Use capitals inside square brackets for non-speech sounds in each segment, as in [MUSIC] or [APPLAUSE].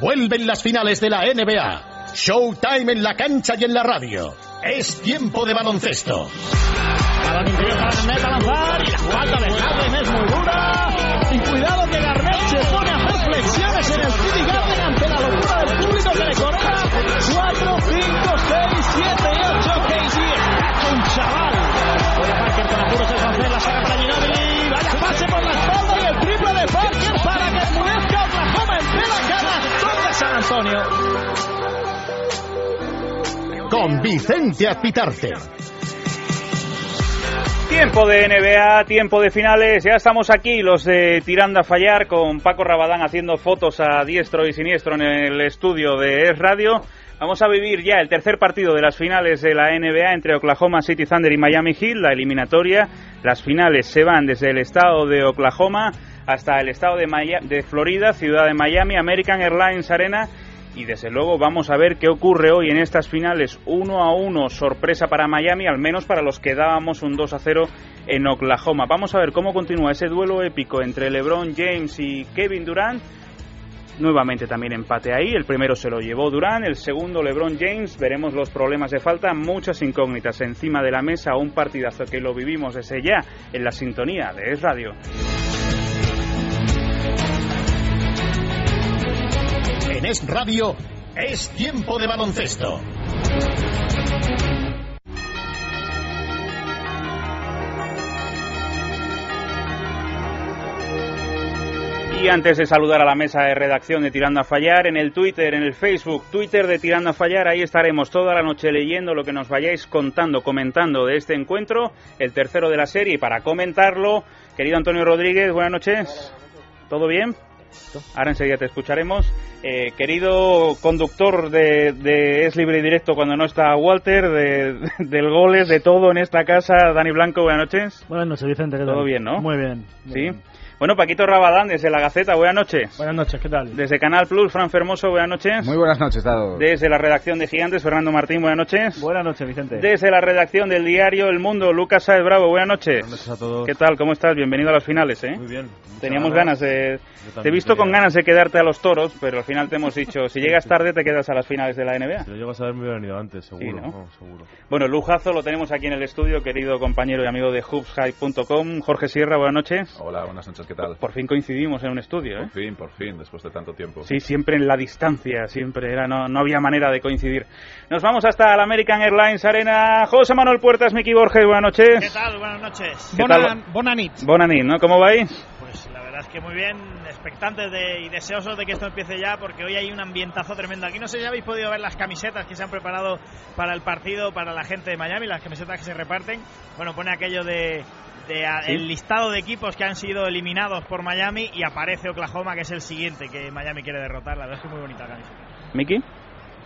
Vuelven las finales de la NBA. Showtime en la cancha y en la radio. Es tiempo de baloncesto. Balón interior para Garnet a lanzar. Y la jugada de Harden es muy dura. Y cuidado que Garnet se pone a hacer flexiones en el City Garden ante la locura del público que le corona. 4, 5, 6, 7 y 8. KG está un chaval. Puede Parker con apuros el francés. La saca para Ginobili. Vaya pase por la espalda y el triple de Parker para que endurezca Oklahoma en plena cara de San Antonio con Vicente Azpitarte. Tiempo de NBA, tiempo de finales. Ya estamos aquí, los de Tiranda Fallar, con Paco Rabadán haciendo fotos a diestro y siniestro en el estudio de Es Radio. Vamos a vivir ya el tercer partido de las finales de la NBA entre Oklahoma City Thunder y Miami Heat, la eliminatoria. Las finales se van desde el estado de Oklahoma hasta el estado de, Miami, de Florida, ciudad de Miami, American Airlines Arena y desde luego vamos a ver qué ocurre hoy en estas finales uno a uno sorpresa para Miami al menos para los que dábamos un 2 a 0 en Oklahoma vamos a ver cómo continúa ese duelo épico entre LeBron James y Kevin Durant nuevamente también empate ahí el primero se lo llevó Durant el segundo LeBron James veremos los problemas de falta muchas incógnitas encima de la mesa un partidazo que lo vivimos desde ya en la sintonía de Es Radio en Es Radio, es tiempo de baloncesto. Y antes de saludar a la mesa de redacción de Tirando a Fallar, en el Twitter, en el Facebook, Twitter de Tirando a Fallar, ahí estaremos toda la noche leyendo lo que nos vayáis contando, comentando de este encuentro, el tercero de la serie. Y para comentarlo, querido Antonio Rodríguez, buenas noches. ¿Todo bien? Ahora enseguida te escucharemos. Eh, querido conductor de, de, Es Libre y Directo cuando no está Walter, de, [LAUGHS] de, del Goles, de todo en esta casa, Dani Blanco, buenas noches. Buenas noches, Vicente. ¿qué tal? Todo bien, ¿no? Muy bien. Muy sí. Bien. Bueno, Paquito Rabadán, desde La Gaceta, buenas noches. Buenas noches, ¿qué tal? Desde Canal Plus, Fran Fermoso, buenas noches. Muy buenas noches, Dado. Desde la redacción de Gigantes, Fernando Martín, buenas noches. Buenas noches, Vicente. Desde la redacción del diario El Mundo, Lucas Saez Bravo, buenas noches. Buenas noches a todos. ¿Qué tal? ¿Cómo estás? Bienvenido a las finales, ¿eh? Muy bien. Teníamos ganas, de... Te he visto quería. con ganas de quedarte a los toros, pero al final te hemos dicho, si llegas tarde te quedas a las finales de la NBA. Si lo llegas a ver, me hubiera venido antes, seguro. Sí, ¿no? No, seguro. Bueno, lujazo lo tenemos aquí en el estudio, querido compañero y amigo de hoopshype.com, Jorge Sierra, buenas noches. Oh. Hola, buenas noches. ¿Qué tal? Por fin ¿eh? coincidimos en un estudio, ¿eh? Por fin, por fin, después de tanto tiempo. Sí, siempre en la distancia, siempre era, no, no había manera de coincidir. Nos vamos hasta la American Airlines Arena. José Manuel Puertas, Miki Borges, buenas noches. ¿Qué tal? Buenas noches. ¿Qué Bona, tal? Bonanit. Bonanit, ¿no? ¿Cómo vais? Pues la verdad es que muy bien, expectantes de, y deseosos de que esto empiece ya, porque hoy hay un ambientazo tremendo. Aquí no sé si habéis podido ver las camisetas que se han preparado para el partido, para la gente de Miami, las camisetas que se reparten. Bueno, pone aquello de de a, ¿Sí? el listado de equipos que han sido eliminados por Miami y aparece Oklahoma, que es el siguiente que Miami quiere derrotar. La verdad es que muy bonita la camiseta. ¿Miki?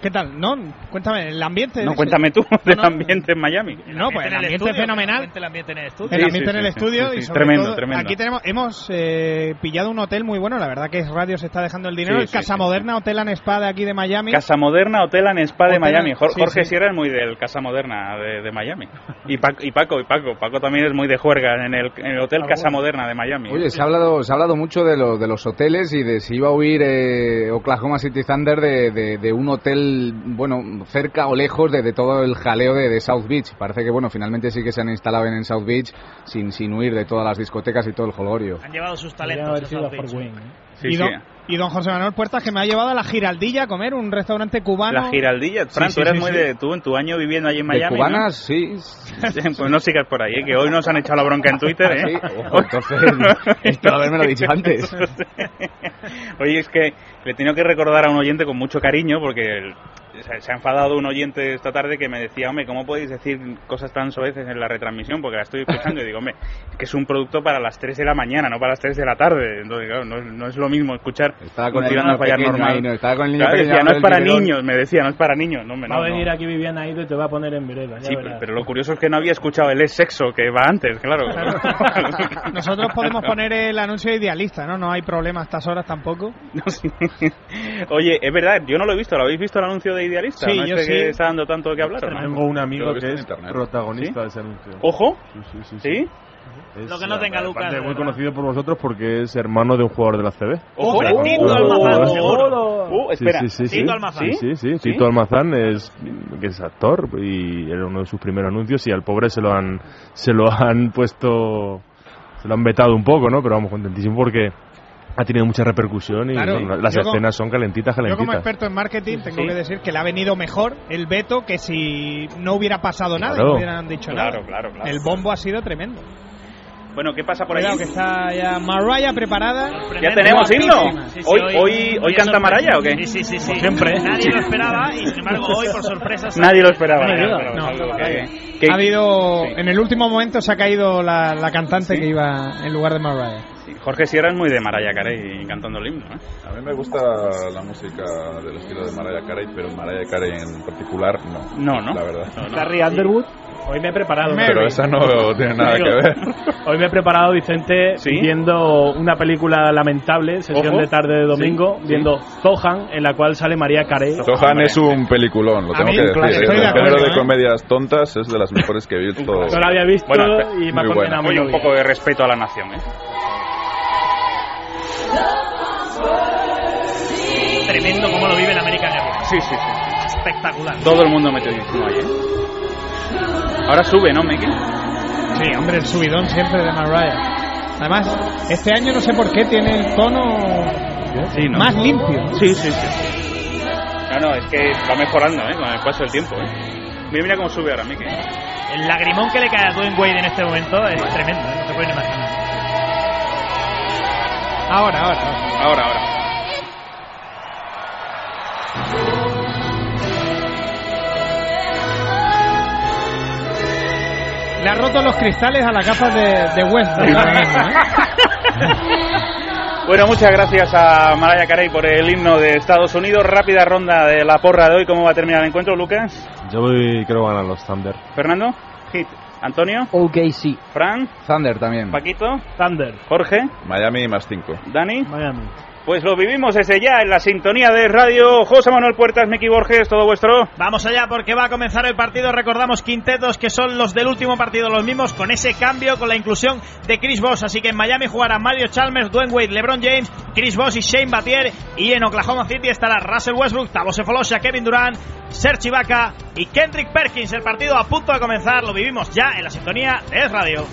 ¿Qué tal? No, cuéntame, el ambiente. No, cuéntame tú no, del no, ambiente en Miami. No, pues el ambiente es fenomenal. El ambiente en el estudio. El ambiente en el estudio. y sobre tremendo, todo, tremendo. Aquí tenemos, hemos eh, pillado un hotel muy bueno. La verdad que es radio se está dejando el dinero. Sí, el Casa sí, Moderna sí. Hotel and Spa de aquí de Miami. Casa Moderna Hotel and Spa de hotel, Miami. Jorge Sierra es muy del Casa Moderna de, de Miami. Y Paco, y Paco, y Paco, Paco. también es muy de juerga en el, en el Hotel ah, Casa bueno. Moderna de Miami. Oye, se ha hablado, se ha hablado mucho de, lo, de los hoteles y de si iba a huir eh, Oklahoma City Thunder de, de, de un hotel bueno, cerca o lejos de, de todo el jaleo de, de, South Beach. Parece que, bueno, finalmente sí que se han instalado en, en South Beach sin, sin huir de todas las discotecas y todo el jolgorio. Han llevado sus talentos a South Beach. Wing, ¿eh? sí, y, don, sí. y, don, José Manuel Puertas, que me ha llevado a la Giraldilla a comer, un restaurante cubano. La Giraldilla, Fran, sí, tú eres muy de. Tú en tu año viviendo allí en Miami. ¿De cubanas, ¿no? [LAUGHS] sí. pues no sigas por ahí, ¿eh? que hoy nos han echado la bronca en Twitter. ¿eh? Ojo, entonces, esto haberme lo dicho antes. [LAUGHS] Oye, es que le tengo que recordar a un oyente con mucho cariño, porque se ha enfadado un oyente esta tarde que me decía, hombre, ¿cómo podéis decir cosas tan soeces en la retransmisión? Porque la estoy escuchando y digo, hombre, es que es un producto para las 3 de la mañana, no para las 3 de la tarde. Entonces, claro, no es, no es lo mismo escuchar estaba con tirando a fallar normal. No, estaba con el niño claro, decía, no es para niños, niños, me decía, no es para niños. No, me, va a venir aquí Viviana Aido y te va a poner en vereda. Sí, pero, pero, lo curioso es que no había escuchado el es sexo que va antes, claro. [LAUGHS] Nosotros podemos poner el anuncio idealista, ¿no? No hay problema a estas horas tampoco. Sí. Oye, es verdad, yo no lo he visto, ¿lo habéis visto el anuncio de Idealista. Sí, ¿no? yo este sí. que está dando tanto que hablar. ¿no? Tengo un amigo que es protagonista ¿Sí? de ese anuncio. Ojo. Sí, sí. Es, lo que no tenga eh, Lucas. muy conocido por vosotros porque es hermano de un jugador de la CB. ¡Ojo! ¡Ojo! Uh, espera. Sí, sí, sí. Uh, Tito sí. Almazán. Sí, sí, sí. Tito Almazán es, que es actor y era uno de sus primeros anuncios y al pobre se lo han, se lo han puesto, se lo han vetado un poco, ¿no? Pero vamos, contentísimo porque ha tenido mucha repercusión y Claro, bueno, las yo como- escenas son calentitas, Yo como calentitas. experto en marketing tengo Sí. que decir que le ha venido mejor el veto que si no hubiera pasado nada, Claro. no hubieran dicho Claro, nada. claro, claro. El bombo ha sido tremendo. Bueno, ¿qué pasa por Cuidado allí? que está ya Mariah preparada. ¿Ya tenemos himno? Sí, sí, ¿Hoy, hoy, hoy es canta sorpresa. Maraya o qué? Sí, sí, sí. sí. ¿eh? siempre. Nadie lo esperaba y sin embargo hoy, por sorpresa, sale. Nadie lo esperaba. Bueno, nadie lo yo- esperaba, no. es algo que- que- Ha habido, Sí. en el último momento se ha caído la, la cantante que iba en lugar de Mariah. Sí, Jorge Sierra es muy de Maraya Carey cantando el himno. ¿eh? A mí me gusta la música del estilo de Mariah Carey, pero Mariah Carey en particular no. No, no. La verdad. Larry Underwood. Hoy me he preparado. Pero esa no tiene nada que Digo, ver. Hoy me he preparado, Vicente, ¿Sí? viendo una película lamentable, sesión Ojo. de tarde de domingo, Sí, viendo Zohan, en la cual sale María Carey. Sohan es un peliculón, lo A tengo mí, que claro, decir. estoy El de género acuerdo, de ¿eh? comedias tontas es de las mejores que he visto. No la había visto Bueno, espera, y me ha muy buena. condenado mi Oye, un novia. poco de respeto a la nación. ¿eh? Tremendo como lo vive el American Airlines. Sí, sí, sí. Espectacular. Todo el mundo metió disco ahí. ¿eh? Ahora sube, ¿no, Miki? Sí, hombre, el subidón siempre de Mariah. Además, este año no sé por qué tiene el tono Sí, ¿no? más limpio. Sí, sí, sí. No, no, es que va mejorando ¿eh? con el paso del tiempo. ¿eh? Mira, mira cómo sube ahora, Miki. El lagrimón que le cae a Dwayne Wade en este momento es tremendo, ¿eh? no te pueden imaginar. Ahora, ahora. Ahora, ahora. Le ha roto los cristales a la capa de, de Westbrook ahora mismo, ¿eh? Bueno, muchas gracias a Maraya Carey por el himno de Estados Unidos. Rápida ronda de la porra de hoy. ¿Cómo va a terminar el encuentro, Lucas? Yo voy, creo que ganan los Thunder. Fernando, Hit. Antonio, Ok, sí. Fran, Thunder también. Paquito, Thunder, Jorge, Miami más 5. Dani. Miami. Pues lo vivimos desde ya en la sintonía de radio. José Manuel Puertas, Miki Borges, todo vuestro. Vamos allá porque va a comenzar el partido. Recordamos quintetos que son los del último partido, los mismos con ese cambio, con la inclusión de Chris Bosh. Así que en Miami jugarán Mario Chalmers, Dwayne Wade, LeBron James, Chris Bosh y Shane Batier. Y en Oklahoma City estará Russell Westbrook, Tavose Folosha, Kevin Durant, Serge Ibaka y Kendrick Perkins. El partido a punto de comenzar. Lo vivimos ya en la sintonía de Es Radio.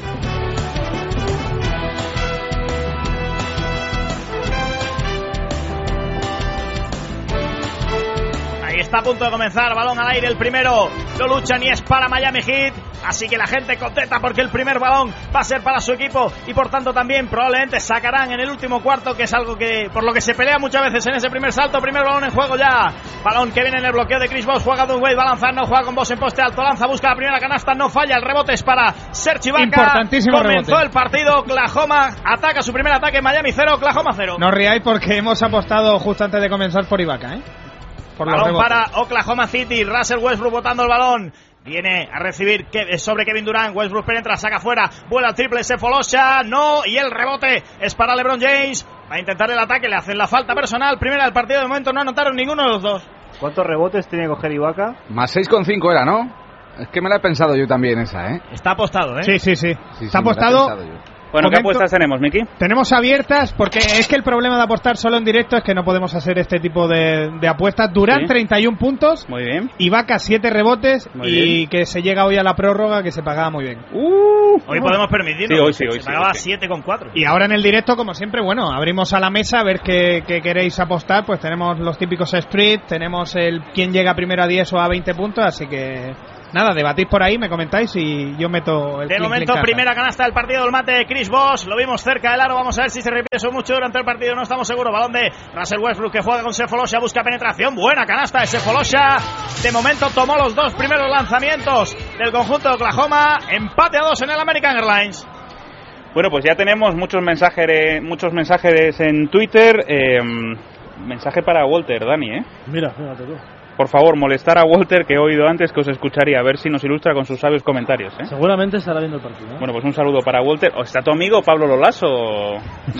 Ahí está a punto de comenzar, balón al aire el primero. No luchan y es para Miami Heat. Así que la gente contenta porque el primer balón va a ser para su equipo y por tanto también probablemente sacarán en el último cuarto, que es algo que por lo que se pelea muchas veces en ese primer salto. Primer balón en juego ya. Balón que viene en el bloqueo de Chris Bosh. Juega Dunway, va a lanzar, no juega con Bosh en poste alto. Lanza, busca la primera canasta, no falla. El rebote es para Serge Ibaka. Importantísimo Comenzó rebote. el partido. Oklahoma ataca su primer ataque. Miami 0, Oklahoma 0. No riáis porque hemos apostado justo antes de comenzar por Ibaka, ¿eh? Por los balón rebotes. para Oklahoma City. Russell Westbrook botando el balón. Viene a recibir Ke- sobre Kevin Durant. Westbrook penetra, saca fuera. Vuela al triple, se folosha. No. Y el rebote es para LeBron James. Va a intentar el ataque, le hacen la falta personal. Primera del partido, de momento no anotaron ninguno de los dos. ¿Cuántos rebotes tiene que coger Ibaka? Más 6,5 era, ¿no? Es que me la he pensado yo también esa, ¿eh? Está apostado, ¿eh? Sí, sí, Sí, sí. Está sí, me la he apostado. pensado yo. Bueno, ¿qué Momento. apuestas tenemos, Miki? Tenemos abiertas porque es que el problema de apostar solo en directo es que no podemos hacer este tipo de, de apuestas. Durant Sí. 31 puntos, Muy bien. Ibaka 7 rebotes Muy y que se llega hoy a la prórroga que se pagaba muy bien. Uh. Hoy podemos permitirlo. Sí, hoy sí, hoy Se sí, pagaba hoy sí. 7 con 4. Y ahora en el directo, como siempre, bueno, abrimos a la mesa a ver qué, qué queréis apostar. Pues tenemos los típicos split, tenemos el quién llega primero a 10 o a 20 puntos, así que nada, debatís por ahí, me comentáis y yo meto el De clic, clic, momento, carta. primera canasta del partido del mate de Chris Boss. Lo vimos cerca del aro. Vamos a ver si se repite eso mucho durante el partido. No estamos seguros. Balón de Russell Westbrook que juega con Sefolosha. Busca penetración. Buena canasta de Sefolosha. De momento tomó los dos primeros lanzamientos del conjunto de Oklahoma. Empate a dos en el American Airlines. Bueno, pues ya tenemos muchos mensajes, eh, muchos mensajes en Twitter. eh, mensaje para Walter, Dani, ¿eh? Mira, fíjate tú. Por favor, molestar a Walter, que he oído antes que os escucharía, a ver si nos ilustra con sus sabios comentarios, ¿eh? Seguramente estará viendo el partido. ¿eh? Bueno, pues un saludo para Walter. ¿O está tu amigo Pablo [LAUGHS] Lolaso?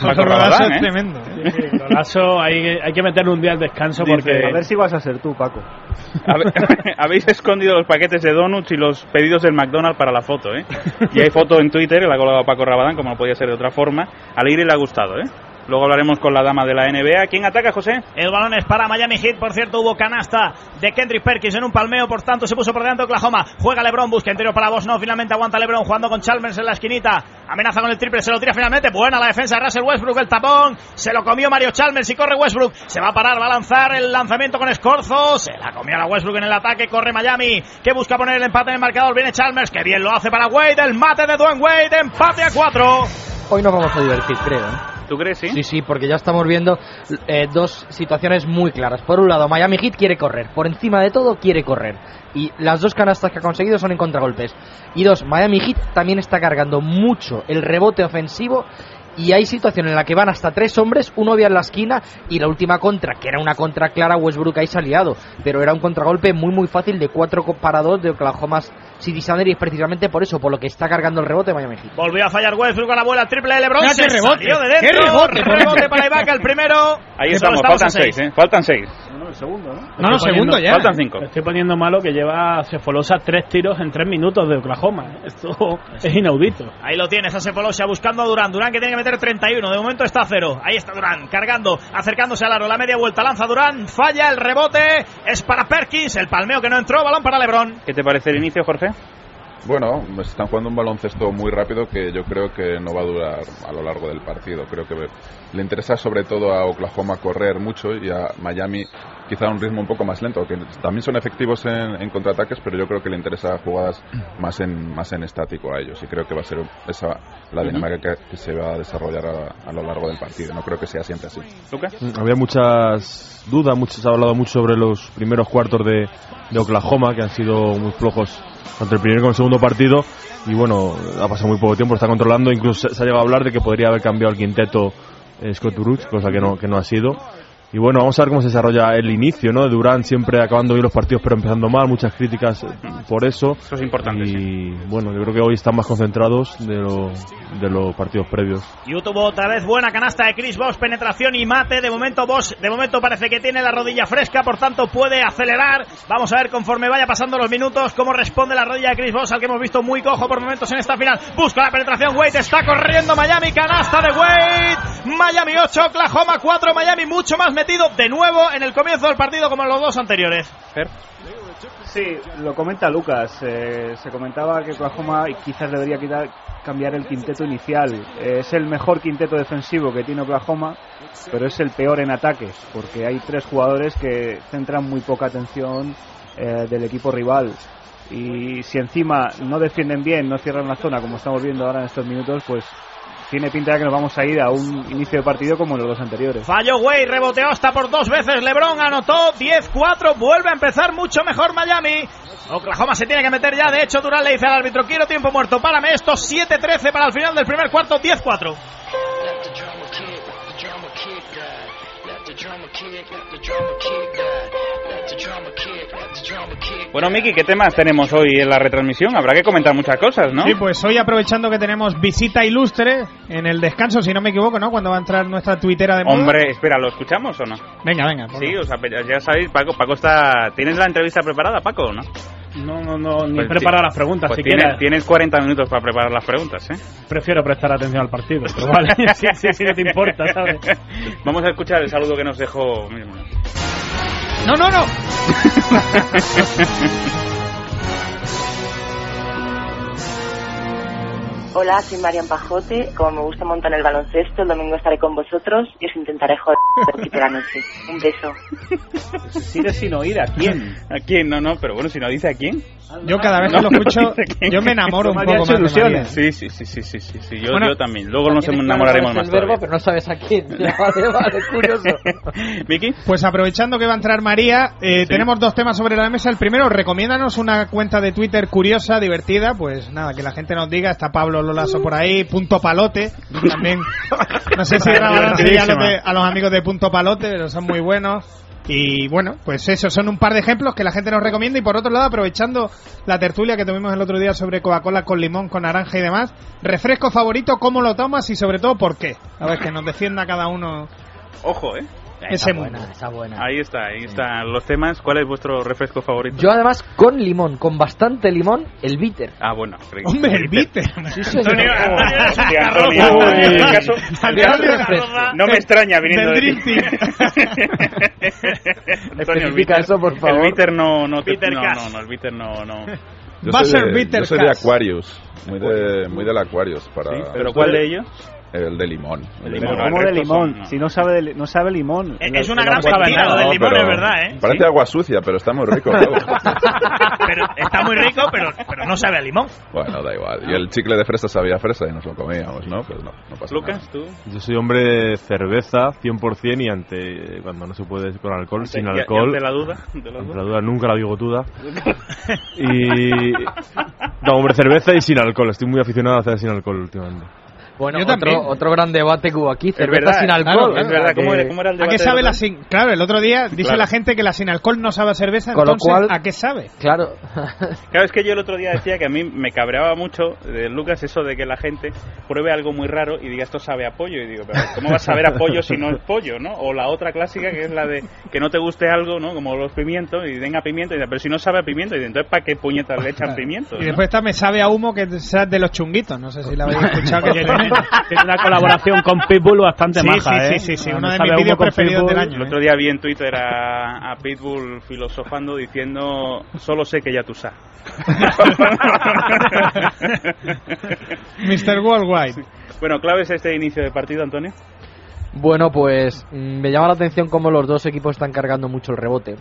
Paco Otro rodazo Rabadán, ¿eh? tremendo. Sí, sí, Golazo, hay, que- hay que meterle un día al descanso Dice- porque... A ver si vas a ser tú, Paco. [LAUGHS] Habe- [LAUGHS] Habéis escondido los paquetes de donuts y los pedidos del McDonald's para la [LAUGHS] foto, ¿eh? Y hay foto en Twitter, la ha colgado Paco Rabadán, como no podía ser de otra forma. Al ir le ha gustado, ¿eh? Luego hablaremos con la dama de la NBA. ¿Quién ataca, José? El balón es para Miami Heat. Por cierto, hubo canasta de Kendrick Perkins en un palmeo. Por tanto, se puso por delante Oklahoma. Juega LeBron, busca interior para Bosno. Finalmente aguanta LeBron jugando con Chalmers en la esquinita. Amenaza con el triple, se lo tira finalmente. Buena la defensa de Russell Westbrook. El tapón se lo comió Mario Chalmers y corre Westbrook. Se va a parar, va a lanzar el lanzamiento con escorzo. Se la comió la Westbrook en el ataque. Corre Miami que busca poner el empate en el marcador. Viene Chalmers, que bien lo hace para Wade. El mate de Dwayne Wade. Empate a cuatro. Hoy nos vamos a divertir, creo. ¿eh? ¿Tú crees, sí? Sí, sí, porque ya estamos viendo eh, dos situaciones muy claras. Por un lado, Miami Heat quiere correr, por encima de todo quiere correr. Y las dos canastas que ha conseguido son en contragolpes. Y dos, Miami Heat también está cargando mucho el rebote ofensivo. Y hay situaciones en la que van hasta tres hombres, uno vía en la esquina y la última contra, que era una contra clara, Westbrook ahí se ha liado. Pero era un contragolpe muy muy fácil de 4 para 2 de Oklahoma City Thunder y es precisamente por eso, por lo que está cargando el rebote Miami Heat. Volvió a fallar Westbrook con la bola triple de LeBron. Mira, Se qué rebote. salió de dentro. Qué rebote, por Rebote ejemplo. para Ibaka, el primero. Ahí Y solo estamos, a faltan seis. seis, ¿eh? Faltan seis. No, el segundo, ¿no? No, no, Estoy segundo poniendo- ya. Faltan cinco. Estoy poniendo malo que lleva Cefolosa tres tiros en tres minutos de Oklahoma. ¿eh? Esto es inaudito. Ahí lo tienes, hace Polosia buscando a Durán. Durán que tiene que meter 31. De momento está a cero. Ahí está Durán, cargando, acercándose al aro. La media vuelta lanza Durán, falla el rebote. Es para Perkins, el palmeo que no entró. Balón para Lebron. ¿Qué te parece el inicio, Jorge? Bueno, están jugando un baloncesto muy rápido que yo creo que no va a durar a lo largo del partido. Creo que le interesa sobre todo a Oklahoma correr mucho y a Miami quizá un ritmo un poco más lento, que también son efectivos en, en contraataques, pero yo creo que le interesa jugadas más en, más en estático a ellos y creo que va a ser esa la dinámica que, que se va a desarrollar a, a lo largo del partido. No creo que sea siempre así. ¿Lucas? Mm, Había muchas dudas, muchos, se ha hablado mucho sobre los primeros cuartos de, de Oklahoma, que han sido muy flojos tanto el primer como el segundo partido. Y bueno, ha pasado muy poco tiempo, está controlando. Incluso se, se ha llegado a hablar de que podría haber cambiado el quinteto eh, Scott Brooks, cosa que no, que no ha sido. Y bueno, vamos a ver cómo se desarrolla el inicio, ¿no? De Durán siempre acabando bien los partidos, pero empezando mal, muchas críticas eh, por eso. Eso es importante, sí. Y bueno, yo creo que hoy están más concentrados de, lo- de los partidos previos. Y tuvo otra vez buena canasta de Chris Bosh, penetración y mate. De momento Bosch, de momento parece que tiene la rodilla fresca, por tanto puede acelerar. Vamos a ver conforme vaya pasando los minutos cómo responde la rodilla de Chris Bosh, al que hemos visto muy cojo por momentos en esta final. Busca la penetración, Wade está corriendo Miami, canasta de Wade. Miami 8, Oklahoma 4, Miami mucho más metido de nuevo en el comienzo del partido como en los dos anteriores. Sí, lo comenta Lucas. eh, se comentaba que Oklahoma quizás debería quitar, cambiar el quinteto inicial. Eh, es el mejor quinteto defensivo que tiene Oklahoma, pero es el peor en ataques, porque hay tres jugadores que centran muy poca atención eh, del equipo rival. Y si encima no defienden bien, no cierran la zona, como estamos viendo ahora en estos minutos, pues tiene pinta de que nos vamos a ir a un inicio de partido como en los dos anteriores. Falló Way, reboteó hasta por dos veces. LeBron anotó 10-4. Vuelve a empezar mucho mejor Miami. ¿eh? Oklahoma se tiene que meter ya. De hecho, Durán le dice al árbitro: Quiero tiempo muerto. Párame esto. 7-13 para el final del primer cuarto. 10-4. Bueno, Miki, ¿qué temas tenemos hoy en la retransmisión? Habrá que comentar muchas cosas, ¿no? Sí, pues hoy aprovechando que tenemos visita ilustre en el descanso, si no me equivoco, ¿no? Cuando va a entrar nuestra tuitera de moda. Hombre, espera, ¿lo escuchamos o no? Venga, venga. ponlo. Sí, o sea, ya sabéis, Paco, Paco está... ¿Tienes la entrevista preparada, Paco, o no? No, no, no, ni Pues prepara ti- las preguntas pues siquiera. tienes, tienes 40 minutos para preparar las preguntas, ¿eh? Prefiero prestar atención al partido, pero vale, [LAUGHS] sí, sí, sí, no te importa, ¿sabes? Vamos a escuchar el saludo que nos dejó mismo. No, no, no. Hola, soy Marian Pajote. Como me gusta montar el baloncesto, el domingo estaré con vosotros y os intentaré joder un poquito la noche. Un beso. Sigues sin oír a quién. [LAUGHS] ¿A quién? No, no, pero bueno, si no dice a quién. Yo cada vez No, que lo no escucho, dice quién. yo me enamoro un Esto me ha poco hecho más. de María. ilusiones. Sí, sí, sí, sí, sí, sí, sí, Yo, Bueno, yo también. Luego nos Tienes claro enamoraremos cuál es más el verbo, todavía. pero no sabes a quién. [LAUGHS] Vale, vale, curioso. Miki, Pues aprovechando que va a entrar María, eh, tenemos dos temas sobre la mesa. El primero, recomiéndanos una cuenta de Twitter curiosa, divertida. Pues nada, que la gente nos diga. Está Pablo Lolaso por ahí, Punto Palote. También, no sé si grabarán ya lo de- a los amigos de Punto Palote, pero son muy buenos. Y bueno, pues eso, son un par de ejemplos que la gente nos recomienda. Y por otro lado, aprovechando la tertulia que tuvimos el otro día sobre Coca-Cola con limón, con naranja y demás, refresco favorito, cómo lo tomas y sobre todo por qué. A ver, que nos defienda cada uno ojo, ¿eh? ese buena, mundo. esa buena. Ahí está, ahí están los temas. ¿Cuál es vuestro refresco favorito? Yo además con limón, con bastante limón, el bitter. Ah, bueno. creí- [LAUGHS] Hombre, el bitter. Sí, señor. Sí, Antonio, en el caso- no me extraña viniendo de Del ti. [LAUGHS] Antonio, el Especifica bitter- eso, por favor. El bitter no, no, te- Bitter no, Cas. no, no, el bitter no, no. Yo Va a soy ser de- bitter Yo soy de cas. Aquarius. Muy, de, muy del Aquarius. Para, Sí, ¿Pero cuál de ellos? El de limón. El limón. Pero ¿Cómo Correcto, de limón? son- no. Si no sabe, de li- no sabe limón. Es- La- Eh, es una la- gran la- mentira lo del limón, pero- es verdad, ¿eh? Parece agua sucia, pero está muy rico. ¿no? Pero está muy rico, pero, pero no sabe a limón. bueno, da igual. Y el chicle de fresa sabía a fresa y nos lo comíamos, ¿no? Pues no, no pasa Lucas, tú. Yo soy hombre de cerveza 100% y ante cuando no se puede con alcohol, sin Ya- ya alcohol. ante la duda. ante la Ante duda. la duda, nunca la digo [LAUGHS] duda. Y. No, hombre, cerveza y sin alcohol. Estoy muy aficionado a hacer sin alcohol últimamente. Bueno, Yo también. otro, otro gran debate que hubo aquí, cerveza verdad, sin alcohol. claro, Es verdad, ¿cómo Que- era, cómo era el ¿A debate? qué sabe del la otro día? sin...? Claro, el otro día dice Claro. la gente que la sin alcohol no sabe a cerveza, Con lo entonces cual- ¿a qué sabe? Claro. Claro, es que yo el otro día decía que a mí me cabreaba mucho de Lucas eso de que la gente pruebe algo muy raro y diga esto sabe a pollo. Y digo, pero ¿cómo va a saber a pollo si no es pollo, no? O la otra clásica que es la de que no te guste algo, ¿no? Como los pimientos y den a pimiento y dicen, pero si no sabe a pimiento, y dicen, entonces ¿para qué puñetas le echan pimiento? Y después esta me sabe a humo que es de los chunguitos, no sé si la habéis escuchado. [LAUGHS] que tiene- Tiene una colaboración con Pitbull bastante Sí, maja, sí, ¿eh? sí, sí, sí, Ah, uno me de sabe mis a humo vídeos con preferidos del Pitbull. año. ¿eh? El otro día vi en Twitter a, a Pitbull filosofando diciendo, solo sé que ya [LAUGHS] tú sabes. Mr. Worldwide. bueno, clave es este inicio de partido, Antonio. Bueno, pues mm, me llama la atención cómo los dos equipos están cargando mucho el rebote.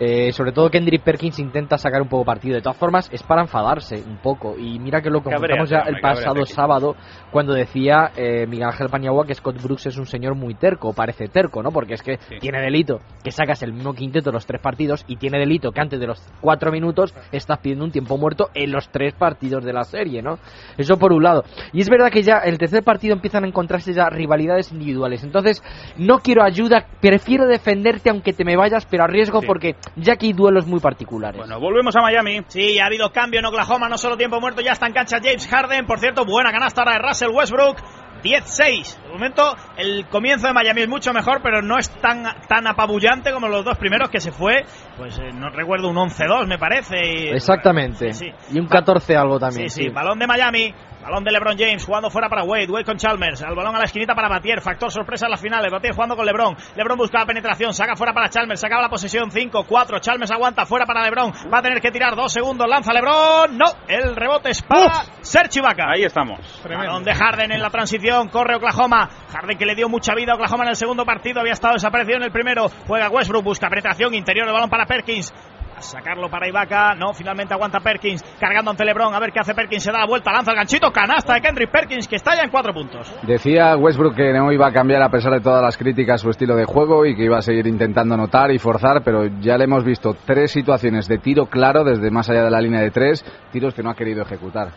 Eh, sobre todo Kendrick Perkins intenta sacar un poco partido. De todas formas, es para enfadarse un poco. Y mira que lo comentamos Cabréate, ya el hombre, cabréate, pasado Kiko. sábado cuando decía eh, Miguel Ángel Paniagua que Scott Brooks es un señor muy terco. Parece terco, ¿no? Porque es que Sí. tiene delito que sacas el mismo quinteto los tres partidos y tiene delito que antes de los cuatro minutos estás pidiendo un tiempo muerto en los tres partidos de la serie, ¿no? Eso por un lado. Y es verdad que ya el tercer partido empiezan a encontrarse ya rivalidades individuales. Entonces, no quiero ayuda, prefiero defenderte aunque te me vayas, pero arriesgo Sí. porque ya que hay duelos muy particulares. Bueno, volvemos a Miami. Sí, ha habido cambio en Oklahoma, no solo tiempo muerto, ya está en cancha James Harden. Por cierto, buena canasta ahora de Russell Westbrook. 10-6. De momento, el comienzo de Miami es mucho mejor, pero no es tan, tan apabullante como los dos primeros que se fue. Pues eh, no recuerdo un 11-2, me parece. y- Exactamente. Sí, sí. Y un 14 algo también. Sí, sí, sí. balón de Miami, balón de LeBron James jugando fuera para Wade, Wade con Chalmers, al balón a la esquinita para Batier, factor sorpresa en las finales, Batier jugando con LeBron, LeBron busca la penetración, saca fuera para Chalmers, sacaba la posesión 5, 4, Chalmers aguanta fuera para LeBron, va a tener que tirar dos segundos, lanza LeBron, no, el rebote es para Serge Ibaka. Ahí estamos. Balón de Harden en la transición, corre Oklahoma. Harden que le dio mucha vida a Oklahoma en el segundo partido, había estado desaparecido en el primero. Juega Westbrook, busca penetración interior el balón para Perkins. A sacarlo para Ibaka, no, finalmente aguanta Perkins, cargando ante LeBron, a ver qué hace Perkins, se da la vuelta, lanza el ganchito, canasta de Kendrick Perkins que está ya en cuatro puntos. Decía Westbrook que no iba a cambiar a pesar de todas las críticas su estilo de juego y que iba a seguir intentando anotar y forzar, pero ya le hemos visto tres situaciones de tiro claro desde más allá de la línea de tres, tiros que no ha querido ejecutar.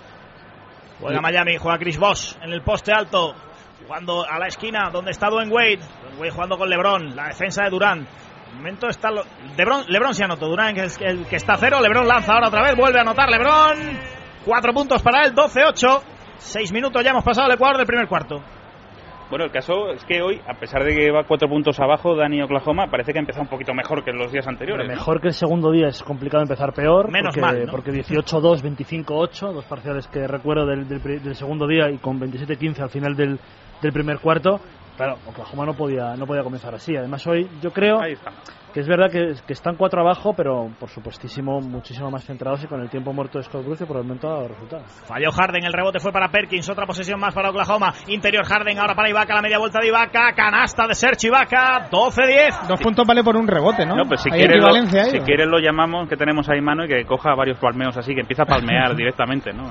Juega Miami, juega Chris Bosh en el poste alto, jugando a la esquina donde está Dwayne Wade. Dwayne Wade jugando con LeBron, la defensa de Durán. De momento está lo- LeBron, LeBron se anotó, Durán que es el que está a cero, LeBron lanza ahora otra vez, vuelve a anotar LeBron. Cuatro puntos para él, 12-8. Seis minutos ya hemos pasado el Ecuador del primer cuarto. Bueno, el caso es que hoy, a pesar de que va cuatro puntos abajo Dani Oklahoma, parece que ha empezado un poquito mejor que en los días anteriores. ¿no? Mejor que el segundo día es complicado empezar peor. Menos porque, mal, ¿no? Porque 18-2, 25-8, dos parciales que recuerdo del, del pri- del segundo día y con 27-15 al final del, del primer cuarto. Claro, Oklahoma no podía, no podía comenzar así. Además, hoy yo creo Ahí está. que es verdad que, que están cuatro abajo, pero por supuestísimo muchísimo más centrados y con el tiempo muerto de Scott Brooks que por el momento ha dado resultados. Falló Harden, el rebote fue para Perkins, otra posesión más para Oklahoma. Interior Harden, ahora para Ibaka, la media vuelta de Ibaka, canasta de Serge Ibaka, 12-10. Dos puntos vale por un rebote, ¿no? No, pues si Hay quieres, lo, equivalencia ahí, si ¿o? quieres lo llamamos, que tenemos ahí mano y que coja varios palmeos así, que empieza a [LAUGHS] palmear directamente, ¿no?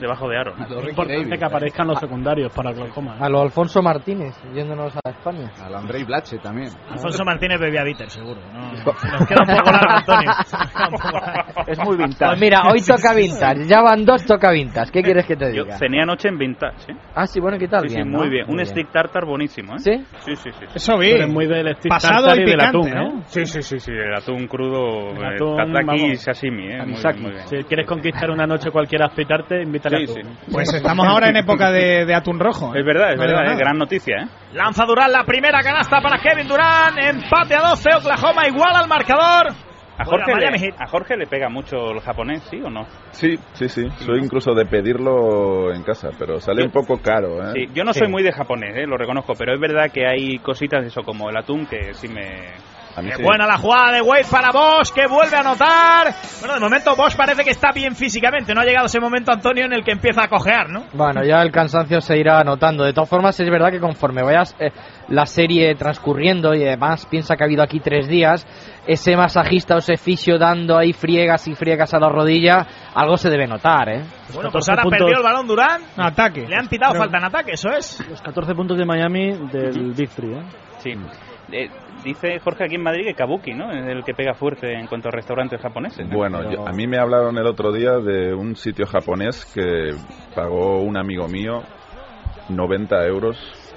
Debajo de aro. Es importante que aparezcan los secundarios para Oklahoma. ¿eh? A lo Alfonso Martínez, yéndonos a España. Al Andrei Blache también. Alfonso Martínez bebía bitter, seguro. [LAUGHS] No, nos queda un poco largo, [LAUGHS] Antonio. Nos queda un poco largo. Es muy Pues vintage. mira, hoy toca vintas, ya van dos toca vintas. ¿Qué quieres que te Yo diga? cené anoche en vintage, ¿eh? Ah, sí, bueno, ¿qué tal? Sí, sí, ¿no? muy bien. Un stick tartar buenísimo, ¿eh? ¿Sí? Sí, sí, sí. sí. Eso vi. Pero es muy del estilo Pasado tartar y y del picante, atún, ¿no? ¿eh? Sí, sí, sí, sí, el atún crudo, El eh, atún, tataki y vamos. sashimi, ¿eh? Muy bien, Anisaki. muy bien. Si quieres conquistar una noche cualquiera a hospitarte, invita Sí, sí. Pues estamos ahora en época de, de atún rojo. ¿eh? Es verdad, es No digo verdad, nada. es gran noticia, ¿eh? Lanza Durán la primera canasta para Kevin Durán. Empate a 12. Oklahoma igual al marcador. A Jorge, Oiga, Miami le, a Jorge le pega mucho el japonés, ¿sí o no? Sí, sí, sí. Soy incluso de pedirlo en casa, pero sale un poco caro, ¿eh? Sí, yo no soy muy de japonés, ¿eh? lo reconozco, pero es verdad que hay cositas de eso, como el atún, que sí me... Qué buena la jugada de Wade para Bosch, que vuelve a anotar. Bueno, de momento Bosch parece que está bien físicamente. No ha llegado ese momento, Antonio, en el que empieza a cojear, ¿no? Bueno, ya el cansancio se irá notando. De todas formas, es verdad que conforme vayas eh, la serie transcurriendo y además piensa que ha habido aquí tres días, ese masajista o ese fisio dando ahí friegas y friegas a la rodilla, algo se debe notar, ¿eh? Bueno, pues ahora perdió el balón Durán. Ataque. Le han pitado Pero- falta en ataque, eso es. Los 14 puntos de Miami del Big Three, ¿eh? Sí. Eh, dice Jorge aquí en Madrid que Kabuki, ¿no? Es el que pega fuerte en cuanto a restaurantes japoneses. ¿no? Bueno, Pero- yo- a mí me hablaron el otro día de un sitio japonés que pagó un amigo mío 90 euros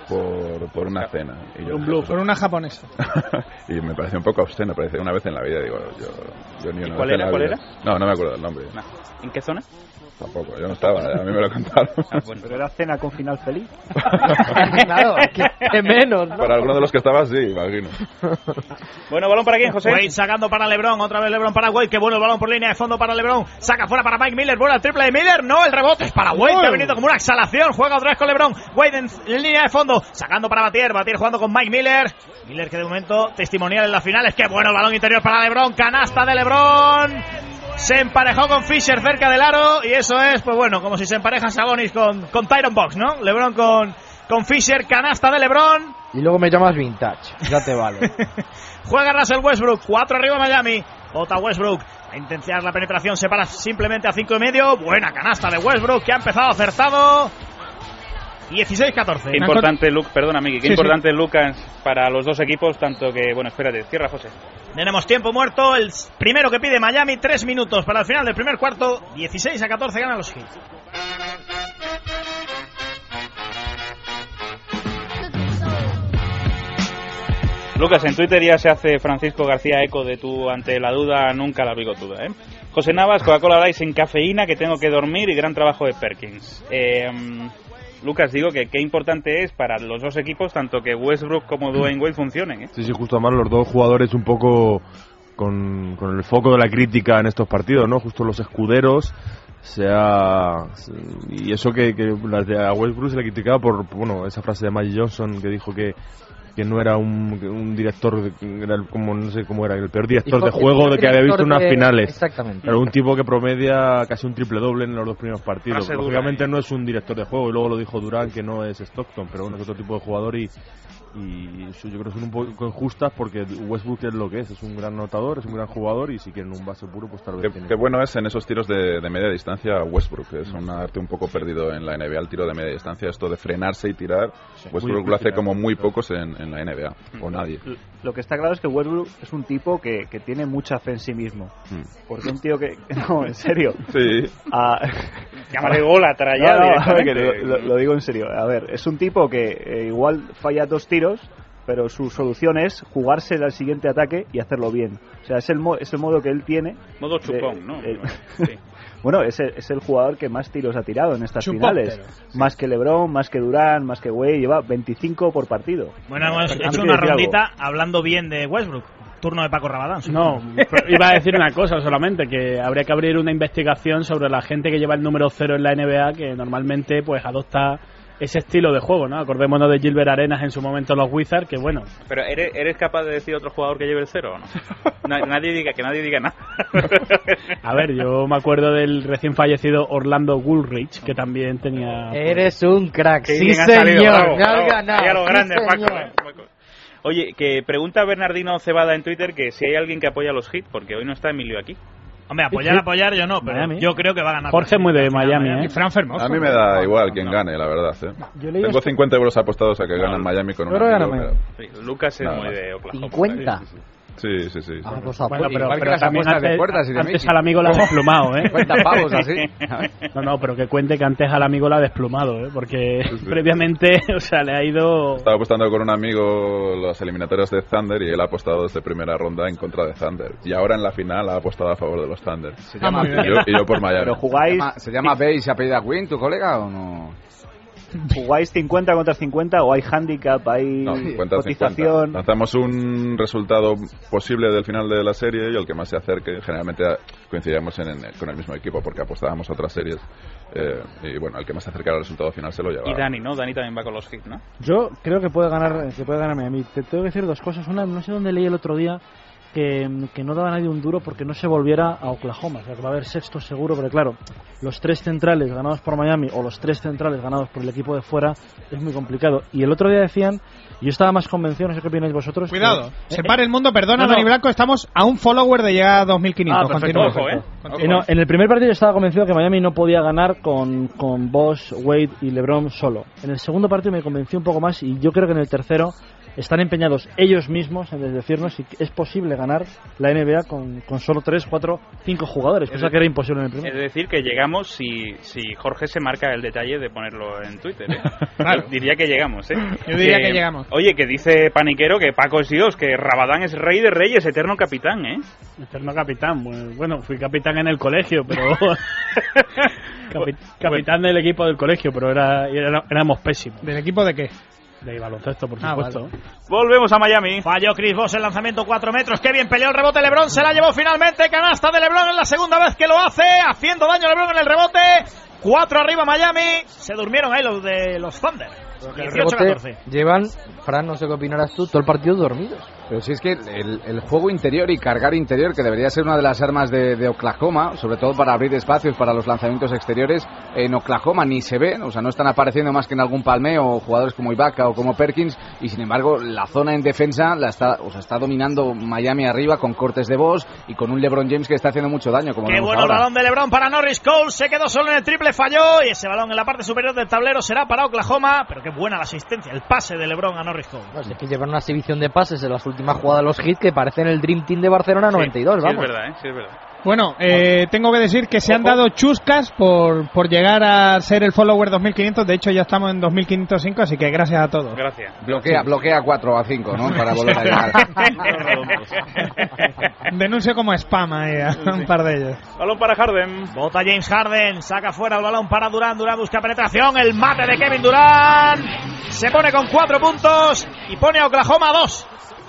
por, por una cena. Y, yo- Un blue. Por una japonesa. y me pareció un poco obsceno, parece una vez en la vida, digo, yo, yo ni ¿Y una cuál vez en era, la cuál vida. No, no me acuerdo del nombre, ¿En qué zona? tampoco, yo no estaba, a mí me lo contaron. Ah, Ah, Pero era cena con final feliz. claro, que, [LAUGHS] que menos, ¿no? Para alguno de los que estaba, sí, imagino. Bueno, balón para quién, José. Wade sacando para Lebron, otra vez Lebron para Wade, que bueno el balón por línea de fondo para Lebron, saca fuera para Mike Miller, vuelve el triple de Miller, no, el rebote es para Wade, que ha venido como una exhalación, juega otra vez con Lebron, Wade en, en línea de fondo, sacando para Batier, Batier jugando con Mike Miller, Miller que de momento testimonial en las finales, que bueno el balón interior para Lebron, canasta de Lebron, se emparejó con Fisher cerca del aro, y eso es, pues bueno, como si se empareja Sabonis con, con Tyron Box, ¿no? Lebron con, con Fisher, canasta de Lebron, Y luego me llamas vintage, ya te vale. Juega Russell Westbrook, 4 arriba Miami. J. Westbrook a intensiar la penetración, se para simplemente a 5 y medio. Buena canasta de Westbrook que ha empezado acertado. 16-14. Qué importante, Luke, perdona, Miki, qué Sí, importante, Lucas, para los dos equipos, tanto que... Bueno, espérate, cierra, José. Tenemos tiempo muerto. El primero que pide Miami, 3 minutos para el final del primer cuarto. 16 a 14 ganan los Heat. Lucas, en Twitter ya se hace Francisco García eco de tu ante la duda, nunca la bigotuda, ¿eh? José Navas, Coca-Cola Light sin cafeína, que tengo que dormir y gran trabajo de Perkins. Eh, Lucas, digo que qué importante es para los dos equipos, tanto que Westbrook como Dwayne Wade funcionen, ¿eh? Sí, sí, justo además los dos jugadores un poco con, con el foco de la crítica en estos partidos, ¿no? Justo los escuderos, sea. Y eso que, que la de- a Westbrook se le criticaba por, bueno, esa frase de Magic Johnson que dijo que que no era un, un director, de- que era el- como no sé cómo era, el peor director Dijo de que juego era de que había visto director en unas de- finales. exactamente. Era un tipo que promedia casi un triple doble en los dos primeros partidos. Frase dura, Lógicamente no es un director de juego, y luego lo dijo Durán que no es Stockton, pero bueno, es otro tipo de jugador y, y eso yo creo que son un poco injustas porque Westbrook es lo que es, es un gran anotador, es un gran jugador y si quieren un base puro pues tal vez Qué, tienen qué bueno es en esos tiros de, de media distancia Westbrook, que es un arte un poco perdido en la NBA, el tiro de media distancia, esto de frenarse y tirar. Westbrook muy lo hace difícil, ¿eh? como muy pocos en, en la NBA, o nadie. Lo que está claro es que Westbrook es un tipo que, que tiene mucha fe en sí mismo. Mm. Porque un tío que... [LAUGHS] No, en serio. Sí. [LAUGHS] Ah, Llámale gólatra ya No, no, a ver, directamente. que lo, lo- lo digo en serio. A ver, es un tipo que eh, igual falla dos tiros, pero su solución es jugarse al siguiente ataque y hacerlo bien. O sea, es el, mo- es el modo que él tiene. Modo de- chupón, ¿no? el- Eh, Sí. [LAUGHS] bueno, es el, es el jugador que más tiros ha tirado en estas Chupón, finales. pero, Más que LeBron, más que Durán, más que Wade. Lleva 25 por partido. Bueno, hemos Antes hecho de una decir algo. rondita hablando bien de Westbrook. Turno de Paco Rabadán. No, pero iba a decir una cosa solamente, que habría que abrir una investigación sobre la gente que lleva el número cero en la NBA, que normalmente pues adopta ese estilo de juego, ¿no? Acordémonos de Gilbert Arenas en su momento en los Wizards, que bueno, Pero ¿eres, eres capaz de decir otro jugador que lleve el cero o no? [LAUGHS] Na- nadie diga, que nadie diga nada. a ver, yo me acuerdo del recién fallecido Orlando Woolrich, que también tenía... Eres un crack, Qué sí bien ha salido, señor, bravo, me has bravo. ganado, Ahí a lo sí, grande, señor. Paco, eh. Oye, que pregunta Bernardino Cebada en Twitter que si hay alguien que apoya a los hits, porque hoy no está Emilio aquí. Hombre, apoyar, apoyar, yo no, pero Miami. yo creo que va a ganar. Jorge es muy de Miami, ¿eh? A mí me da igual quien gane, la verdad. ¿eh? yo leí Tengo esto- 50 euros apostados a que ganan Miami con Yo creo un que tiro, gana pero- Sí, Lucas es Nada muy más. de Oklahoma. ¿50? Sí, sí, sí. Ah, pues, Bueno, apu- pero, igual que pero las también apuestas de antes, puertas y de antes Mickey. al amigo [LAUGHS] la ha desplumado, ¿eh? 50 pavos, así. [LAUGHS] No, no, pero que cuente que antes al amigo la ha desplumado, ¿eh? Porque previamente, [LAUGHS] o sea, le ha ido... Estaba apostando con un amigo las eliminatorias de Thunder y él ha apostado desde primera ronda en contra de Thunder. Y ahora en la final ha apostado a favor de los Thunder. llama- y, yo, y yo por Miami. Pero ¿Se llama, se llama Bay y se apellida Quinn, tu colega, o no? ¿Jugáis 50 contra 50 o hay handicap, hay No, 50, cotización? 50. Lanzamos un resultado posible del final de la serie y el que más se acerque, generalmente coincidíamos en- en- con el mismo equipo porque apostábamos a otras series. eh, y bueno, el que más se acercara al resultado final se lo llevaba. Y Dani, ¿no? Dani también va con los hits, ¿no? Yo creo que puede ganar, que puede ganarme a mí. Te tengo que decir dos cosas. Una, no sé dónde leí el otro día que, que no daba nadie un duro porque no se volviera a Oklahoma. O sea, que va a haber sexto seguro, pero claro, los tres centrales ganados por Miami o los tres centrales ganados por el equipo de fuera es muy complicado. Y el otro día decían, y yo estaba más convencido, no sé qué opináis vosotros. Cuidado, que- se para el mundo, perdona, No, no. Dani Blanco, estamos a un follower de ya 2500. Ah, perfecto, Continúa. ojo, eh. Continúa. Eh, no, en el primer partido yo estaba convencido que Miami no podía ganar con, con Bosch, Wade y LeBron solo. En el segundo partido me convenció un poco más y yo creo que en el tercero están empeñados ellos mismos en decirnos si es posible ganar la NBA con, con solo 3, 4, 5 jugadores, cosa que era imposible en el Es primero. decir, que llegamos si, si Jorge se marca el detalle de ponerlo en Twitter. [LAUGHS] ¿eh? Yo diría que llegamos, ¿eh? Yo diría que llegamos. Oye, que dice Paniquero que Paco es Dios, que Rabadán es rey de reyes, eterno capitán, ¿eh? Eterno capitán. Bueno, Bueno, fui capitán en el colegio, [LAUGHS] pero... Capi- capitán del equipo del colegio, pero era, era- éramos pésimos. ¿Del equipo de qué? De baloncesto, por Ah, supuesto. Volvemos a Miami. Falló Chris Bosh el lanzamiento 4 metros. Qué bien peleó el rebote Lebron. Se la llevó finalmente. Canasta de Lebron es la segunda vez que lo hace. Haciendo daño Lebron en el rebote. 4 arriba Miami. Se durmieron ahí los de los Thunder. El 18-14. rebote llevan, Fran, no sé qué opinarás tú, todo el partido dormidos. Pero si es que el, el juego interior y cargar interior, que debería ser una de las armas de, de Oklahoma, sobre todo para abrir espacios para los lanzamientos exteriores, en Oklahoma ni se ven, o sea, no están apareciendo más que en algún palmeo jugadores como Ibaka o como Perkins, y sin embargo la zona en defensa la está, o sea, está dominando Miami arriba con cortes de voz y con un LeBron James que está haciendo mucho daño, como Qué vemos bueno el ahora. balón de Lebron para Norris Cole. Se quedó solo en el triple, falló. Y ese balón en la parte superior del tablero será para Oklahoma. Pero qué buena la asistencia. El pase de Lebron a Norris Cole. No, sé, que llevan una exhibición de pases en las últimas jugadas de los hits que parecen el Dream Team de Barcelona 92, Sí, vamos. es verdad, ¿eh? Sí, es verdad. Bueno, eh, tengo que decir que se han dado chuscas por, por llegar a ser el follower 2500. De hecho, ya estamos en 2505, así que gracias a todos. Gracias. Bloquea, bloquea 4 a 5, ¿no? Para volver a [LAUGHS] [LAUGHS] llegar. [LAUGHS] Denuncio como spam ahí a un par de ellos. Balón para Harden. Bota James Harden, saca fuera el balón para Durán, Durán busca penetración, el mate de Kevin Durán, se pone con cuatro puntos y pone a Oklahoma a dos.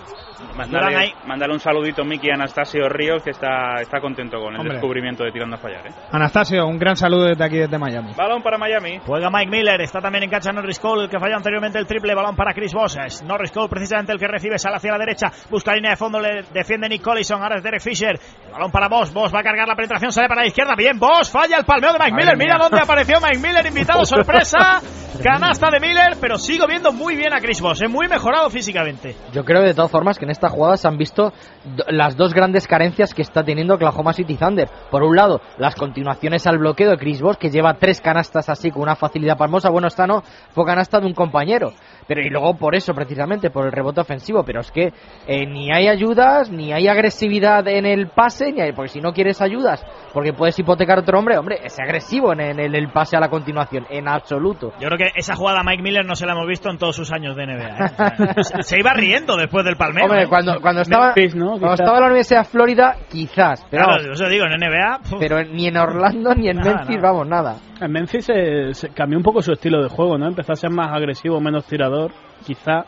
Durán ahí. Mándale, mándale un saludito, Miki, a Anastasio Ríos, que está, está contento con el Hombre. descubrimiento de Tirando a Fallar, ¿eh? Anastasio, un gran saludo desde aquí, desde Miami. Balón para Miami. Juega Mike Miller, está también en cancha Norris Cole, el que falló anteriormente el triple balón para Chris Bosh. Es Norris Cole precisamente el que recibe, sale hacia la derecha, busca línea de fondo, le defiende Nick Collison, ahora es Derek Fisher, el balón para Bosh, Bosh va a cargar la penetración, sale para la izquierda, bien Bosh, falla el palmeo de Mike Madre Miller, mía. mira dónde apareció Mike [LAUGHS] Miller, invitado sorpresa, canasta de Miller, pero sigo viendo muy bien a Chris Bosh, es muy mejorado físicamente. Yo creo de todas formas que en esta jugada se han visto do- las dos grandes carencias que está teniendo Oklahoma City Thunder. Por un lado, las continuaciones al bloqueo de Chris Bosh, que lleva tres canastas así con una facilidad palmosa. Bueno, esta no, fue canasta de un compañero. Pero y luego por eso, precisamente, por el rebote ofensivo. Pero es que eh, ni hay ayudas, ni hay agresividad en el pase, ni hay, porque si no quieres ayudas, porque puedes hipotecar a otro hombre, hombre, es agresivo en, en el- el pase a la continuación, en absoluto. Yo creo que esa jugada a Mike Miller no se la hemos visto en todos sus años de NBA. ¿eh? [LAUGHS] O sea, se iba riendo después del palmeo. Hombre, ¿eh? cuando, cuando, estaba, Memphis, ¿no? cuando Quizás. estaba en la Universidad de Florida, quizás. Pero vamos, Claro, eso digo, en NBA. puf. pero ni en Orlando ni en Nada, Memphis, nada. vamos, nada. En Memphis se, se cambió un poco su estilo de juego, ¿no? Empezó a ser más agresivo, menos tirador, quizá.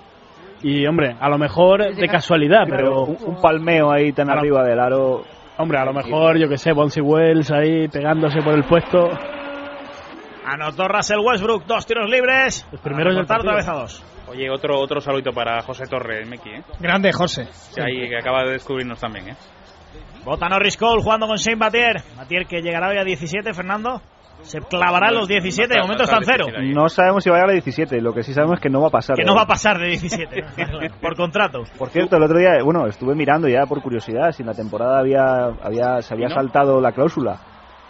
Y, hombre, a lo mejor de casualidad, Pero pero... un, un palmeo ahí tan Ahora- arriba del aro. Hombre, a lo mejor, yo que sé, Bonsi Wells ahí pegándose por el [LAUGHS] puesto. Anotó Russell Westbrook, dos tiros libres. Los primeros Para recortar del partido. otra vez a dos. Oye, otro, otro saludito para José Torres, Miki, ¿eh? Grande, José. Que, ahí, que acaba de descubrirnos también, ¿eh? Bota Norris Cole jugando con Shane Batier. Batier que llegará hoy a 17, Fernando. Se clavará en los 17, de momento está en cero. No sabemos si va a llegar a 17. Lo que sí sabemos es que no va a pasar. Que de no ahí. va a pasar de [LAUGHS] 17, claro, por contrato. Por cierto, el otro día, bueno, estuve mirando ya por curiosidad si en la temporada había, había se había ¿Y no? saltado la cláusula.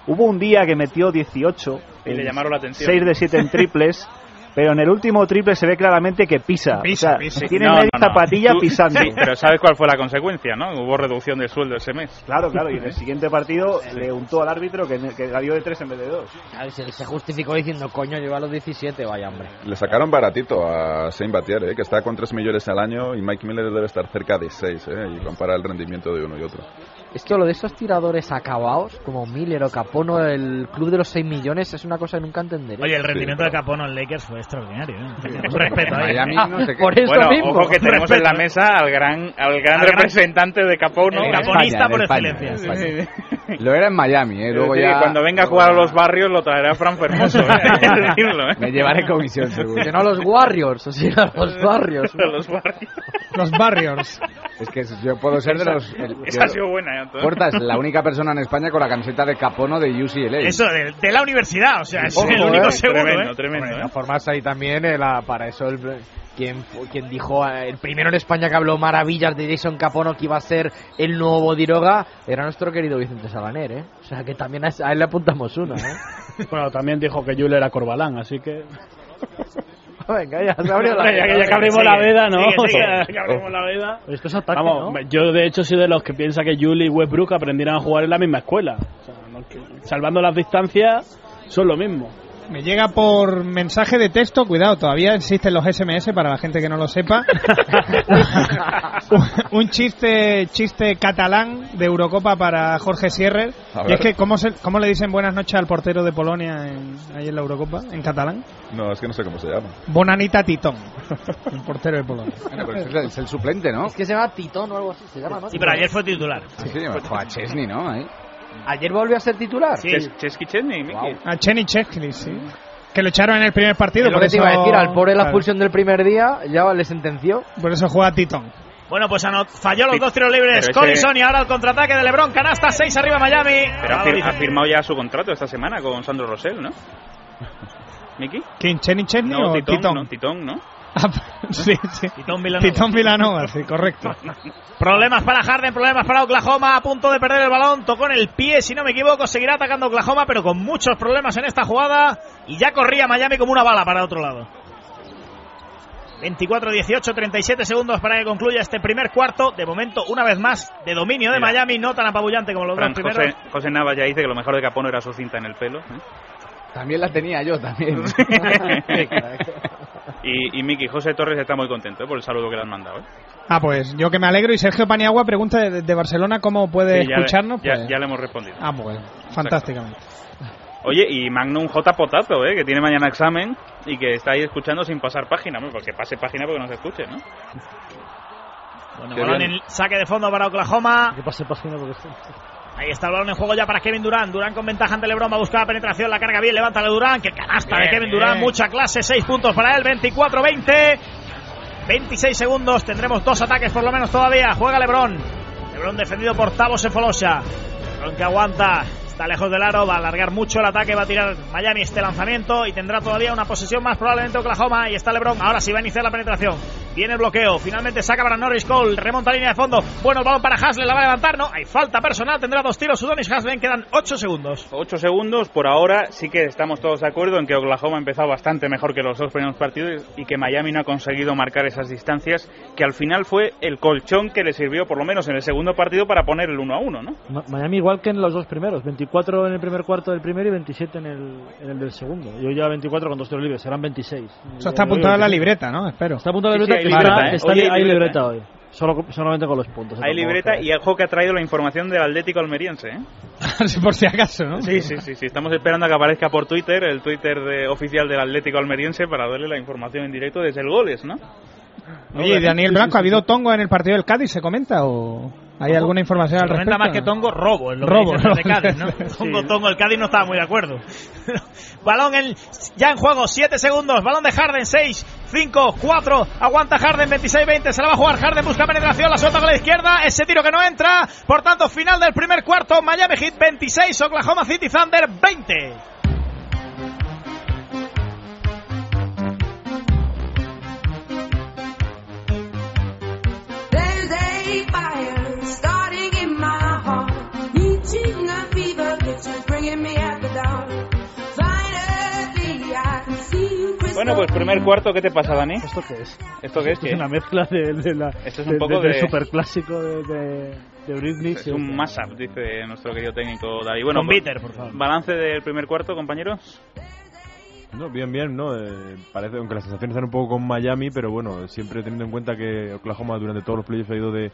Hubo un día que metió 18, Y le en llamaron la atención. [LAUGHS] 6 de 7 en triples, Pero en el último triple se ve claramente que pisa. Pisa, o sea, pisa. Tiene No, media no, no. zapatilla Tú- pisando. [LAUGHS] Sí, pero ¿sabes cuál fue la consecuencia, no? Hubo reducción de sueldo ese mes. Claro, claro, [LAUGHS] y en el siguiente partido le untó al árbitro que, que la dio de tres en vez de dos. Se, se justificó diciendo, coño, lleva los 17, vaya hombre. Le sacaron baratito a Shane Batier, ¿eh? que está con 3 millones al año y Mike Miller debe estar cerca de 6, ¿eh? y compara el rendimiento de uno y otro. Es que lo de esos tiradores acabados, como Miller o Capono, el club de los 6 millones, es una cosa que nunca entenderé. Oye, el rendimiento de Capono en Lakers fue extraordinario. ¿eh? Tengamos respeto ahí. Miami no [LAUGHS] sé qué. Por eso bueno, mismo. ojo que tenemos Respeto, en la ¿eh? mesa al gran, al gran Al gran- representante de Capono. El ¿eh? caponista por España, de excelencia. España, de España. Lo era en Miami, ¿eh? Es Luego decir, ya cuando venga a jugar a los barrios lo traerá Fran [LAUGHS] Fermoso. ¿eh? [LAUGHS] Hay que decirlo, ¿eh? me llevaré [LAUGHS] comisión, seguro. Que no a los Warriors, o sea, [LAUGHS] a los Barrios. A los barrios. Los Barriors. Es que yo puedo ser de Esa- los... el- [LAUGHS] esa yo- ha sido buena, ¿eh, Antonio? Portas, la única persona en España con la camiseta de Capono de UCLA. Eso, de, de la universidad, o sea, es Ojo, el único eh. seguro. Tremendo, ¿eh? tremendo. Hombre, ¿eh? de todas formas ahí también eh, la- para eso el, quien, fu- quien dijo eh, el primero en España que habló maravillas de Jason Capono que iba a ser el nuevo Diroga era nuestro querido Vicente Sabaner, ¿eh? O sea que también a, ese- a él le apuntamos una, ¿eh? Bueno, también dijo que Yul era Corbalán, así que. Venga, ya se abrió la Ya que, ya que abrimos Sigue, la veda, ¿no? sigue, O sigue. sea, que abrimos la veda. Esto Oh. es ataque, Vamos, ¿no? me- yo de hecho soy de los que piensa que Yul y Westbrook aprendieron a jugar en la misma escuela. O sea, no que- salvando las distancias, son lo mismo. Me llega por mensaje de texto, cuidado, todavía existen los SMS para la gente que no lo [LAUGHS] sepa. un, un chiste chiste catalán de Eurocopa para Jorge Sierrer. A Y es ver. que, ¿cómo, se- ¿cómo le dicen buenas noches al portero de Polonia en, ahí en la Eurocopa, en catalán? No, es que no sé cómo se llama. Bonanita Titón, el portero de Polonia. Bueno, pero es, el, es el suplente, ¿no? Es que se llama Titón o algo así, se llama, ¿no? Sí, pero ayer fue titular. Sí, fue a Chesney, ¿no? Ahí. ¿Ayer volvió a ser titular. Sí. Ches- Chesky Chesney, Miki. A Chenny Cheskley, sí. Que lo echaron en el primer partido. Es lo por que te iba a eso- decir, al pobre la claro, expulsión del primer día ya le sentenció. Por eso juega Titón. Bueno, pues anot- falló los Sí, dos tiros libres pero ese- Collison y ahora el contraataque de LeBron. Canasta 6 arriba Miami. Pero ha, Ahora lo fir- dice. ha firmado ya su contrato esta semana con Sandro Rosell, ¿no? ¿Miki? ¿Quién? ¿Chenny Chesney No, o Titón, Titón? no, Titón, ¿no? Ah, [LAUGHS] sí, sí. Titón Vilanova. Titón Vilanova, sí, correcto. Problemas para Harden, problemas para Oklahoma, a punto de perder el balón, tocó en el pie, si no me equivoco, seguirá atacando Oklahoma, pero con muchos problemas en esta jugada y ya corría Miami como una bala para otro lado. 24-18, 37 segundos para que concluya este primer cuarto. De momento, una vez más, de dominio de Mira. Miami, no tan apabullante como los Fran, dos José, primeros. José Nava ya dice que lo mejor de Capono era su cinta en el pelo. ¿eh? [LAUGHS] También la tenía yo, [LAUGHS] también. y y Miki, José Torres está muy contento ¿eh? por el saludo que le han mandado. ¿eh? Ah, pues yo que me alegro. Y Sergio Paniagua pregunta de, de Barcelona cómo puede Sí, ya le- escucharnos. ya- pues- ya le hemos respondido. Ah, pues fantásticamente. Oye, y Magnum J. Potato, ¿eh? que tiene mañana examen y que está ahí escuchando sin pasar página, hombre, porque pase página porque no se escuche, ¿no? Bueno, Qué balón bien. en saque de fondo para Oklahoma. Que pase página porque Ahí está el balón en juego ya para Kevin Durán. Durán con ventaja ante Lebron. Va a buscar la penetración. La carga bien. Levántale Durán. Que canasta de Bien, Kevin Durán. bien. Mucha clase. 6 puntos para él. 24-20. 26 segundos. Tendremos dos ataques por lo menos todavía. Juega Lebron. Lebron defendido por Tavo Sefolosha. Lebron que aguanta. Está lejos del aro. Va a alargar mucho el ataque. Va a tirar Miami este lanzamiento. Y tendrá todavía una posesión más probablemente Oklahoma. Y está Lebron. Ahora sí va a iniciar la penetración. Viene el bloqueo. Finalmente saca para Norris Cole. Remonta a línea de fondo. Bueno, el balón para Haslem. La va a levantar. No, hay falta personal. Tendrá dos tiros. Udonis Haslem. Quedan 8 segundos. Ocho segundos, por ahora sí que estamos todos de acuerdo en que Oklahoma ha empezado bastante mejor que los dos primeros partidos y que Miami no ha conseguido marcar esas distancias, que al final fue el colchón que le sirvió, por lo menos en el segundo partido, para poner el 1 a 1, ¿no? Ma- Miami igual que en los dos primeros, 24 en el primer cuarto del primero y 27 en el, en el del segundo. Yo ya 24 con dos tiros libres, serán 26. Eso está apuntado en la libreta, ¿no? Espero. Está apuntado en Sí, la sí, libreta, hay que libreta, ¿eh? está- está- Hoy hay hay libreta, libreta hoy. Solo, solamente con los puntos. Hay libreta y el juego que ha traído la información del Atlético Almeriense, ¿eh? Por si acaso, ¿no? Sí, sí, sí, sí. Estamos esperando a que aparezca por Twitter, el Twitter de- oficial del Atlético Almeriense, para darle la información en directo desde el goles, ¿no? Oye, y Daniel Blanco, ¿ha habido tongo en el partido del Cádiz? ¿Se comenta o hay alguna información al Se comenta respecto? más que Tongo, robo. Es lo que Robo, dicen los de ¿no? Cádiz, [LAUGHS] ¿no? Tongo, Tongo, el Cádiz no estaba muy de acuerdo. [LAUGHS] Balón en- ya en juego, 7 segundos. Balón de Harden, 6, 5, 4. Aguanta Harden, 26-20. Se la va a jugar Harden, busca penetración, la suelta con la izquierda. Ese tiro que no entra. Por tanto, final del primer cuarto. Miami Heat 26, Oklahoma City Thunder 20. There's a fire starting in my heart, reaching a fever pitch, it's bringing me at the dawn. Finally, I can see you crystal Bueno, pues primer cuarto, ¿qué te pasa, Dani? ¿Esto qué es? ¿Esto qué es? Esto ¿Qué? es una mezcla de, de la, Esto es un de- poco del de- superclásico de, de, de Britney. Es un mashup, dice nuestro querido técnico David. Bueno, Con pues, bitter, por favor. Balance del primer cuarto, compañeros. No, bien, bien, ¿no? Eh, parece, aunque las sensaciones están un poco con Miami, pero bueno, siempre teniendo en cuenta que Oklahoma durante todos los playoffs ha ido de,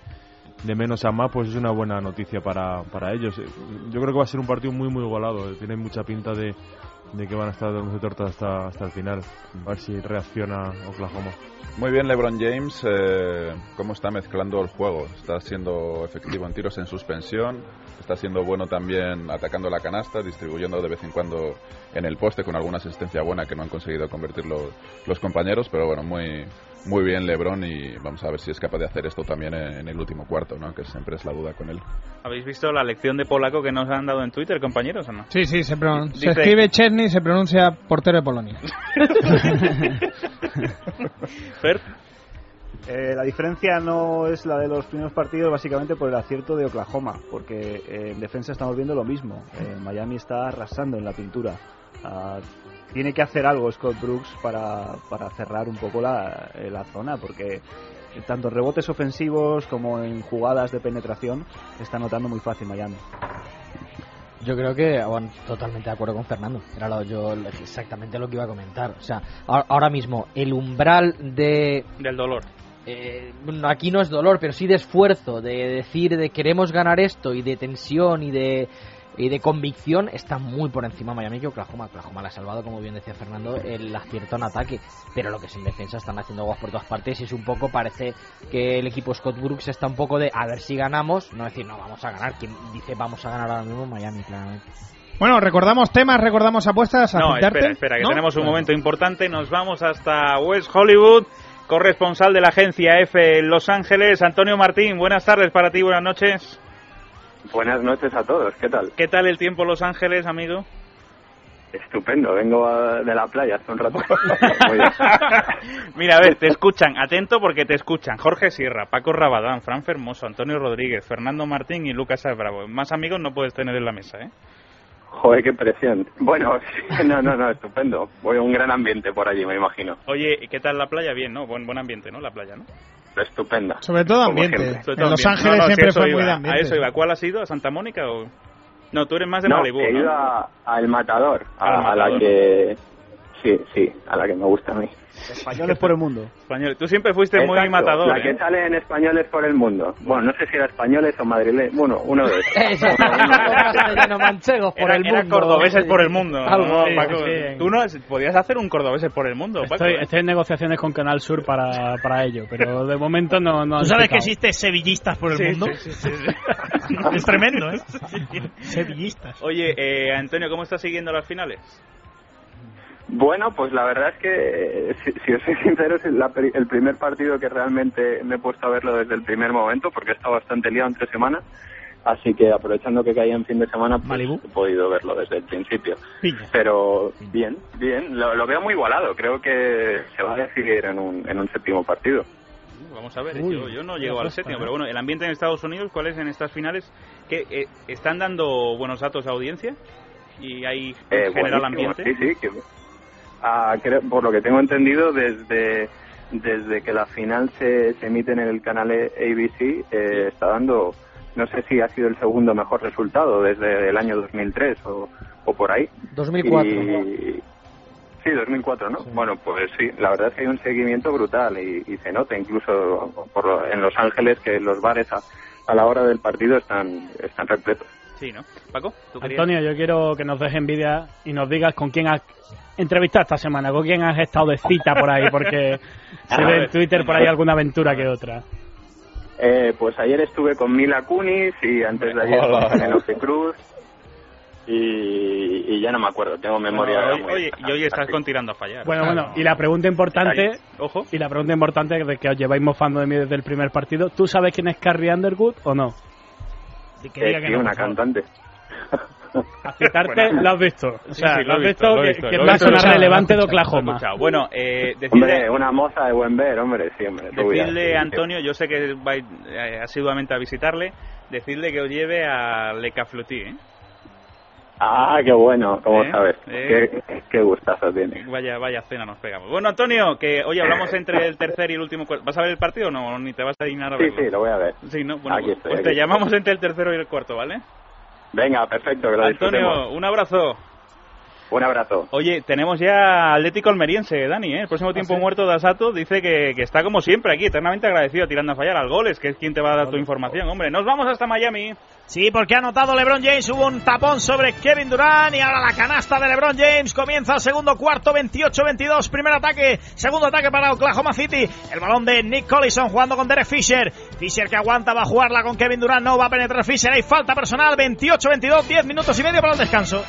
de menos a más, pues es una buena noticia para, para ellos. Eh, Yo creo que va a ser un partido muy, muy igualado. eh, Tiene mucha pinta de, de que van a estar dando tortas hasta, hasta el final. A ver si reacciona Oklahoma. Muy bien, LeBron James, eh, cómo está mezclando el juego. Está siendo efectivo en tiros en suspensión, está siendo bueno también atacando la canasta, distribuyendo de vez en cuando en el poste con alguna asistencia buena que no han conseguido convertir los, los compañeros, pero bueno, muy, muy bien LeBron y vamos a ver si es capaz de hacer esto también en, en el último cuarto, ¿no? que siempre es la duda con él. ¿Habéis visto la lección de polaco que nos han dado en Twitter, compañeros, o no? Sí, sí, se, pron- se Dice- escribe Chesney, se pronuncia portero [LAUGHS] de Polonia. Eh, la diferencia no es la de los primeros partidos, básicamente por el acierto de Oklahoma, porque eh, en defensa estamos viendo lo mismo. Eh, Miami está arrasando en la pintura. Ah, tiene que hacer algo Scott Brooks para, para cerrar un poco la, eh, la zona, porque tanto en rebotes ofensivos como en jugadas de penetración está notando muy fácil Miami. Yo creo que, ah, bueno, totalmente de acuerdo con Fernando. Era lo- yo exactamente lo que iba a comentar. O sea, a- ahora mismo, el umbral de Del dolor. bueno, Eh, aquí no es dolor, pero sí de esfuerzo, de decir de queremos ganar esto y de tensión y de, y de convicción está muy por encima Miami que Oklahoma. Oklahoma la ha salvado, como bien decía Fernando, el acierto en ataque, pero lo que es en defensa están haciendo aguas por todas partes y es un poco, parece que el equipo Scott Brooks está un poco de a ver si ganamos, no decir no vamos a ganar, quien dice vamos a ganar ahora mismo Miami, claramente. Bueno, recordamos temas, recordamos apuestas. No, ¿aceptarte? espera, espera, que ¿No? tenemos un momento importante. Nos vamos hasta West Hollywood, corresponsal de la agencia F en Los Ángeles, Antonio Martín. Buenas tardes para ti, buenas noches. Buenas noches a todos, ¿qué tal? ¿Qué tal el tiempo en Los Ángeles, amigo? Estupendo, vengo a- de la playa hace un rato. [LAUGHS] [LAUGHS] Mira, a ver, te escuchan, atento porque te escuchan. Jorge Sierra, Paco Rabadán, Fran Fermoso, Antonio Rodríguez, Fernando Martín y Lucas Albravo. Más amigos no puedes tener en la mesa, ¿eh? Joder, qué presión. Bueno, [LAUGHS] sí, no, no, no, estupendo. Voy a un gran ambiente por allí, me imagino. Oye, ¿y ¿qué tal la playa? Bien, ¿no? Buen, buen ambiente, ¿no? La playa, ¿no? Estupenda. Sobre todo Como ambiente. siempre. Sobre En todo Los ambiente. Ángeles No, no, si siempre eso fue muy iba, de A ambiente. eso iba. ¿Cuál has ido? ¿A Santa Mónica o...? No, tú eres más de no, Malibu, he ¿no? ido a- al matador, Al a, a Matador. la que... Sí, sí, a la que me gusta a mí. Españoles por el mundo. Español. Tú siempre fuiste muy Exacto, matador, La que ¿eh? [LAUGHS] sale en Españoles por el mundo. Bueno, no sé si era españoles o madrileños. Bueno, uno de esos. [LAUGHS] manchegos por el mundo. cordobeses por el mundo. Ah, ¿no? Algo, sí, Paco? sí, sí. Tú no has- podías hacer un cordobeses por el mundo, Paco, Estoy, ¿eh? estoy en negociaciones con Canal Sur para, para ello, pero de momento no. no ¿Tú han sabes picado. que ¿Existe sevillistas por el Sí, mundo? sí, sí, sí, sí. es tremendo, [LAUGHS] ¿eh? Sevillistas. Oye, eh, Antonio, ¿cómo estás siguiendo las finales? Bueno, pues la verdad es que, eh, si, si os soy [LAUGHS] sincero, es la pri- el primer partido que realmente me he puesto a verlo desde el primer momento, porque he estado bastante liado entre semana. Así que aprovechando que caía en fin de semana, pues, he podido verlo desde el principio. Pero bien, bien, lo, lo veo muy igualado. Creo que se va a decidir en un, en un séptimo partido. Vamos a ver, Uy, yo, yo no qué llego al cosa, séptimo, ¿eh? pero bueno, el ambiente en Estados Unidos, ¿cuál es en estas finales? que ¿Están dando buenos datos a audiencia? ¿Y hay en Eh, general buenísimo, ambiente? Sí, sí. que- ah, creo- por lo que tengo entendido, desde, desde que la final se, se emite en el canal E- ABC, eh, está dando, no sé si ha sido el segundo mejor resultado desde el año 2003 o, o por ahí. 2004. Y- sí, 2004, ¿no? Bueno, pues sí, la verdad es que hay un seguimiento brutal y, y se nota incluso por lo- en Los Ángeles que los bares a, a la hora del partido están, están repletos. Sí, ¿no? Paco, tú querías- Antonio, yo quiero que nos dejes envidia y nos digas con quién has entrevistado esta semana, con quién has estado de cita por ahí, [LAUGHS] porque se ve en Twitter por ahí alguna aventura que otra. Eh, pues ayer estuve con Mila Kunis y antes de ayer Hola. con Penelope Cruz y, y ya no me acuerdo, tengo memoria. Bueno, ahora hoy- muy- oye, y hoy estás así. con tirando a fallar. Bueno, O sea, bueno, y la pregunta importante, ojo, y la pregunta importante de que os lleváis mofando de mí desde el primer partido, ¿tú sabes quién es Carrie Underwood o no? Eh, sí, una cantante. A citarte, Bueno. la has visto. O sea, Sí, sí, lo la has he visto, visto, lo he que, visto, que lo he va a visto, sonar lo he relevante de escuchado, lo he Oklahoma. escuchado. Bueno, eh, Hombre, una moza de buen ver, hombre, sí, hombre. rubia. Decidle, Antonio, yo sé que vais eh, asiduamente a visitarle, decidle que os lleve a Le Caflutí, ¿eh? Ah, qué bueno, ¿cómo ¿Eh? sabes? ¿Eh? Qué, qué gustazo tiene. Vaya, vaya cena nos pegamos. Bueno, Antonio, que hoy hablamos entre el tercer y el último cuarto. ¿Vas a ver el partido o no? Ni te vas a dignar a Sí, verlo. sí, lo voy a ver. Sí, ¿no? Bueno, Aquí pues, estoy, pues aquí te estoy. llamamos entre el tercero y el cuarto, ¿vale? Venga, perfecto, que lo Antonio, disfrutemos. un abrazo. Un abrazo. Oye, tenemos ya Atlético Almeriense, Dani, ¿eh? El ¿Ah, próximo tiempo muerto de Asato dice que, que está como siempre aquí, eternamente agradecido tirando a fallar al goles, que es quien te va a dar tu información, hombre. Nos vamos hasta Miami. Sí, porque ha anotado LeBron James, hubo un tapón sobre Kevin Durant y ahora la canasta de LeBron James comienza el segundo cuarto, 28-22, primer ataque, segundo ataque para Oklahoma City, el balón de Nick Collison jugando con Derek Fisher, Fisher que aguanta, va a jugarla con Kevin Durant, no va a penetrar Fisher, hay falta personal, 28-22, 10 minutos y medio para el descanso.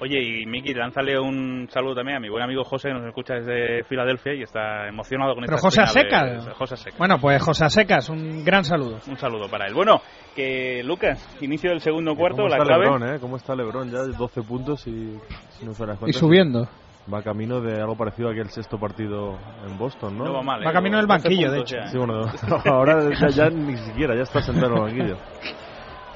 Oye, y Miki, lánzale un saludo también a mi buen amigo José, que nos escucha desde Filadelfia y está emocionado con Pero esta José escena Aseca. de- de- José Aseca. Bueno, pues José Asecas, un gran saludo. Un saludo para él. Bueno, que Lucas, inicio del segundo cuarto, ¿Cómo la está clave. Lebron, eh? ¿Cómo está Lebron? Ya 12 puntos y, si no se das cuenta, subiendo. Va camino de algo parecido a aquel sexto partido en Boston, ¿no? No va mal, Va eh, camino del 12 banquillo, de puntos hecho. ya, ¿eh? Sí, bueno, [LAUGHS] no, ahora ya, ya ni siquiera, ya está sentado en el banquillo.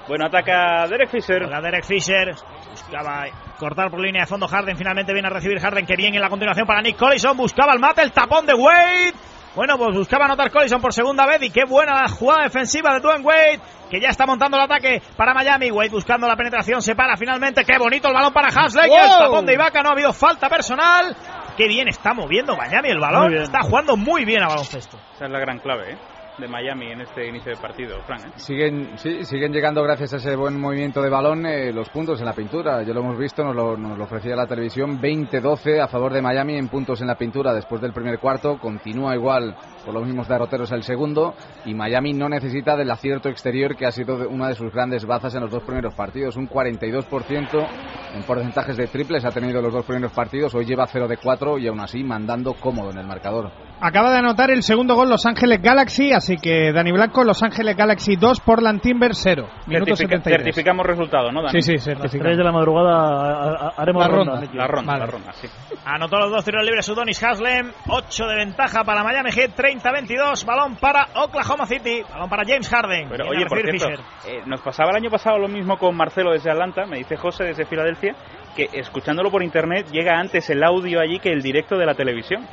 Bueno, ataca Derek Fisher. La Derek Fisher buscaba cortar por línea de fondo Harden. Finalmente viene a recibir Harden. Que bien en la continuación para Nick Collison. Buscaba el mate, el tapón de Wade. Bueno, pues buscaba anotar Collison por segunda vez. Y qué buena la jugada defensiva de Dwayne Wade. Que ya está montando el ataque para Miami. Wade buscando la penetración. Se para finalmente. Qué bonito el balón para Hasley. ¡Wow! El tapón de Ibaka. No ha habido falta personal. Qué bien está moviendo Miami el balón. Muy bien. Está jugando muy bien a baloncesto. Esa es la gran clave, ¿eh? De Miami en este inicio de partido, Frank. ¿eh? Siguen, sí, siguen llegando gracias a ese buen movimiento de balón eh, los puntos en la pintura. Ya lo hemos visto, nos lo, nos lo ofrecía la televisión. 20-12 a favor de Miami en puntos en la pintura después del primer cuarto. Continúa igual por los mismos derroteros el segundo. Y Miami no necesita del acierto exterior que ha sido de- una de sus grandes bazas en los dos primeros partidos. Un 42% en porcentajes de triples ha tenido los dos primeros partidos. Hoy lleva 0 de 4 y aún así mandando cómodo en el marcador. Acaba de anotar el segundo gol Los Ángeles Galaxy, así que Dani Blanco, Los Ángeles Galaxy 2, Portland Timbers 0. Minuto Certifica- 73. certificamos resultado, ¿no, Dani? Sí, sí, las certificamos. 3 de la madrugada ha- ha- haremos La la ronda. ronda. La ronda, Vale. la ronda, sí. Anotó los dos tiros libres Udonis Haslem. 8 de ventaja para Miami Heat. 30-22. Balón para Oklahoma City. Balón para James Harden. Pero Viene oye, a por recibir cierto, Fisher. eh, nos pasaba el año pasado lo mismo con Marcelo desde Atlanta, me dice José desde Filadelfia, que escuchándolo por internet llega antes el audio allí que el directo de la televisión.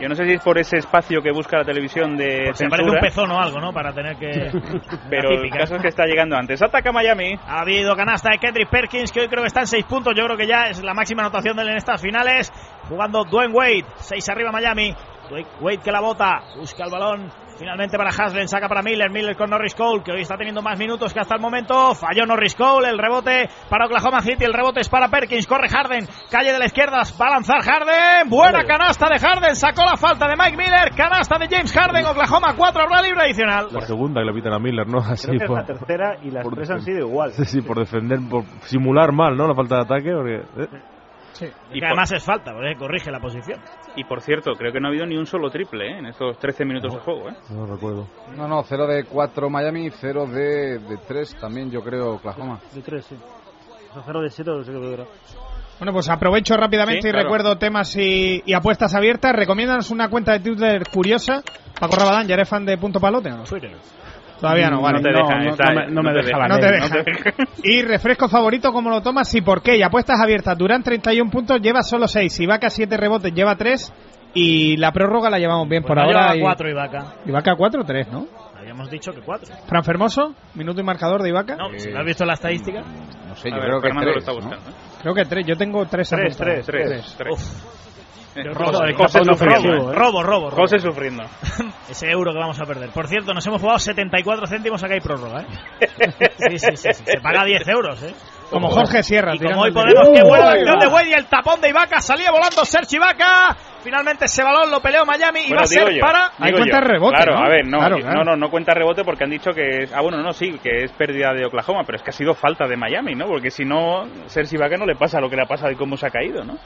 Yo no sé si es por ese espacio que busca la televisión de Se Pues parece un censura, pezón o algo, ¿no? Para tener [LAUGHS] que... [LAUGHS] pero La el típica. ¿eh? caso es que está llegando antes. Ataca Miami. Ha habido canasta de Kendrick Perkins, que hoy creo que está en 6 puntos. Yo creo que ya es la máxima anotación de él en estas finales. Jugando Dwayne Wade. 6 arriba Miami. Dwayne Wade que la bota. Busca el balón. Finalmente para Haslem, saca para Miller, Miller con Norris Cole, que hoy está teniendo más minutos que hasta el momento. Falló Norris Cole, el rebote para Oklahoma City, el rebote es para Perkins, corre Harden, calle de la izquierda, va a lanzar Harden, buena canasta de Harden, sacó la falta de Mike Miller, canasta de James Harden, Oklahoma 4, habrá libre adicional. La segunda que le pitan a Miller, ¿no? Así Creo que es por- la tercera y las por tres han defen- sido igual. Sí, sí, por defender, por simular mal, ¿no? La falta de ataque, porque... eh. Y por- además es falta, porque corrige la posición. Y por cierto, creo que no ha habido ni un solo triple ¿eh? en estos 13 minutos de juego. ¿eh? No recuerdo. No, no, 0 de 4 Miami, 0 de, de 3 también, yo creo, Oklahoma. De 3, sí. O sea, 0 de 7, no sé qué podrá. Bueno, pues aprovecho rápidamente Sí, y claro. recuerdo temas y, y apuestas abiertas. Recomiéndanos una cuenta de Twitter curiosa. Paco Rabadán, ¿ya eres fan de Punto Palote o no? Todavía no, vale. No te deja, está- no me deja, No te Valeria, [LAUGHS] deja. Y refresco favorito, ¿cómo lo tomas y por qué? Y apuestas abiertas. Durán 31 puntos, lleva solo 6. Ibaka 7 rebotes, lleva 3. Y la prórroga la llevamos Pues bien por no ahora. lleva y- cuatro Ibaka. Ibaka 4 3, ¿no? Habíamos dicho que 4. Fran Fermoso, minuto y marcador de Ibaka. No, si no has visto la estadística. Eh, No sé, A ver, Fernando lo está buscando. ¿eh? Creo que 3, yo tengo 3 Tres, apuntados. tres, tres, Tres. tres. Eh, Yo José- creo que José robo, sufriendo, robo, ¿eh? robo, robo, robo. José sufriendo. [LAUGHS] Ese euro que vamos a perder. Por cierto, nos hemos jugado 74 céntimos acá hay prórroga, ¿eh? Sí, sí, sí, sí. Se paga 10 euros, ¿eh? Como Jorge Sierra. Y tirando como hoy el- podemos, ¡Uh! qué buena acción de Wade y el tapón de Ibaka. Salía volando Serge Ibaka. Finalmente ese balón lo peleó Miami y va Bueno, a digo ser yo, para... digo Hay cuenta yo. de rebote, Claro, ¿no? a ver, no, Claro, yo- claro. no, no, no cuenta rebote porque han dicho que es. Ah, bueno, no, sí, que es pérdida de Oklahoma, pero es que ha sido falta de Miami, ¿no? Porque si no, Sergi Vaca no le pasa lo que le ha pasado y cómo se ha caído, ¿no?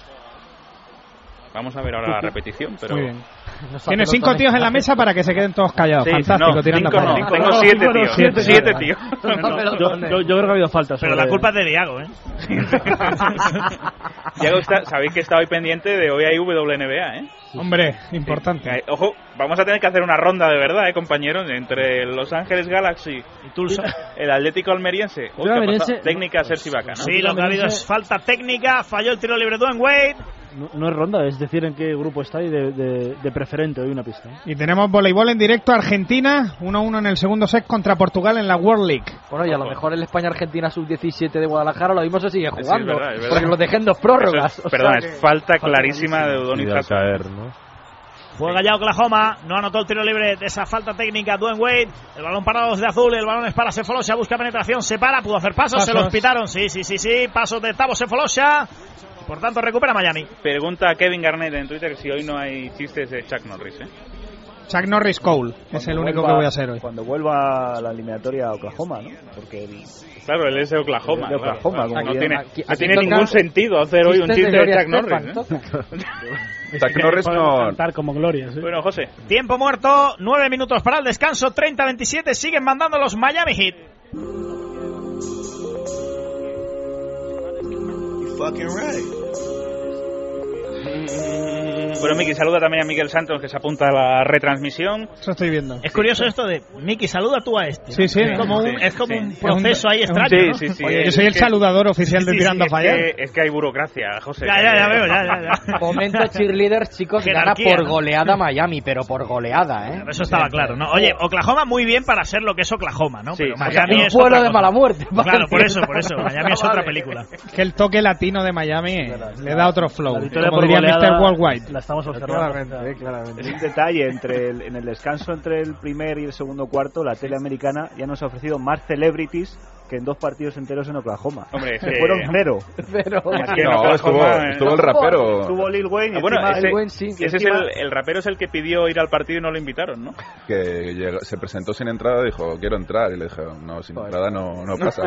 Vamos a ver [LAUGHS] ahora la repetición, pero... Muy bien. Tienes cinco tíos en la mesa para que se queden todos callados. Sí, Fantástico, no, cinco tirando para no, allá. tengo siete, tío. Siete, tío. [LAUGHS] yo, yo- yo creo que ha habido faltas. Pero sobre- la culpa es de Diago, ¿eh? Diego, está- sabéis que está hoy pendiente de hoy hay WNBA, ¿eh? Hombre, importante. Eh, Ojo, vamos a tener que hacer una ronda de verdad, ¿eh, compañeros? Entre Los Ángeles Galaxy y Tulsa. El Atlético Almeriense. Uy, ¿qué ha Almeriense- pasado? Técnica Sergi Vaca, ¿no? Sí, lo que ha habido es falta técnica, falló el tiro libre Duan Wade. No, no es ronda, es decir en qué grupo está y de, de- de preferente hoy una pista. ¿eh? Y tenemos voleibol en directo Argentina, 1-1 en el segundo set contra Portugal en la World League. Bueno, y a lo mejor el España-Argentina sub-17 de Guadalajara lo mismo se sigue Sí, es jugando. verdad, es verdad. Porque lo dejé en dos prórrogas. Eso es- o sea perdón, que- es falta clarísima de Udoni Iba a caer, ¿no? Juega ya Oklahoma, no anotó el tiro libre de esa falta técnica Duane Wade. El balón para los de azul, el balón es para Sefolosha, busca penetración, se para, pudo hacer pasos, se Pasos. los pitaron. Sí, sí, sí, sí, pasos de Tavo Sefolosha. Por tanto, recupera Miami. Pregunta a Kevin Garnett en Twitter si hoy no hay chistes de Chuck Norris, ¿eh? Chuck Norris Cole es el único que voy a hacer hoy. Cuando vuelva la eliminatoria a Oklahoma, ¿no? Porque el- Claro, él es de Oklahoma. De claro. Oklahoma, como no bien. tiene, Aquí- no aquí tiene toca ningún sentido hacer hoy un chistes de chiste de Gloria Chuck Norris. ¿eh? [LAUGHS] ¿no? Chuck Norris no... Cantar como gloria, sí. Bueno, José. Tiempo muerto, 9 minutos para el descanso, 30-27, siguen mandando los Miami Heat. Bueno, Miki, saluda también a Miguel Santos que se apunta a la retransmisión. Eso estoy viendo. Es curioso esto de, Miki, saluda tú a este. Sí, sí. Es como un, Sí, es como sí. un proceso ahí Es un- extraño. ¿no? Sí, sí, sí. Oye, yo Es soy el que- saludador oficial de Sí, sí, Tirando es a Fallar. que- Es que hay burocracia, José. Ya, ya, ya veo, ya, ya, [LAUGHS] ya. [LAUGHS] Momento cheerleaders, chicos, gana Jerarquía, por ¿no? goleada Miami, pero por goleada, ¿eh? Eso estaba claro, ¿no? Oh. Oye, Oklahoma muy bien para ser lo que es Oklahoma, ¿no? Pero Miami un es otra pueblo de cosa. mala [LAUGHS] muerte. Claro, por eso, Valencia. por eso. [LAUGHS] Miami es otra película. Es que el toque latino de Miami eh, le da otro flow. La victoria Como por diría goleada Mr. Worldwide. la estamos observando. Claramente, claramente. Es un detalle, entre el- en el descanso entre el primer y el segundo cuarto, la tele americana ya nos ha ofrecido más celebrities que en dos partidos enteros en Oklahoma. Hombre, es Se que- fueron cero. Cero. Es que eh, no, en Oklahoma, estuvo- eh. estuvo el rapero. Estuvo Lil Wayne y Ah, bueno, encima- ese, Lil Wayne, sí, ese es encima- el, el rapero es el que pidió ir al partido y no lo invitaron, ¿no? que llegó- se presentó sin entrada dijo quiero entrar y le dije no sin entrada no, no pasa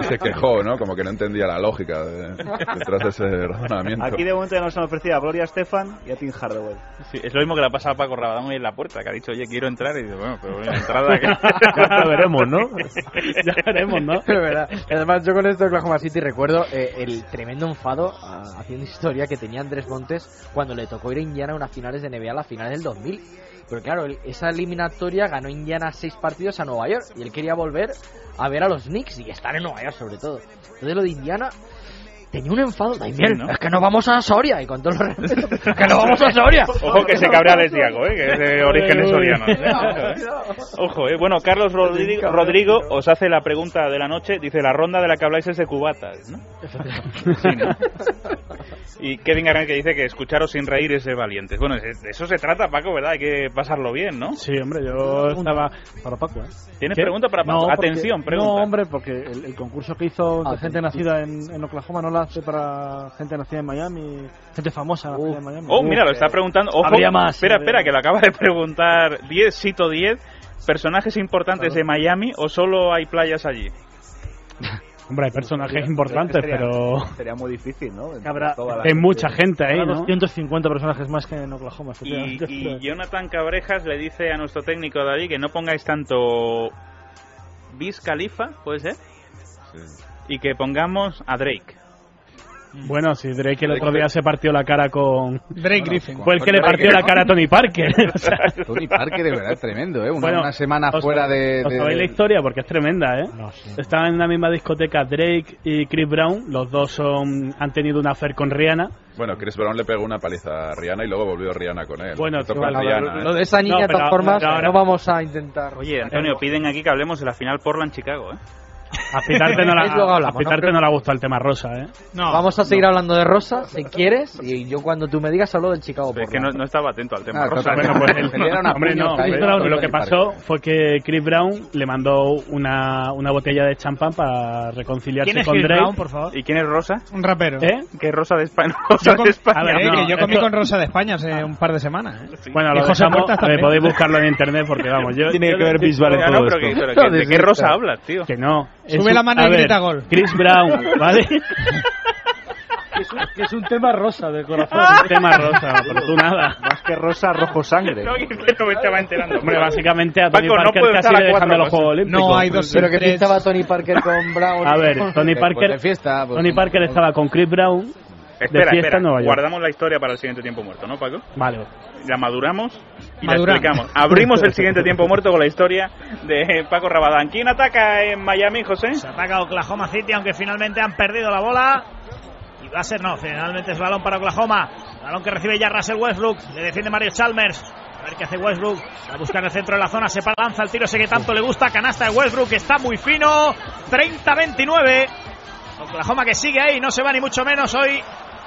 y se quejó no como que no entendía la lógica de- detrás de ese razonamiento Aquí de momento ya nos han ofrecido a Gloria Estefan y a Tim Hardaway. Sí, es lo mismo que le ha pasado a Paco Rabadán hoy en la puerta, que ha dicho, oye, quiero entrar, y dice, bueno, pero bueno, entrada... que- [LAUGHS] Ya veremos, [LAUGHS] ¿no? [LAUGHS] Ya veremos, ¿no? Pero verdad. Además, yo con esto de Oklahoma City recuerdo eh, el tremendo enfado ah, haciendo historia que tenía Andrés Montes cuando le tocó ir a Indiana a unas finales de NBA, la final del 2000. Pero claro, el- esa eliminatoria ganó Indiana seis partidos a Nueva York y él quería volver a ver a los Knicks y estar en Nueva York sobre todo. Entonces lo de Indiana tenía un enfado también. ¿no? Es que no vamos a Soria y con [LAUGHS] todo el respeto, que no vamos a Soria. Ojo que se cabrea Les Diago, ¿eh? que es de orígenes sorianos. ¿eh? Ojo, ¿eh? bueno, Carlos Rodrigo, Rodrigo os hace la pregunta de la noche, dice, la ronda de la que habláis es de cubatas, ¿no? Sí, ¿no? Y Kevin Garnett que dice que escucharos sin reír es de valientes. Bueno, de de eso se trata, Paco, ¿verdad? Hay que pasarlo bien, ¿no? Sí, hombre, yo estaba. Para Paco, ¿eh? ¿Tienes ¿Qué? pregunta para Paco? No, porque- Atención, No, pregunta. hombre, porque el, el concurso que hizo de gente nacida en, en Oklahoma no la hace para gente nacida en Miami, gente famosa nacida en Miami. Oh, mira, lo está preguntando. Ojo, Habría más, espera, espera, habría más. que lo acaba de preguntar 10, Cito 10. ¿Personajes importantes de Miami o solo hay playas allí? Hombre, hay personajes importantes, Sería- pero. Sería muy difícil, ¿no? Habrá- Toda la Hay mucha gente ahí, Habrá ¿no? 250 personajes más que en Oklahoma. [LAUGHS] Y, efectivamente. y Jonathan Cabrejas le dice a nuestro técnico David que no pongáis tanto Biz Khalifa, puede ser, y que pongamos a Drake. Bueno, si Drake el otro día se partió la cara con. Drake Griffin. Fue el que le Drake, partió la ¿no? cara a Tony Parker. [LAUGHS] o sea. Tony Parker, de verdad, es tremendo, ¿eh? Una, Bueno, una semana os- fuera de... ¿Os de- sabéis la historia? Porque es tremenda, ¿eh? Estaban en la misma discoteca Drake y Chris Brown. Los dos son, han tenido una affair con Rihanna. bueno Chris Brown le pegó una paliza a Rihanna y luego volvió Rihanna con él Bueno, Esto tú, con bueno, Rihanna, lo- ¿eh? Lo de esa No, niña, de pero todas formas, ahora- no vamos a intentar. Oye, Antonio, piden aquí que hablemos de la final Portland-Chicago, ¿eh? A Pitarte no, la- Es lo que a hablamos, ¿no? Pitarte no le ha gustado el tema rosa, ¿eh? Vamos a seguir hablando de Rosa, si quieres, y yo cuando tú me digas hablo del Chicago Es Portland. que no, no estaba atento al tema. Ah, Rosa. pues, totalmente. Bueno, pues el- [LAUGHS] Se le dieron a hombre, puños no, caídos Chris Brown, a lo Tony que pasó fue que Chris Brown le mandó una, una botella de champán para reconciliarse con Drake. favor? ¿Y quién es Rosa? Un rapero. ¿Eh? ¿Qué Rosa de España? [LAUGHS] Rosa [LAUGHS] Yo com- de España. A ver, eh, No, que yo comí esto- con Rosa de España hace un par de semanas. eh. Bueno, lo Y José dejamos, Puertas a ver, también. podéis buscarlo en internet porque vamos, yo... Tiene yo- que ver yo- Bisbal en Oiga, todo no, pero esto. que- pero Pero, ¿De qué Desista. Rosa hablas, tío? Que no. Sube la mano a y ver, [LAUGHS] grita gol. Chris Brown, ¿vale? que es, un, que es un tema rosa de [LAUGHS] corazón. Un tema rosa, afortunada. Más que rosa, rojo sangre. No, no me estaba enterando. Hombre, básicamente a Tony Paco, no Parker puedo casi estar a le dejan cuatro de los cosas. Juegos Olímpicos. No, hay dos Pues Pero que pintaba Tony Parker con Brown. A ver, Tony Parker, Tony Parker estaba con Chris Brown de Espera, fiesta espera. en Nueva York. Guardamos la historia para el siguiente tiempo muerto, ¿no, Paco? Vale. La maduramos y la Maduramos. explicamos. Abrimos el siguiente tiempo muerto con la historia de Paco Rabadán. ¿Quién ataca en Miami, José? Se ataca Oklahoma City, aunque finalmente han perdido la bola. Y va a ser no, finalmente es balón para Oklahoma. Balón que recibe ya Russell Westbrook. Le defiende Mario Chalmers. A ver qué hace Westbrook. La busca en el centro de la zona. Se lanza el tiro ese que tanto le gusta. Canasta de Westbrook que está muy fino. 30-29. Oklahoma que sigue ahí. No se va ni mucho menos hoy.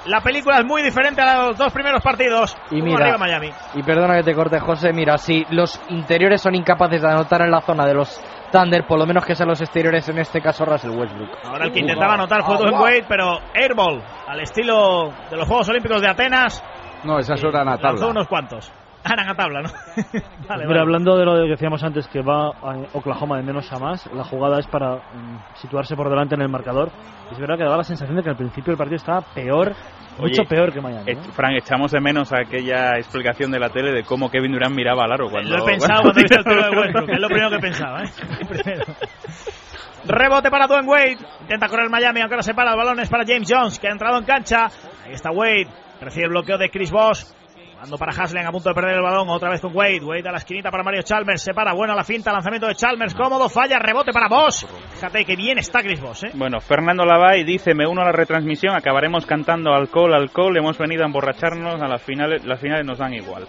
La película es muy diferente a los dos primeros partidos. Y Uno mira, arriba Miami. Y perdona que te corte, José. Mira, si los interiores son incapaces de anotar en la zona de los Thunder, por lo menos que sean los exteriores, en este caso Russell Westbrook. Ahora el que intentaba anotar fue Dwayne Wade, pero airball al estilo de los Juegos Olímpicos de Atenas. No, esas eran a Lanzó tabla. unos cuantos. [LAUGHS] Eran a tabla, ¿no? vale, Pero vale. Pues hablando de lo que decíamos antes, que va a Oklahoma de menos a más, la jugada es para mm, situarse por delante en el marcador. Es verdad que daba la sensación de que al principio el partido estaba peor, Oye, mucho peor que Miami. Eh, Fran, echamos de menos aquella explicación de la tele de cómo Kevin Durant miraba al aro cuando... Lo he pensado cuando he [LAUGHS] visto el tiro de Westbrook, es lo primero que he pensado, ¿eh? Primero. Rebote para Dwayne Wade. Intenta correr Miami, aunque lo separa. El balón es para James Jones, que ha entrado en cancha. Ahí está Wade. Recibe el bloqueo de Chris Bosh. Mando para Haslen, a punto de perder el balón. Otra vez con Wade. Wade a la esquinita para Mario Chalmers. Se para. Buena la finta. Lanzamiento de Chalmers. Cómodo. Falla. Rebote para Bosh. Fíjate que bien está Chris Bosh, ¿eh? Bueno, Fernando Lavay dice, me uno a la retransmisión, acabaremos cantando alcohol, alcohol, hemos venido a emborracharnos, a las finales, las finales nos dan [LAUGHS] igual.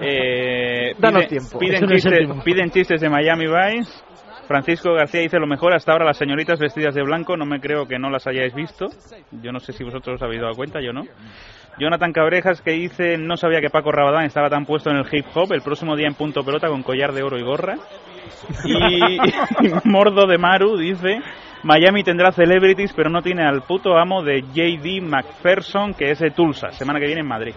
Eh, Danos piden- tiempo. Piden Eso no es el chistes, tiempo. piden chistes de Miami Vice. Francisco García dice lo mejor hasta ahora las señoritas vestidas de blanco, no me creo que no las hayáis visto. Yo no sé si vosotros os habéis dado cuenta, yo no. Jonathan Cabrejas que dice no sabía que Paco Rabadán estaba tan puesto en el hip hop, el próximo día en punto pelota con collar de oro y gorra. [LAUGHS] Y [LAUGHS] Mordo de Maru dice Miami tendrá celebrities pero no tiene al puto amo de JD McPherson que es de Tulsa, semana que viene en Madrid.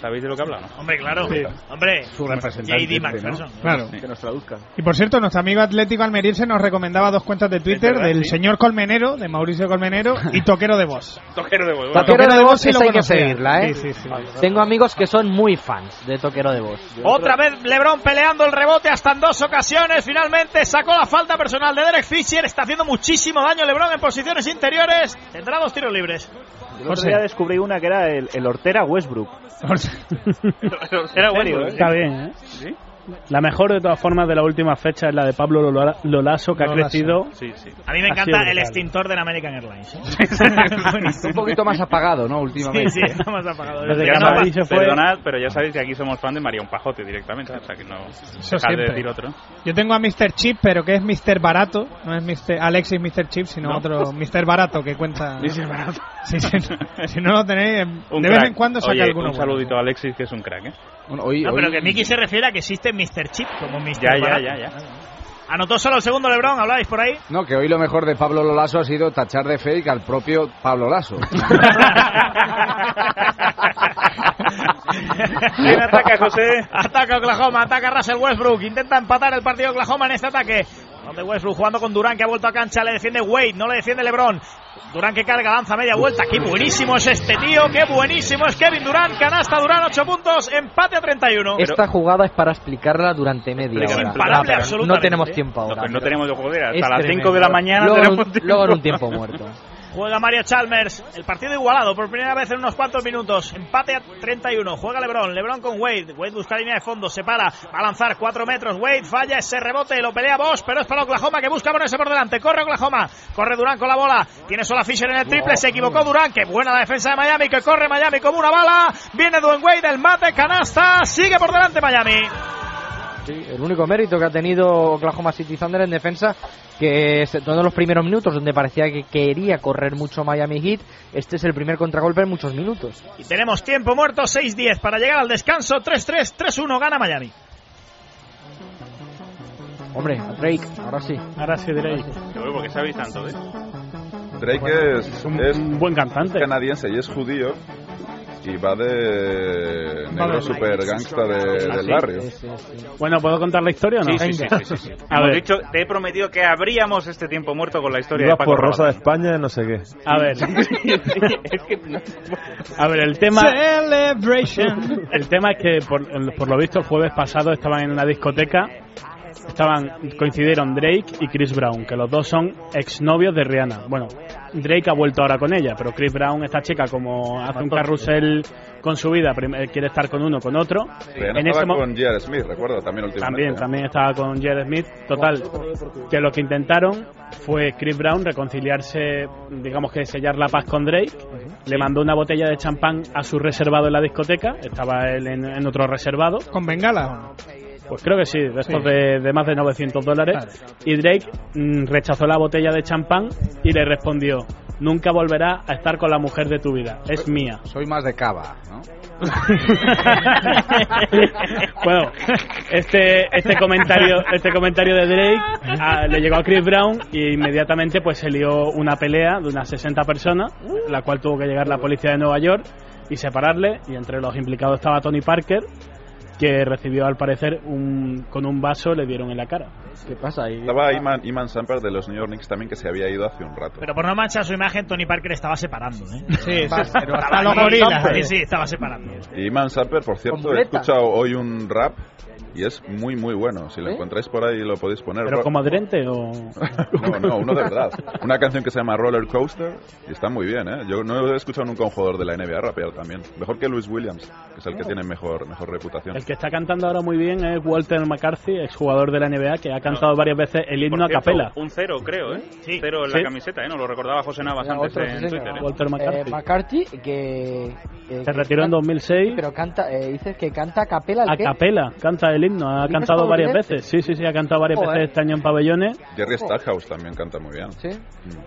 ¿Sabéis de lo que habla, no? Hombre, claro. Hombre, su representante, JD McPherson. Claro. Que nos traduzcan. Y por cierto, nuestro amigo Atlético Almeriense nos recomendaba dos cuentas de Twitter verdad, del sí. señor Colmenero, de Mauricio Colmenero, y Toquero de Voz. Toquero de huevo. Bueno, Toquero Toquero de de voz, voz sí esa lo hay que conocía. seguirla, ¿eh? Sí, sí, sí. Tengo amigos que son muy fans de Toquero de Voz. Otra vez LeBron peleando el rebote hasta en dos ocasiones. Finalmente sacó la falta personal de Derek Fisher. Está haciendo muchísimo daño LeBron en posiciones interiores. Tendrá dos tiros libres. El otro día descubrí una que era el, el Hortera Westbrook. Era serio, bueno, ¿eh? Está bien, ¿eh? La mejor de todas formas de la última fecha es la de Pablo Lola- Lolaso, que ha Lolaso. crecido. Sí, sí. A mí me Ha encanta sido el brutal. extintor del American Airlines. ¿eh? [LAUGHS] Un poquito más apagado, ¿no? Últimamente. Sí, sí, está más apagado. Desde Ya que no Madrid pasa- se fue- Perdonad, pero ya sabéis que aquí somos fan de María Un Pajote directamente, o sea que no dejad de siempre. decir otro. Yo tengo a Mr. Chip, pero que es Mr. Barato, no es Mr. Alexis Mr. Chip, sino No. otro Mr. Barato que [LAUGHS] cuenta. Sí, sí, no. si no lo tenéis, Un de vez crack. en cuando saca Oye, alguno. Un saludito a Alexis, que es un crack, ¿eh? Bueno, hoy- No, hoy- pero que Mickey se refiere a que existe Mr. Chip como Ya, Mr. ya, Barato. ya, [LAUGHS] ya. Anotó solo el segundo LeBron, habláis por ahí. No, que hoy lo mejor de Pablo Lolaso ha sido tachar de fake al propio Pablo Lasso. ¿Quién ataca, José? Ataca Oklahoma, ataca Russell Westbrook. Intenta empatar el partido de Oklahoma en este ataque. Donde Westbrook jugando con Durán que ha vuelto a cancha, le defiende Wade, no le defiende LeBron. Durán que carga, lanza media vuelta. Qué buenísimo es este tío, qué buenísimo es Kevin Durán. Canasta Durán, 8 puntos, empate a 31. Esta jugada es para explicarla durante media Es hora. imparable, Ah, pero No absolutamente. tenemos tiempo No, ahora. pero no tenemos de joder, Es hasta las tremendo. 5 de la mañana luego, en tenemos un- tiempo. luego en un tiempo muerto. Juega Mario Chalmers. El partido igualado por primera vez en unos cuantos minutos. Empate a 31. Juega LeBron. LeBron con Wade. Wade busca línea de fondo. Se para. Va a lanzar 4 metros. Wade falla ese rebote. Lo pelea Bosch. Pero es para Oklahoma que busca ponerse por delante. Corre Oklahoma. Corre Durán con la bola. Tiene sola Fisher en el triple. Se equivocó Durán. Qué buena la defensa de Miami. Que corre Miami como una bala. Viene Dwayne Wade. El mate. Canasta. Sigue por delante Miami. Sí, el único mérito que ha tenido Oklahoma City Thunder en defensa, que es todos los primeros minutos donde parecía que quería correr mucho Miami Heat, este es el primer contragolpe en muchos minutos. Y tenemos tiempo muerto. 6-10 para llegar al descanso. 3-3. 3-1. Gana Miami. Hombre, a Drake, ahora sí. Ahora sí diréis. Yo, porque sabéis tanto, ¿eh? Drake es, es Un buen cantante. canadiense y es judío. y va de negro super gangsta de- ¿Ah, del sí? barrio. Bueno, ¿puedo contar la historia o no? Sí, sí, sí, Venga. sí, sí, sí. A Hemos ver. dicho, te he prometido que abríamos este tiempo muerto con la historia Iba de Paco por Rosa Rabanne. de España, no sé qué. A [LAUGHS] ver. A ver, el tema. [LAUGHS] El tema es que, por, por lo visto, el jueves pasado estaban en una discoteca. Estaban, coincidieron Drake y Chris Brown, que los dos son exnovios de Rihanna. Bueno, Drake ha vuelto ahora con ella, pero Chris Brown, esta chica, como hace un carrusel con su vida, prim- eh, quiere estar con uno, con otro. Rihanna este ese estaba mo- con J.R. Smith, recuerdo, también últimamente. también, también estaba con Jared Smith. Total, que lo que intentaron fue Chris Brown reconciliarse, digamos que sellar la paz con Drake. Le mandó una botella de champán a su reservado en la discoteca. Estaba él en, en otro reservado. ¿Con bengala? Pues creo que sí, de estos Sí. De, de más de 900 dólares. Y Drake mm, rechazó la botella de champán y le respondió: Nunca volverás a estar con la mujer de tu vida, es mía. Soy más de cava, ¿no? [LAUGHS] bueno, este, este comentario, este comentario de Drake ah, le llegó a Chris Brown y inmediatamente pues se lió una pelea de unas 60 personas, la cual tuvo que llegar la policía de Nueva York y separarle y entre los implicados estaba Tony Parker que recibió al parecer un, con un vaso le dieron en la cara. ¿Qué pasa ahí? Estaba Iman, Iman Samper de los New York Knicks también que se había ido hace un rato. Pero por no manchar su imagen, Tony Parker estaba separando, ¿eh? Sí, sí. Pero hasta los los gorilas. Sí, sí, estaba separando. Y Iman Samper, por cierto, he Completa. escuchado hoy un rap y es muy, muy bueno. Si lo encontráis por ahí lo podéis poner. ¿Pero Ro- como adherente o...? No, no, uno de verdad. Una canción que se llama Roller Coaster y está muy bien, ¿eh? Yo no he escuchado nunca a un jugador de la NBA rapear también. Mejor que Louis Williams, que es el que tiene mejor, mejor reputación. El que está cantando ahora muy bien es Walter McCarthy, exjugador de la NBA, que ha cantado varias veces el himno a Por cierto, capela. Un cero, creo, ¿eh? Cero en Sí. la camiseta, ¿eh? Nos lo recordaba José Navas Era antes otro, sí, en señor. Twitter. ¿eh? Walter McCarthy. Eh, McCarthy, que. eh, Se que retiró en canta- 2006. Pero canta, eh, dices que canta a capela. el A qué? capela, canta el himno, ha ¿El himno cantado estadounidense? varias veces. Sí, sí, sí, ha cantado varias Joder. veces este año en pabellones. Jerry Stackhouse también canta muy bien. Sí.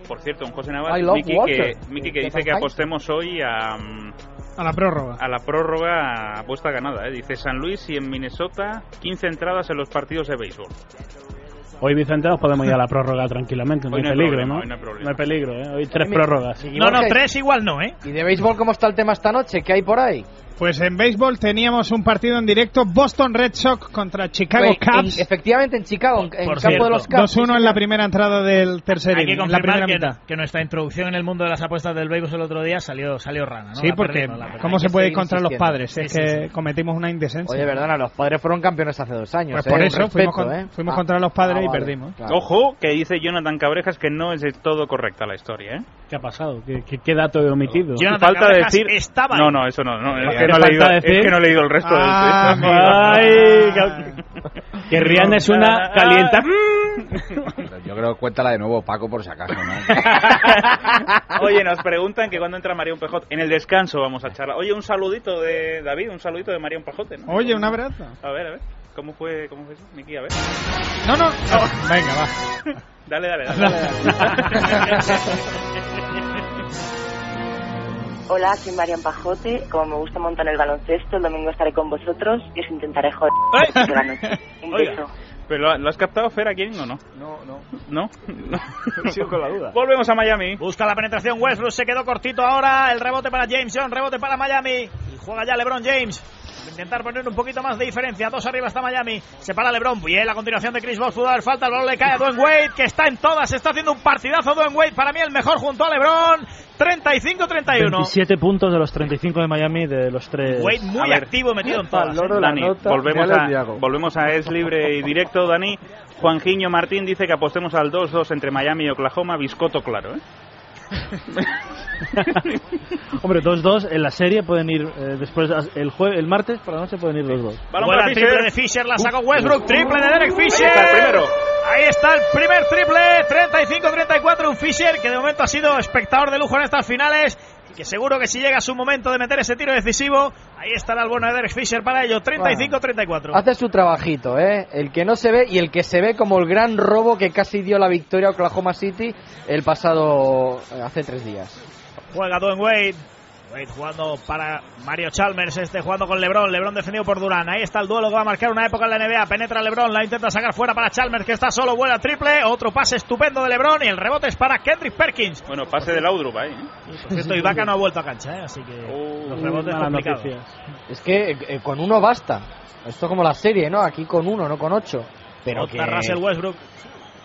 Por cierto, un José I Navas, love Miki water. que, Miki que ¿Qué dice que tal? apostemos hoy a... mm, A la prórroga. A la prórroga apuesta ganada, ¿eh? Dice San Luis y en Minnesota 15 entradas en los partidos de béisbol. Hoy, Vicente, nos podemos ir a la prórroga tranquilamente, no Hoy hay no hay peligro, problema, ¿no? hoy no hay problema. hay peligro, ¿eh? Hoy tres Oye, mi- prórrogas. mi- No, no, tres igual no, ¿eh? ¿Y de béisbol cómo está el tema esta noche? ¿Qué hay por ahí? Pues en béisbol teníamos un partido en directo, Boston Red Sox contra Chicago Pues, en- Cubs. efectivamente, en Chicago, en, en campo de los Cubs. 2-1 en la primera entrada del tercer Hay que inning, en la primera confirmar que, mitad. que nuestra introducción en el mundo de las apuestas del béisbol el otro día salió, salió rana, ¿no? Sí, La porque perdimos, la perdimos. ¿cómo se puede ir contra los insistiendo. padres? Es Sí, sí, que cometimos una indecencia. Oye, perdona, los padres fueron campeones hace dos años. Pues por ¿eh? eso Un fuimos respeto, con- ¿eh? Ah. fuimos contra los padres y vale, perdimos. claro. Ojo, que dice Jonathan Cabrejas que no es de todo correcta la historia, ¿eh? ¿Qué ha pasado? ¿Qué, qué, qué dato he omitido? Jonathan Falta Cabrejas decir- estaba no, ahí. no, eso no, no, es que no he Falta leído- es decir- que no he leído el resto del- Ah, amigo. Ah. ¡Ay! que- Que Rihanna es una calienta... Yo creo que cuéntala de nuevo, Paco, por si acaso, ¿no? [LAUGHS] Oye, nos preguntan que cuando entra Marión Pejot. En el descanso vamos a charlar. Oye, un saludito de David, un saludito de Marión Pejote, ¿no? Oye, un abrazo. A ver, a ver. ¿Cómo fue, cómo fue eso? Miki, a ver. No, no, no. Venga, va. [LAUGHS] [LAUGHS] Dale, dale, dale. Hola, soy Marian Pajote. Como me gusta montar el baloncesto, el domingo estaré con vosotros y os intentaré joder por la noche. Un Oiga, beso. ¿Pero lo- lo has captado, Fer, aquí o no? No, no. ¿No? [LAUGHS] Sigo con la duda. Volvemos a Miami. Busca la penetración Westbrook, se quedó cortito ahora. El rebote para James John, rebote para Miami. Y juega ya LeBron James. Intentar poner un poquito más de diferencia. Dos arriba está Miami. Se para LeBron. Bien, la continuación de Chris Bosh. Pudo haber falta. El balón le cae a Dwayne Wade, que está en todas. Está haciendo un partidazo Dwayne Wade. Para mí el mejor junto a LeBron. 35-31. 27 puntos de los 35 de Miami de los tres. Wade muy A ver. activo metido [LAUGHS] en todas. ¿eh? Dani, volvemos, a, volvemos a Es Libre y Directo, Dani. Juanjiño Martín dice que apostemos al 2-2 entre Miami y Oklahoma, biscoto claro, ¿eh? Hombre, 2-2 en la serie pueden ir eh, después el jueves, el martes por la noche pueden ir los dos. Balón Buena para triple Fisher. de Fisher, la sacó Westbrook, triple de Derek Fisher. Ahí está el primero. Ahí está el primer triple, 35-34, un Fisher que de momento ha sido espectador de lujo en estas finales. y Que seguro que si llega su momento de meter ese tiro decisivo, ahí estará el bueno de Derek Fisher para ello. 35-34. Hace su trabajito, ¿eh? El que no se ve y el que se ve como el gran robo que casi dio la victoria a Oklahoma City el pasado... eh, hace tres días. Juega Dwayne Wade. Wade jugando para Mario Chalmers, este jugando con Lebron, Lebron defendido por Durán. Ahí está el duelo que va a marcar una época en la NBA. Penetra Lebron, la intenta sacar fuera para Chalmers, que está solo, vuela triple. Otro pase estupendo de Lebron y el rebote es para Kendrick Perkins. Bueno, pase de Laudrup ahí. ¿eh? Por [LAUGHS] cierto, Ibaka no ha vuelto a cancha, ¿eh? así que Uh. los rebotes Mala complicados. noticia. Es que eh, con uno basta. Esto es como la serie, ¿no? Aquí con uno, no con ocho. Pero Otra que... Russell Westbrook.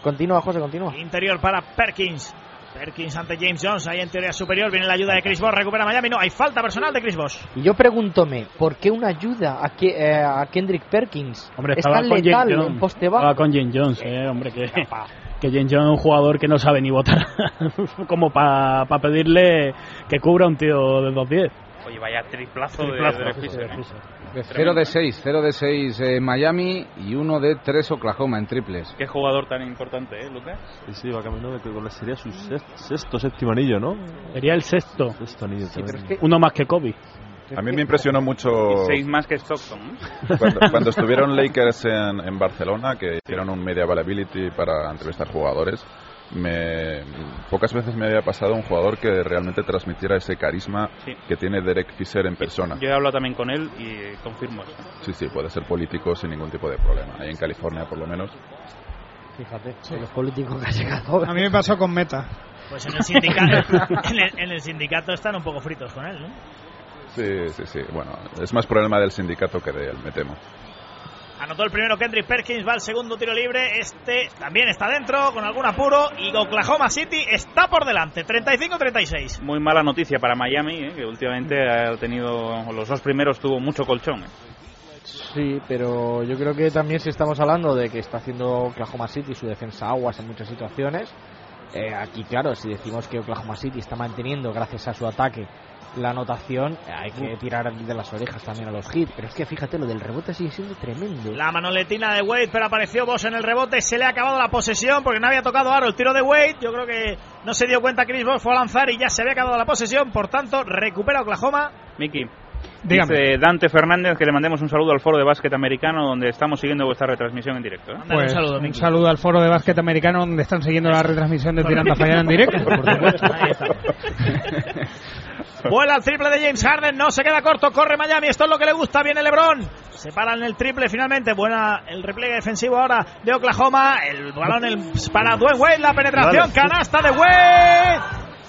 Continúa, José, continúa. Interior para Perkins. Perkins ante James Jones, ahí en teoría superior, viene la ayuda de Chris Bosh, recupera Miami, no, hay falta personal de Chris Bosh. Y yo pregúntome, ¿por qué una ayuda a, Ke- eh, a Kendrick Perkins? Hombre, es estaba tan con letal James Jones. en poste Estaba bajo. con James Jones, eh, hombre, que, que James Jones es un jugador que no sabe ni votar. [LAUGHS] como para pedirle que cubra a un tío de 2-10. Oye, vaya triplazo, Triplazo, de, de sí, Fisher, ¿eh? De 0 de 6, 0 de 6 eh, Miami y 1 de 3 Oklahoma en triples. Qué jugador tan importante, ¿eh, Lucas? Sí, sí, va camino de que sería su sexto, sexto, séptimo anillo, ¿no? Sería el sexto. Sexto anillo también. Uno más que Kobe. Mm. A mí me impresionó mucho Seis más que Stockton. ¿eh? Oh. cuando, cuando estuvieron Lakers en, en Barcelona, que hicieron un media availability para entrevistar jugadores. Me, pocas veces me había pasado un jugador que realmente transmitiera ese carisma Sí. que tiene Derek Fisher en persona. Yo he hablado también con él y eh, confirmo eso. Sí, sí, puede ser político sin ningún tipo de problema. Ahí en California, por lo menos. Fíjate, los políticos que ha llegado. A mí me pasó con Meta. Pues en el [LAUGHS] sindicato, en el, en el sindicato están un poco fritos con él, ¿no? Sí, sí, sí. Bueno, es más problema del sindicato que de él, me temo. Anotó el primero Kendrick Perkins, va al segundo tiro libre. Este también está dentro con algún apuro. Y Oklahoma City está por delante, 35-36. Muy mala noticia para Miami, ¿eh? que últimamente ha tenido, los dos primeros tuvo mucho colchón. ¿eh? Sí, pero yo creo que también si estamos hablando de que está haciendo Oklahoma City su defensa aguas en muchas situaciones, eh, aquí claro, si decimos que Oklahoma City está manteniendo gracias a su ataque la anotación, eh, hay que tirar de las orejas también a los hits. Pero es que fíjate, lo del rebote sigue siendo tremendo. La manoletina de Wade, pero apareció Bosch en el rebote. Se le ha acabado la posesión porque no había tocado aro el tiro de Wade. Yo creo que no se dio cuenta Chris Bosch, fue a lanzar y ya se había acabado la posesión. Por tanto, recupera Oklahoma. Miki, Dígame. dice Dante Fernández que le mandemos un saludo al foro de básquet americano donde estamos siguiendo vuestra retransmisión en directo. ¿eh? Pues, un saludo al foro de básquet americano donde están siguiendo la retransmisión de Tirando a Fallar en directo, por supuesto. Vuela el triple de James Harden, no se queda corto, corre Miami, esto es lo que le gusta, viene LeBron. Se paran el triple finalmente, buena el repliegue defensivo ahora de Oklahoma, el balón el- para Dwayne Wade, la penetración, Vale. canasta de Wade.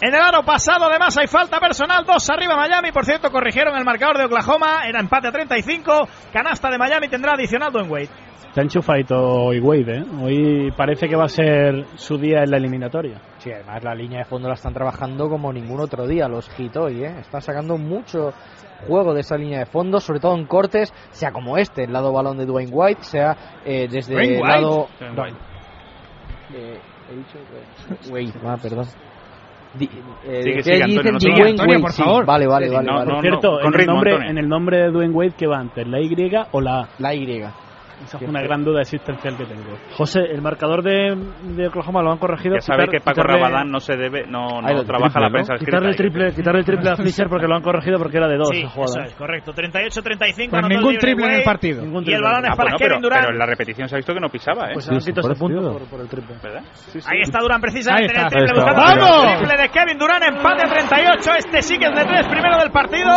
En el aro pasado además hay falta personal, dos arriba Miami, por cierto corrigieron el marcador de Oklahoma, era empate a 35, canasta de Miami tendrá adicional Dwayne Wade. Está enchufadito hoy Wade, ¿eh? Hoy parece que va a ser su día en la eliminatoria. Sí, además la línea de fondo la están trabajando como ningún otro día los hits hoy, ¿eh? Están sacando mucho juego de esa línea de fondo, sobre todo en cortes, sea como este, el lado balón de Dwayne White, sea eh, desde Dwayne el White. lado... Dwayne no, White. [LAUGHS] eh, he dicho Wade, ah, perdón. Di- eh, Sí, que ¿qué siga, Antonio, dicen no te preocupes. Dwayne Antonio, Wade? por Sí, favor. Vale, vale, Sí, sí, vale. no, vale. no, Por cierto, no, en con el ritmo, nombre- Antonio. en el nombre de Dwayne Wade, ¿qué va antes? ¿La Y o la A? La Y. Esa es una gran duda existencial que tengo. José, el marcador de, de Oklahoma lo han corregido. Ya sabéis Quitar- que Paco quitarle- Rabadán no se debe, no, Ahí no lo- trabaja triple, la ¿no? prensa escrita. Quitarle el triple, quitarle el triple a Fisher porque lo han corregido porque era de dos Sí, la jugada. eso ¿eh? es, correcto, 38-35. Pues anotó el ningún libre triple en el Wade. partido. Y Ningún el triple. balón es Ah, para bueno, Kevin pero, Durant. pero en la repetición se ha visto que no pisaba, ¿eh? Pues han quitado este punto por, por el triple. ¿Verdad? Ahí está Durán precisamente Ahí está. en el triple Ahí está. buscando el ¡Vamos! triple de Kevin Durán, empate a 38, este sí que es de tres, primero del partido.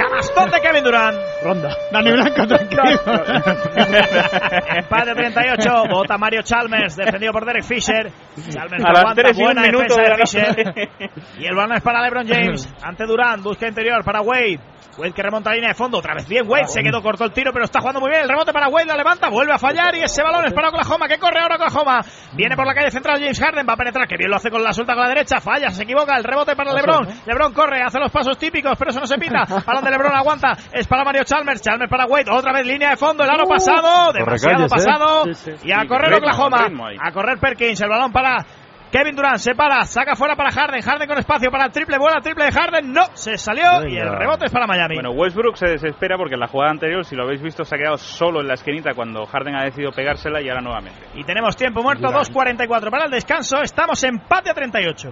Canastón de Kevin Durán. Ronda. Dani Blanco, [LAUGHS] Empate a 38, vota Mario Chalmers, defendido por Derek Fisher. Chalmers A no las aguanta, tres y un buena minuto defensa de la Fisher. [LAUGHS] Y el balón es para LeBron James, ante Durán, busca interior para Wade. Wade que remonta a línea de fondo, otra vez bien Wade, Ah. se quedó corto el tiro, pero está jugando muy bien, el rebote para Wade, la levanta, vuelve a fallar y ese balón es para Oklahoma, que corre ahora Oklahoma. Viene por la calle central James Harden, va a penetrar, que bien lo hace con la suelta con la derecha, falla, se equivoca, el rebote Ah, para LeBron. LeBron corre, hace los pasos típicos, pero eso no se pita. Balón de LeBron aguanta, es para Mario Chalmers, Chalmers para Wade, otra vez línea de fondo, el aro Uh, pasado, corre demasiado calles, ¿eh? pasado. Sí, sí. Y a Sí, correr ritmo, Oklahoma, ritmo ahí. a correr Perkins, el balón para Kevin Durant se para, saca fuera para Harden, Harden con espacio para el triple, vuela el triple de Harden, no, se salió y el rebote es para Miami. Bueno, Westbrook se desespera porque en la jugada anterior, si lo habéis visto, se ha quedado solo en la esquinita cuando Harden ha decidido pegársela y ahora nuevamente. Y tenemos tiempo muerto, 2.44 para el descanso, estamos empate a 38.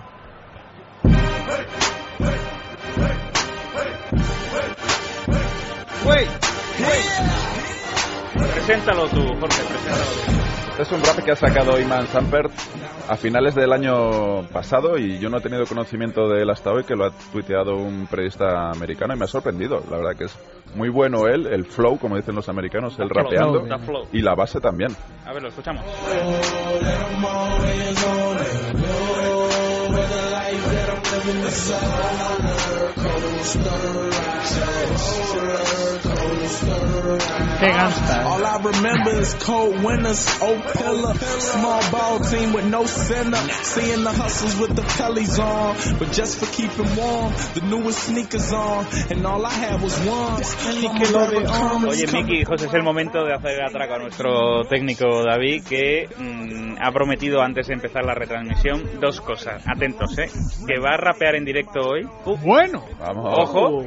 Preséntalo tú, Jorge, preséntalo tú. es un rap que ha sacado Iman Sampert a finales del año pasado y yo no he tenido conocimiento de él hasta hoy, que lo ha tuiteado un periodista americano y me ha sorprendido. La verdad que es muy bueno él, el flow, como dicen los americanos, el flow, rapeando the flow. y la base también. A ver, lo escuchamos. Qué gangsta. ¿eh? All I remember is cold winters, old pillar, small ball team with no center. Seeing the hustles with the pellies on, but just for keeping warm, the newest sneakers on, and all I had was ones. Oye, Miki, José, es el momento de hacer atraco a nuestro técnico David, que mm, ha prometido antes de empezar la retransmisión dos cosas. Atentos, ¿eh? Que va a rapear en directo hoy. bueno, Ojo.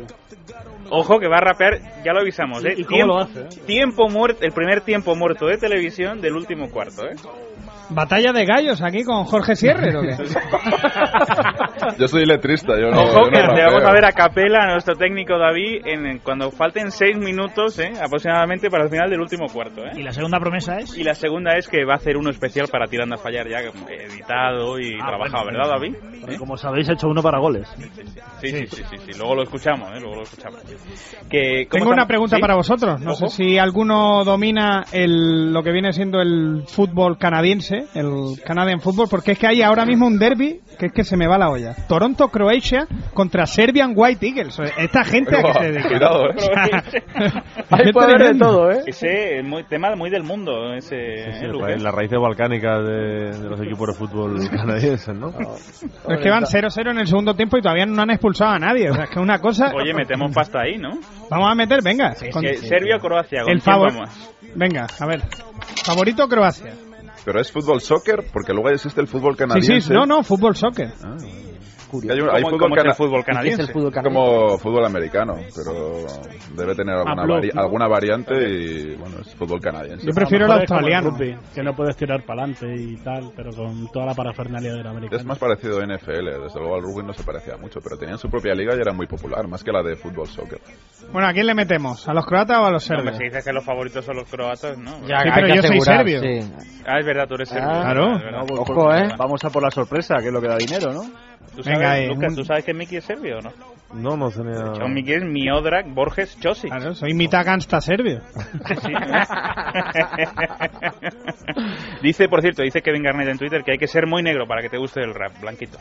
Ojo que va a rapear, ya lo avisamos, ¿eh? ¿Y cómo lo Tiemp- Tiempo muerto, el primer tiempo muerto de televisión del último cuarto, ¿eh? Batalla de gallos aquí con Jorge Sierre, ¿o qué? [LAUGHS] Yo soy letrista, yo no. yo no Ojo que le rapeo. vamos a ver a capela a nuestro técnico David en, en- cuando falten seis minutos, ¿eh? Aproximadamente para el final del último cuarto, ¿eh? ¿Y la segunda promesa es? Y la segunda es que va a hacer uno especial para Tirando a Fallar ya editado y Ah, trabajado, ¿verdad, David? Porque Como sabéis, ha hecho uno para goles. Sí, sí, sí, sí, sí. Luego lo escuchamos, ¿eh? Luego lo escuchamos. Que, ¿cómo Tengo una estamos? pregunta ¿Sí? [LAUGHS] para vosotros. No sé si alguno domina el, lo que viene siendo el fútbol canadiense, el Canadian Football, porque es que hay ahora mismo un derby que es que se me va la olla. Toronto-Croacia contra Serbian White Eagles. Esta gente a que se dedica. Cuidado, ¿eh? [LAUGHS] O sea, Ahí qué puede haber de tremendo. todo, ¿eh? Ese es muy, tema muy del mundo, ese... ¿eh, Luque? la raíz balcánica de, de los equipos de fútbol canadienses, ¿no? Pues Pero es que van 0-0 en el segundo tiempo y todavía no han expulsado a nadie. O sea, es que una cosa. Oye, metemos pasta ahí, ¿no? Vamos a meter, venga. con- Que Serbia o Croacia, ¿con quién El favor. vamos? Venga, a ver. Favorito Croacia. Pero es fútbol soccer, porque luego existe el fútbol Sí, canadiense. sí, no, no, fútbol soccer. Que Hay, un- hay ¿Cómo- fútbol, cómo Ah. es el cana- fútbol canadiense? ¿Qué es el fútbol canadiense? Ah, Como fútbol americano, pero debe tener alguna, block, vari- ¿no? alguna variante y bueno, es fútbol canadiense. Yo la que no puedes tirar para adelante y tal, pero con toda la parafernalia del americano. Es más parecido a NFL, desde luego al rugby no se parecía mucho, pero tenían su propia liga y era muy popular, más que la de fútbol soccer. Bueno, ¿a quién le metemos? ¿A los croatas o a los No, pero serbios? si dices que los favoritos son los croatas, ¿no? Ya, Sí, hay pero que yo soy asegurar, serbio. sí. Ah, es verdad, tú eres serbio. claro. Es verdad. No, pues, Ojo, ¿eh? Vamos a por la sorpresa, que es lo que da dinero, ¿no? ¿Tú sabes, Venga, eh, Lucas, un- ¿tú sabes que Miki es serbio o no? No, no tenía... John Miki es Miodrag Borges Chosic. Claro, soy mitad [LAUGHS] gangsta serbio. Sí. [LAUGHS] dice, por cierto, dice Kevin Garnett en Twitter que hay que ser muy negro para que te guste el rap, blanquito.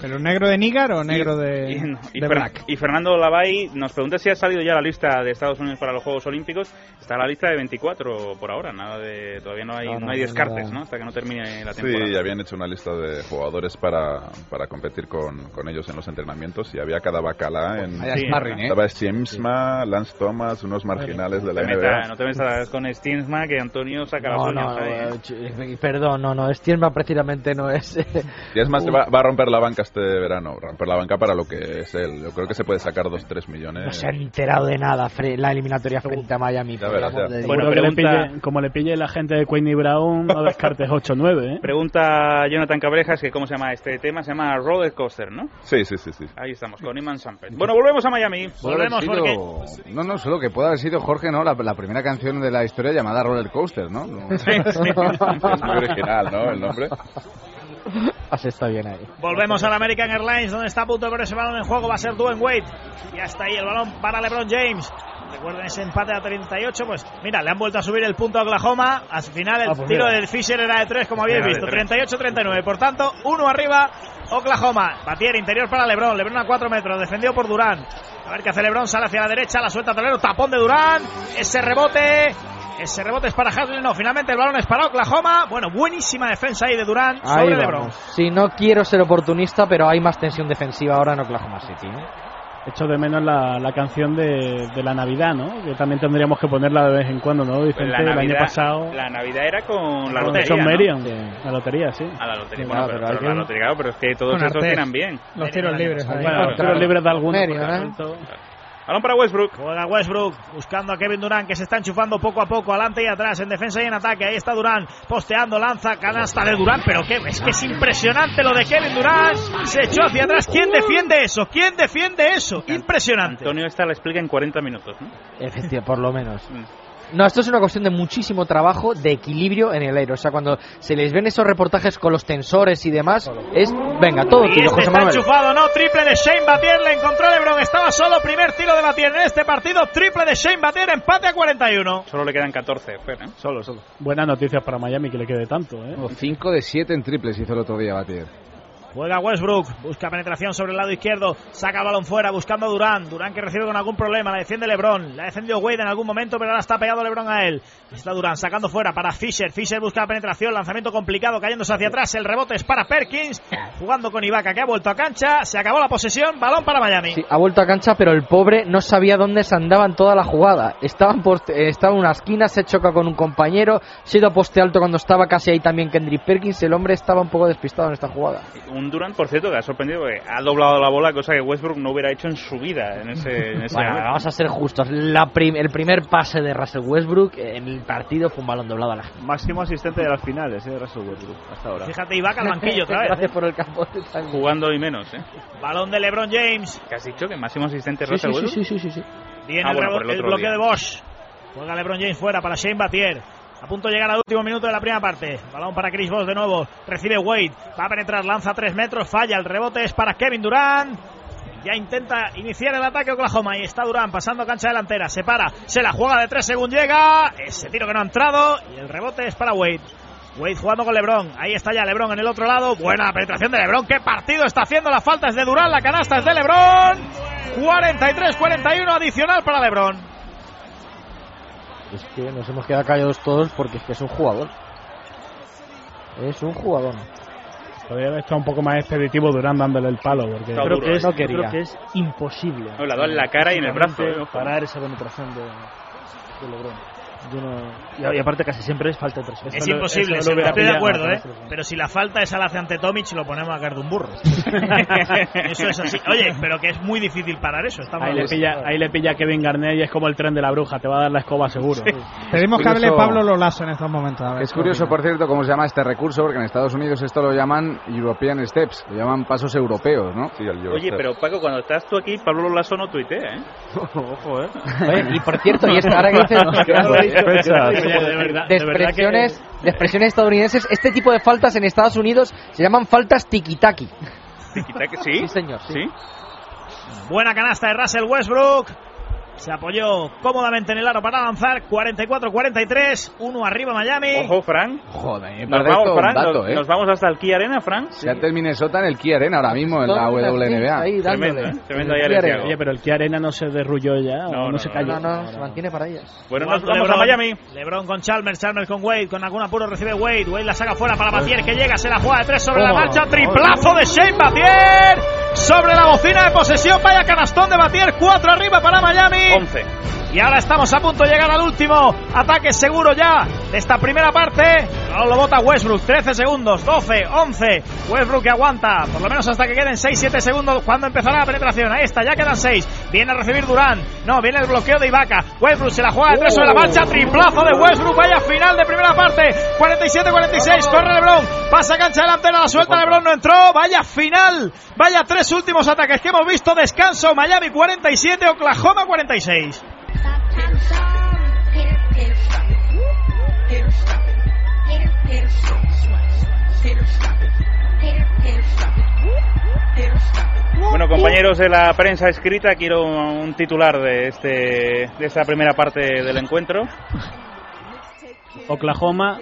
¿Pero negro de nígar o negro de, Y, no, y de Fer- black? y Fernando Lavay nos pregunta si ha salido ya la lista de Estados Unidos para los Juegos Olímpicos. Está la lista de 24 por ahora, nada de todavía no hay, No, no, no, hay no, descartes, no. ¿no? Hasta que no termine la Sí, temporada. y habían hecho una lista de jugadores para, para competir con, con ellos en los entrenamientos y había cada bacala en... vaya Sí, sparring, ¿eh? Estaba Stiemsma, Lance Thomas, unos marginales de la No te NBA. metas- no te metas con Stinsma que Antonio saca las No, uñas no, ahí. eh, ch- perdón, no, no, Stierma precisamente no es. eh, Y es más, un- va, va a romper la banca este verano. Romper la banca para lo que es él. Yo creo que se puede sacar 2-3 millones. No se ha enterado de [LAUGHS] nada fre- la eliminatoria frente a Miami. por el amor de Dios. Bueno, pregunta- como le pille la gente de Queenie Brown, no descartes 8-9, ¿eh? Pregunta Jonathan Cabrejas que cómo se llama este tema, se llama Roller Coaster, ¿no? Sí, sí, sí, sí. Ahí estamos, con Iman Samper. Bueno, volvemos a Miami. Puede haber sido- No, no, solo que puede haber sido Jorge, ¿no? La, la primera canción de la historia llamada Roller Coaster, ¿no? No. [LAUGHS] Es muy original, ¿no? El nombre. Así está bien ahí. Volvemos al American Airlines, donde está a punto de ponerse el balón en juego. Va a ser Dwayne Wade. Y hasta ahí el balón para LeBron James. Recuerden ese empate a 38. Pues mira, le han vuelto a subir el punto a Oklahoma. Al final el Ah, pues tiro mira. del Fisher era de 3, como habéis Era de visto. tres. 38-39. Por tanto, uno arriba, Oklahoma. Batier interior para LeBron. LeBron a 4 metros, defendido por Durán. A ver qué hace LeBron. Sale hacia la derecha, la suelta Torero. Tapón de Durán. Ese rebote. Ese rebote es para Haslin. No, finalmente el balón es para Oklahoma. Bueno, buenísima defensa ahí de Durán Ahí sobre vamos. LeBron. Sí, no quiero ser oportunista, pero hay más tensión defensiva ahora en Oklahoma City. ¿eh? Echo de menos la, la canción de, de la Navidad, ¿no? Que también tendríamos que ponerla de vez en cuando, ¿no? Vicente, Pues la el año Navidad, pasado. la Navidad era con la con lotería. John ¿no? Marion. La lotería, sí. A la lotería, Sí, bueno, claro, pero, pero pero alguien- la lotería, claro, pero es que todos Con esos Artés. tiran bien. Los tiros libres. Bueno, ahí. los tiros libres de algunos. Merio, por ¿eh? ejemplo. Balón para Westbrook. Juega Westbrook buscando a Kevin Durant que se está enchufando poco a poco, adelante y atrás, en defensa y en ataque. Ahí está Durant posteando, lanza canasta de Durant, pero que es que es impresionante lo de Kevin Durant. Se echó hacia atrás. ¿Quién defiende eso? ¿Quién defiende eso? Impresionante. Antonio esta la explica en 40 minutos, ¿no? Mm. Efectivamente, por lo menos. No, esto es una cuestión de muchísimo trabajo, de equilibrio en el aire. O sea, cuando se les ven esos reportajes con los tensores y demás, es, venga, todo Y tuyo, este José está Manuel. enchufado, ¿no? Triple de Shane Battier, le encontró LeBron, estaba solo, primer tiro de Battier en este partido, triple de Shane Battier, empate a 41. Solo le quedan 14, espera. ¿eh? Solo, solo. Buenas noticias para Miami que le quede tanto, ¿eh? 5 de 7 en triples hizo el otro día Batier. Juega Westbrook, busca penetración sobre el lado izquierdo, saca el balón fuera buscando a Durán. Durán que recibe con algún problema, la defiende Lebron, la defendió Wade en algún momento, pero ahora está pegado Lebron a él. Está Durán sacando fuera para Fisher, Fisher busca la penetración, lanzamiento complicado, cayéndose hacia atrás, el rebote es para Perkins, jugando con Ibaka que ha vuelto a cancha, se acabó la posesión, balón para Miami. Sí, ha vuelto a cancha, pero el pobre no sabía dónde se andaba en toda la jugada. Estaban estaba en una esquina, se choca con un compañero, se ha ido a poste alto cuando estaba casi ahí también Kendrick Perkins. El hombre estaba un poco despistado en esta jugada. Un Durant, por cierto, que ha sorprendido que ha doblado la bola, cosa que Westbrook no hubiera hecho en su vida en ese, Eh, en ese Bueno, momento. vamos a ser justos. La prim- el primer pase de Russell Westbrook en el partido fue un balón doblado a la Máximo asistente de las finales, eh, Russell Westbrook, hasta ahora. Fíjate, Ibaka al [LAUGHS] banquillo otra vez. por el capote Jugando y menos, ¿eh? Balón de LeBron James. ¿Qué has dicho? ¿Que máximo asistente Sí, Russell sí, sí, Westbrook? sí, sí, sí. Viene Ah, el, bueno, rebo- por el el otro bloqueo día. de Bosch. Juega LeBron James fuera para Shane Battier. A punto de llegar al último minuto de la primera parte. Balón para Chris Bosh de nuevo. Recibe Wade. Va a penetrar, lanza tres metros, falla. El rebote es para Kevin Durant. Ya intenta iniciar el ataque Oklahoma. Y está Durant pasando cancha delantera. Se para, se la juega de tres según llega. Ese tiro que no ha entrado. Y el rebote es para Wade. Wade jugando con LeBron. Ahí está ya LeBron en el otro lado. Buena penetración de LeBron. ¿Qué partido está haciendo? La falta es de Durán. La canasta es de LeBron. 43-41 adicional para LeBron. Es que nos hemos quedado callados todos porque es que es un jugador. Es un jugador. Podría haber estado un poco más expeditivo Durán dándole el palo, porque Está duro, ¿eh? Yo creo que es imposible. No, le ha dado en la cara y en el brazo, eh, ojo. Parar esa penetración de, de LeBron. Yo no- y, y aparte casi siempre es falta de tres. Es Eso lo- imposible, eso sí, lo hubiera estoy de pillado, acuerdo, ¿no? ¿eh? Pero si la falta esa la hace ante Tomic, lo ponemos a caer de un burro. [LAUGHS] eso es así. Oye, pero que es muy difícil parar eso. Estamos Ahí le, pilla, ahí le pilla Kevin Garnett y es como el tren de la bruja, te va a dar la escoba seguro. Pedimos que hable Curioso. Pablo Lolaso en estos momentos. Ah, a ver Es qué curioso, opina. por cierto, cómo se llama este recurso, porque en Estados Unidos esto lo llaman European Steps, lo llaman pasos europeos, ¿no? Sí, el Oye, pero Paco, cuando estás tú aquí, Pablo Lasso no tuitea, ¿eh? [LAUGHS] Ojo, ¿eh? y por cierto, y esta ahora que [LAUGHS] dices Claro, de, sospecha. de expresiones, de expresiones estadounidenses, este tipo de faltas en Estados Unidos se llaman faltas tiki-taki. Tiquitaca, ¿Sí? Sí, señor. Sí. Buena canasta de Russell Westbrook. Se apoyó cómodamente en el aro para avanzar. 44-43. Uno arriba Miami. Ojo, Frank. Joder, me Nos parece vamos, esto un Frank, dato, nos, ¿eh? nos vamos hasta el Key Arena, Frank. Se ante el Minnesota en el Key Arena ahora mismo, en la WNBA. Tremendo, ¿eh? Tremendo ahí, Aleciago. Oye, pero el Kia Arena no se derrulló ya, o no, se cayó. se mantiene para ellas. Bueno, Jugando nos vamos a LeBron. Miami. LeBron con Chalmers, Chalmers con Wade. Con algún apuro recibe Wade. Wade la saca fuera para Eh. Batier que llega. Se la juega de tres sobre la Toma. marcha. Triplazo de Shane Batier. Sobre la bocina de posesión. Vaya canastón de Batier. Cuatro arriba para Miami. 11. Y ahora estamos a punto de llegar al último ataque seguro ya de esta primera parte. Ahora lo bota Westbrook, 13 segundos, 12, 11. Westbrook que aguanta, por lo menos hasta que queden 6-7 segundos cuando empezará la penetración. Ahí está, ya quedan 6. Viene a recibir Durán. No, viene el bloqueo de Ibaka. Westbrook se la juega de tres sobre la marcha. Triplazo de Westbrook. Vaya final de primera parte. 47-46. Corre LeBron. Pasa cancha delantera. La suelta LeBron. No entró. Vaya final. Vaya tres últimos ataques que hemos visto. Descanso. Miami 47. Oklahoma 46. Bueno, compañeros de la prensa escrita, quiero un titular de, este, de esta primera parte del encuentro. Oklahoma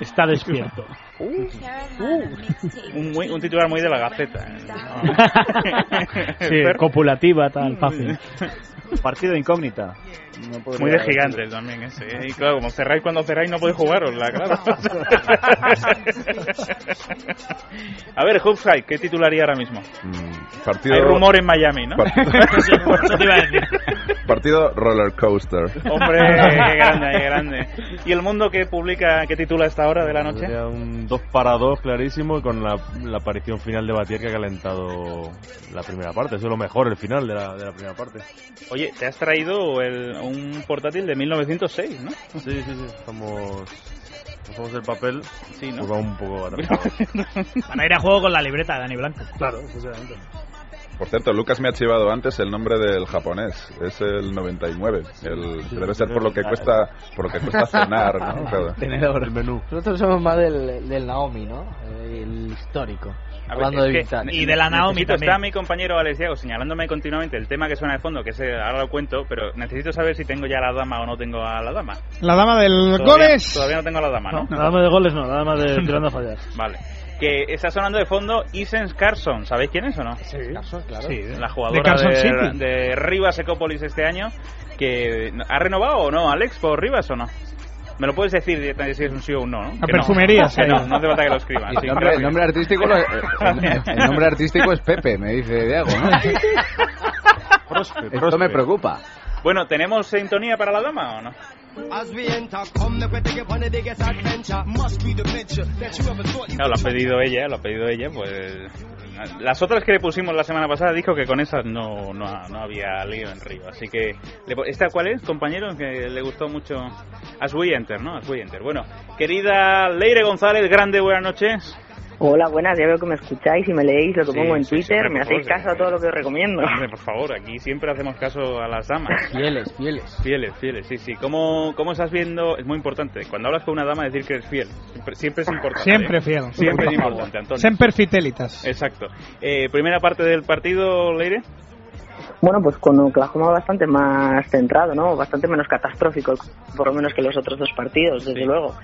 está [LAUGHS] despierto. Uh, Un, muy- un titular muy de la Gaceta. ¿eh? [LAUGHS] sí, Fer- copulativa, Mm. tan [LAUGHS] fácil. Partido incógnita. No podría pues, Muy de haber- gigantes también ese. ¿eh? Y claro, como cerráis cuando cerráis no podéis jugarosla, claro. [LAUGHS] A ver, Hubside, ¿qué titularía ahora mismo? Mm, partido... Hay rumor en Miami, ¿no? [LAUGHS] Sí, eso te iba a decir. partido roller coaster. Hombre, qué grande, qué grande. ¿Y el mundo que publica, que titula a esta hora de la noche? Sería un 2 para 2 clarísimo y con la, la aparición final de Batier que ha calentado la primera parte. Eso es lo mejor, el final de la, de la primera parte. Oye, te has traído el- un portátil de 1906, ¿no? Sí, sí, sí. Estamos. Usamos el papel. Sí, ¿no? Pues va un poco barato. Van a ir a juego con la libreta de Dani Blanco. Claro, Por cierto, Lucas me ha chivado antes el nombre del japonés. Es el 99. El, debe ser por lo que cuesta, por lo que cuesta cenar, ¿no? [LAUGHS] Claro. el menú. Nosotros somos más del, del Naomi, ¿no? El histórico. A ver, Hablando es de que Vital. ne- necesito- Está [LAUGHS] mi compañero Alex Diego señalándome continuamente el tema que suena de fondo, que es, eh, ahora lo cuento, pero necesito saber si tengo ya la dama o no tengo a la dama. La dama del Todavía- goles. Todavía no tengo a la dama, ¿no? No, Nada más de goles no, nada más de tirando a fallar. Vale. Que está sonando de fondo Isen Carson. ¿Sabéis quién es o no? claro. Sí, la De jugadora Carson de, City. de Rivas Ecopolis este año. que ¿Ha renovado o no, Alex, por Rivas o no? Me lo puedes decir directamente si es un sí o un no, ¿no? Que no. perfumería, sí. [LAUGHS] Que no, no hace falta que lo escribas. El nombre, el nombre artístico lo- eh, el, el nombre artístico es Pepe, me dice Diego, ¿no? [LAUGHS] Esto me preocupa. Bueno, ¿tenemos sintonía para la dama o no? As we enter, come the quick upon the biggest adventure. Must be the venture that you ever thought you Claro, lo ha pedido ella, lo ha pedido ella, pues... Las otras que le pusimos la semana pasada dijo que con esas no, no, ha- no había lío en Río, así que... le po- ¿Esta cuál es, compañero? Que le gustó mucho... As We Enter, ¿no? As We Enter. Bueno, querida Leire González, grande, buenas noches. Hola, buenas, ya veo que me escucháis y me leéis lo que Sí, pongo en sí, sí, Twitter, hombre, me por favor, hacéis caso a todo lo que os recomiendo. Hombre, por favor, aquí siempre hacemos caso a las damas. Fieles, fieles. Fieles, fieles, sí, sí. ¿Cómo, ¿Cómo estás viendo? Es muy importante. Cuando hablas con una dama, decir que eres fiel. Siempre, siempre es importante. Siempre ¿eh? fiel. Siempre es importante, Antonio. Semper fidelitas. Exacto. Eh, primera parte del partido, Leire. Bueno, pues con Oklahoma bastante más centrado, ¿no? Bastante menos catastrófico, por lo menos que los otros dos partidos, desde luego.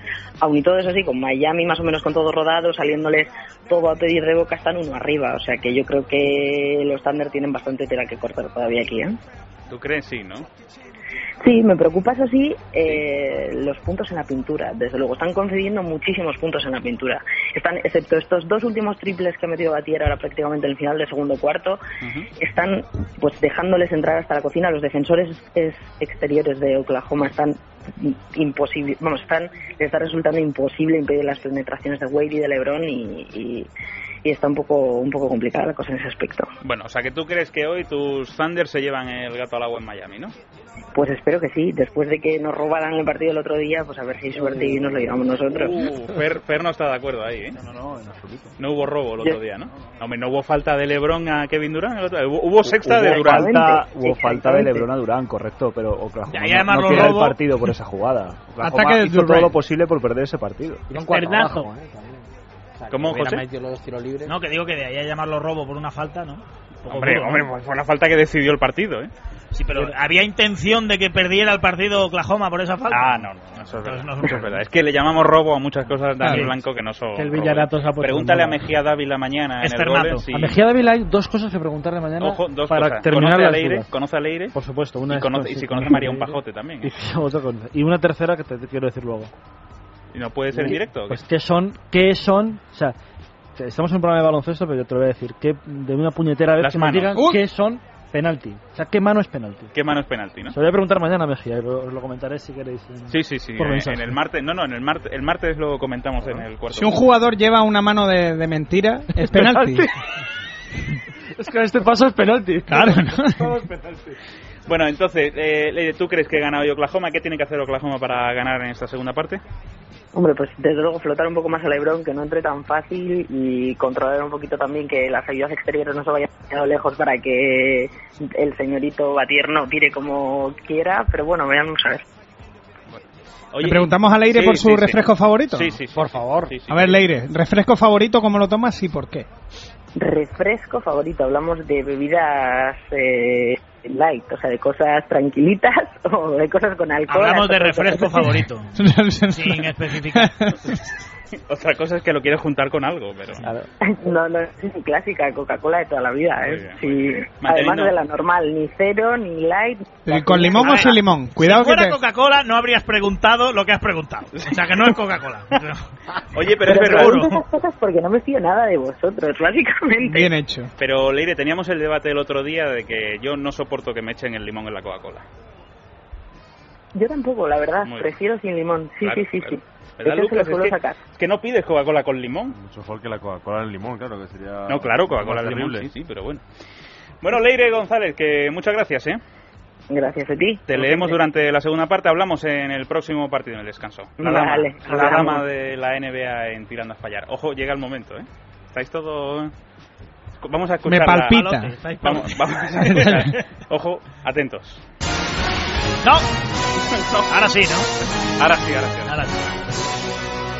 Aun y todo eso así, con Miami más o menos con todo rodado, saliéndoles todo a pedir de boca, están uno arriba. O sea que yo creo que los Thunder tienen bastante tela que cortar todavía aquí, ¿eh? ¿Tú crees? Sí, ¿no? Sí, me preocupa eso sí, eh, los puntos en la pintura. Desde luego, están concediendo muchísimos puntos en la pintura. Están, excepto estos dos últimos triples que ha metido Batier ahora prácticamente en el final del segundo cuarto, están pues dejándoles entrar hasta la cocina. Los defensores es- exteriores de Oklahoma están imposible, vamos, están, les está resultando imposible impedir las penetraciones de Wade y de LeBron y, y- y está un poco, un poco complicada la cosa en ese aspecto. Bueno, o sea que tú crees que hoy tus Thunder se llevan el gato al agua en Miami, ¿no? Pues espero que sí. Después de que nos robaran el partido el otro día, pues a ver si hay suerte y nos lo llevamos nosotros. Uh, Fer, Fer no está de acuerdo ahí, ¿eh? No, no, no, en absoluto. No hubo robo el otro día, ¿no? No, hombre, no hubo falta de Lebron a Kevin Durant. el otro día. Hubo, hubo sexta de Hubo Durant. falta, hubo falta de Lebron a Durán, correcto, pero Oklahoma Ya, no- ya además no, lo pierde el robo. partido por esa jugada. Oklahoma Ataque de hizo todo Durant. lo posible por perder ese partido. Cuadrazo, ¿eh? También. O sea, que ¿Cómo, hubiera José? metido los dos tiros libres. No, que digo que de ahí a llamarlo robo por una falta, ¿no? Un poco Hombre, duro, ¿no? hombre, pues fue la falta que decidió el partido, ¿eh? Sí, pero había intención de que perdiera el partido Oklahoma por esa falta. Ah, no, no, eso es verdad. eso es verdad. Es que le llamamos robo a muchas cosas de Dani Claro. Blanco que no son. Que el robo. ¿eh? Villarato se ha puesto Pregúntale a en moda. Mejía Dávila mañana Ah, en el Externato. Goles y- A Mejía Dávila hay dos cosas que preguntarle mañana Ojo, dos para cosas. terminar conoce a las Leire, dudas. conoce a Leire. Por supuesto, una y, es- conoce, y sí, si conoce a conoce a María un Leire. pajote también. ¿eh? Y, [LAUGHS] otra cosa. Y una tercera que te, te quiero decir luego. Y no puede ser en directo. ¿o qué? Pues qué son, qué son, o sea, estamos en un programa de baloncesto, pero yo te lo voy a decir, que de una puñetera vez Las que me manos. digan ¡Uy! qué son penalti, o sea, qué mano es penalti. ¿Qué mano es penalti, no? Se lo voy a preguntar mañana a Mejía, y lo- os lo comentaré si queréis. en- Sí, sí, sí. Por En, mensaje. en el martes, no, no, en el martes, el martes lo comentamos en el cuarto. Si un jugador lleva una mano de, de mentira, es penalti. es que este paso es penalti. Claro, ¿no? Bueno, entonces, eh, Leire, ¿tú crees que gana hoy Oklahoma? ¿Qué tiene que hacer Oklahoma para ganar en esta segunda parte? Hombre, pues desde luego flotar un poco más a Lebron, que no entre tan fácil y controlar un poquito también que las ayudas exteriores no se vayan demasiado lejos para que el señorito Batier no tire como quiera, pero bueno, veamos a ver. ¿Le preguntamos a Leire Sí, por su sí, sí. refresco favorito? Sí, sí, sí, por favor. a ver, Leire, ¿refresco favorito cómo lo tomas y por qué? Refresco favorito, hablamos de bebidas eh, light, o sea, de cosas tranquilitas [LAUGHS] o de cosas con alcohol. Hablamos de [LAUGHS] hasta- [LAUGHS] refresco [LAUGHS] favorito. Sin especificar. Otra cosa es que lo quieres juntar con algo, pero. [LAUGHS] No, no, es mi clásica Coca-cola de toda la vida, Muy ¿eh? bien, Sí. Además Manteniendo- de la normal, ni cero, ni light. Eh, ¿Con limón Ah. o A ver, sin limón? Cuidado si que fuera te... Coca-Cola no habrías preguntado lo que has preguntado. O sea, que no es [LAUGHS] Coca-Cola. Oye, pero, Pero es verdad. pregunto esas cosas porque no me fío nada de vosotros, básicamente. Bien hecho. Pero Leire, teníamos el debate el otro día de que yo no soporto que me echen el limón en la Coca-Cola. Yo tampoco, la verdad, Muy bien. prefiero sin limón. Sí, Claro, sí, sí, claro. sí. De ¿Verdad, hecho, Lucas? Este se lo Es suelo que- sacar. Es que no pides Coca-cola con limón. Mucho mejor que la Coca-Cola en limón, claro, que sería... No, claro, Coca-Cola más de limón, terrible. sí, sí, pero bueno. Bueno, Leire González, que muchas gracias, ¿eh? Gracias a ti. Te leemos durante la segunda parte, hablamos en el próximo partido, en el descanso. La dama, Vale, la hablamos. dama de la NBA en Tirando a Fallar. Ojo, llega el momento, ¿eh? ¿Estáis todos vamos a escuchar. Me palpita. La... Vamos, vamos a escuchar. Ojo, atentos. [LAUGHS] No. Ahora sí, ¿no? Ahora sí, ahora sí. Ahora sí.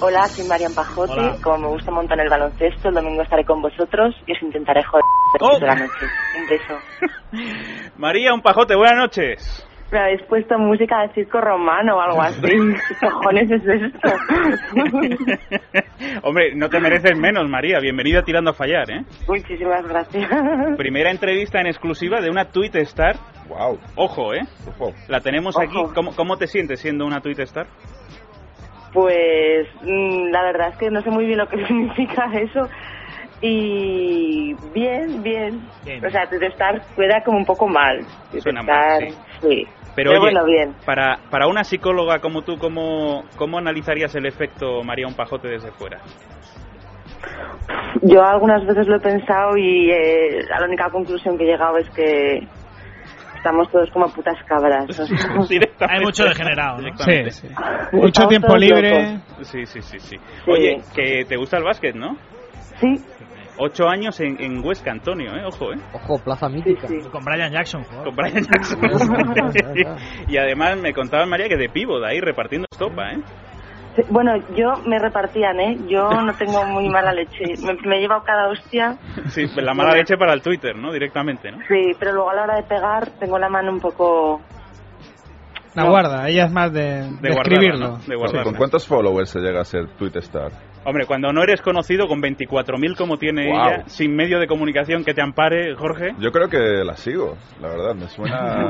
Hola, soy Marian Pajote. Hola. Como me gusta montar el baloncesto, el domingo estaré con vosotros y os intentaré joder Oh. de la noche. Un beso. [LAUGHS] María, un pajote, buenas noches. Me habéis puesto música de circo romano o algo [LAUGHS] así. ¿Qué cojones es esto? [LAUGHS] Hombre, no te mereces menos, María. Bienvenida a Tirando a Fallar, ¿eh? Muchísimas gracias. Primera entrevista en exclusiva de una tweet star. Wow. Ojo, ¿eh? La tenemos aquí. ¿Cómo, cómo te sientes siendo una tweet star? Pues mm, la verdad es que no sé muy bien lo que [LAUGHS] significa eso. Y bien, bien. Bien. O sea, tu estar queda como un poco mal. Tu Suena estar, mal, sí. sí. Pero oye, bueno, bien. Para, para una psicóloga como tú, ¿cómo, ¿cómo analizarías el efecto María un pajote desde fuera? Yo algunas veces lo he pensado y eh, a la única conclusión que he llegado es que estamos todos como putas cabras. [LAUGHS] o sea. [LAUGHS] Hay mucho degenerado. ¿no? Directamente. Sí, sí. Mucho tiempo libre. Sí, sí, sí, sí. Oye, que te gusta el básquet, ¿no? Sí. Ocho años en, en Huesca, Antonio, ¿eh? Ojo, ¿eh? Ojo, plaza mítica. Con Brian Jackson. jugaba. Con Brian Jackson. [LAUGHS] y además me contaba María que de pívot ahí repartiendo estopa, ¿eh? Sí, Bueno, yo me repartían, ¿eh? Yo no tengo muy mala leche. Me, me he llevado cada hostia, Sí, la mala leche para el Twitter, ¿no? Directamente, ¿no? sí, pero luego a la hora de pegar tengo la mano un poco... La guarda, ella es más de, de, guardarla, escribirlo. ¿no? De guardarla. ¿Con cuántos followers se llega a ser Tweet Star? Hombre, cuando no eres conocido con 24.000 como tiene Guau. ella, sin medio de comunicación que te ampare, Jorge. Yo creo que la sigo, la verdad, me Ah. suena...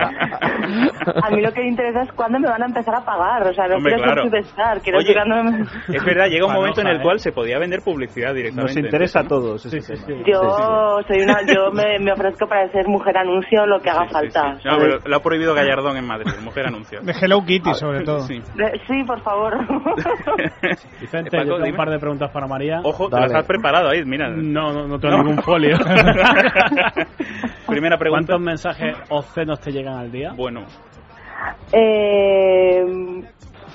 A mí lo que me interesa es cuándo me van a empezar a pagar. O sea, no Hombre, quiero claro. ser superstar, quiero Oye, ser grande- [LAUGHS] Es verdad, llega un Panoja, momento en el ¿eh? cual se podía vender publicidad directamente. Nos interesa a ¿no? todos. ese tema. Yo soy una, yo me, me ofrezco para ser mujer anuncio lo que haga falta. No, pero lo ha prohibido Gallardón en Madrid, mujer [LAUGHS] anuncia. De Hello Kitty, sobre todo. Sí. Eh, Sí, por favor. Vicente, yo Eh, Paco, tengo dime. un par de preguntas para María. Ojo, te las has preparado ahí, mira. No, no, no tengo ningún folio. [LAUGHS] Primera pregunta. ¿Cuántos mensajes obscenos te llegan al día? Bueno, Eh,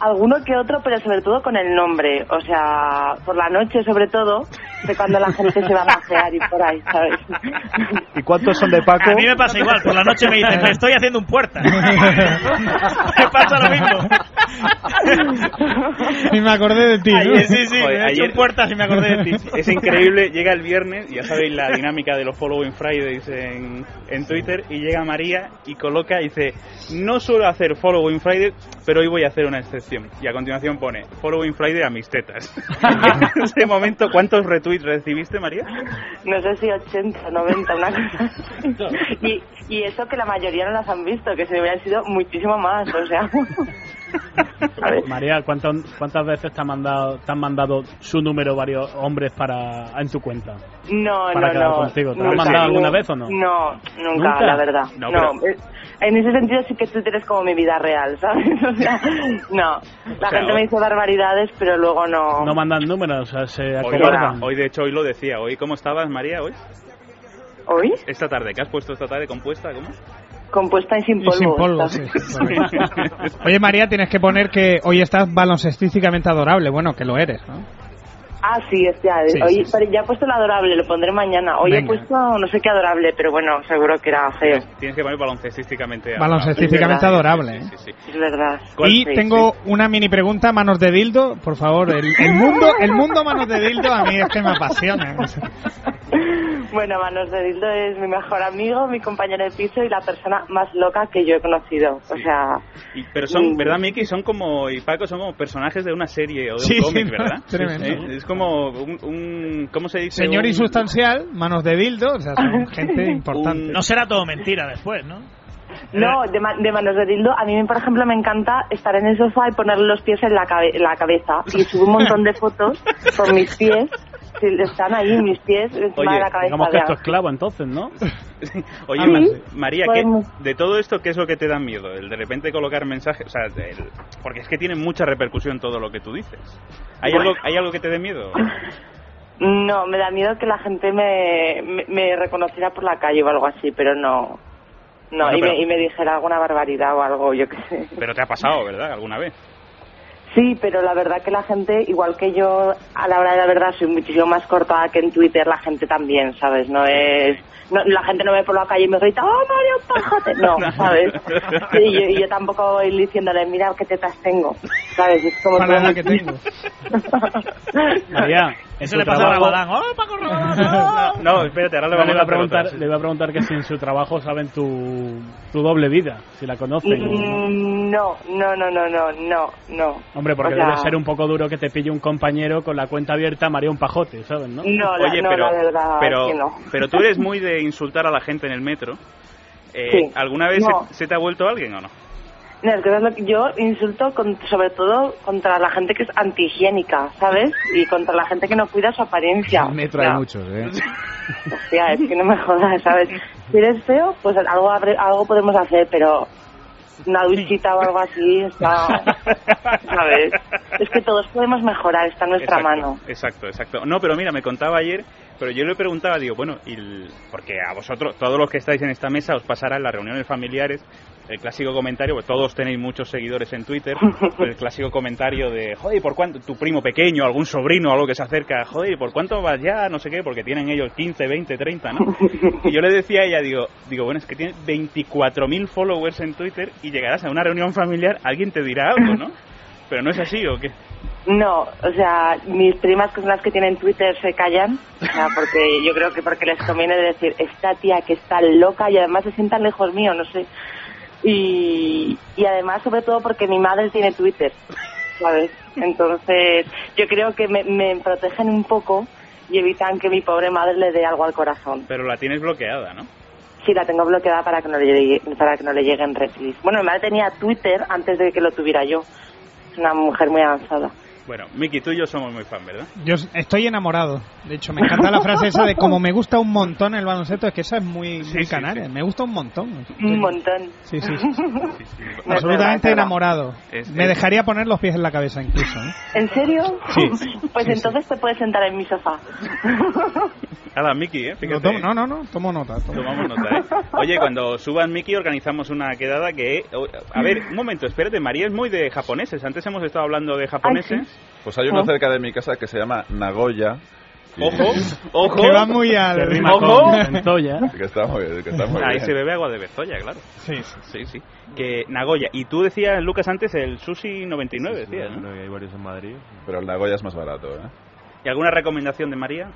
alguno que otro, pero sobre todo con el nombre. O sea, por la noche sobre todo, de cuando la gente se va a pasear y por ahí, ¿sabes? [LAUGHS] ¿Y cuántos son de Paco? A mí me pasa igual, por la noche me dicen, me estoy haciendo un [LAUGHS] puerta. [LAUGHS] me pasa lo mismo. Y me acordé de ti. ¿no? Ayer, sí, sí, Joder, me he hecho ayer- un puerta si me acordé de ti. es increíble, llega el viernes, ya sabéis la dinámica de los following Fridays en, en Twitter, y llega María y coloca, dice, no suelo hacer following Friday, pero hoy voy a hacer una excepción. Y a continuación pone, following Friday a mis tetas. [LAUGHS] en ese momento, ¿cuántos retweets recibiste, María? No sé si 80, 90, una cosa. así. Y, y eso que la mayoría no las han visto, que se hubieran sido muchísimo más, o sea. [LAUGHS] María, ¿cuántas, cuántas veces te han, mandado, te han mandado su número varios hombres para en tu cuenta? No, Para no, quedar no. contigo. ¿Te lo han Nunca, mandado alguna nu- vez o no? No, nunca, ¿Nunca? la verdad. No, No, pero- eh, En ese sentido sí que tú eres como mi vida real, ¿sabes? [LAUGHS] O sea, no. La O sea, gente o- me dice barbaridades, pero luego no. No mandan números, o sea, se Hoy, lo- acobardan. hoy, de hecho, hoy lo decía. Hoy, ¿cómo estabas, María, hoy? ¿Hoy? Esta tarde, ¿qué has puesto esta tarde compuesta? ¿Cómo? Compuesta y sin Y polvo. sin polvo, sí. ¿sabes? Oye, María, tienes que poner que hoy estás baloncestísticamente adorable. Bueno, que lo eres, ¿no? Ah, sí, hostia. Sí, hoy, sí, sí. Pero ya he puesto el adorable, lo pondré mañana. Hoy Venga. he puesto no sé qué adorable, pero bueno, seguro que era feo. Tienes- Tienes que poner baloncestísticamente. Baloncestísticamente Es verdad. adorable. ¿eh? Sí, sí, sí. Es verdad. ¿Cuál? Y Sí, tengo una mini pregunta, manos de dildo, por favor. El, el mundo, el mundo manos de dildo a mí es que me apasiona. Bueno, Manos de Dildo es mi mejor amigo, mi compañero de piso y la persona más loca que yo he conocido. O sea, Y- pero son, Mm. ¿verdad, Miki? Son como, y Paco, son como personajes de una serie o de un Sí, cómic, [LAUGHS] sí, ¿verdad? tremendo. Eh, Es como un, un- ¿cómo se dice? Señor Un- insustancial, manos de dildo, o sea, son gente importante. No será todo mentira después, ¿no? Eh. no, de, ma- de Manos de Dildo, a mí, por ejemplo, me encanta estar en el sofá y ponerle los pies en la, cabe- en la cabeza. Y subo un montón de fotos con mis pies. Si están ahí mis pies encima Oye, de la cabeza. Digamos que de- esto es clavo entonces, [LAUGHS] ¿no? Oye, Ah, Ma- sí. María, Pues ¿qué- mu- de todo esto, ¿qué es lo que te da miedo? El de repente colocar mensajes, o sea, el- porque es que tiene mucha repercusión todo lo que tú dices. ¿Hay, algo, ¿hay algo que te dé [LAUGHS] miedo? No, me da miedo que la gente me, me, me reconociera por la calle o algo así, pero no. No, Bueno, y, pero- me, y me dijera alguna barbaridad o algo, yo qué sé. Pero te ha pasado, ¿verdad? ¿Alguna vez? Sí, pero la verdad que la gente, igual que yo, a la hora de la verdad soy muchísimo más cortada que en Twitter, la gente también, ¿sabes? No es... no- la gente no me ve por la calle y me grita, ¡Oh, Mario, pájate! No, [LAUGHS] ¿sabes? Y yo, y yo tampoco voy diciéndole, mira qué tetas tengo, ¿sabes? Es como... Para todo- la que tengo. María, en Eso tu le pasa a trabajo- Rabadán. ¡Oh, Paco Rabadán! No, espérate, ahora le No, vamos iba a preguntar. Le iba a preguntar que si en su trabajo saben tu, tu doble vida, si la conocen. o no. Mm, No, no, no, no, no, no, no. Hombre, porque O sea, debe ser un poco duro que te pille un compañero con la cuenta abierta María un pajote, ¿sabes? No, No, la- Oye, no, pero, la verdad pero, es que no. pero tú eres muy de insultar a la gente en el metro. Eh, Sí. ¿Alguna vez No. se, se te ha vuelto alguien o no? No, es que sabes lo que- yo insulto con- sobre todo contra la gente que es antihigiénica, ¿sabes? Y contra la gente que no cuida su apariencia. Me trae O sea, muchos, ¿eh? [LAUGHS] Hostia, es que no me jodas, ¿sabes? Si eres feo, pues algo, abre- algo podemos hacer, pero una duchita o algo así, está, ¿sabes? Es que todos podemos mejorar, está en nuestra exacto, mano. Exacto, exacto. No, pero mira, me contaba ayer, pero yo le preguntaba, digo, bueno, y el- porque a vosotros, todos los que estáis en esta mesa, os pasará en las reuniones familiares el clásico comentario, pues todos tenéis muchos seguidores en Twitter, el clásico comentario de, joder, ¿y ¿por cuánto? Tu primo pequeño, algún sobrino, algo que se acerca, joder, ¿y ¿por cuánto vas ya? No sé qué, porque tienen ellos 15, 20, 30, ¿no? Y yo le decía a ella, digo, digo bueno, es que tienes 24.000 followers en Twitter y llegarás a una reunión familiar, alguien te dirá algo, ¿no? Pero no es así, ¿o qué? No, o sea, mis primas que son las que tienen Twitter se callan, o sea, porque yo creo que porque les conviene decir, esta tía que está loca y además se sientan lejos mío, no sé. Y, y además, sobre todo, porque mi madre tiene Twitter, ¿sabes? Entonces, yo creo que me, me protegen un poco y evitan que mi pobre madre le dé algo al corazón. Pero la tienes bloqueada, ¿no? Sí, la tengo bloqueada para que no le, llegue- para que no le lleguen replis. Bueno, mi madre tenía Twitter antes de que lo tuviera yo. Es una mujer muy avanzada. Bueno, Miki, tú y yo somos muy fan, [LAUGHS] ¿verdad? Yo s- estoy enamorado. De hecho, me encanta la frase esa de como me gusta un montón el baloncesto. Es que esa es muy, muy canaria. Me gusta un montón. Un montón. [LAUGHS] Sí, sí. No, Absolutamente es verdad, [LAUGHS] enamorado. Es- Me es- dejaría poner los pies en la cabeza incluso. ¿eh? ¿En serio? Sí. [LAUGHS] Pues Sí, entonces te puedes sentar en mi sofá. Nada, Miki, ¿eh? Lo Fíjate. tomo- no, no, no. Tomo nota. tomo Tomamos nota, ¿eh? [LAUGHS] Oye, cuando suban Miki organizamos una quedada que... A ver, un momento, espérate, María es muy de japoneses. Antes hemos estado hablando de japoneses. Pues hay uno ¿Ah? cerca de mi casa que se llama Nagoya. y- [LAUGHS] Ojo, ojo. Que va muy al- Se rima Ojo. con Bentoya. Que está muy- que está muy Ahí bien. se bebe agua de Bertoya, claro. Sí, sí. sí. Que Nagoya. Y tú decías, Lucas, antes el sushi 99, Sí, sí, decías, ¿no? Hay varios en Madrid. Pero el Nagoya es más barato, ¿eh? ¿Y alguna recomendación de María?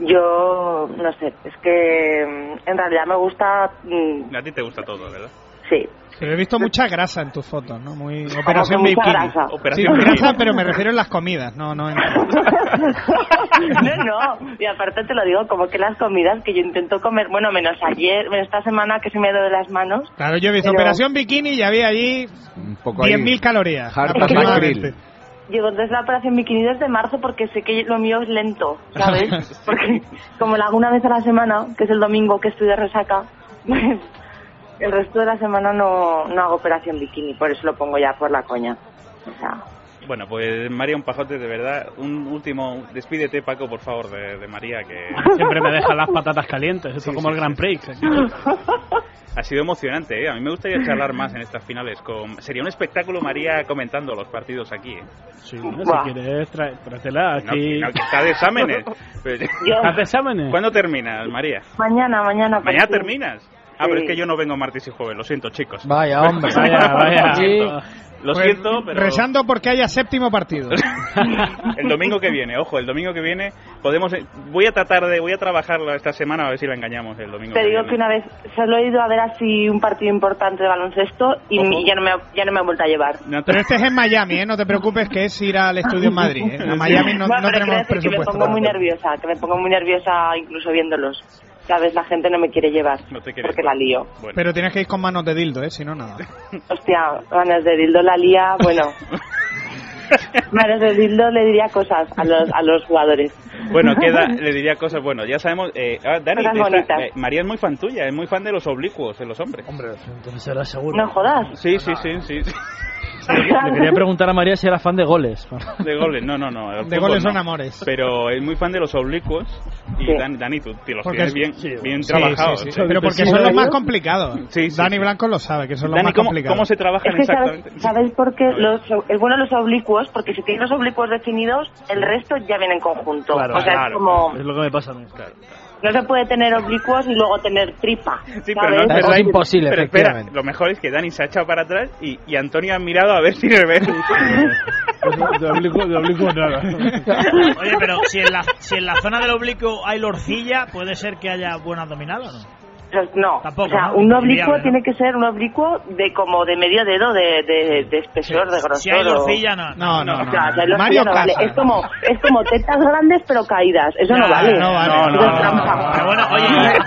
Yo no sé, es que mm, en realidad me gusta, mm, A ti te gusta todo, ¿verdad? sí, [LAUGHS] Pero he visto mucha grasa en tus fotos, ¿no? Muy Como operación que mucha bikini. grasa. Sí, Operación bikini. grasa, pero me refiero en las comidas, [LAUGHS] no, no. en- no, no, y aparte te lo digo, como que las comidas que yo intento comer, bueno, menos ayer, menos esta semana que se me ha ido de las manos, Claro, yo he visto Pero- operación bikini y había allí Un poco ahí. 10.000 calorías. Harta aproximadamente. Digo, entonces la operación bikini desde marzo porque sé que lo mío es lento, ¿sabes? Porque como la hago una vez a la semana, que es el domingo que estoy de resaca, pues el resto de la semana no, no hago operación bikini, por eso lo pongo ya por la coña. O sea, Bueno, pues María, un pajote de verdad. Un último, despídete, Paco, por favor, de, de María, que [LAUGHS] Siempre me deja las patatas calientes, eso es como el Grand Prix. ¿eh? aquí. ha sido emocionante. ¿eh? A mí me gustaría charlar más en estas finales. Con... Sería un espectáculo, María, comentando los partidos aquí. ¿eh? Sí, bueno, Buah. si quieres, tra- tráetela No, aquí. no, que está de exámenes. Pero- [LAUGHS] ¿Estás de exámenes? ¿Cuándo terminas, María? mañana, mañana. ¿Mañana por fin. terminas? Ah, pero es que yo no vengo martes y jueves, lo siento, chicos. Vaya, hombre. Vaya, vaya. Lo siento, Lo Pues, siento, pero Rezando porque haya [LAUGHS] séptimo partido. el domingo que viene, ojo, el domingo que viene podemos eh, voy a tratar de voy a trabajarlo esta semana a ver si la engañamos el domingo. Te digo viene. que una vez solo he ido a ver así un partido importante de baloncesto y Ojo. ya no me ya no me han vuelto a llevar. No te- Pero este es en Miami, ¿eh? No te preocupes que es ir al estudio en Madrid. ¿eh? A Miami no, no pero quiero decir tenemos que me presupuesto. pongo muy nerviosa, que me pongo muy nerviosa incluso viéndolos. Sabes, la gente no me quiere llevar No te quieres. porque la lío. Bueno. Pero tienes que ir con manos de dildo, ¿eh? Si no, nada. Hostia, manos de dildo la lía, [LAUGHS] bueno. manos de dildo le diría cosas a los, a los jugadores. Bueno, queda, le diría cosas. Bueno, ya sabemos. Eh, ah, Dani, Cosas te está- bonitas. eh, María es muy fan tuya, es muy fan de los oblicuos, de los hombres. Hombre, entonces será seguro. No jodas. Sí, sí, sí, sí. [LAUGHS] Le quería preguntar a María si era fan de goles. De goles, no, no, no. De goles son amores. Pero es muy fan de los oblicuos. Y Sí. Dan- Dani, tú te los Porque tienes es- bien, sí, bien sí, trabajados. sí, sí. ¿eh? Pero porque son los más complicados. Sí, sí, Dani sí. Blanco lo sabe, que son los Dani, más ¿cómo- complicados. cómo se trabajan Es que sabes, sabéis por qué los, es bueno los oblicuos, porque si tienes los oblicuos definidos, el resto ya viene en conjunto. o sea, es como, Es lo que me pasa a mí. Claro. no se puede tener oblicuos y luego tener tripa. Sí, pero ¿sabes? no es verdad. imposible, Pero espera, efectivamente. lo mejor es que Dani se ha echado para atrás y, y Antonio ha mirado a ver si le [LAUGHS] ve. De oblicuo, de oblicuo nada. Oye, pero si en, la, si en la zona del oblicuo hay lorcilla, puede ser que haya buena abdominal o no. No, Tampoco, o sea, ¿no? un oblicuo Inviable, ¿no? tiene que ser un oblicuo de como de medio dedo de, de, de espesor, de grosor. Si hay o- lorcilla, no. No, no, O sea, no. si hay lorcilla Mario no vale. Casa. Es como, es como tetas grandes pero caídas. Eso no, Ya, vale. no vale. Eso No, es no, trampa. Pero bueno, oye,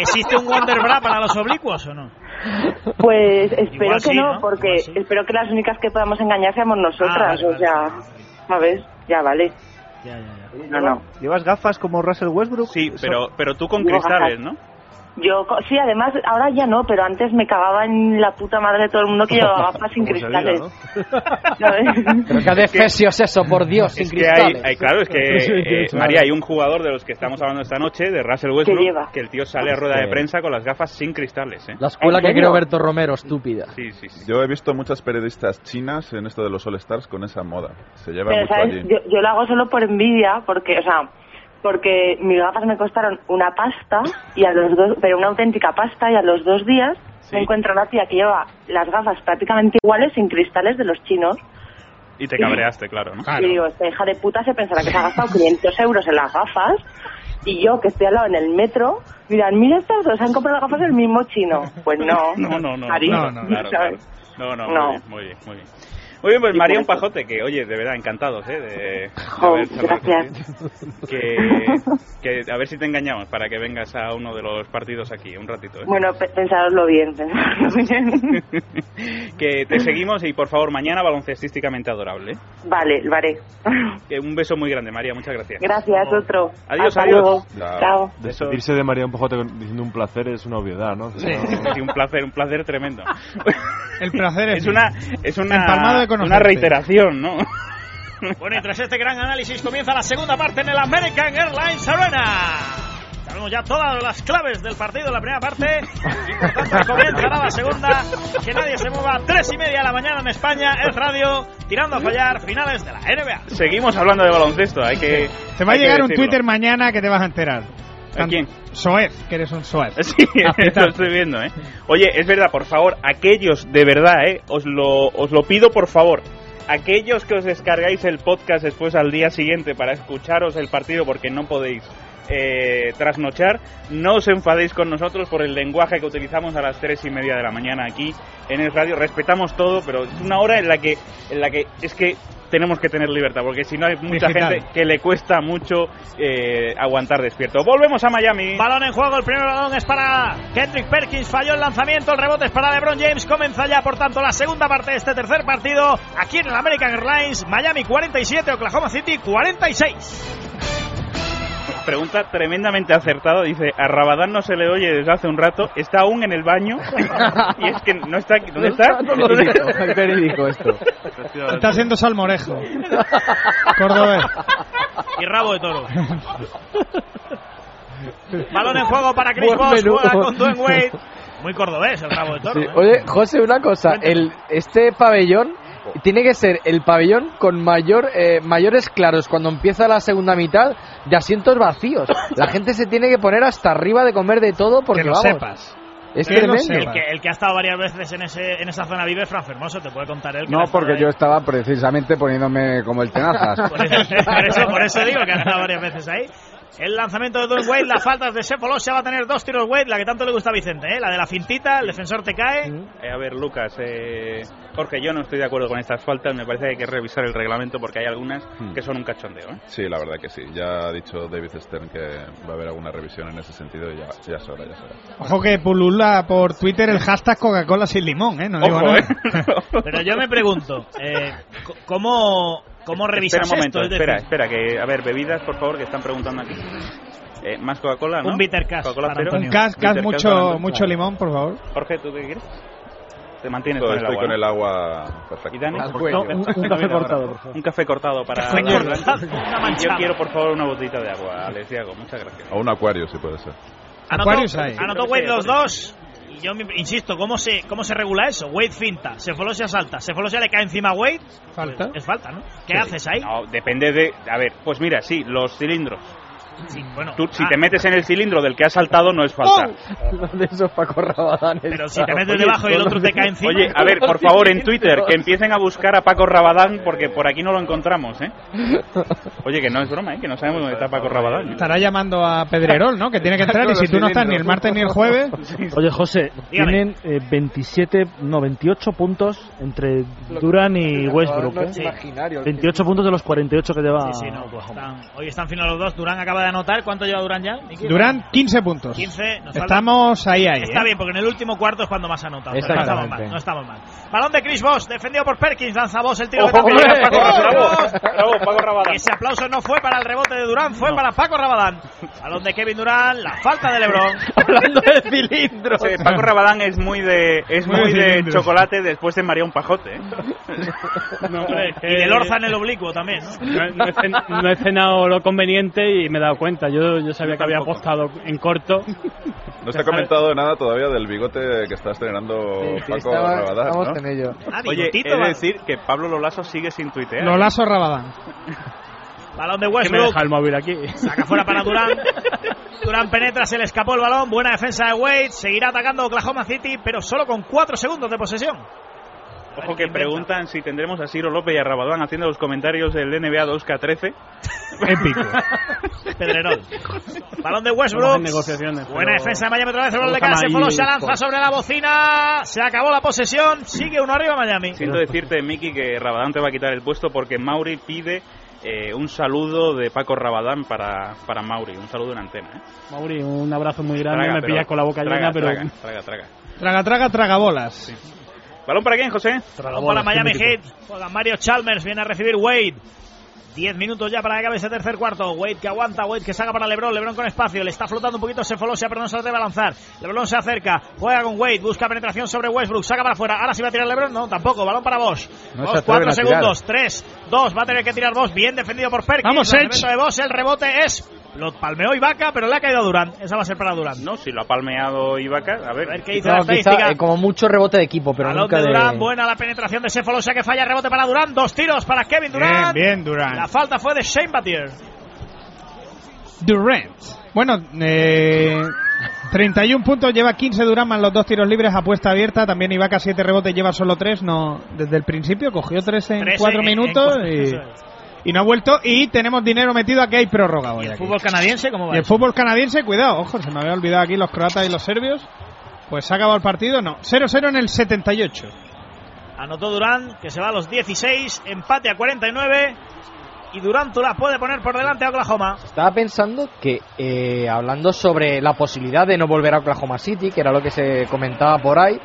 ¿existe un Wonder Bra para los oblicuos o no? Pues espero Igual que sí, no, ¿no? porque espero que las únicas que podamos engañar seamos nosotras. Ah, vale, o sea, ¿sabes? Ya vale. Eh, No, no. ¿Llevas gafas como Russell Westbrook? Sí, pero, pero tú con Digo, cristales, ajá. ¿no? Yo, co- sí, además, ahora ya no, pero antes me cagaba en la puta madre de todo el [LAUGHS] mundo que llevaba gafas sin Como se diga, cristales. ¿no? ¿Sabes? Pero que de Efesios eso, por Dios, sin Es que hay, cristales. hay- claro, es que, Sí, sí, eh, claro. María, hay un jugador de los que estamos hablando esta noche, de Russell Westbrook, lleva? que el tío sale a rueda de Sí. prensa con las gafas sin cristales, ¿eh? La escuela que creó Berto Romero, estúpida. Sí, sí, sí. Yo he visto muchas periodistas chinas en esto de los All Stars con esa moda. Se lleva Pero, mucho ¿sabes? allí. Yo, yo lo hago solo por envidia, porque, o sea, porque mis gafas me costaron una pasta, y a los dos, pero una auténtica pasta, y a los dos días me encuentro una tía que lleva las gafas prácticamente iguales sin cristales de los chinos. Y te cabreaste, claro, ¿no? Y digo, esta hija de puta se pensará que se ha gastado 500 euros en las gafas. Y yo, que estoy al lado en el metro, dirán, mira estas dos, han comprado gafas del mismo chino. Pues no. No, no, no. Cari, claro, claro, ¿sabes? claro. No, no, No. Muy, bien, muy bien, muy bien. Muy bien, pues Y María, un por eso- pajote que, oye, de verdad, encantados, ¿eh? De, de Jo, haber charlado gracias. contigo. Que, que a ver si te engañamos para que vengas a uno de los partidos aquí, un ratito, ¿eh? Bueno, pe- pensadoslo bien, pensadoslo bien. Que te seguimos y, por favor, mañana baloncestísticamente adorable. ¿eh? vale, lo haré. Que un beso muy grande, María, muchas gracias. Gracias, otro. Adiós, Hasta adiós. luego. Chao. Chao. Despedirse de María un Pajote con- diciendo un placer es una obviedad, ¿no? Sí, sí, un placer, un placer tremendo. [LAUGHS] El placer es una es Empalmado una, de conocerte. una reiteración, ¿no? [LAUGHS] [LAUGHS] Bueno, y tras este gran análisis comienza la segunda parte en el American Airlines Arena. Sabemos ya todas las claves del partido, la primera parte. Y por tanto comenzará la segunda. Que nadie se mueva. Tres y media de la mañana en España. Es radio. Tirando a fallar. Finales de la NBA. Seguimos hablando de baloncesto, hay que Te va a hay que llegar un decirlo. Twitter mañana que te vas a enterar. ¿A quién? Soez, que eres un Soez. [LAUGHS] Sí, [LAUGHS] lo estoy viendo, ¿eh? Oye, es verdad, por favor, aquellos de verdad, ¿eh? Os lo, os lo pido, por favor. Aquellos que os descargáis el podcast después al día siguiente para escucharos el partido porque no podéis eh, trasnochar, no os enfadéis con nosotros por el lenguaje que utilizamos a las tres y media de la mañana aquí en el radio. Respetamos todo, pero es una hora en la que, en la que es que tenemos que tener libertad porque si no hay mucha Digital. gente que le cuesta mucho eh, aguantar despierto. Volvemos a Miami. Balón en juego, el primer balón es para Kendrick Perkins, falló el lanzamiento, el rebote es para LeBron James, comienza ya por tanto la segunda parte de este tercer partido aquí en el American Airlines, Miami 47, Oklahoma City 46. Pregunta tremendamente acertada. Dice, a Rabadán no se le oye desde hace un rato. Está aún en el baño. [LAUGHS] y es que no está aquí. ¿Dónde está? Verídico, es verídico esto. Está siendo salmorejo. Cordobés. Y rabo de toro. Balón en juego para Chris Buen Bosh, menú. juega con Dwayne Wade. Muy cordobés el rabo de toro. Sí. ¿eh? Oye, José, una cosa, el este pabellón tiene que ser el pabellón con mayor eh, mayores claros cuando empieza la segunda mitad de asientos vacíos. La gente se tiene que poner hasta arriba de comer de todo porque Que lo vamos. sepas. Es Pero tremendo. El que, el que ha estado varias veces en, ese, en esa zona vive, Fran Fermoso, te puede contar él. que No, ha estado porque ahí. yo estaba precisamente poniéndome como el tenazas. Por eso, por eso- por eso digo que ha estado varias veces ahí. El lanzamiento de Don Wade, las faltas de Sefolov, se va a tener dos tiros Wade, la que tanto le gusta a Vicente, ¿eh? la de la fintita, el defensor te cae. Eh, a ver, Lucas, eh, Jorge, yo no estoy de acuerdo con estas faltas. Me parece que hay que revisar el reglamento porque hay algunas que son un cachondeo. ¿eh? Sí, la verdad que sí. Ya ha dicho David Stern que va a haber alguna revisión en ese sentido y ya, ya es hora, ya es hora. Ojo que pulula por Twitter el hashtag Coca-Cola sin limón, ¿eh? No digo Ojo, nada. [LAUGHS] Pero yo me pregunto, eh, co- ¿cómo, cómo revisas Espera un momento, esto? Es espera, decir, espera. que A ver, bebidas, por favor, que están preguntando aquí. Eh, ¿Más Coca-Cola, no? Un bitter cash Coca-Cola para cero. Un cas, cas Bitter cash para mucho, [LAUGHS] Antonio. mucho limón, por favor. Jorge, ¿tú qué quieres? Te mantienes Todo con el estoy agua. con ¿no? el agua perfecta. ¿Y Dani? Ah, favor. Un café cortado para... Café Dani. cortado. Una Yo manchada. quiero, por favor, una botellita de agua, Alex Diago. Muchas gracias. O un acuario, si puede ser. Anotó, anotó Creo que Wade sea, los dos. Y yo me- insisto, ¿cómo se, ¿cómo se regula eso? Wade finta, Sefolosia salta, Sefolosia le cae encima a Wade. Falta. es falta, ¿no? ¿Qué Sí. haces ahí? No, depende de... A ver, pues mira, sí, los cilindros. Sí, bueno, Tú, si ah, te metes en el cilindro del que has saltado, no es falta. De esos Paco Rabadán Pero si te metes debajo y el otro te cae encima. Oye, a ver, [LAUGHS] por favor, en Twitter, que empiecen a buscar a Paco Rabadán, porque por aquí no lo encontramos, ¿eh? Oye, que no es broma, ¿eh? Que no sabemos dónde está Paco Rabadán. Estará llamando a Pedrerol, ¿no? Que tiene que [LAUGHS] entrar y si tú no estás ni el martes ni [LAUGHS] el jueves. Oye, José, Dígame. tienen eh, 27, no, 28 puntos entre Duran y Westbrook. no ¿eh? es imaginario. 28 puntos de los 48 que lleva. Sí, sí, no, pues, están- hoy están final los dos. Durán acaba de anotar. ¿Cuánto lleva Durán ya? Miki? Durán, 15 puntos. 15, nos falta- Estamos ahí, ahí. Está ¿eh? bien, porque en el último cuarto es cuando más ha anotado. O sea, no estamos Exactamente. mal, no estamos mal. Balón de Chris Voss, defendido por Perkins. Lanza Voss el tiro ¡Ojo, de tapia. hombre! ¡Paco ¡Bravo! Rabadán! Paco Rabadán. Ese aplauso no fue para el rebote de Durán, fue para Paco Rabadán. Balón de Kevin Durán, la falta de LeBron. Hablando de cilindros. Paco Rabadán es muy de es Muy muy de de cilindros. chocolate después de María un pajote. [LAUGHS] ¿eh? y de Lorza en el oblicuo también. No, no he cen- no he cenado lo conveniente y me he dado cuenta. Yo, yo sabía que había apostado en corto. No se ha comentado nada todavía del bigote que está estrenando Paco Rabadán, ¿no? Ah, Oye, he bigotito, de Ah, va. decir que Pablo Lolaso sigue sin tuitear. Lolaso Rabadán. Balón de Que me Westbrook. deja el móvil aquí. Saca fuera para Durán. Durán penetra, se le escapó el balón. Buena defensa de Wade. Seguirá atacando Oklahoma City, pero solo con 4 segundos de posesión. Ojo que preguntan si tendremos a Ciro López y a Rabadán haciendo los comentarios del NBA 2K13. Épico. Pedrerol. Balón de Estamos Westbrook. en negociaciones, Buena pero- defensa de Miami otra vez. El balón de Ojalá Cáceres. y- Folo se lanza sobre la bocina. Se acabó la posesión. Sigue uno arriba Miami. Siento decirte, Miki, que Rabadán te va a quitar el puesto porque Mauri pide eh, un saludo de Paco Rabadán para, para Mauri, un saludo en antena. ¿eh? Mauri, un abrazo muy grande. Traga, me pero- pillas con la boca traga, llena, pero. Traga, traga, traga. Traga, traga, traga bolas. ¿Balón para quién, José? Balón para Miami Heat. Juega Mario Chalmers. Viene a recibir Wade. 10 minutos ya para que acabe ese tercer cuarto. Wade que aguanta, Wade que saca para Lebron. Lebron con espacio. Le está flotando un poquito se Folosia, pero no se atreve a lanzar. Lebron se acerca. Juega con Wade. Busca penetración sobre Westbrook. Saca para afuera. Ahora sí va a tirar Lebron. No, tampoco. Balón para Bosch. No Bosch, se atreven cuatro a tirar. segundos. Tres, dos. Va a tener que tirar Bosch. Bien defendido por Perkins. Vamos, Lanzamiento Edge. de Bosch. El rebote es... Lo palmeó Ibaka, pero le ha caído a Durán. Esa va a ser para Durán. No, si lo ha palmeado Ibaka. A ver, qué dice la estadística. eh, como mucho rebote de equipo, pero Balón nunca de de... Durán, buena la penetración de Sefolosia que falla, rebote para Durán, dos tiros para Kevin Durán. bien, Durán. La falta fue de Shane Batier. Durant. Bueno, eh, 31 puntos, lleva 15 Durant más los dos tiros libres a puesta abierta. También Ibaka 7 rebotes, lleva solo 3. No, desde el principio cogió 3 en Tres 4 en- en minutos cuatro, y, eso y no ha vuelto. Y tenemos dinero metido aquí, hay prórroga hoy. aquí. Fútbol canadiense, ¿cómo va? Y el fútbol canadiense, cuidado, ojo, se me había olvidado aquí los croatas y los serbios. Pues se ha acabado el partido, no. 0-0 en el 78. Anotó Durán, que se va a los 16, empate a 49. Y Durán tú la puede poner por delante a Oklahoma. Estaba pensando que, eh, hablando sobre la posibilidad de no volver a Oklahoma City, que era lo que se comentaba por ahí,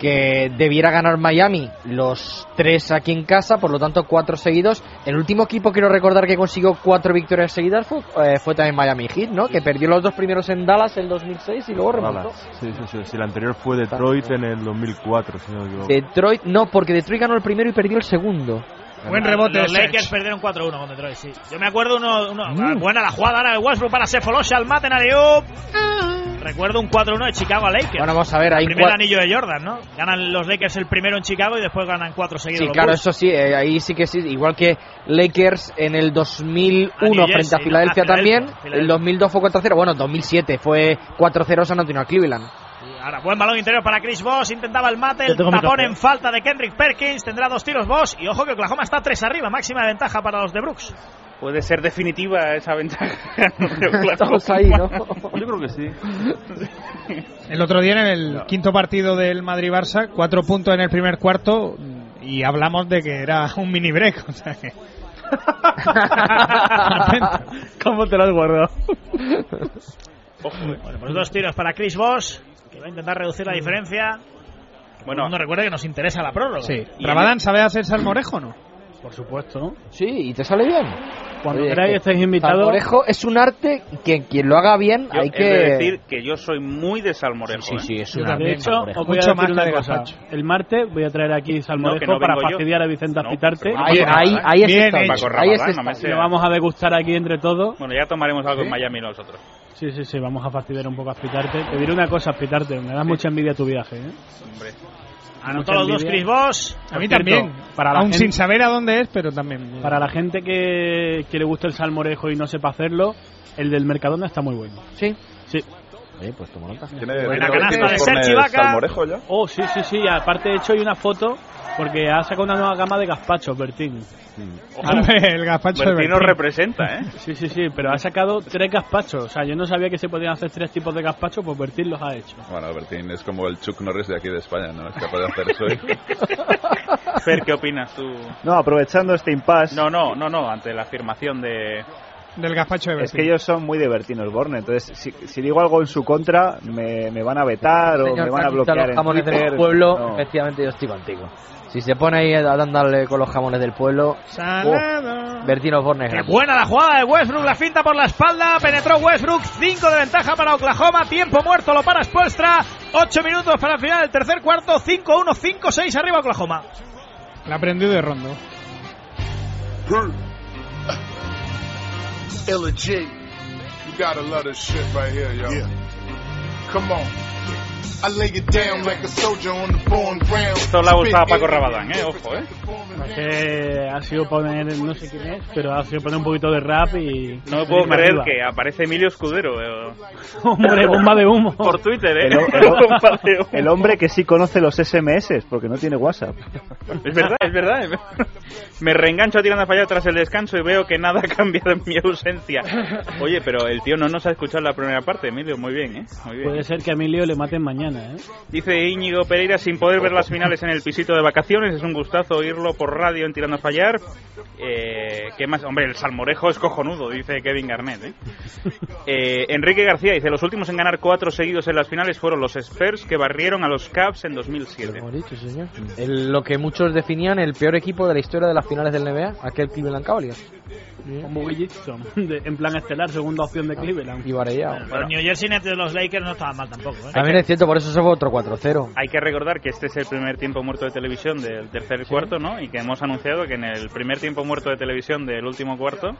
que debiera ganar Miami los tres aquí en casa, por lo tanto cuatro seguidos. El último equipo, quiero recordar, que consiguió cuatro victorias seguidas fue, eh, fue también Miami Heat, ¿no? Que perdió los dos primeros en Dallas en 2006 y luego remontó. Sí, sí, sí, sí, El anterior fue Detroit en el 2004, si no me equivoco. Detroit, no, porque Detroit ganó el primero y perdió el segundo. Buen rebote Los de Serge. Mm. Lakers perdieron 4-1 con Detroit, sí. Yo me acuerdo uno, uno- buena la jugada ahora de Westbrook para Sefolosia, al mate en Areop. Recuerdo un 4-1 de Chicago a Lakers. Bueno, vamos a ver, hay El primer cua- anillo de Jordan, ¿no? Ganan los Lakers el primero en Chicago y después ganan cuatro seguidos. Sí, los claro, Bulls. eso sí, eh, ahí sí que sí. Igual que Lakers en el 2001 A New frente Jersey, a Filadelfia ¿no? A Filadelfia, también. Filadelfia. El 2002 fue 4-0. Bueno, 2007 fue 4-0 San Antonio a Cleveland. Y Ahora, buen balón interior para Chris Boss. Intentaba el mate, Yo el tengo mi tapón café. en falta de Kendrick Perkins. Tendrá dos tiros Boss. Y ojo que Oklahoma está tres arriba. Máxima ventaja para los de Brooks. Puede ser definitiva esa ventaja. [LAUGHS] Estamos ahí, ¿no? Yo creo que sí. El otro día en el quinto partido del Madrid-Barça, cuatro puntos en el primer cuarto y hablamos de que era un mini break. [LAUGHS] o sea que- ¿Cómo te lo has guardado? Bueno, pues dos tiros para Chris Boss. Que va a intentar reducir la diferencia. Bueno, no recuerda que nos interesa la prórroga. Sí. Y en- ¿Rabadán sabe hacer salmorejo o no? Por supuesto. Sí, y te sale bien. Cuando queráis estáis invitados. Salmorejo es un arte que quien lo haga bien Yo hay he de que... decir que yo soy muy de salmorejo. Sí, sí, ¿eh? es un Yo de arte. hecho, os voy a Mucho decir más que una de cosa. gazpacho. El martes voy a traer aquí salmorejo que no para vengo yo. fastidiar a Vicente Azpitarte. pero Ahí- vamos a ahí- grabar. ahí es Bien esta- hecho. Paco Rabanne, Ahí es no esta. me sé. Lo vamos a degustar aquí entre todos. Bueno, ya tomaremos algo en Miami nosotros. Sí, sí, sí, vamos a fastidiar un poco a Azpitarte. Te diré una cosa, Azpitarte, me da mucha envidia tu viaje. ¿eh? Hombre. Mucha Anotó los dos envidia. Chris Boss. A mí Por cierto, también. para la Aún gente- sin saber a dónde es, pero también. Para la gente que, que le gusta el salmorejo y no sepa hacerlo, el del Mercadona está muy bueno. Sí. Sí. Eh, pues toma nota. Buena canasta de Sergi Vaca. salmorejo ya? Oh, sí, sí, sí. Aparte, de hecho, hay una foto porque ha sacado una nueva gama de gazpachos, Bertín. [LAUGHS] [LAUGHS] Hombre, el gazpacho de Bertino Bertín. representa, ¿eh? Sí, sí, sí, pero ha sacado tres gazpachos. O sea, yo no sabía que se podían hacer tres tipos de gazpachos, pues Bertín los ha ¿eh? hecho. Bueno, Bertín es como el Chuck Norris de aquí de España, ¿no? Es capaz de hacer eso. ¿eh? [LAUGHS] Fer, ¿qué opinas tú? No, aprovechando este impasse. No, no, no, no, ante la afirmación de... Del gazpacho de Es Bertín. que ellos son muy de Bertín Osborne, entonces si, si digo algo en su contra me, me van a vetar o Señor, me van a aquí están bloquear los en jamones Twitter. del pueblo, No. efectivamente yo estoy contigo. Si se pone ahí a dándole con los jamones del pueblo, Salado. Bertino Bornes. Qué buena la jugada de Westbrook, la finta por la espalda, penetró Westbrook, 5 de ventaja para Oklahoma, tiempo muerto lo para Spoelstra, 8 minutos para el final del tercer cuarto, 5-1, 5-6 arriba Oklahoma. La aprendí de rondo. Illa G. You gotta love this shit right here, yo. Come on. I lay it down like a soldier on the foreign ground. Esto le ha gustado a Paco Rabadán, ¿eh? Ojo, ¿eh? Es que ha sido poner, no sé quién es, pero ha sido poner un poquito de rap y. No me puedo y creer arriba. que aparece Emilio Escudero. eh. [LAUGHS] Hombre, bomba de humo. Por Twitter, ¿eh? El, [LAUGHS] ho- el ho- Bomba de humo. el hombre que sí conoce los SMS porque no tiene WhatsApp. Es verdad, es verdad. es verdad. Me reengancho a tirando a fallar tras el descanso y veo que nada ha cambiado en mi ausencia. Oye, pero el tío no nos ha escuchado la primera parte, Emilio. Muy bien, ¿eh? Muy bien. Puede ser que a Emilio le maten mañana, ¿eh? Dice Íñigo Pereira, sin poder ver las finales en el pisito de vacaciones, es un gustazo oírlo por radio en Tirando a Fallar. Eh, ¿Qué más? Hombre, el salmorejo es cojonudo, dice Kevin Garnett. ¿eh? Eh, Enrique García dice, los últimos en ganar cuatro seguidos en las finales fueron los Spurs que barrieron a los Cavs en 2007. El- lo que muchos definían el peor equipo de la historia de las finales del NBA, aquel Cleveland Cavaliers. Como Will Gibson, de- en plan estelar, segunda opción de Cleveland. Y Varellao. Los New Jersey Nets de los Lakers no estaban mal tampoco. ¿eh? También es cierto, por eso se fue otro 4-0. Hay que recordar que este es el primer tiempo muerto de televisión del tercer cuarto, ¿no? Y que hemos anunciado que en el primer tiempo muerto de televisión del último cuarto,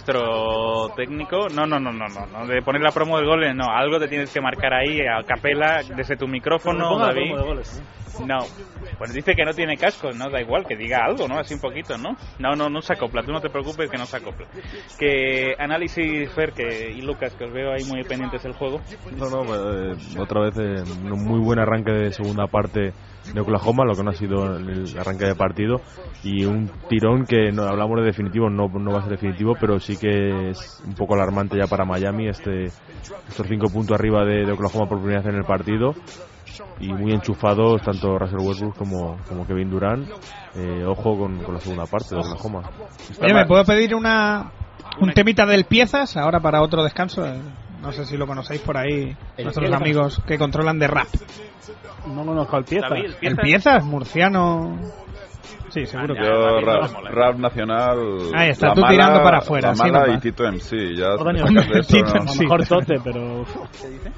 nuestro técnico, no, no, no, no, no, no, de poner la promo del gol, eh, no, algo te tienes que marcar ahí a capela desde tu micrófono, Ponga la David. promo de goles, ¿eh? No, pues dice que no tiene casco, no da igual, que diga algo, ¿no? Así un poquito, ¿no? No, no, no se acopla, tú no te preocupes que no se acopla. Que análisis Fer que, y Lucas, que os veo ahí muy pendientes del juego. No, no, eh, otra vez eh, un muy buen arranque de segunda parte de Oklahoma, lo que no ha sido el arranque de partido, y un tirón que no hablamos de definitivo, no, no va a ser definitivo, pero sí que es un poco alarmante ya para Miami, este, estos cinco puntos arriba de, de Oklahoma por primera vez en el partido, y muy enchufados tanto Russell Westbrook como, como Kevin Durant. Eh, ojo con, con la segunda parte de Oklahoma. Oye, ¿me puedo pedir una, un temita del piezas ahora para otro descanso? Eh, No sé si lo conocéis por ahí, El nuestros Piezas. amigos que controlan de rap. No conozco al pieza. David, el El Piezas. piezas, murciano. Sí, seguro Ah, que. Yo, rap, rap nacional. Ahí está, La tú Mala- tirando para afuera, La sí, Oh, mala nomás. y Tito MC. Ya O Dani te sacas de [LAUGHS] eso, Ortiz. Tito ¿no? MC. A Sí. lo mejor Tote, pero.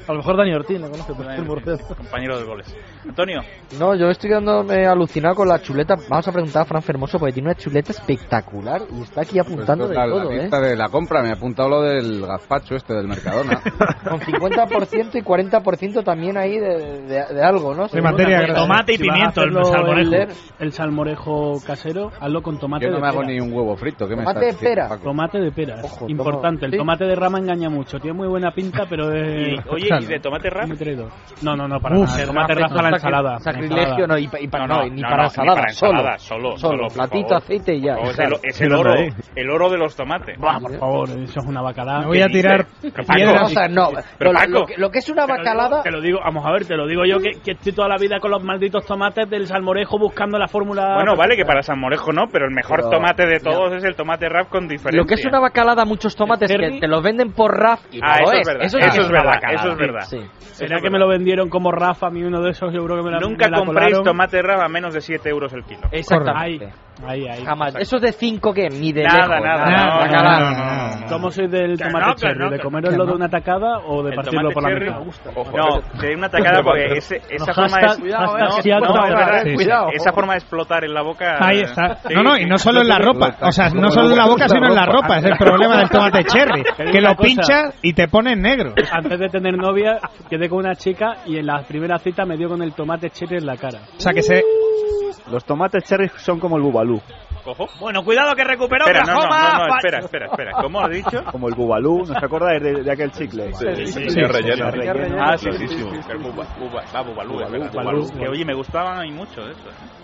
A lo mejor Dani Ortiz, no conozco, pero es murciano. Compañero de goles. Antonio, No, yo estoy quedándome alucinado con la chuleta. Vamos a preguntar a Fran Fermoso porque tiene una chuleta espectacular y está aquí apuntando Pues total, de todo, la ¿eh? lista de la compra, me ha apuntado lo del gazpacho este del [LAUGHS] Mercadona. Con 50% y 40% también ahí de, de- de algo, ¿no? Según materia una- grasa. Tomate y Si vas pues a pimiento, el hacerlo, salmorejo. El, el salmorejo casero, hazlo con tomate Yo no de me hago pera. ni un huevo frito, ¿qué me Tomate estás de pera. diciendo, Paco? Tomate de pera, Ojo, importante. toma- El sí. tomate de rama engaña mucho. Tiene muy buena pinta, pero y, es. oye, ¿y de tomate rap? Eh, muy traidor. [LAUGHS] No, no, no, para Uf, nada. El tomate sacri- rafa la sacri- ensalada. Sacrilegio, no, y, pa- y pa- no, ni no, para no, ensalada, ensalada, solo, solo, por platito, favor. aceite y ya. Por favor, es claro. el, es el oro, el oro de los tomates. Buah, por favor, eso es una bacalada. Me voy a dice? tirar Pero Paco, piedras. O sea, no, Pero, lo, Paco, lo que, lo que es una Te lo digo- bacalada... Te lo digo, vamos a ver, te lo digo yo que, que estoy toda la vida con los malditos tomates del salmorejo buscando la fórmula. Bueno, vale que para San Morejo no, pero el mejor Pero- tomate de todos es el tomate rap con diferencia. Lo que es una bacalada, muchos tomates que te los venden por RAF y no Ah, eso lo es es. verdad, sí eso que es una verdad, bacalada. eso es verdad. Sí, sí. Eso Será es que me lo vendieron como Rafa, a mí uno de esos, yo creo que me la Nunca me la compréis colaron. tomate rap a menos de 7 euros el kilo. Exactamente. Ahí, ahí. Jamás. Eso es de 5 que ni de Nada, lejos. nada, no, no, no, no, no, no, no. ¿Cómo sois del Que tomate no, que cherry? no, ¿De que- comeroslo que de no. una tacada o de El partirlo tomate por la cherry mitad? me gusta. [LAUGHS] No, de una [LAUGHS] tacada porque ese- esa No, forma hashtag- de eh. cuidado, eh. no, hashtag no, cuidado, es verdad, sí, cuidado. esa forma de explotar en la boca. Ahí está. Sí, No, no, y no solo en la ropa. O sea, no solo en la boca, sino en la ropa. Es el problema del tomate cherry. Que lo pinchas y te pone negro. [LAUGHS] Antes de tener novia, quedé con una chica y en la primera cita me dio con el tomate cherry en la cara. O sea que se... Los tomates cherry son como el bubalú. Ojo. Bueno, cuidado que recuperó Espera, no, no, Oklahoma. no, no, Fa- espera, espera, espera. ¿Cómo has dicho? Como el bubalú, ¿no se acordáis de, de aquel chicle? Sí, sí, sí, el relleno. relleno. Ah, sí, sí, sí. El buba- buba- ah, bubalú, es Bubalú, verdad, bubalú. Que bubalú. oye, me gustaban a mí mucho de eso. ¿eh?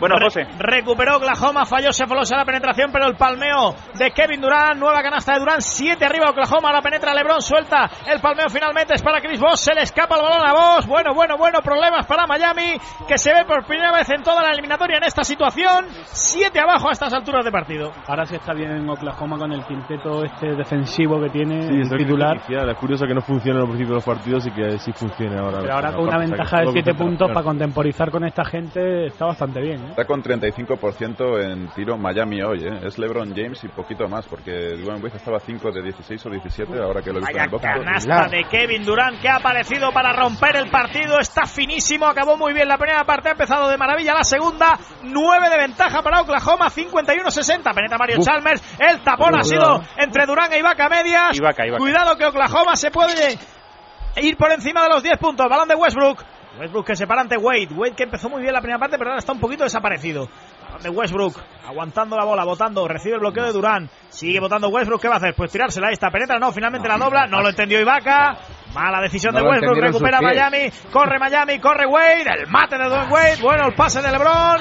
Bueno, Re- José. Recuperó Oklahoma, falló Sefolos a la penetración, pero el palmeo de Kevin Durant, nueva canasta de Durant, 7 arriba Oklahoma, la penetra Lebron, suelta el palmeo finalmente, es para Chris Voss, se le escapa el balón a Voss, bueno, bueno, bueno, problemas para Miami, que se ve por primera vez en toda la eliminatoria en esta situación, 7 abajo a estas alturas de partido. Ahora sí está bien en Oklahoma con el quinteto este defensivo que tiene, Sí, el es lo que titular. decía, Es curioso que no funcione al principio de los partidos y que sí funcione ahora. Pero ahora con una ventaja de 7 puntos para contemporizar con esta gente está bastante bien. ¿eh? Está con 35% en tiro Miami hoy, ¿eh? Es LeBron James y poquito más, porque Dwayne Wade estaba 5 de 16 o 17, ahora que lo he visto en Vaya el box. pues, canasta de Kevin Durant que ha aparecido para romper el partido. Está finísimo, acabó muy bien la primera parte, ha empezado de maravilla la segunda. 9 de ventaja para Oklahoma, 51-60. Penetra Mario Uf. Chalmers. El tapón Uf. ha sido entre Durán e Ibaka medias. Ibaka, Ibaka. Cuidado que Oklahoma se puede ir por encima de los 10 puntos. Balón de Westbrook. Westbrook que se para ante Wade. Wade que empezó muy bien la primera parte, pero ahora está un poquito desaparecido. Balón De Westbrook, aguantando la bola, votando, recibe el bloqueo de Durán, sigue votando Westbrook, ¿qué va a hacer? Pues tirársela, ahí está, penetra, no, finalmente la dobla, no lo entendió Ibaka, mala decisión No de lo Westbrook, entendieron recupera sus pies. Miami, corre Miami, corre Wade, el mate de Don Wade, bueno, el pase de Lebron,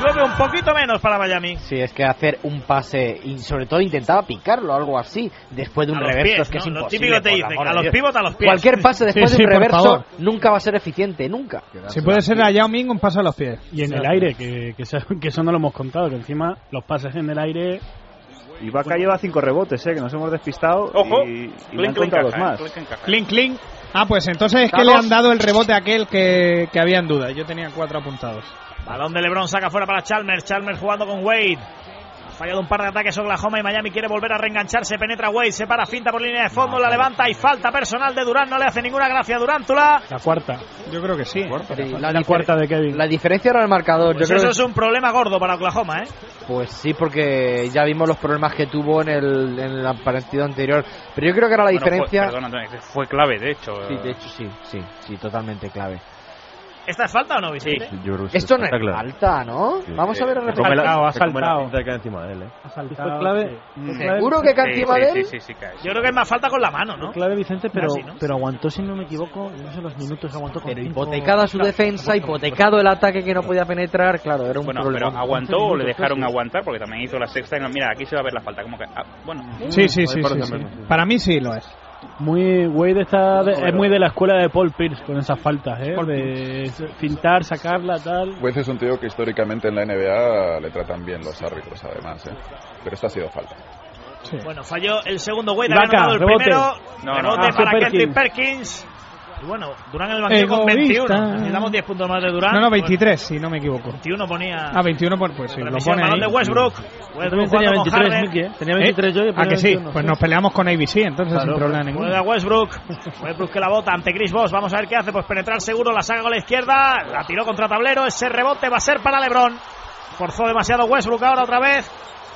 llueve un poquito menos para Miami. Sí, es que hacer un pase y sobre todo intentaba picarlo, algo así, después de un A los reverso pies, es que es ¿no? Lo imposible. típico te por el dicen, amor a de los Dios. pivot, a los pies. Cualquier pase después Sí, de un sí, por favor. reverso nunca va a ser eficiente, nunca. Si puede ser a Yao Ming un paso a los pies. Y en el aire, que, que, eso, [LAUGHS] que eso no lo hemos contado, que encima los pases en el aire... Y Vaca lleva cinco rebotes, ¿eh? Que nos hemos despistado Ojo. y, y le Clink, han clink, contado dos caja, más. eh. Clink, clink. Ah, pues entonces es que le han dado el rebote a aquel que, que había en duda. Yo tenía cuatro apuntados. Balón de Lebron saca fuera para Chalmers. Chalmers jugando con Wade. Ha fallado un par de ataques Oklahoma y Miami quiere volver a reengancharse. Penetra Wade, se para finta por línea de fondo, la levanta y falta personal de Durán. No le hace ninguna gracia a Durántula. La cuarta. Yo creo que sí. Sí, la difer- La diferencia ahora en el marcador, Pues yo eso creo es un problema gordo para Oklahoma, ¿eh? Pues sí, porque ya vimos los problemas que tuvo en el, en el partido anterior. Pero yo creo que ahora la Bueno, diferencia... pues, Fue, perdón, Antonio, fue clave, de hecho. eh. Sí, de hecho sí, sí, sí, totalmente clave. ¿Esta es falta o no, Vicente? Esto no es falta, ¿no? Vamos a ver el replay. encima de él, eh. Pues Fue clave. fue clave- Ah, Yo creo que es más falta con la mano, ¿no? Clave Vicente, pero, Casi, ¿no? pero aguantó, si no me equivoco, no sé los minutos, aguantó con Pero cinco- hipotecada su defensa, hipotecado el ataque que no podía penetrar, claro, era un Bueno, pero problema. aguantó o le dejaron aguantar porque también hizo la sexta. y no- Mira, aquí se va a ver la falta. Como que, ah, bueno, uh, Sí, sí, Ahí sí, para sí, también. sí. Para mí sí lo es. Muy Wade está de- No, es pero- muy de la escuela de Paul Pierce con esas faltas, ¿eh? de pintar, sacarla, tal. Wade Pues es un tío que históricamente en la NBA le tratan bien los árbitros, además, ¿eh? Pero esta ha sido falta. Bueno, falló el segundo Wade, Ibaka, ha ganado el rebote. primero. No, no, rebote no. para Perkins. Kendrick Perkins. Y bueno, Durán en el banquillo con Egoísta. 21. Necesitamos 10 puntos más de Durán. No, no, Bueno, 23, si no me equivoco. 21 ponía. Ah, 21, por- pues sí, lo Revisión, pone ahí. balón de Westbrook. Westbrook tenía jugando con 23 Harden. Mickey, ¿eh? Tenía 23 yo y ponía ¿A que sí? 21, Pues nos peleamos con ABC, entonces Claro, sin problema juega ninguno. Westbrook. Westbrook que la bota ante Chris Boss. Vamos a ver qué hace. Pues penetrar seguro. La saca con la izquierda. La tiró contra tablero. Ese rebote va a ser para LeBron. Forzó demasiado Westbrook ahora otra vez.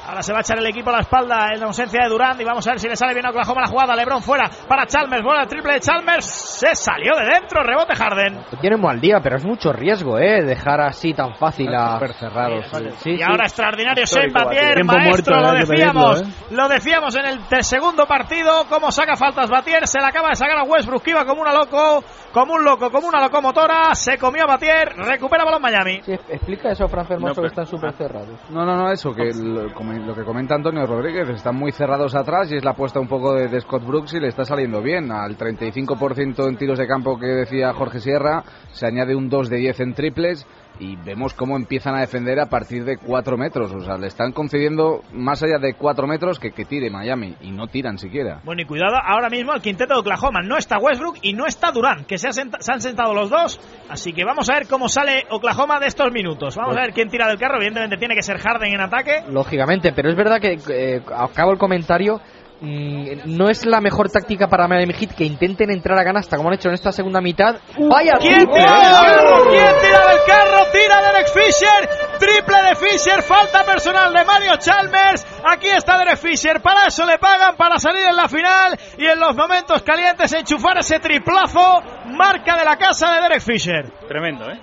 Ahora se va a echar el equipo a la espalda en la ausencia de Durant. Y vamos a ver si le sale bien a Oklahoma la jugada. LeBron fuera para Chalmers. Bola el triple de Chalmers. Se salió de dentro. Rebote Harden. Lo Tienen mal día, pero es mucho riesgo, ¿eh, dejar así tan fácil a... Súper cerrados. y ahora extraordinario Shane Histórico, Batier, Batier. Tiempo maestro, muerto, lo hay que ¿eh? decíamos, pedirlo, lo decíamos en el te- segundo partido, cómo saca faltas Batier, se la acaba de sacar a Westbrook, que iba como una loco, como un loco, como una locomotora, se comió a Batier, recupera balón Miami. Explica eso, Fran Fermoso, No, pero- que están súper cerrados. No, no, no, eso, que lo, como- lo que comenta Antonio Rodríguez, están muy cerrados atrás y es la apuesta un poco de, de Scott Brooks y le está saliendo bien. Al 35% en tiros de campo que decía Jorge Sierra, se añade un 2 de 10 en triples y vemos cómo empiezan a defender a partir de 4 metros. O sea, le están concediendo más allá de 4 metros que que tire Miami y no tiran siquiera. Bueno, y cuidado, ahora mismo el quinteto de Oklahoma no está Westbrook y no está Durán, que se, ha senta- se han sentado los dos. Así que vamos a ver cómo sale Oklahoma de estos minutos. Vamos Pues a ver quién tira del carro. Evidentemente tiene que ser Harden en ataque. Lógicamente, pero es verdad que, eh, acabo el comentario, mm, no es la mejor táctica para Miami Heat que intenten entrar a canasta como han hecho en esta segunda mitad. ¡Vaya! Uh, ¿Quién triple! tira del carro? ¿Quién tira del carro? Tira Derek Fisher. Triple de Fisher. Falta personal de Mario Chalmers. Aquí está Derek Fisher. Para eso le pagan para salir en la final y en los momentos calientes enchufar ese triplazo. Marca de la casa de Derek Fisher. Tremendo, ¿eh?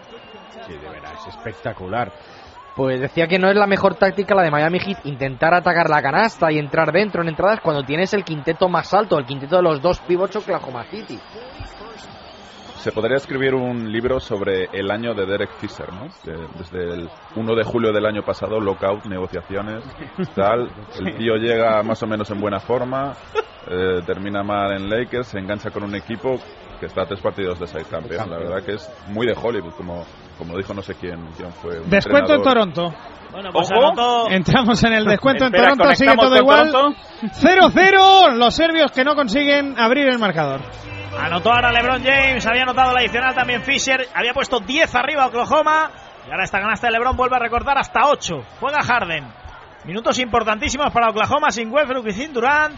Sí, de veras, espectacular. Pues decía que no es la mejor táctica la de Miami Heat intentar atacar la canasta y entrar dentro en entradas cuando tienes el quinteto más alto, el quinteto de los dos pivots Oklahoma City. Se podría escribir un libro sobre el año de Derek Fisher, ¿no? Que Desde el 1 de julio del año pasado, lockout, negociaciones, tal. El tío llega más o menos en buena forma, eh, termina mal en Lakers, se engancha con un equipo que está a tres partidos de seis campeón. La verdad que es muy de Hollywood, como, como dijo no sé quién, quién fue. un Descuento en entrenador. Toronto. Bueno, pues anotó- Entramos en el descuento en Espera, Toronto, sigue ¿conectamos todo con igual. Toronto? 0-0, los serbios que no consiguen abrir el marcador. Anotó ahora LeBron James, había anotado la adicional también Fisher, había puesto 10 arriba Oklahoma y ahora esta canasta de LeBron vuelve a recortar hasta 8. Juega Harden. Minutos importantísimos para Oklahoma sin Westbrook y sin Durant.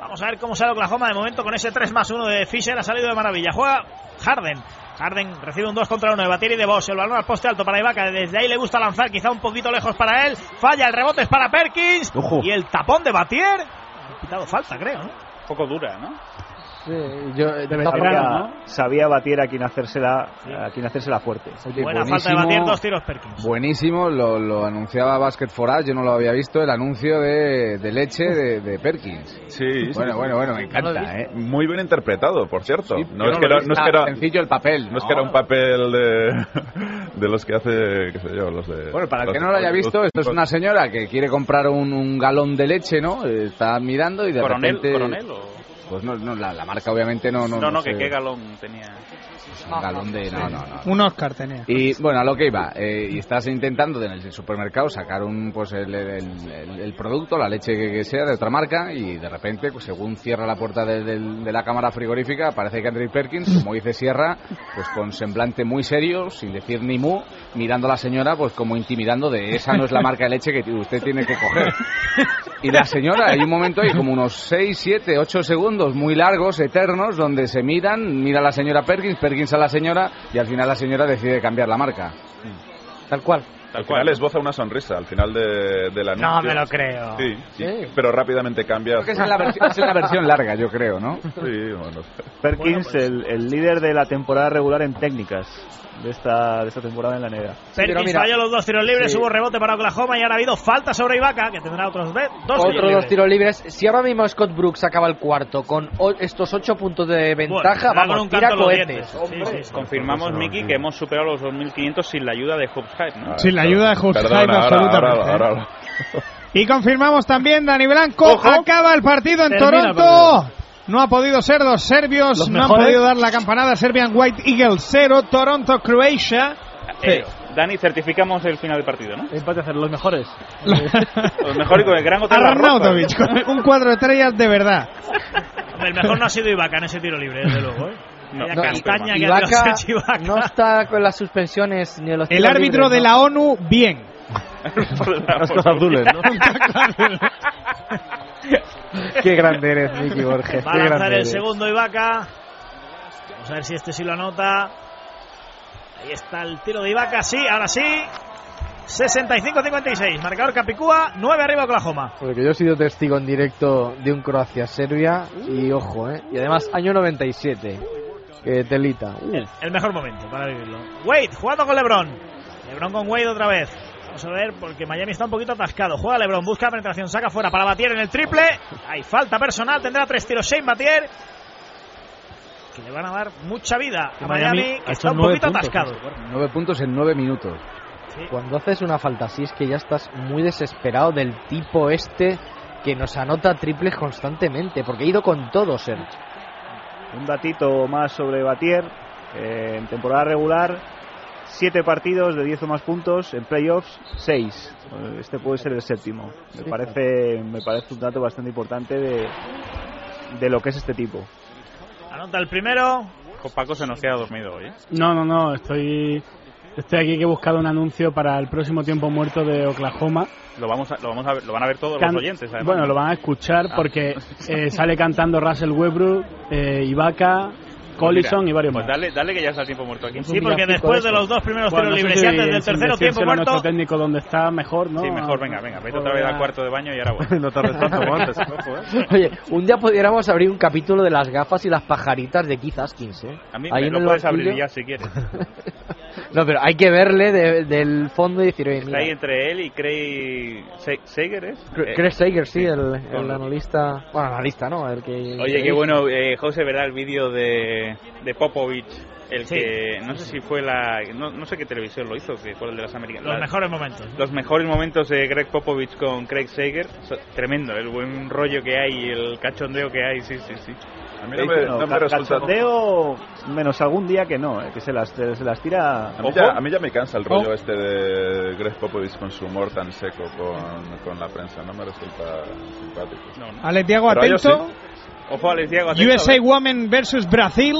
Vamos a ver cómo sale Oklahoma de momento con ese 3 más 1 de Fisher. Ha salido de maravilla. Juega Harden. Harden recibe un 2 contra 1 de Batier y de Bosch. El balón al poste alto para Ibaka. Desde ahí le gusta lanzar, quizá un poquito lejos para él. Falla, el rebote es para Perkins. Y el tapón de Batier. Ha quitado falta, creo. ¿no? Un poco dura, ¿no? De veterano, sabía, sabía batir a quien hacérsela, a quien hacérsela fuerte. Buena falta de Batier, dos tiros Perkins. Buenísimo, lo, lo anunciaba Basket for Us, yo no lo había visto, el anuncio de, de leche de, de Perkins. Sí, Bueno, sí. bueno, bueno, me encanta, ¿eh? Muy bien interpretado, por cierto. no, yo es no que lo era, no he es visto. que era- Ah, sencillo el papel. No es que era un papel de, de [LAUGHS] los que hace, qué sé yo, los de. Bueno, para el los que de no lo haya Hollywood. visto, esto es una señora que quiere comprar un, un galón de leche, ¿no? Eh, Está mirando y de ¿Coronel, repente... coronel o...? Pues no, no, la, la marca obviamente no... No, No, no, que sé. qué galón tenía. Un galón de... No, no, no. Un Oscar tenía. Y bueno, a lo que iba, eh, y estás intentando en el supermercado sacar un, pues el, el- el- el producto, la leche que, que sea, de otra marca, y de repente, pues, según cierra la puerta de, del- de la cámara frigorífica, aparece que Andrew Perkins, como dice Sierra, pues con semblante muy serio, sin decir ni mu, mirando a la señora, pues como intimidando de esa no es la marca de leche que usted tiene que coger. Y la señora, hay un momento ahí, como unos 6, 7, 8 segundos muy largos, eternos, donde se miran, mira a la señora Perkins, Perkins a la señora, y al final la señora decide cambiar la marca. Tal cual. Al final esboza una sonrisa al final de, de la No me lo creo. Sí, sí, pero rápidamente cambia. Creo que esa es la versión- esa es la versión larga, yo creo, ¿no? Sí, bueno. pues, Perkins, el, el líder de la temporada regular en técnicas de esta, de esta temporada en la negra. Perkins falló los dos tiros libres, Sí. hubo rebote para Oklahoma y ahora ha habido falta sobre Ibaka, que tendrá otros ve- dos Otro tiros libres. dos tiros libres. Si ahora mismo Scott Brooks acaba el cuarto con o- estos ocho puntos de ventaja, Bueno, vamos, con un tira canto en los cohetes. dientes. Sí, sí. Confirmamos, Miki, que hemos superado los 2.500 sin la ayuda de Hoops Hype, ¿no? Sin la ayuda de Hubsheim, Perdona, ahora, absolutamente. ¿eh? ahora, ahora. Y confirmamos también, Dani Blanco, acaba el partido en Termina el Toronto. No ha podido ser los serbios, Los no han mejores. podido dar la campanada. Serbian White Eagles 0, Toronto Croatia. Eh, Dani, certificamos el final del partido, ¿no? Empate a hacer los mejores. [LAUGHS] Los mejores con el gran hotel La Roca. Arnautovic, con un cuadro de estrellas de verdad. Hombre, El mejor no ha sido Ibaka en ese tiro libre, desde luego. ¿eh? Vaya No, castaña que ha Ibaka [LAUGHS] tirado ese chivo. no está con las suspensiones ni en los El tiros árbitro libres, de ¿no? la ONU, bien. azules, ¿no? [LAUGHS] Qué grande eres, Nicky Borges. Va a Qué lanzar grande el eres. segundo Ibaka. Vamos a ver si este sí lo anota. Ahí está el tiro de Ibaka, sí, ahora sí. 65-56, marcador Capicúa, 9 arriba Oklahoma. Porque yo he sido testigo en directo de un Croacia-Serbia Mm. y ojo, ¿eh? Y además, año 97. Que telita. Eh, Uh. El mejor momento para vivirlo. Wade jugando con LeBron. LeBron con Wade otra vez. Vamos a ver, porque Miami está un poquito atascado. Juega LeBron, busca la penetración, saca fuera para Batier en el triple. Hay falta personal, tendrá tres tiros Shane Batier. Que le van a dar mucha vida a Miami, que está un poquito atascado. ¿eh? Nueve puntos en nueve minutos. Cuando haces una falta así es que ya estás muy desesperado del tipo este que nos anota triples constantemente, porque he ido con todo, Sergio. Un datito más sobre Batier. eh, en temporada regular siete partidos de 10 o más puntos, en playoffs 6. Este puede ser el séptimo. Me parece, me parece un dato bastante importante de, de lo que es este tipo. Anota el primero. Paco se nos queda dormido hoy. No, no, no, estoy, estoy aquí que he buscado un anuncio para el próximo tiempo muerto de Oklahoma. Lo vamos a, lo vamos a ver- lo van a ver todos Can- los oyentes. además. Ah. Bueno, lo van a escuchar porque eh, sale cantando Russell Westbrook, eh, Ibaka, Collison y varios Pues más. dale, dale que ya está el tiempo muerto aquí. Sí, porque después de los dos primeros Bueno, tiros no sé libres si- y antes del sin tercero tiempo decírselo a muerto. nuestro técnico dónde está, mejor, ¿no? Pues Sí, mejor, venga, venga. Vete otra vez al cuarto de baño y ahora [LAUGHS] bueno. No tardes tanto como [LAUGHS] antes, ojo, ¿eh? Oye, un día pudiéramos abrir un capítulo de las gafas y las pajaritas de quizás 15. A mí Ahí me en lo el puedes banquillo. abrir ya si quieres. [LAUGHS] No, pero hay que verle de- del fondo y decir, oye, Está mira. ahí entre él y Craig Se- Sager, ¿es? Cre- Eh, Craig Sager, sí, el, el con- analista. Bueno, analista, ¿no? El que, Oye, qué bueno, eh, José, ¿verdad? El vídeo de, de Popovich, el Sí. que no sé si fue la. No, no sé qué televisión lo hizo, que fue el de las Américas. Los la- mejores momentos. Los mejores momentos de Greg Popovich con Craig Sager. So- tremendo, el buen rollo que hay, el cachondeo que hay, sí, sí, sí. A mí no me- no me cal- resulta- cachondeo, menos algún día que no, eh, que se las, se las tira. A mí, Ojo. ya, a mí ya me cansa el rollo este de Greg Popovich con su humor tan seco con, con la prensa. No me resulta simpático. Ale, Tiago, Pero a ellos atento. sí. Ojo, Alex Diego, atento, USA a ver. Women versus Brasil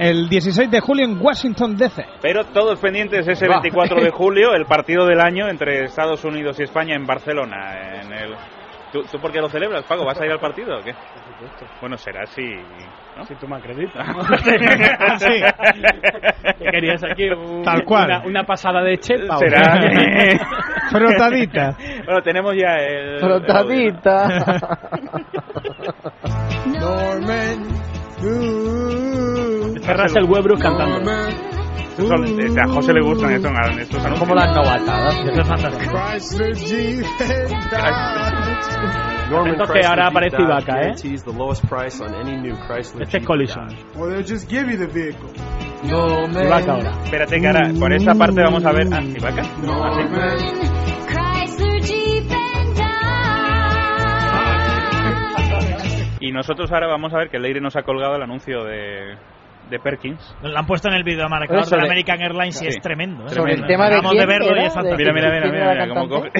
el 16 de julio en Washington DC. Pero todos pendientes ese Va. 24 [LAUGHS] de julio, el partido del año entre Estados Unidos y España en Barcelona. En el... ¿Tú, tú por qué lo celebras, Paco? ¿Vas a ir al partido o qué? Bueno, será si... Si tú me [LAUGHS] acreditas. Así. [LAUGHS] ¿Qué querías aquí? Un- Tal cual. Una, una pasada de chepa. o qué? Será... [LAUGHS] [LAUGHS] Bueno, tenemos ya el... [LAUGHS] [LAUGHS] Cerras el Webrook cantando. Eso- eh, A José le gustan estos, estos anuncios. Como las novatadas. Eso es fantástico. Entonces que ahora aparece Ibaka, ¿eh? Este es Collison. Or they'll just give you the vehicle. Ibaka ahora. Espérate que ahora, por esta parte vamos a ver ah, a Ibaka. Ah, Y nosotros ahora vamos a ver que Leire nos ha colgado el anuncio de, de Perkins. Lo han puesto en el video marcador Sobre- de American Airlines y Sí. es tremendo. ¿eh? Sobre el tema de Acabamos quién verlo era, y es de- fantástico. Mira, mira, mira, ¿Quién mira, era mira la cómo coge.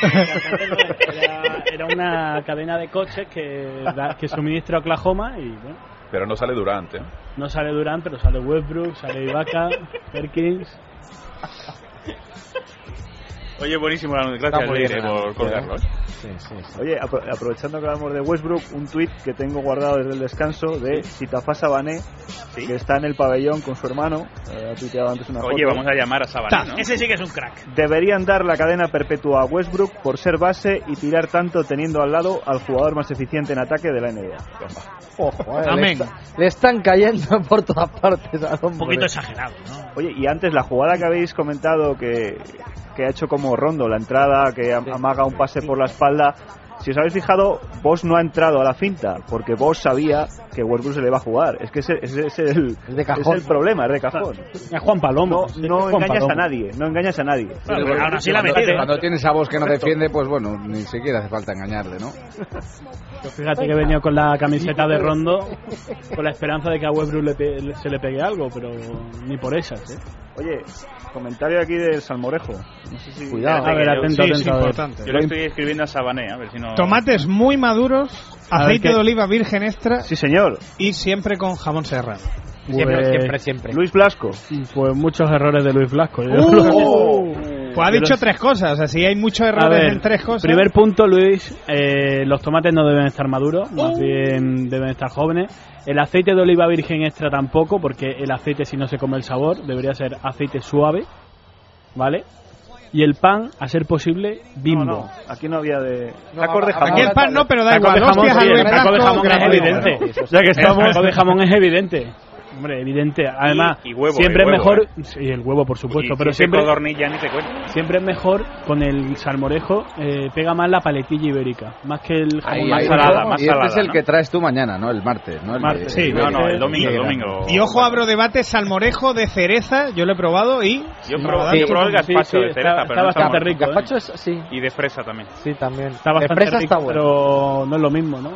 cantante? [LAUGHS] Era, era una cadena de coches que, da- que suministra Oklahoma y bueno, Pero no sale durante. ¿eh? no sale Durant, pero sale Westbrook, sale Ibaka, Perkins. Oye, buenísimo el anuncio. Gracias, Leire, por colgarlo. ¿eh? Oye, apro- aprovechando que hablamos de Westbrook, un tuit que tengo guardado desde el descanso de Sitafasa Bané, que está en el pabellón con su hermano. eh, ha tuiteado antes una Oye, foto. vamos a llamar a Ta. Sabané, ¿no? Ese sí que es un crack. Deberían dar la cadena perpetua a Westbrook por ser base y tirar tanto teniendo al lado al jugador más eficiente en ataque de la NBA. Ojo, eh, le Amén. está- Le, están cayendo [LAUGHS] por todas partes al hombre. exagerado, Oye, y antes la jugada que habéis comentado que, que ha hecho como rondo, la entrada que am- amaga un pase por la espalda. Si os habéis fijado, Vos no ha entrado a la finta, porque Vos sabía que Westbrook se le iba a jugar. Es que ese, ese es, el, cajón. es el problema, es de cajón. Es Juan Palomo. No Es Juan engañas Palomo. a nadie, no engañas a nadie. Bueno, pero aún así la ha cuando, metido, ¿eh? cuando tienes a vos que no defiende, pues bueno, ni siquiera hace falta engañarle, ¿no? Fíjate que he venido con la camiseta de Rondo con la esperanza de que a Westbrook le pe- le- se le pegue algo, pero ni por esas, ¿eh? Oye, comentario aquí del Salmorejo. No sé si- Cuidado. A ver, Espérate que atento, yo- atento, Sí, es a ver. importante. Yo le estoy escribiendo a Sabané, a ver si no... Tomates muy maduros, A ver aceite qué- de oliva virgen extra. Sí, señor. Y siempre con jamón serrano. Pues- Luis Blasco. Pues muchos errores de Luis Blasco. yo- Uh, [LAUGHS] [LAUGHS] Uh. Pues ha Yo dicho los- tres cosas, o sea, si hay muchos A errores ver, en tres cosas. Primer punto, Luis, eh, los tomates no deben estar maduros, más bien deben estar jóvenes. El aceite de oliva virgen extra tampoco, porque el aceite si no se come el sabor, debería ser aceite suave, ¿vale? Y el pan, a ser posible, bimbo. No, no, aquí no había de. No, tacos de ahora- jamón. aquí el pan no, pero da Tacos de igual, jamón, hostias, sí, al el taco de blanco, jamón es gratuito. evidente. Ya que estamos- El taco [LAUGHS] de jamón es evidente. Hombre, evidente. Además, Y- y huevo, siempre y huevo, es mejor... ¿eh? Sí, el huevo, por supuesto, Y pero si se siempre... codornilla ni te cuento. Siempre es mejor con el salmorejo, eh, pega más la paletilla ibérica, más que el jamón Ahí, más ahí, salada, ¿no? más y este salada, es el ¿no? que traes tú mañana, ¿no? El martes, ¿no? El Martes, de- sí, de- no, no, el de- domingo, de- el de- domingo. Y ojo, abro debate, salmorejo de cereza, yo lo he probado y... Yo Sí, probé- la verdad yo es probé el que- gazpacho sí, sí, de cereza, pero no salmorejo. ¿eh? Gazpacho es- sí. Y de fresa también. Sí, también. Está bastante rico, pero no es lo mismo, ¿no?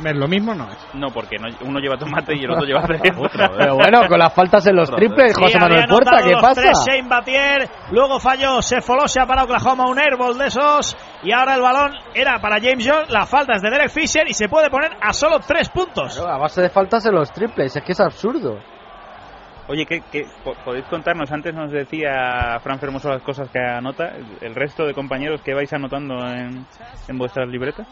Lo mismo no es. No, porque no- uno lleva tomate y el otro lleva cebolla. Pero bueno, con las faltas en los triples, Sí, José había Manuel Puerta, anotado ¿qué los pasa? tres, Shane Batier, luego falló Sefolosia para Oklahoma, un airball de esos. Y ahora el balón era para James Jones, la falta es de Derek Fisher y se puede poner a solo tres puntos. A base de faltas en los triples, es que es absurdo. [LAUGHS] Oye, ¿qué, qué- po- podéis contarnos? Antes nos decía Fran Fermoso las cosas que anota. El resto de compañeros que vais anotando en, en vuestras libretas.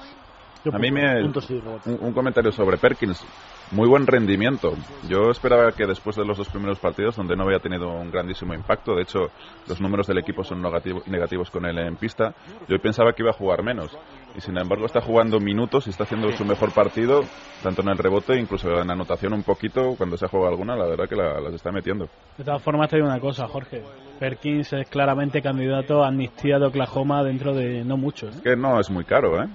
A mí me. Puntos y Un, rebotes. un comentario sobre Perkins. Muy buen rendimiento. Yo esperaba que después de los dos primeros partidos, donde no había tenido un grandísimo impacto, de hecho, los números del equipo son negativo- negativos con él en pista, yo pensaba que iba a jugar menos. Y sin embargo, está jugando minutos y está haciendo su mejor partido, tanto en el rebote, incluso en la anotación un poquito, cuando se ha jugado alguna, la verdad que la- las está metiendo. De todas formas, te digo una cosa, Jorge. Perkins es claramente candidato a amnistía de Oklahoma dentro de no mucho. ¿eh? Es que no es muy caro, ¿eh?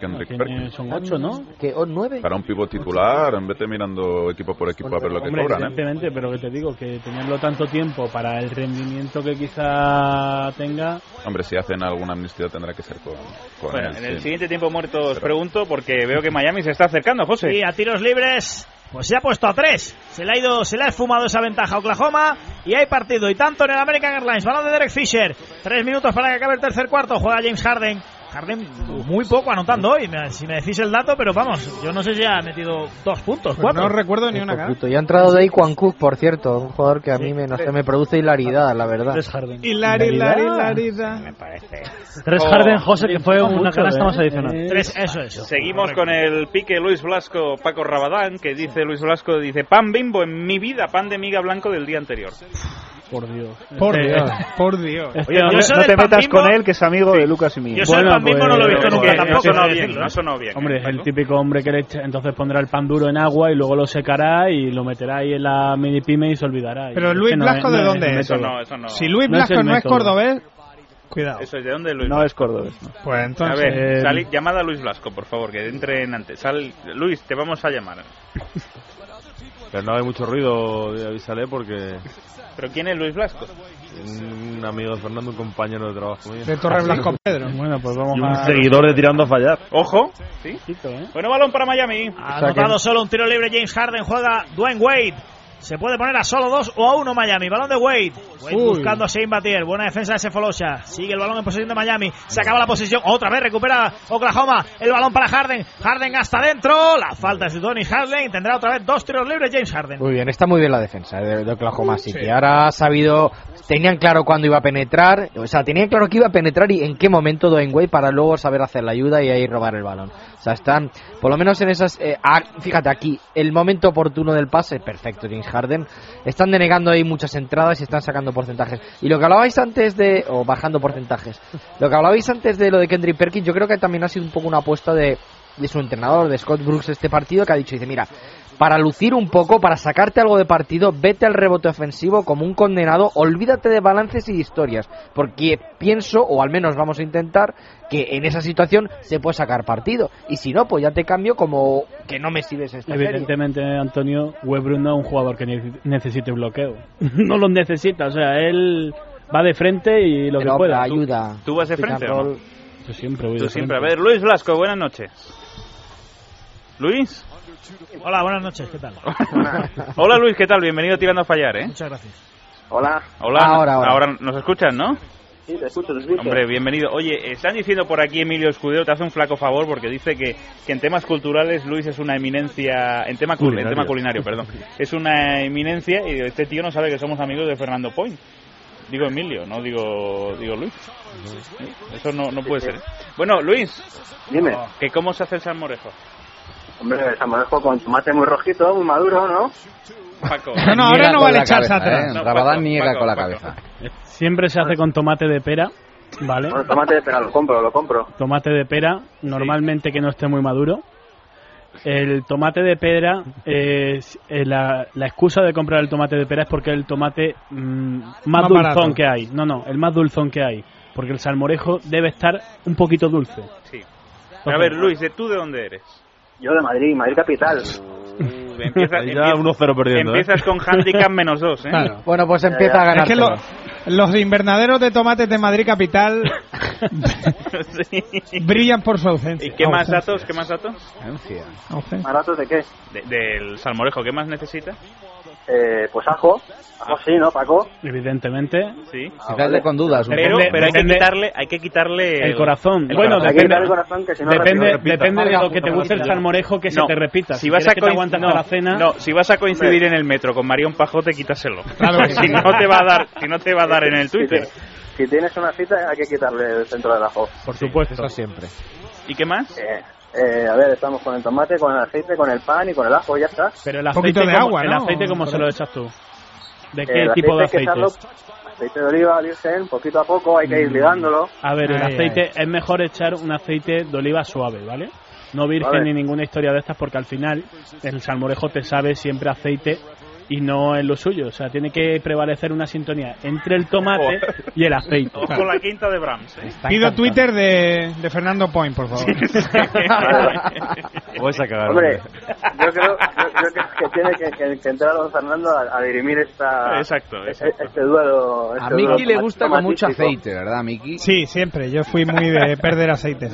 Kendrick Tiene- Perkins. son ocho, ¿no? Que oh, o nueve. Para un pivot titular, en vez de mirando equipo por equipo a ver lo que Hombre, cobran, ¿eh? evidentemente, pero que te digo que tenerlo tanto tiempo para el rendimiento que quizá tenga. Hombre, si hacen alguna amnistía tendrá que ser con, con Bueno, él, en el sí. siguiente tiempo muerto os pregunto porque veo que Miami se está acercando, José. Y a tiros libres, pues se ha puesto a tres. Se le ha ido, se le ha esfumado esa ventaja a Oklahoma y hay partido. Y tanto en el American Airlines, balón de Derek Fisher. Tres minutos para que acabe el tercer cuarto. Juega James Harden. Harden muy poco anotando hoy. Me- Si me decís el dato, pero vamos, yo no sé si ha metido dos puntos, Pues cuatro. Poquito. Y ha entrado de ahí Quan Cook, por cierto, un jugador que a mí me, no sé, me produce hilaridad, la verdad. Hilari, hilari, hilari. Me parece. Tres Oh, Harden José, que fue mucho, una canasta ¿eh? más adicional. Tres, eso es. Seguimos con el pique Luis Blasco, Paco Rabadán, que dice Luis Blasco, dice pan bimbo en mi vida, pan de miga blanco del día anterior. Por Dios. Por Este- Dios, por Dios. Oye, no, no te metas con él, que es amigo de Lucas y mío. Yo soy el pan bimbo, no lo he visto nunca, no ha tampoco sonado sé bien, decirlo, no ha ¿eh? sonado bien. Hombre, es el típico hombre que le echa- entonces pondrá el pan duro en agua y luego lo secará y lo meterá ahí en la mini pyme y se olvidará. Y Pero es Luis que no Blasco, es- ¿de no dónde el es? método. Si Luis No es Blasco el no es método. cordobés, cuidado. Eso es de dónde Luis. No es cordobés. ¿no? Pues A entonces. ver, salid- llamad a Luis Blasco, por favor, que entre en antes. Sal, Luis, te vamos a llamar. Pero no hay mucho ruido, eh, avísale, porque ¿Pero quién es Luis Blasco? un amigo de Fernando, un compañero de trabajo mío. De Torre Blanco Pedro. Bueno, pues Y vamos un a. seguidor de Tirando a Fallar. Ojo. ¿Sí? Bueno, balón para Miami. Ha anotado solo un tiro libre James Harden, juega Dwayne Wade. Se puede poner a solo dos o a uno Miami. Balón de Wade. Wade Uy. buscando a Shane Batier. Buena defensa de Sefolosa. Sigue el balón en posesión de Miami. Se acaba la posesión. Otra vez recupera Oklahoma. El balón para Harden. Harden hasta adentro. La falta es de Tony Harden. Tendrá otra vez dos tiros libres James Harden. Muy bien, está muy bien la defensa eh, de, de Oklahoma City. Sí. Ahora ha sabido, tenían claro cuándo iba a penetrar, o sea, tenían claro que iba a penetrar y en qué momento Dwayne Wade para luego saber hacer la ayuda y ahí robar el balón. O sea, están, por lo menos en esas, eh, ah, fíjate aquí, el momento oportuno del pase, perfecto, James Harden. Están denegando ahí muchas entradas y están sacando porcentajes. Y lo que hablabais antes de, o bajando porcentajes, lo que hablabais antes de lo de Kendrick Perkins, yo creo que también ha sido un poco una apuesta de, de su entrenador, de Scott Brooks, este partido, que ha dicho, dice, mira, para lucir un poco, para sacarte algo de partido, vete al rebote ofensivo como un condenado, olvídate de balances y de historias, porque pienso, o al menos vamos a intentar, que en esa situación se puede sacar partido, y si no, pues ya te cambio como que no me sirves en esta serie. Evidentemente, Antonio, Westbrook no es un jugador que ne- necesite bloqueo. [LAUGHS] no lo necesita, o sea, él va de frente y lo Pero que pueda. hombre, ayuda. ¿Tú vas de Pick and frente o no? roll. Yo siempre voy Tú de siempre. A frente. ver, Luis Blasco, buenas noches. Luis. Hola, buenas noches. ¿Qué tal? Hola Luis, ¿qué tal? Bienvenido a Tirando a Fallar, ¿eh? Muchas gracias. Hola. Hola, Ahora, ahora. nos escuchan, ¿no? Sí, te escucho, te escucho. Hombre, bienvenido. Oye, están diciendo por aquí Emilio Escudero, te hace un flaco favor porque dice que, que en temas culturales Luis es una eminencia, en tema, cul- en Culinario. tema culinario, perdón, es una eminencia y digo, este tío no sabe que somos amigos de Fernando Point. Digo Emilio, no digo digo Luis. Eso no, no puede ser. ¿eh? Bueno, Luis, Dime. ¿que ¿cómo se hace el salmorejo? Hombre, San Manejo con tomate muy rojito, muy maduro, ¿no? Paco. No, no, ahora Niega no con vale la echarse cabeza, atrás. ¿eh? No, Rabadán Paco, niega Paco, con la Paco. cabeza. Siempre se hace con tomate de pera, ¿vale? Bueno, tomate, espera, lo compro, lo compro. Tomate de pera, normalmente que no esté muy maduro. El tomate de pera, es, eh, la, la excusa de comprar el tomate de pera es porque es el tomate mm, más, Más dulzón barato. que hay. No, no, el más dulzón que hay. Porque el salmorejo debe estar un poquito dulce. Sí. A ver, Luis, ¿de tú de dónde eres? Yo de Madrid, Madrid [LAUGHS] capital. Empiezas, Ahí ya 1-0 perdiendo. ¿eh? [LAUGHS] empiezas con handicap menos dos, ¿eh? Bueno, pues empieza a ganar. Es que lo, Los invernaderos de tomates de Madrid [LAUGHS] capital brillan por su ausencia. ¿Y qué más datos? ¿Qué más datos? ¿Baratos de qué? De- del salmorejo, ¿qué más necesita? Eh, pues ajo. Ajo sí, ¿no, Paco? Ah, Evidentemente. Sí. Dale con dudas. un Pero, poco. pero hay que quitarle, hay que quitarle El corazón. Bueno, corazón. depende- Hay que quitarle el corazón, que si no depende- repite. depende de lo que te guste el salmorejo, que se te repita. Si, Si vas quieres a que te coin- aguantes no, hasta la cena- no, si vas a coincidir en el metro con Marión Pajote, quítaselo. Claro [LAUGHS] que si sí. no te va a dar, si no te va a dar en el Si Twitter. te- Si tienes una cita, hay que quitarle el centro del ajo. Por supuesto. Eso siempre. ¿Y qué más? Eh, eh, a ver, estamos con el tomate, con el aceite, con el pan y con el ajo, ya está. Pero el aceite, como, el aceite ¿cómo se lo echas tú? Eh, ¿De qué El tipo de hay que aceite? echarlo- aceite de oliva, virgen, poquito a poco, hay que ir ligándolo. Mm, A ver, el Ay, aceite es mejor echar un aceite de oliva suave, ¿vale? No virgen Vale. ni ninguna historia de estas porque al final el salmorejo te sabe siempre aceite y no es lo suyo. O sea, tiene que prevalecer una sintonía entre el tomate y el aceite. O con la quinta de Brahms. ¿eh? Pido Twitter de, de Fernando Point, por favor. Vas a cagar. Hombre, yo creo, yo, yo creo que tiene que, que- que entrar don Fernando a, a dirimir esta, e-, Exacto, Este, duelo. A este duelo Miki le gusta con mucho tomatístico. aceite, ¿verdad, Miki? Sí, siempre. Yo fui muy [LAUGHS] de perder aceite.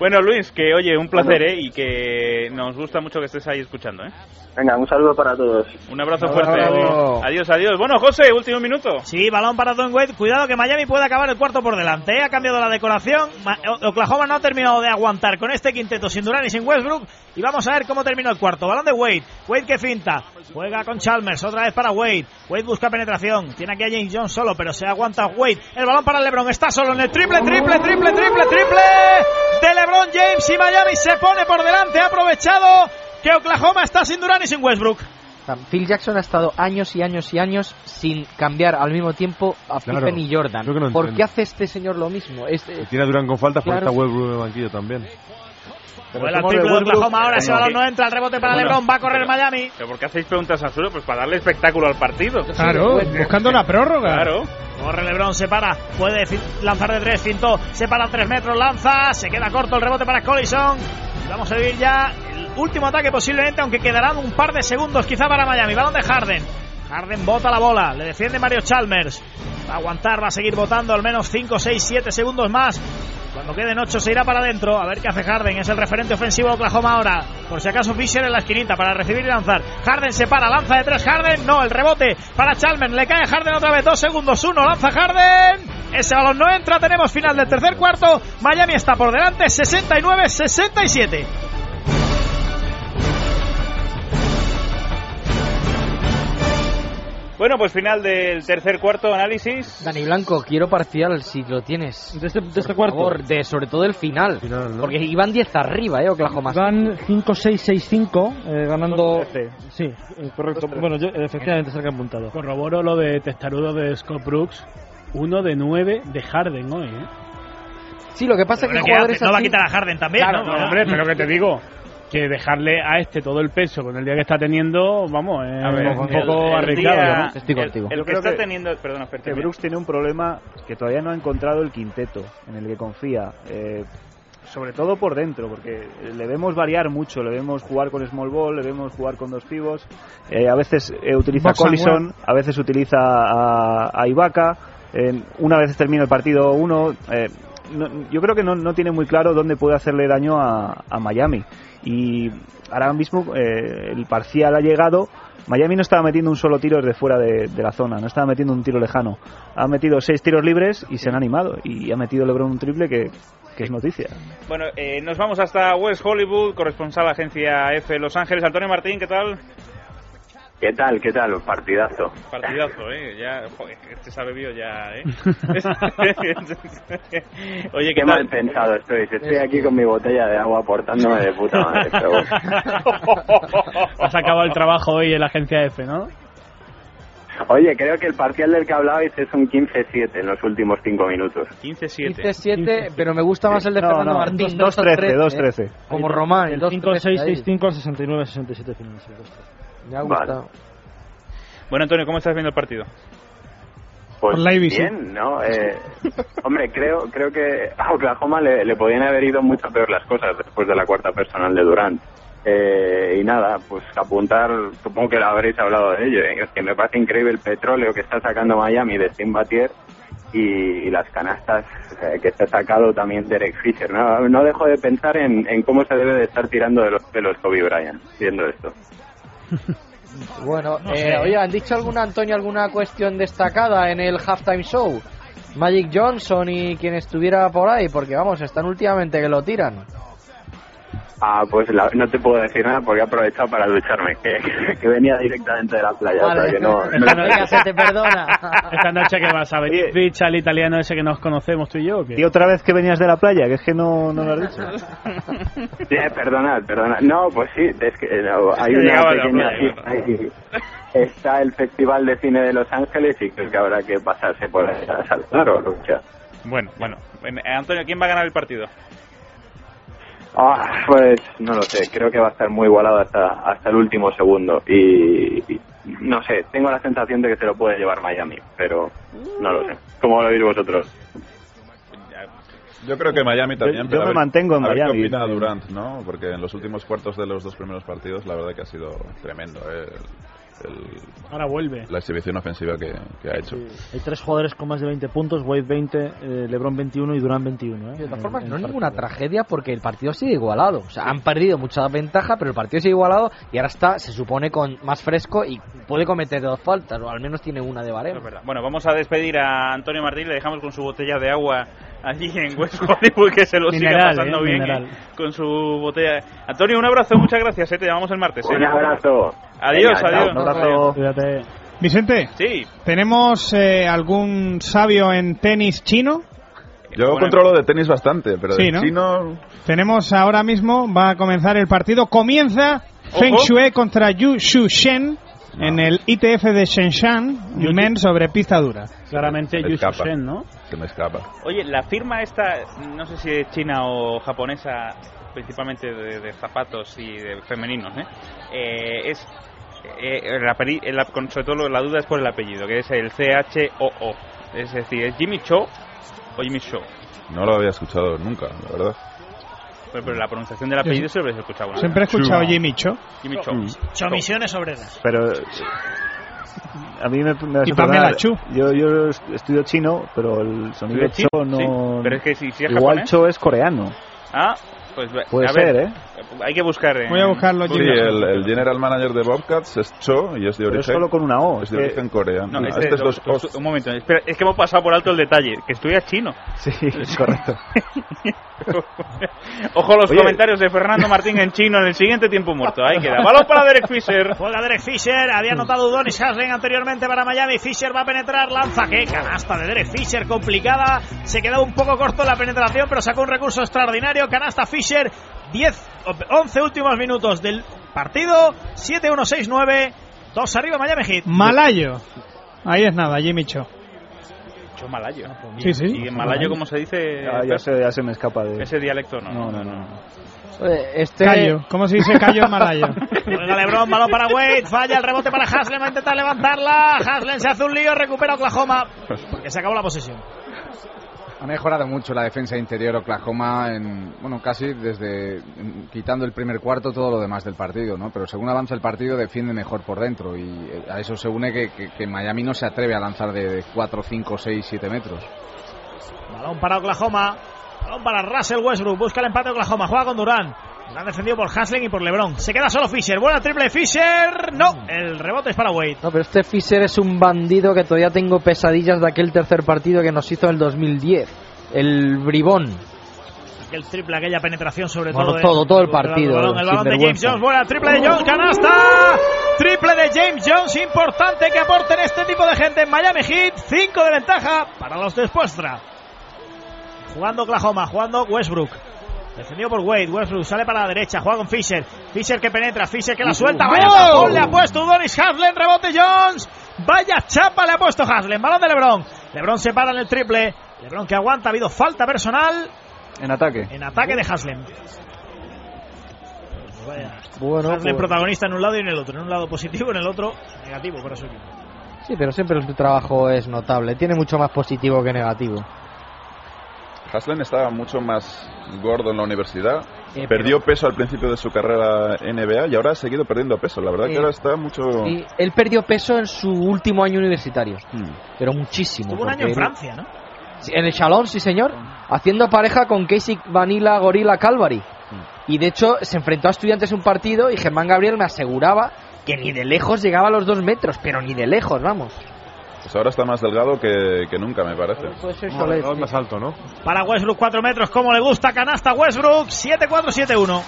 Bueno, Luis, que oye, un placer, ¿eh? Y que nos gusta mucho que estés ahí escuchando, ¿eh? Venga, un saludo para todos. Un abrazo Bravo. fuerte. Adiós, adiós. Bueno, José, último minuto. Sí, balón para Don Wade. Cuidado que Miami puede acabar el cuarto por delante. ¿eh? Ha cambiado la decoración. Ma- O- Oklahoma no ha terminado de aguantar con este quinteto sin Durán y sin Westbrook. Y vamos a ver cómo terminó el cuarto. Balón de Wade. Wade que finta. Juega con Chalmers. Otra vez para Wade. Wade busca penetración. Tiene aquí a James Jones solo, pero se aguanta Wade. El balón para LeBron. Está solo en el triple, triple, triple, triple, triple. De LeBron James y Miami se pone por delante. Ha aprovechado que Oklahoma está sin Durán y sin Westbrook. sea, Phil Jackson ha estado años y años y años sin cambiar al mismo tiempo a Claro, Pippen y Jordan. yo que no ¿Por entiendo. qué hace este señor lo mismo? Este, Tiene a Durán con falta, falta Claro. Westbrook en el banquillo también. Vuela el triple de Oklahoma ahora. Ese Bueno, balón que- no entra. El rebote para Bueno, LeBron. Va a correr pero- Miami. ¿Pero por qué hacéis preguntas absurdas? Pues para darle espectáculo al partido. Ah, Claro, buscando la prórroga. Claro. Corre Lebron, se para, puede fi- lanzar de tres, fintó, se para a tres metros, lanza, se queda corto el rebote para Collison. Y Vamos a vivir ya el último ataque posiblemente, aunque quedarán un par de segundos quizá para Miami. Balón de Harden. Harden bota la bola, le defiende Mario Chalmers. Va a aguantar, va a seguir votando al menos 5, 6, 7 segundos más. Cuando queden 8 se irá para adentro. A ver qué hace Harden. Es el referente ofensivo de Oklahoma ahora. Por si acaso Fisher en la esquinita para recibir y lanzar. Harden se para. Lanza de tres Harden. No, el rebote para Chalmers. Le cae Harden otra vez. Dos segundos. Uno. Lanza Harden. Ese balón no entra. Tenemos final del tercer cuarto. Miami está por delante. 69-67. Bueno, pues final del tercer cuarto análisis. Dani Blanco, quiero parcial si lo tienes. De este, cuarto. de, sobre todo el final. Porque iban 10 arriba, ¿eh? Oklahoma. Van 5-6-6-5, eh, ganando. Sí, eh, correcto. 2-13. Bueno, yo, efectivamente, cerca apuntado. Corroboro lo de testarudo de Scott Brooks. Uno de nueve de Harden hoy, ¿eh? Sí, lo que pasa Pero que ¿qué jugadores hace? ¿No va a así- quitar a Harden también, Claro, ¿no? no, hombre, pero que te digo que dejarle a este todo el peso con el día que está teniendo, vamos, es un poco arriesgado. ¿no? el Yo que creo está teniendo- perdona, Fer, que termina. Brooks tiene un problema que todavía no ha encontrado el quinteto en el que confía. eh, sobre todo por dentro, porque le vemos variar mucho, le vemos jugar con small ball, le vemos jugar con dos pivos. eh, a veces eh, utiliza a Box and Collison, a veces utiliza a, a Ibaka. eh, una vez termina el partido uno. eh, no- yo creo que no, no tiene muy claro dónde puede hacerle daño a, a Miami. Y ahora mismo eh, el parcial ha llegado. Miami no estaba metiendo un solo tiro desde fuera de, de la zona, no estaba metiendo un tiro lejano. Ha metido seis tiros libres y se han animado. Y ha metido LeBron un triple que, que es noticia. Bueno, eh, nos vamos hasta West Hollywood, corresponsal agencia F Los Ángeles. Antonio Martín, ¿qué tal? ¿Qué tal? ¿Qué tal? Partidazo. Partidazo, ¿eh? Ya, joder, este se ha bebido [LAUGHS] ya, ¿eh? Oye, ¿qué, Qué tal? Eh. mal pensado estoy. Estoy aquí con mi botella de agua portándome de puta madre. pero [LAUGHS] bueno. Has acabado el trabajo hoy en la agencia F, ¿no? Oye, creo que el parcial del que hablabais es un 15-7 en los últimos 5 minutos. 15-7. 17, pero me gusta más el de No, Fernando no, Martín. 2-13, 2-13, 2-13. ¿eh? Como Román, el 2-13. 5-6-6-5 al 69-67 final. sí, dos, tres. Me ha Vale. gustado. Bueno, Antonio, ¿cómo estás viendo el partido? Pues Por la IBC. bien, ¿no? Eh, hombre, creo creo que a Oklahoma le, le podían haber ido mucho peor las cosas después de la cuarta personal de Durant. Eh, y nada, pues apuntar, supongo que lo habréis hablado de ello, ¿eh? es que me parece increíble el petróleo que está sacando Miami de Steam Batier y, y las canastas eh, que está sacado también Derek Fisher. No, no dejo de pensar en, en cómo se debe de estar tirando de los pelos Kobe Bryant, viendo esto. [LAUGHS] Bueno, eh, oye, ¿han dicho alguna, Antonio, alguna cuestión destacada en el halftime show? Magic Johnson y quien estuviera por ahí, porque vamos, están últimamente que lo tiran. Ah, pues la- no te puedo decir nada porque he aprovechado para ducharme, que, [LAUGHS] que venía directamente de la playa. o sea que no- no- te perdona. Esta noche que vas a venir, ficha al italiano ese que nos conocemos tú y yo. ¿o qué? Y otra vez que venías de la playa, que es que no, no lo has dicho. Sí, perdonad, perdonad. No, pues sí, es que no, hay que una llegaba la pequeña playa, fiesta ahí. Está el Festival de Cine de Los Ángeles y creo que habrá que pasarse por ahí a saludar o lucha. Bueno, bueno. Eh, Antonio, ¿quién va a ganar el partido? Ah, pues no lo sé, creo que va a estar muy igualado hasta, hasta el último segundo y, y no sé, tengo la sensación de que se lo puede llevar Miami, pero no lo sé. ¿Cómo lo veis vosotros? Yo creo que Miami también. yo pero a me mantengo en a ver Miami. qué opina Durant, ¿no? Porque en los últimos cuartos de los dos primeros partidos, la verdad que ha sido tremendo. ¿eh? El- el- Ahora vuelve. la exhibición ofensiva que, que ha hecho. Hay tres jugadores con más de 20 puntos, Wade 20, eh, LeBron 21 y Durán 21. ¿eh? De todas formas, no es ninguna tragedia porque el partido sigue igualado. O sea, han perdido mucha ventaja, pero el partido sigue igualado y ahora está, se supone, con más fresco y puede cometer dos faltas, o al menos tiene una de baremo. Bueno, vamos a despedir a Antonio Martín, le dejamos con su botella de agua allí en West Hollywood, que se lo siga Mineral, pasando eh, bien mineral. eh, con su botella. Antonio, un abrazo, muchas gracias, eh, te llamamos el martes. eh. Un abrazo. Adiós, Venga, adiós. chao, un abrazo. Vicente, Sí. ¿tenemos eh, algún sabio en tenis chino? Yo controlo de tenis bastante, pero Sí, de ¿no? chino. Tenemos ahora mismo, va a comenzar el partido. Comienza Feng Ojo. Shui contra Yu Shu Shen en el ITF de Shenzhen, Yu- Men sobre pista dura. Claramente Se Yu escapa. Shen, ¿no? Se me escapa. Oye, la firma esta, no sé si es china o japonesa, principalmente de, de zapatos y de femeninos, ¿eh? Eh, es. eh, el apelli- el ap- con- sobre todo lo- la duda es por el apellido, que es el CHOO. Es decir, ¿es Jimmy Cho o Jimmy Cho? No lo había escuchado nunca, la verdad. Pero, pero la pronunciación del apellido siempre se escuchaba. una vez. Siempre he escuchado Jimmy Cho. Jimmy Cho. Mm. Chomisiones obreras. Pero eh, a mí me, me vas Y a Pamela perdonar. Chu. Yo, yo estudio chino, pero el sonido ¿Estudias cho chino? no. Sí, pero es que si- si es Igual japonés. cho es coreano. Ah, pues ve- Puede a ver, ser, ¿eh? Hay que buscar. eh, Sí, el, el general manager de Bobcats es Cho y es de Pero origen. es solo con una O, Es de es que- origen coreano. No, Ah, este, este es lo- dos Os. un momento, espera, es que hemos pasado por alto el detalle, que estudia chino. [LAUGHS] Sí, [LAUGHS] correcto. Ojo a los Oye. comentarios de Fernando Martín en chino en el siguiente tiempo muerto. Ahí queda. Balón para Derek Fisher. Mm. Juega Derek Fisher, había anotado Udonis Haslem anteriormente para Miami. Fisher va a penetrar, lanza que canasta de Derek Fisher, complicada. Se quedó un poco corto la penetración, pero sacó un recurso extraordinario. Canasta Fisher, 10, 11 últimos minutos del partido, 7-1-6-9, 2 arriba Miami Heat. Malayo. Ahí es nada, Jimmy Cho. Cho malayo. Sí, sí. Ah, pues Y en malayo, como se dice, Ah, ya, se, ya se me escapa de. ese dialecto no. No, no, no. Este... Callo. ¿Cómo se dice callo en malayo? Juega LeBron, balón para Wade, falla el rebote para Haslem, va a intentar levantarla. Haslem se hace un lío, recupera Oklahoma, que se acabó la posesión. Ha mejorado mucho la defensa interior Oklahoma en, bueno, casi desde en- quitando el primer cuarto todo lo demás del partido, ¿no? Pero según avanza el partido defiende mejor por dentro y eh, a eso se une que, que- que Miami no se atreve a lanzar de, de 4, 5, 6, 7 metros. Balón para Oklahoma. Balón para Russell Westbrook. Busca el empate Oklahoma. Juega con Durán. La han defendido por Haslem y por LeBron. Se queda solo Fisher. Buena triple de Fisher. No. El rebote es para Wade. No, pero este Fisher es un bandido que todavía tengo pesadillas de aquel tercer partido que nos hizo en el 2010. El bribón. Aquel triple, aquella penetración sobre Bueno, todo. de- todo, todo el del partido, balón. El balón de James sinvergüenza. Jones. Buena triple de Jones. Canasta. Triple de James Jones. Importante que aporten este tipo de gente en Miami Heat. 5 de ventaja para los de Spuestra. Jugando Oklahoma, jugando Westbrook. Defendido por Wade, Westbrook sale para la derecha, juega con Fisher. Fisher que penetra, Fisher que la suelta. Vaya ¡Gol! tapón le ha puesto Udonis Haslem, rebote Jones. Vaya chapa le ha puesto Haslem, balón de LeBron. LeBron se para en el triple. LeBron que aguanta, ha habido falta personal En ataque. en ataque de Haslem. Bueno, pues- Haslem protagonista en un lado y en el otro. En un lado positivo, en el otro negativo para su equipo. Sí, pero siempre su trabajo es notable. Tiene mucho más positivo que negativo. Haslen estaba mucho más gordo en la universidad. Eh, Perdió peso al principio de su carrera NBA y ahora ha seguido perdiendo peso. La verdad Eh, que ahora está mucho. Y él perdió peso en su último año universitario, pero muchísimo. Estuvo un año porque en él- Francia, ¿no? Sí, En el Chalón, sí señor, haciendo pareja con Casey Vanilla Gorilla Calvary. Y de hecho se enfrentó a estudiantes en un partido y Germán Gabriel me aseguraba que ni de lejos llegaba a los dos metros, pero ni de lejos, vamos. Pues ahora está más delgado que, que nunca, me parece. es más alto, ¿no? Para Westbrook, 4 metros, como le gusta canasta Westbrook, 7-4-7-1.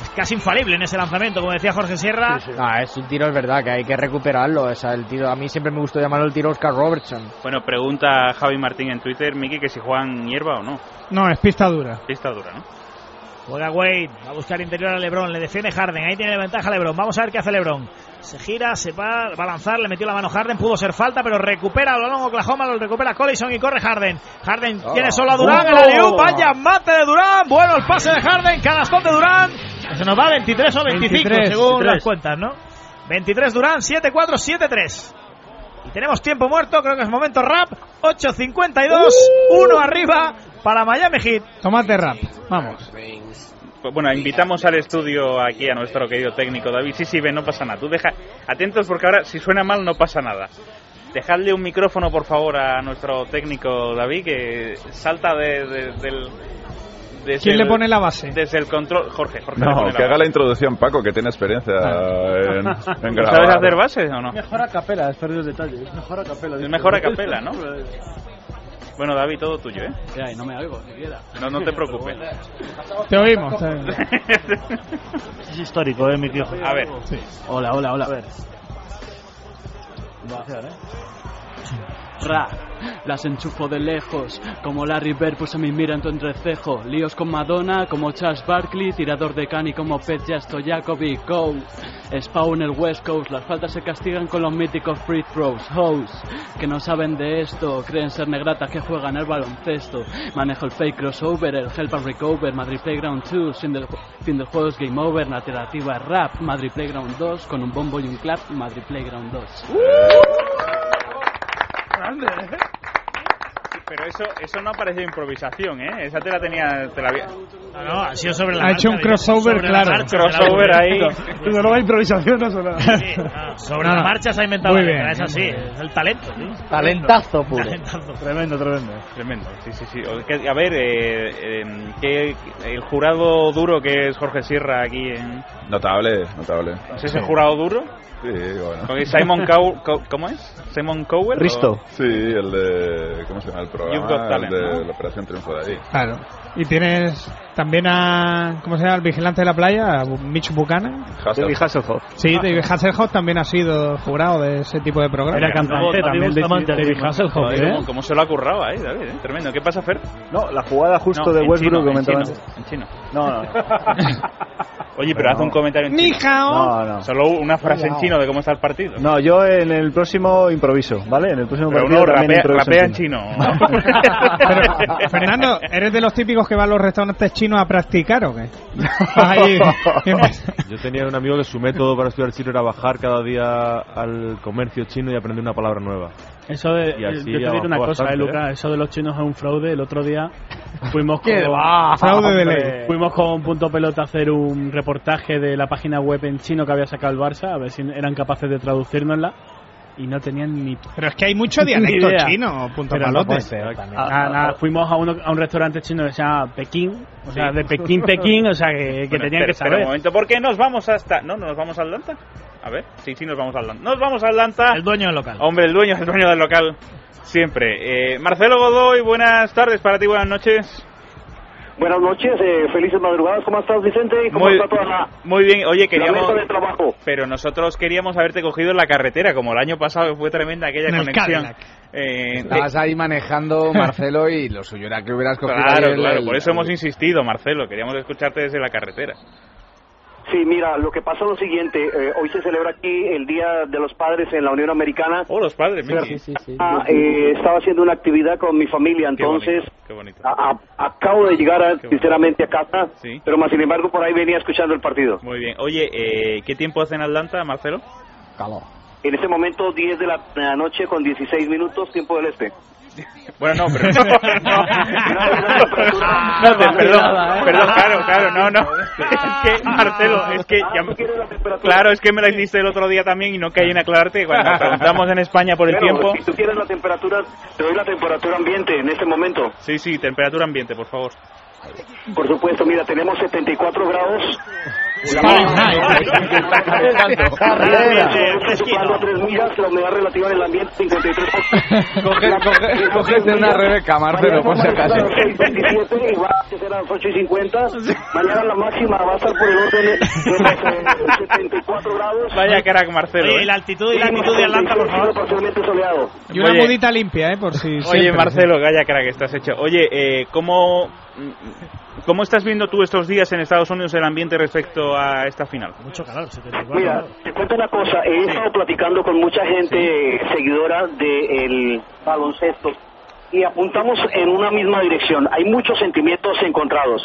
Es casi infalible en ese lanzamiento, como decía Jorge Sierra. Ah, es un tiro, es verdad, que hay que recuperarlo. O sea, el tiro, a mí siempre me gustó llamarlo el tiro Oscar Robertson. Bueno, pregunta Javi Martín en Twitter, Miki, que si juegan hierba o no. No, es pista dura. Pista dura, ¿no? Juega Wade, va a buscar interior a LeBron, le defiende Harden, ahí tiene la ventaja LeBron. Vamos a ver qué hace LeBron. Se gira, se va, va a lanzar, le metió la mano Harden, pudo ser falta, pero recupera el balón Oklahoma, lo recupera Collison y corre Harden. Harden tiene solo a Durán, el ¡Oh! alley-oop, vaya mate de Durán, bueno el pase de Harden, canastón de Durán. Se nos va 23 o 25 23, según 23. las cuentas, ¿no? 23 Durán, 7-4, 7-3. Y tenemos tiempo muerto, creo que es momento rap. 8.52, 1 arriba para Miami Heat. Tomate rap, vamos. Pues Bueno, invitamos al estudio aquí a nuestro querido técnico David. Sí, sí, ven, no pasa nada. Tú deja, atentos porque ahora si suena mal no pasa nada. Dejadle un micrófono, por favor, a nuestro técnico David, que salta de- de- del... desde ¿Quién le el- pone la base? Desde el control... Jorge, Jorge. le No, pone la que haga base. la introducción, Paco, que tiene experiencia [LAUGHS] en, en grabar. ¿Sabes hacer bases o no? Mejor a capela, es perdido detalle. Es mejor a capela. Es mejor a capela, ¿no? Bueno, David, todo tuyo, ¿eh? Ya, y no me oigo, siquiera. No, no te preocupes. Te oímos, eh. te eh. oímos. [LAUGHS] [LAUGHS] Es histórico, eh, mi tío. A ver. Hola, hola, hola. A ver. eh. Ra, las enchufo de lejos, como Larry Bird pues a mí miran tu entrecejo, líos con Madonna, como Charles Barkley, tirador de cani como Pet Jastojakovic, go, spawn el West Coast, las faltas se castigan con los míticos free throws, hoes, que no saben de esto, creen ser negratas que juegan al baloncesto, manejo el fake crossover, el help and recover, Madrid Playground 2, fin del, fin del juego es game over, la alternativa es rap, Madrid Playground 2, con un bombo y un clap, Madrid Playground 2. Pero eso, eso no ha parecido improvisación, ¿eh? Esa te la tenía... Te la había... No, no, ha sido sobre la Ha marcha, hecho un digamos, crossover, sobre la claro. marcha, crossover ahí. Desde luego, improvisación no suena. Sobre la marcha se ha inventado la letra, es así, es el talento. tío. Talentazo puro. [LAUGHS] Tremendo, tremendo. Tremendo, sí, sí, sí. O- que- A ver, eh, eh, que el jurado duro que es Jorge Sierra aquí en... Notable, notable. ¿Es ese jurado duro? Sí, bueno. Con Simon Cow... Co- ¿Cómo es? Simon Cowell. o- Sí, el de. ¿Cómo se llama el You've Got programa? Talent, el de ¿no? la Operación Triunfo de ahí. Claro. Y tienes también a. ¿Cómo se llama? El vigilante de la playa, a Bu- Mitch Buchanan. David Hasselhoff. Sí, David Hasselhoff también ha sido jurado de ese tipo de programas. Joder, ¿eh? cómo- cómo se lo ha currado ahí, David, ¿eh? Tremendo. ¿Qué pasa, Fer? No, la jugada justo No, de en Westbrook chino, en comentaba chino, antes. en chino. No, no, no. [LAUGHS] Oye, pero, Pero haz un no. comentario en Ni chino. hao. No, no. Solo una frase en Ni hao. chino de cómo está el partido. [LAUGHS] No, yo en el próximo improviso, ¿vale? En el próximo Pero partido uno también rapea, improviso rapea en chino. Pero, Fernando, ¿eres de los típicos que van a los restaurantes chinos a practicar o qué? Ahí. Yo tenía un amigo que su método para estudiar chino era bajar cada día al comercio chino y aprender una palabra nueva. Eso de, Y así yo te digo una avanzó cosa, eh, bastante, Luca, eso de los chinos es un fraude. El otro día fuimos [LAUGHS] ¡Qué con, va! Fraude de ley. fuimos con Punto Pelota a hacer un reportaje de la página web en chino que había sacado el Barça, a ver si eran capaces de traducirnosla. Y no tenían ni. Pero es que hay mucho dialecto chino, Punto Palote. Ah, nada, fuimos a, uno- a un restaurante chino que se llama Pekín, o sea, Sí. de Pekín, Pekín, o sea, que, que Bueno, tenían que espera, espera saber. un momento, porque nos vamos hasta... No, no nos vamos a Atlanta. A ver, sí, sí, nos vamos a Atlanta. Nos vamos a Atlanta. El dueño del local. Hombre, el dueño, el dueño del local. Siempre. Eh, Marcelo Godoy, buenas tardes para ti, buenas noches. Buenas noches, eh, felices madrugadas. ¿Cómo estás, Vicente? ¿Y ¿Cómo Muy- está toda la, Muy bien, oye, la queríamos... mesa de trabajo? Pero nosotros queríamos haberte cogido en la carretera, como el año pasado fue tremenda aquella En el conexión. Cadillac. Eh, Estabas [LAUGHS] ahí manejando, Marcelo, y lo suyo era que hubieras cogido ahí Claro, el- claro, el- por eso hemos insistido, Marcelo. Queríamos escucharte desde la carretera. Sí, mira, lo que pasa es lo siguiente. eh, hoy se celebra aquí el Día de los Padres en la Unión Americana. Oh, los padres, mira. Ah, eh, estaba haciendo una actividad con mi familia, entonces Qué bonito. a- a- acabo de llegar, a- sinceramente, a casa, Sí. pero más sin embargo por ahí venía escuchando el partido. Muy bien. Oye, eh, ¿qué tiempo hace en Atlanta, Marcelo? En ese momento, 10 de la noche con 16 minutos, tiempo del este. Bueno, [LAUGHS] no, pero no. No, no, te- perdón, perdón, claro, claro, no, Ah. no. Es que, Marcelo, es que ya me- Claro, es que me la hiciste el otro día también y no caí en aclararte. Cuando nos preguntamos en España por el Claro, tiempo. Si tú quieres la temperatura, te doy la temperatura ambiente en este momento. Sí, sí, temperatura ambiente, por favor. Por supuesto, mira, tenemos 74 grados. Ah, Ah, Sopando a tres millas, la humedad relativa en el ambiente 53%. Coge- Cógete una Rebeca, Marcelo, por si acaso. Mañana [LAUGHS] a las 6:27 y va a ser a las 8 y 50. Mañana la máxima va a estar por el orden de los, eh, 74 grados. Vaya crack, Marcelo. Oye, ¿eh? y la altitud y la actitud de Atlanta, por favor. Parcialmente soleado. Y una Oye. mudita limpia, ¿eh? Por si. Oye, siempre. Marcelo, gaya crack, estás hecho. Oye, eh, ¿cómo, ¿cómo estás viendo tú estos días en Estados Unidos el ambiente respecto a esta final? Mucho calor, Mira, te cuento una cosa. He estado platicando con mucha gente seguidora del baloncesto y apuntamos en una misma dirección. Hay muchos sentimientos encontrados.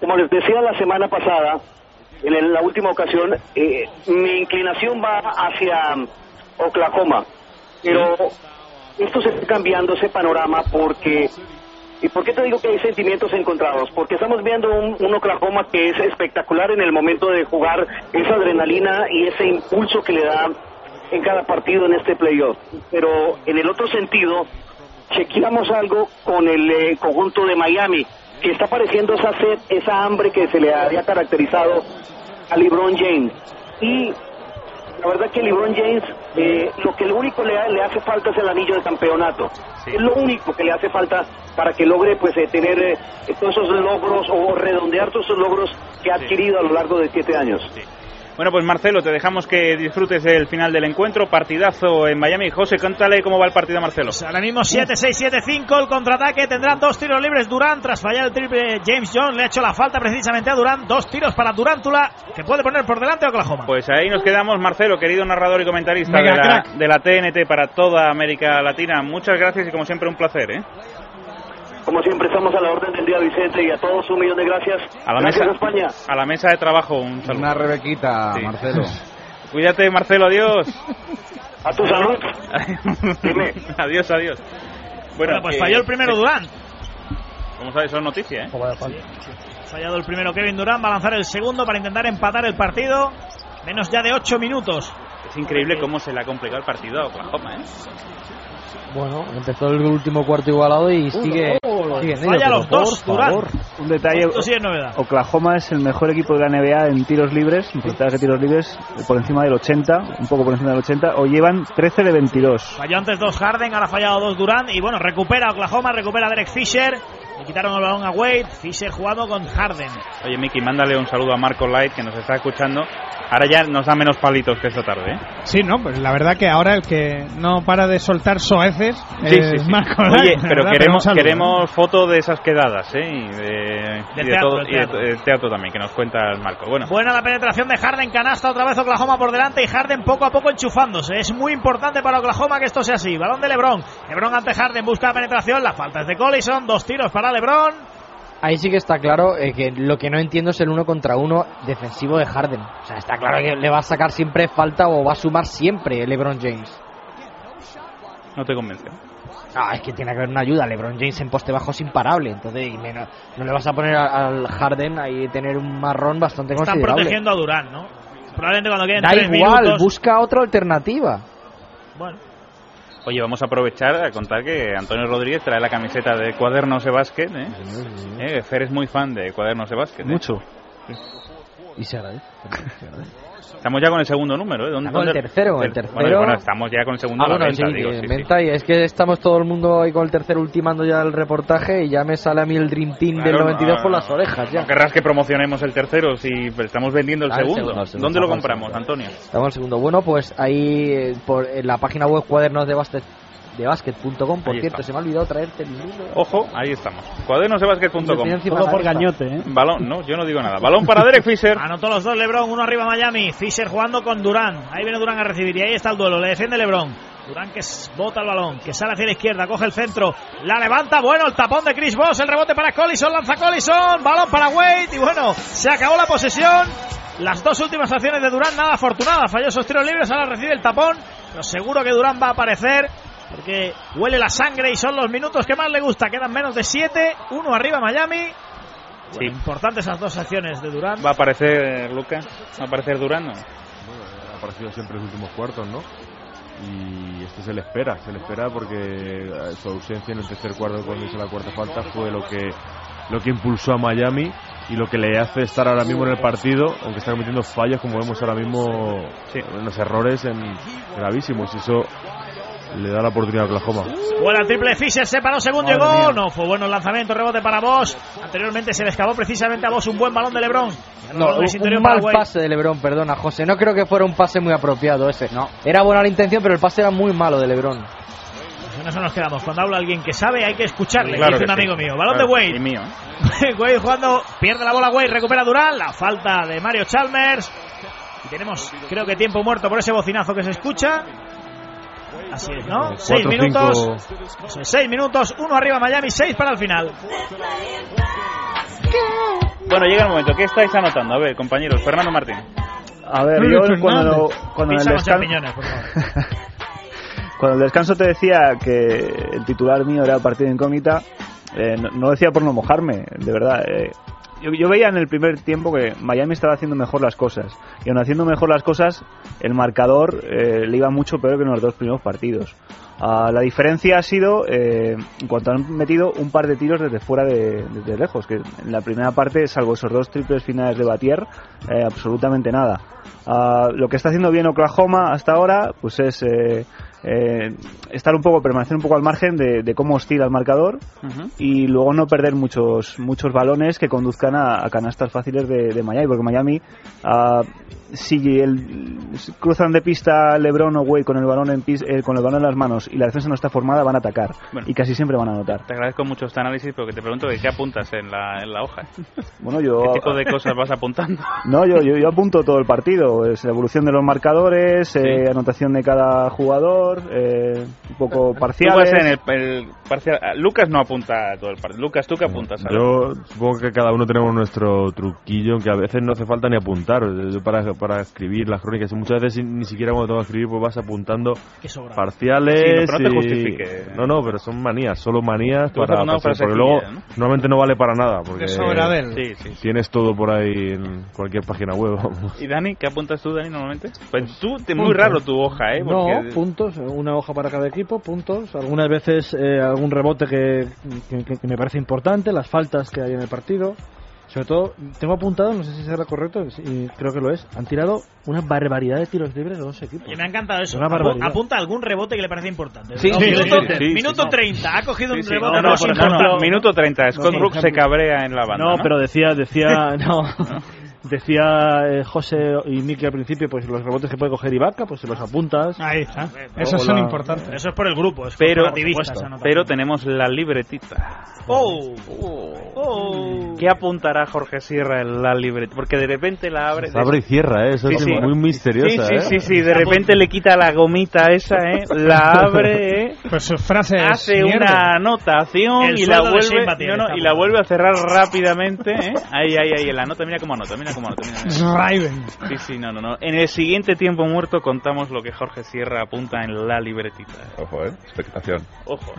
Como les decía la semana pasada, en el- la última ocasión, eh, mi inclinación va hacia um, Oklahoma. Pero esto se está cambiando ese panorama porque... ¿Y por qué te digo que hay sentimientos encontrados? Porque estamos viendo un, un Oklahoma que es espectacular en el momento de jugar esa adrenalina y ese impulso que le da en cada partido en este playoff. Pero en el otro sentido, chequeamos algo con el eh, conjunto de Miami, que está apareciendo esa sed, esa hambre que se le había caracterizado a LeBron James. Y la verdad que LeBron James, eh, lo que lo único le, ha- le hace falta es el anillo de campeonato. Es lo único que le hace falta para que logre pues eh, tener eh, todos esos logros o redondear todos esos logros que ha adquirido a lo largo de siete años. Bueno, pues Marcelo, te dejamos que disfrutes el final del encuentro. Partidazo en Miami. José, cuéntale cómo va el partido, Marcelo. Ahora mismo 7-6-7-5 el contraataque. Tendrán dos tiros libres Durán tras fallar el triple. James Jones le ha hecho la falta precisamente a Durán. Dos tiros para Durántula que puede poner por delante a Oklahoma. Pues ahí nos quedamos, Marcelo, querido narrador y comentarista Venga, de, la, crack. de la TNT para toda América Latina. Muchas gracias y como siempre un placer, ¿eh? Como siempre estamos a la orden del día Vicente y a todos un millón de gracias. A la gracias mesa. España. A la mesa de trabajo, un saludo. Una Rebequita, Marcelo. [LAUGHS] Cuídate, Marcelo, adiós. A tu salud. [LAUGHS] adiós, adiós. eh, Bueno, pues falló el primero Durán. Como sabes, son noticias, ¿eh? Fallado el primero Kevin Durán. Va a lanzar el segundo para intentar empatar el partido. Menos ya de 8 minutos. Es increíble cómo se le ha complicado el partido a Oklahoma, ¿eh? Bueno, empezó el último cuarto igualado y sigue. Eh, Oh, sigue en ello, Falla pero los por dos, Durán. favor. Un detalle. Esto sí es novedad. [LAUGHS] Oklahoma es el mejor equipo de la NBA en tiros libres, en porcentaje de tiros libres, por encima del 80, un poco por encima del 80, o llevan 13 de 22. Falló antes dos Harden, ahora ha fallado dos Durán. Y bueno, recupera Oklahoma, recupera Derek Fisher. Le quitaron el balón a Wade. Fisher jugando con Harden. Oye, Miki, mándale un saludo a Marco Light que nos está escuchando. Ahora ya nos da menos palitos que esta tarde, ¿eh? Sí, no, pues la verdad que ahora el que no para de soltar soeces Sí, es sí, sí. Marco Oye, Reus, la pero verdad, queremos, un saludo. queremos foto de esas quedadas, ¿eh? Y de, Del y de teatro, todo, del y de- teatro. del teatro también, que nos cuenta el Marco. Bueno, Buena la penetración de Harden, canasta otra vez Oklahoma por delante y Harden poco a poco enchufándose. Es muy importante para Oklahoma que esto sea así. Balón de Lebron. Lebron ante Harden busca la penetración. La falta es de Collison. Dos tiros para Lebron. Oh, Ahí sí que está claro eh, que lo que no entiendo es el uno contra uno defensivo de Harden. O sea, está claro que le va a sacar siempre falta o va a sumar siempre LeBron James. no te convence. Ah, es que tiene que haber una ayuda. LeBron James en poste bajo es imparable. Entonces, y menos- no le vas a poner a- al Harden ahí tener un marrón bastante Están considerable. protegiendo a Durán, ¿no? Probablemente cuando queden Da tres igual, minutos. busca otra alternativa. Bueno, Oye, vamos a aprovechar a contar que Antonio Rodríguez trae la camiseta de Cuadernos de Básquet, ¿eh? Eh, Fer es muy fan de Cuadernos de Básquet. ¿eh? Mucho. Y se agradece. Estamos ya con el segundo número, ¿eh? ¿Dónde, Estamos dónde- el tercero, el bueno, tercero. Bueno, estamos ya con el segundo Ah, a la bueno, venta, sí, digo, que sí, sí. venta y es que estamos todo el mundo ahí con el tercero ultimando ya el reportaje y ya me sale a mí el Dream Team Claro, del 92 no, por no, las orejas ya. No querrás que promocionemos el tercero si estamos vendiendo el Ah, el segundo. segundo, el segundo. ¿Dónde lo Vamos, compramos, Antonio? Estamos el segundo. Bueno, pues ahí eh, por en la página web cuadernos de basket de basket.com, por Ahí cierto, está. se me ha olvidado traerte el libro. Ojo, ahí estamos. Cuadernosdebasquet.com. Todo por gañote, ¿eh? Balón, no, yo no digo nada. Balón [LAUGHS] para Derek Fisher. Anotó los dos LeBron, uno arriba Miami. Fisher jugando con Durán. Ahí viene Durán a recibir y ahí está el duelo. Le defiende LeBron. Durán que s- bota el balón, que sale hacia la izquierda, coge el centro, la levanta, bueno, el tapón de Chris Boss, el rebote para Collison, lanza Collison, balón para Wade y bueno, se acabó la posesión. Las dos últimas acciones de Durán nada afortunadas, falló esos tiros libres, ahora recibe el tapón, pero seguro que Durán va a aparecer Porque huele la sangre y son los minutos que más le gusta. Quedan menos de 7. Uno arriba Miami. Sí. Importantes esas dos acciones de Durán. Va a aparecer Lucas, va a aparecer Durán, ¿no? Ha aparecido siempre en los últimos cuartos, ¿no? Y este se le espera, se le espera porque eh, su ausencia en el tercer cuarto cuando hizo la cuarta falta fue lo que lo que impulsó a Miami y lo que le hace estar ahora mismo en el partido, aunque está cometiendo fallas como vemos ahora mismo, unos errores en- gravísimos y eso le da la oportunidad a Oklahoma. Vuela el triple de Fischer, separó segundo y Madre gol. mía. No fue bueno el lanzamiento, rebote para Bosch. Anteriormente se le escapó precisamente a Bosch un buen balón de Lebron. No, Balón un, es interior un mal para Guay. pase de Lebron, perdona, José. No creo que fuera un pase muy apropiado ese. No. Era buena la intención, pero el pase era muy malo de Lebron. En eso nos quedamos. Cuando habla alguien que sabe, hay que escucharle. Claro dice un que sí. amigo mío. Balón de Claro, Wade. y ¿eh? mío. [LAUGHS] Wade jugando, pierde la bola Wade, recupera Durán. La falta de Mario Chalmers. Y tenemos, creo que tiempo muerto por ese bocinazo que se escucha. Así es, ¿no? Cuatro, Seis cinco. minutos. Son Seis minutos, uno arriba Miami, seis para el final. Bueno, llega el momento. ¿Qué estáis anotando? A ver, compañeros. Fernando Martín. A ver, Luis yo Fernández. cuando, cuando en el Pizza con descan- champiñones, por Cuando el descanso te decía que el titular mío era partido incógnita, eh, no, no decía por no mojarme, de verdad. eh. yo, yo veía en el primer tiempo que Miami estaba haciendo mejor las cosas. Y aun haciendo mejor las cosas, el marcador eh, le iba mucho peor que en los dos primeros partidos. Ah, la diferencia ha sido eh, en cuanto han metido un par de tiros desde fuera de, desde lejos, que en la primera parte, salvo esos dos triples finales de Batier, eh, absolutamente nada. Ah, lo que está haciendo bien Oklahoma hasta ahora, pues es eh, eh, estar un poco, permanecer un poco al margen de, de cómo oscila el marcador y luego no perder muchos muchos balones que conduzcan a, a canastas fáciles de, de Miami, porque Miami, ah, si, el, si cruzan de pista LeBron o Wade con el balón en pis- eh, con el balón en las manos y la defensa no está formada, van a atacar Bueno. y casi siempre van a anotar. Te agradezco mucho este análisis, pero que te pregunto de qué apuntas en la, en la hoja. Bueno, yo ¿Qué tipo de cosas vas apuntando? No, yo, yo, yo apunto todo el partido. Es la evolución de los marcadores, eh, anotación de cada jugador, eh, un poco Tú vas parciales. en el, el parcial. ah, Lucas no apunta a todo el partido. Lucas, ¿tú qué apuntas? A ver. Yo supongo que cada uno tenemos nuestro truquillo, que a veces no hace falta ni apuntar yo para, para escribir las crónicas. y Muchas veces ni siquiera cuando tengo que escribir, pues vas apuntando Qué sobrado. parciales. Sí, no, pero no te y- justifiques. No, no, pero son manías, solo manías Tú vas para. apuntando pasar, frases porque luego seguidas, normalmente no vale para nada. Porque Qué sobradel. Sí, Tienes todo por ahí en cualquier página web. vamos. ¿Y Dani? ¿Qué apuntas tú, Dani, normalmente? Pues tú, te muy raro tu hoja, ¿eh? Porque- No, puntos, una hoja para cada equipo, puntos. Algunas veces eh, algún rebote que, que- que- que me parece importante, las faltas que hay en el partido. Sobre todo, tengo apuntado, no sé si será correcto, y creo que lo es, han tirado una barbaridad de tiros libres de dos equipos. Y me ha encantado eso. Una Apu- barbaridad. Apunta algún rebote que le parece importante. Sí, No, sí, minuto sí, sí, minuto sí, sí. 30. Ha cogido Sí, un sí, rebote. no, no, no, por sin ejemplo, control. Minuto 30. Scott por Brooks se ejemplo. cabrea en la banda. No, No, pero [LAUGHS] decía, decía, no. [LAUGHS] Decía eh, José y Miki al principio, pues los rebotes que puede coger Ibaka, pues se los apuntas. Ahí está. Esos son importantes. Eso es por el grupo. Es Pero, corporativista por esa supuesto, anotación. pero tenemos la libretita. Oh, ¿Qué apuntará Jorge Sierra en la libretita? Porque de repente la abre. Se abre y cierra, ¿eh? Eso Sí, es sí. muy misteriosa. Sí, ¿eh? sí, sí, sí, de repente le quita la gomita esa, ¿eh? La abre, ¿eh? Pues sus frases. hace mierda. una anotación El y la sueldo de vuelve Shane Battier no, no, está y la vuelve a cerrar rápidamente ¿eh? ahí ahí ahí en la nota mira cómo anota mira cómo anota mira, mira. Raven. sí sí no no no en el siguiente tiempo muerto contamos lo que Jorge Sierra apunta en la libretita Ojo, eh, expectación. ojo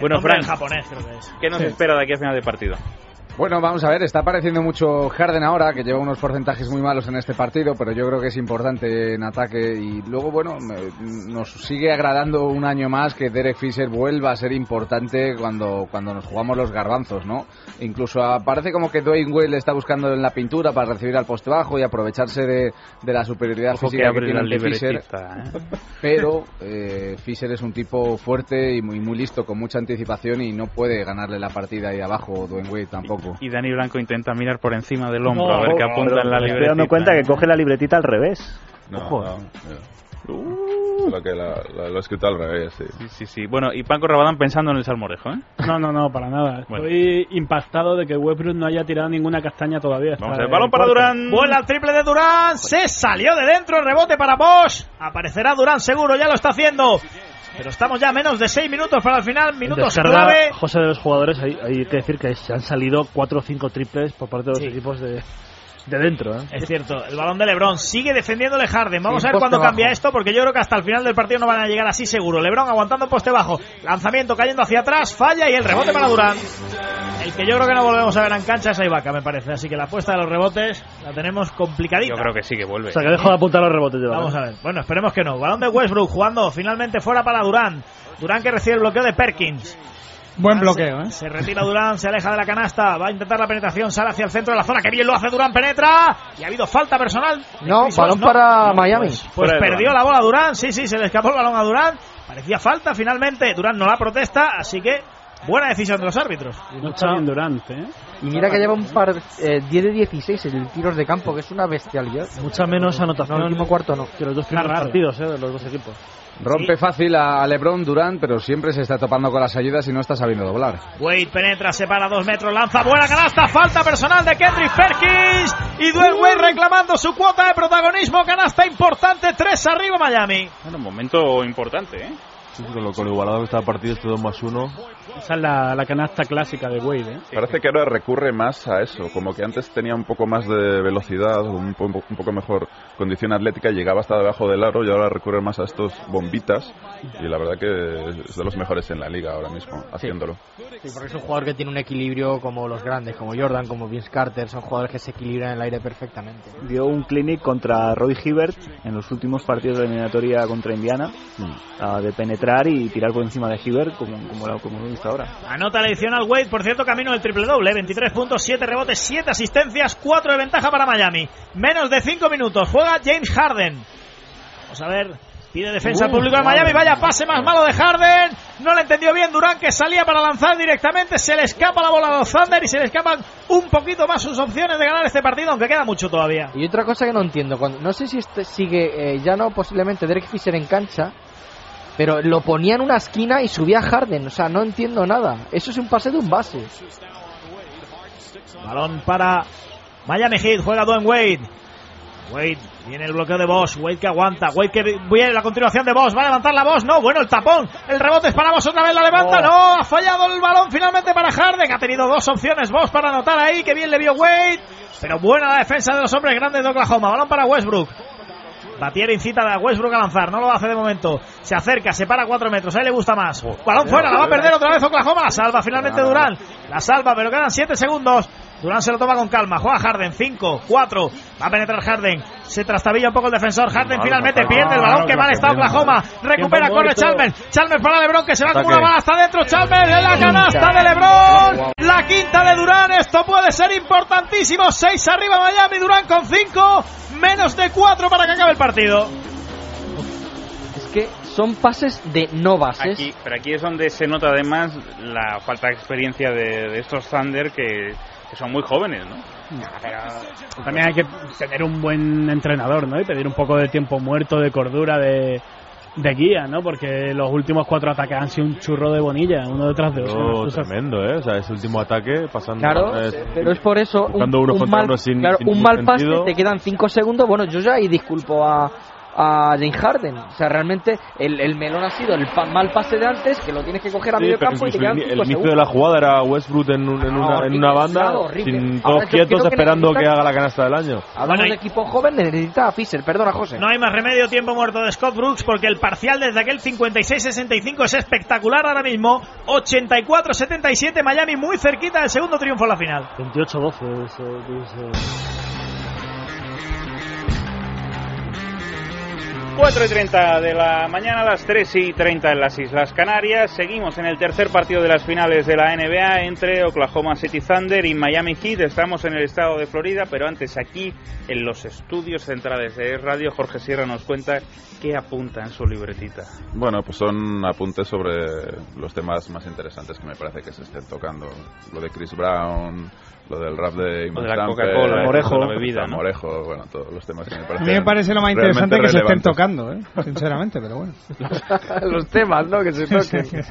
bueno Hombre, Frank en japonés creo que es. qué nos Sí. espera de aquí a final de partido Bueno, vamos a ver, está apareciendo mucho Harden ahora, que lleva unos porcentajes muy malos en este partido, pero yo creo que es importante en ataque. Y luego, bueno, me- nos sigue agradando un año más que Derek Fisher vuelva a ser importante cuando, cuando nos jugamos los garbanzos, ¿no? Incluso ah, parece como que Dwayne Wade le está buscando en la pintura para recibir al poste bajo y aprovecharse de, de la superioridad Ojo que física que, abre tiene la ante Fisher. libretita, Pero eh, Fisher es un tipo fuerte y muy, muy listo, con mucha anticipación y no puede ganarle la partida ahí abajo, Dwayne Wade tampoco. y Dani Blanco intenta mirar por encima del hombro No, a ver qué no, apunta en la Me Estoy dando libretita cuenta que coge la libretita al revés. No, Ojo. no, no. Lo que la- la- lo he escrito al revés, sí. sí sí bueno y Paco Rabadán pensando en el salmorejo ¿eh? No, no, no, para nada. Estoy impactado de que Westbrook no haya tirado ninguna castaña todavía. Vamos Está a ver, balón en para corto. Durán. Vuela el triple de Durán. Se salió de dentro. Rebote para Bosch. Aparecerá Durán seguro. Ya lo está haciendo. Pero estamos ya a menos de 6 minutos para el final. Minutos Descarga, clave. José de los jugadores, hay, hay que decir que se han salido cuatro o cinco triples por parte de los equipos de, De dentro, ¿eh? Es cierto, el balón de Lebron sigue defendiéndole Harden. Vamos Sí, a ver poste cuándo bajo. cambia esto, porque yo creo que hasta el final del partido no van a llegar así seguro. Lebron aguantando poste bajo, lanzamiento cayendo hacia atrás, falla y el rebote para Durán. El que yo creo que no volvemos a ver en cancha es a Ibaka, me parece. Así que la apuesta de los rebotes la tenemos complicadita. Yo creo que sí que vuelve. O sea, que dejo de apuntar los rebotes. de balón. Vamos a ver. Bueno, esperemos que no. Balón de Westbrook jugando finalmente fuera para Durán. Durán que recibe el bloqueo de Perkins. Ah, Buen bloqueo, ¿eh? Se retira Durán, se aleja de la canasta, va a intentar la penetración, sale hacia el centro de la zona, que bien lo hace Durán, penetra y ha habido falta personal. No, balón para Miami. Pues, pues perdió la bola Durán, sí, sí, se le escapó el balón a Durán, parecía falta finalmente, Durán no la protesta, así que buena decisión de los árbitros. No está bien Durante, ¿eh? Y mira que lleva un par eh, 10 de 16 en tiros de campo, que es una bestialidad. Mucha menos anotación. No, el último cuarto no. Que los dos primeros primeros partidos, partidos, ¿eh? De los dos equipos. Rompe fácil a LeBron Durán, pero siempre se está topando con las ayudas y no está sabiendo doblar. Wade penetra, se para dos metros, lanza buena canasta, falta personal de Kendrick Perkins y Dwayne Uh. Wade reclamando su cuota de protagonismo, canasta importante, tres arriba Miami. Bueno, momento importante, ¿eh? Sí, con, lo, con lo igualado que está el partido, este 2 más 1. Esa es la, la canasta clásica de Wade, ¿eh? Parece que ahora recurre más a eso, como que antes tenía un poco más de velocidad, un, po- un poco mejor condición atlética, llegaba hasta debajo del aro y ahora recurre más a estos bombitas y la verdad que es de los mejores en la liga ahora mismo, haciéndolo. Sí, porque es un jugador que tiene un equilibrio como los grandes, como Jordan, como Vince Carter, son jugadores que se equilibran en el aire perfectamente. Dio un clinic contra Roy Hibbert en los últimos partidos de la eliminatoria contra Indiana, ah, de penetrar y tirar por encima de Hibbert como, como, lo- como lo hemos visto ahora. Anota el adicional Wade, por cierto, camino del triple doble, 23 puntos, 7 rebotes, 7 asistencias, 4 de ventaja para Miami. Menos de 5 minutos, juega James Harden. Vamos Pues a ver, pide defensa al Uh, público de madre Miami, vaya mía. pase más malo de Harden, no le entendió bien Durán que salía para lanzar directamente, se le escapa la bola a los Thunder y se le escapan un poquito más sus opciones de ganar este partido, aunque queda mucho todavía. Y otra cosa que no entiendo, cuando- no sé si este sigue eh, ya no posiblemente Derek Fisher en cancha, pero lo ponía en una esquina y subía a Harden, o sea, no entiendo nada. Eso es un pase de un base. Balón para Miami Heat, juega Dwayne Wade. Wade, viene el bloqueo de Bosch, Wade que aguanta, Wade que viene la continuación de Bosch, va a levantar la Bosch, no, bueno, el tapón, el rebote es para Bosch, otra vez la levanta, Oh. no, ha fallado el balón finalmente para Harden, que ha tenido dos opciones Bosch para anotar ahí, que bien le vio Wade, pero buena la defensa de los hombres grandes de Oklahoma, balón para Westbrook. Batier incita a Westbrook a lanzar, no lo hace de momento. Se acerca, se para a cuatro metros, ahí le gusta más. Balón fuera, la va a perder otra vez Oklahoma, la salva finalmente Durán. La salva, pero quedan siete segundos. Durán se lo toma con calma, juega Harden, 5, 4, va a penetrar Harden, se trastabilla un poco el defensor, Harden finalmente pierde el balón, que mal está Oklahoma, recupera, Tiempo corre muerto. Chalmers, Chalmers para Lebron que se va como una Ataque. bala hasta adentro, Chalmers en la canasta de Lebron, la quinta de Durán, esto puede ser importantísimo, 6 arriba Miami, Durán con 5, menos de 4 para que acabe el partido. Es que son pases de no bases. Aquí, pero aquí es donde se nota además la falta de experiencia de, de estos Thunder que, que son muy jóvenes, ¿no? También hay que tener un buen entrenador, ¿no? Y pedir un poco de tiempo muerto, de cordura, de, de guía, ¿no? Porque los últimos cuatro ataques han sido un churro de bonilla, uno detrás de otro. Oh, Pero tremendo, ¿eh? O sea, ese último ataque pasando. Claro, eh, pero es por eso un, Buscando unos un contra mal, otros sin- claro, sin un ningún mal pase sentido. te quedan 5 segundos. Bueno, yo ya ahí disculpo a, a James Harden. O sea, realmente el, el melón ha sido el pa- mal pase de antes que lo tienes que coger a Sí, medio pero campo y te incluso quedan el, 5 el inicio segundos. de la jugada era Westbrook en, un- en una, en horrible, una banda, horrible. sin Ahora, todos yo quietos creo que esperando que necesitan- haga la canasta del año. Hablamos de equipo joven, necesita a Fisher. Perdona, José. No hay más remedio, tiempo muerto de Scott Brooks porque el parcial desde aquel 56-65 es espectacular ahora mismo. 84-77 Miami muy cerquita del segundo triunfo en la final. 28-12. ese- ese- 4 y 30 de la mañana, las 3 y 30 en las Islas Canarias. Seguimos en el tercer partido de las finales de la NBA entre Oklahoma City Thunder y Miami Heat. Estamos en el estado de Florida, pero antes aquí en los estudios centrales de Radio, Jorge Sierra nos cuenta qué apunta en su libretita. Bueno, pues son apuntes sobre los temas más interesantes que me parece que se estén tocando. Lo de Chris Brown, lo del rap de Lo Iman de la Shumpert, Coca-Cola, Morejo. la bebida, ¿no? Morejo, bueno, todos los temas que me A parecen mí me parece lo más realmente interesante que se estén relevantes. tocando, ¿eh? sinceramente, pero bueno. [LAUGHS] Los temas, ¿no? Que se toquen.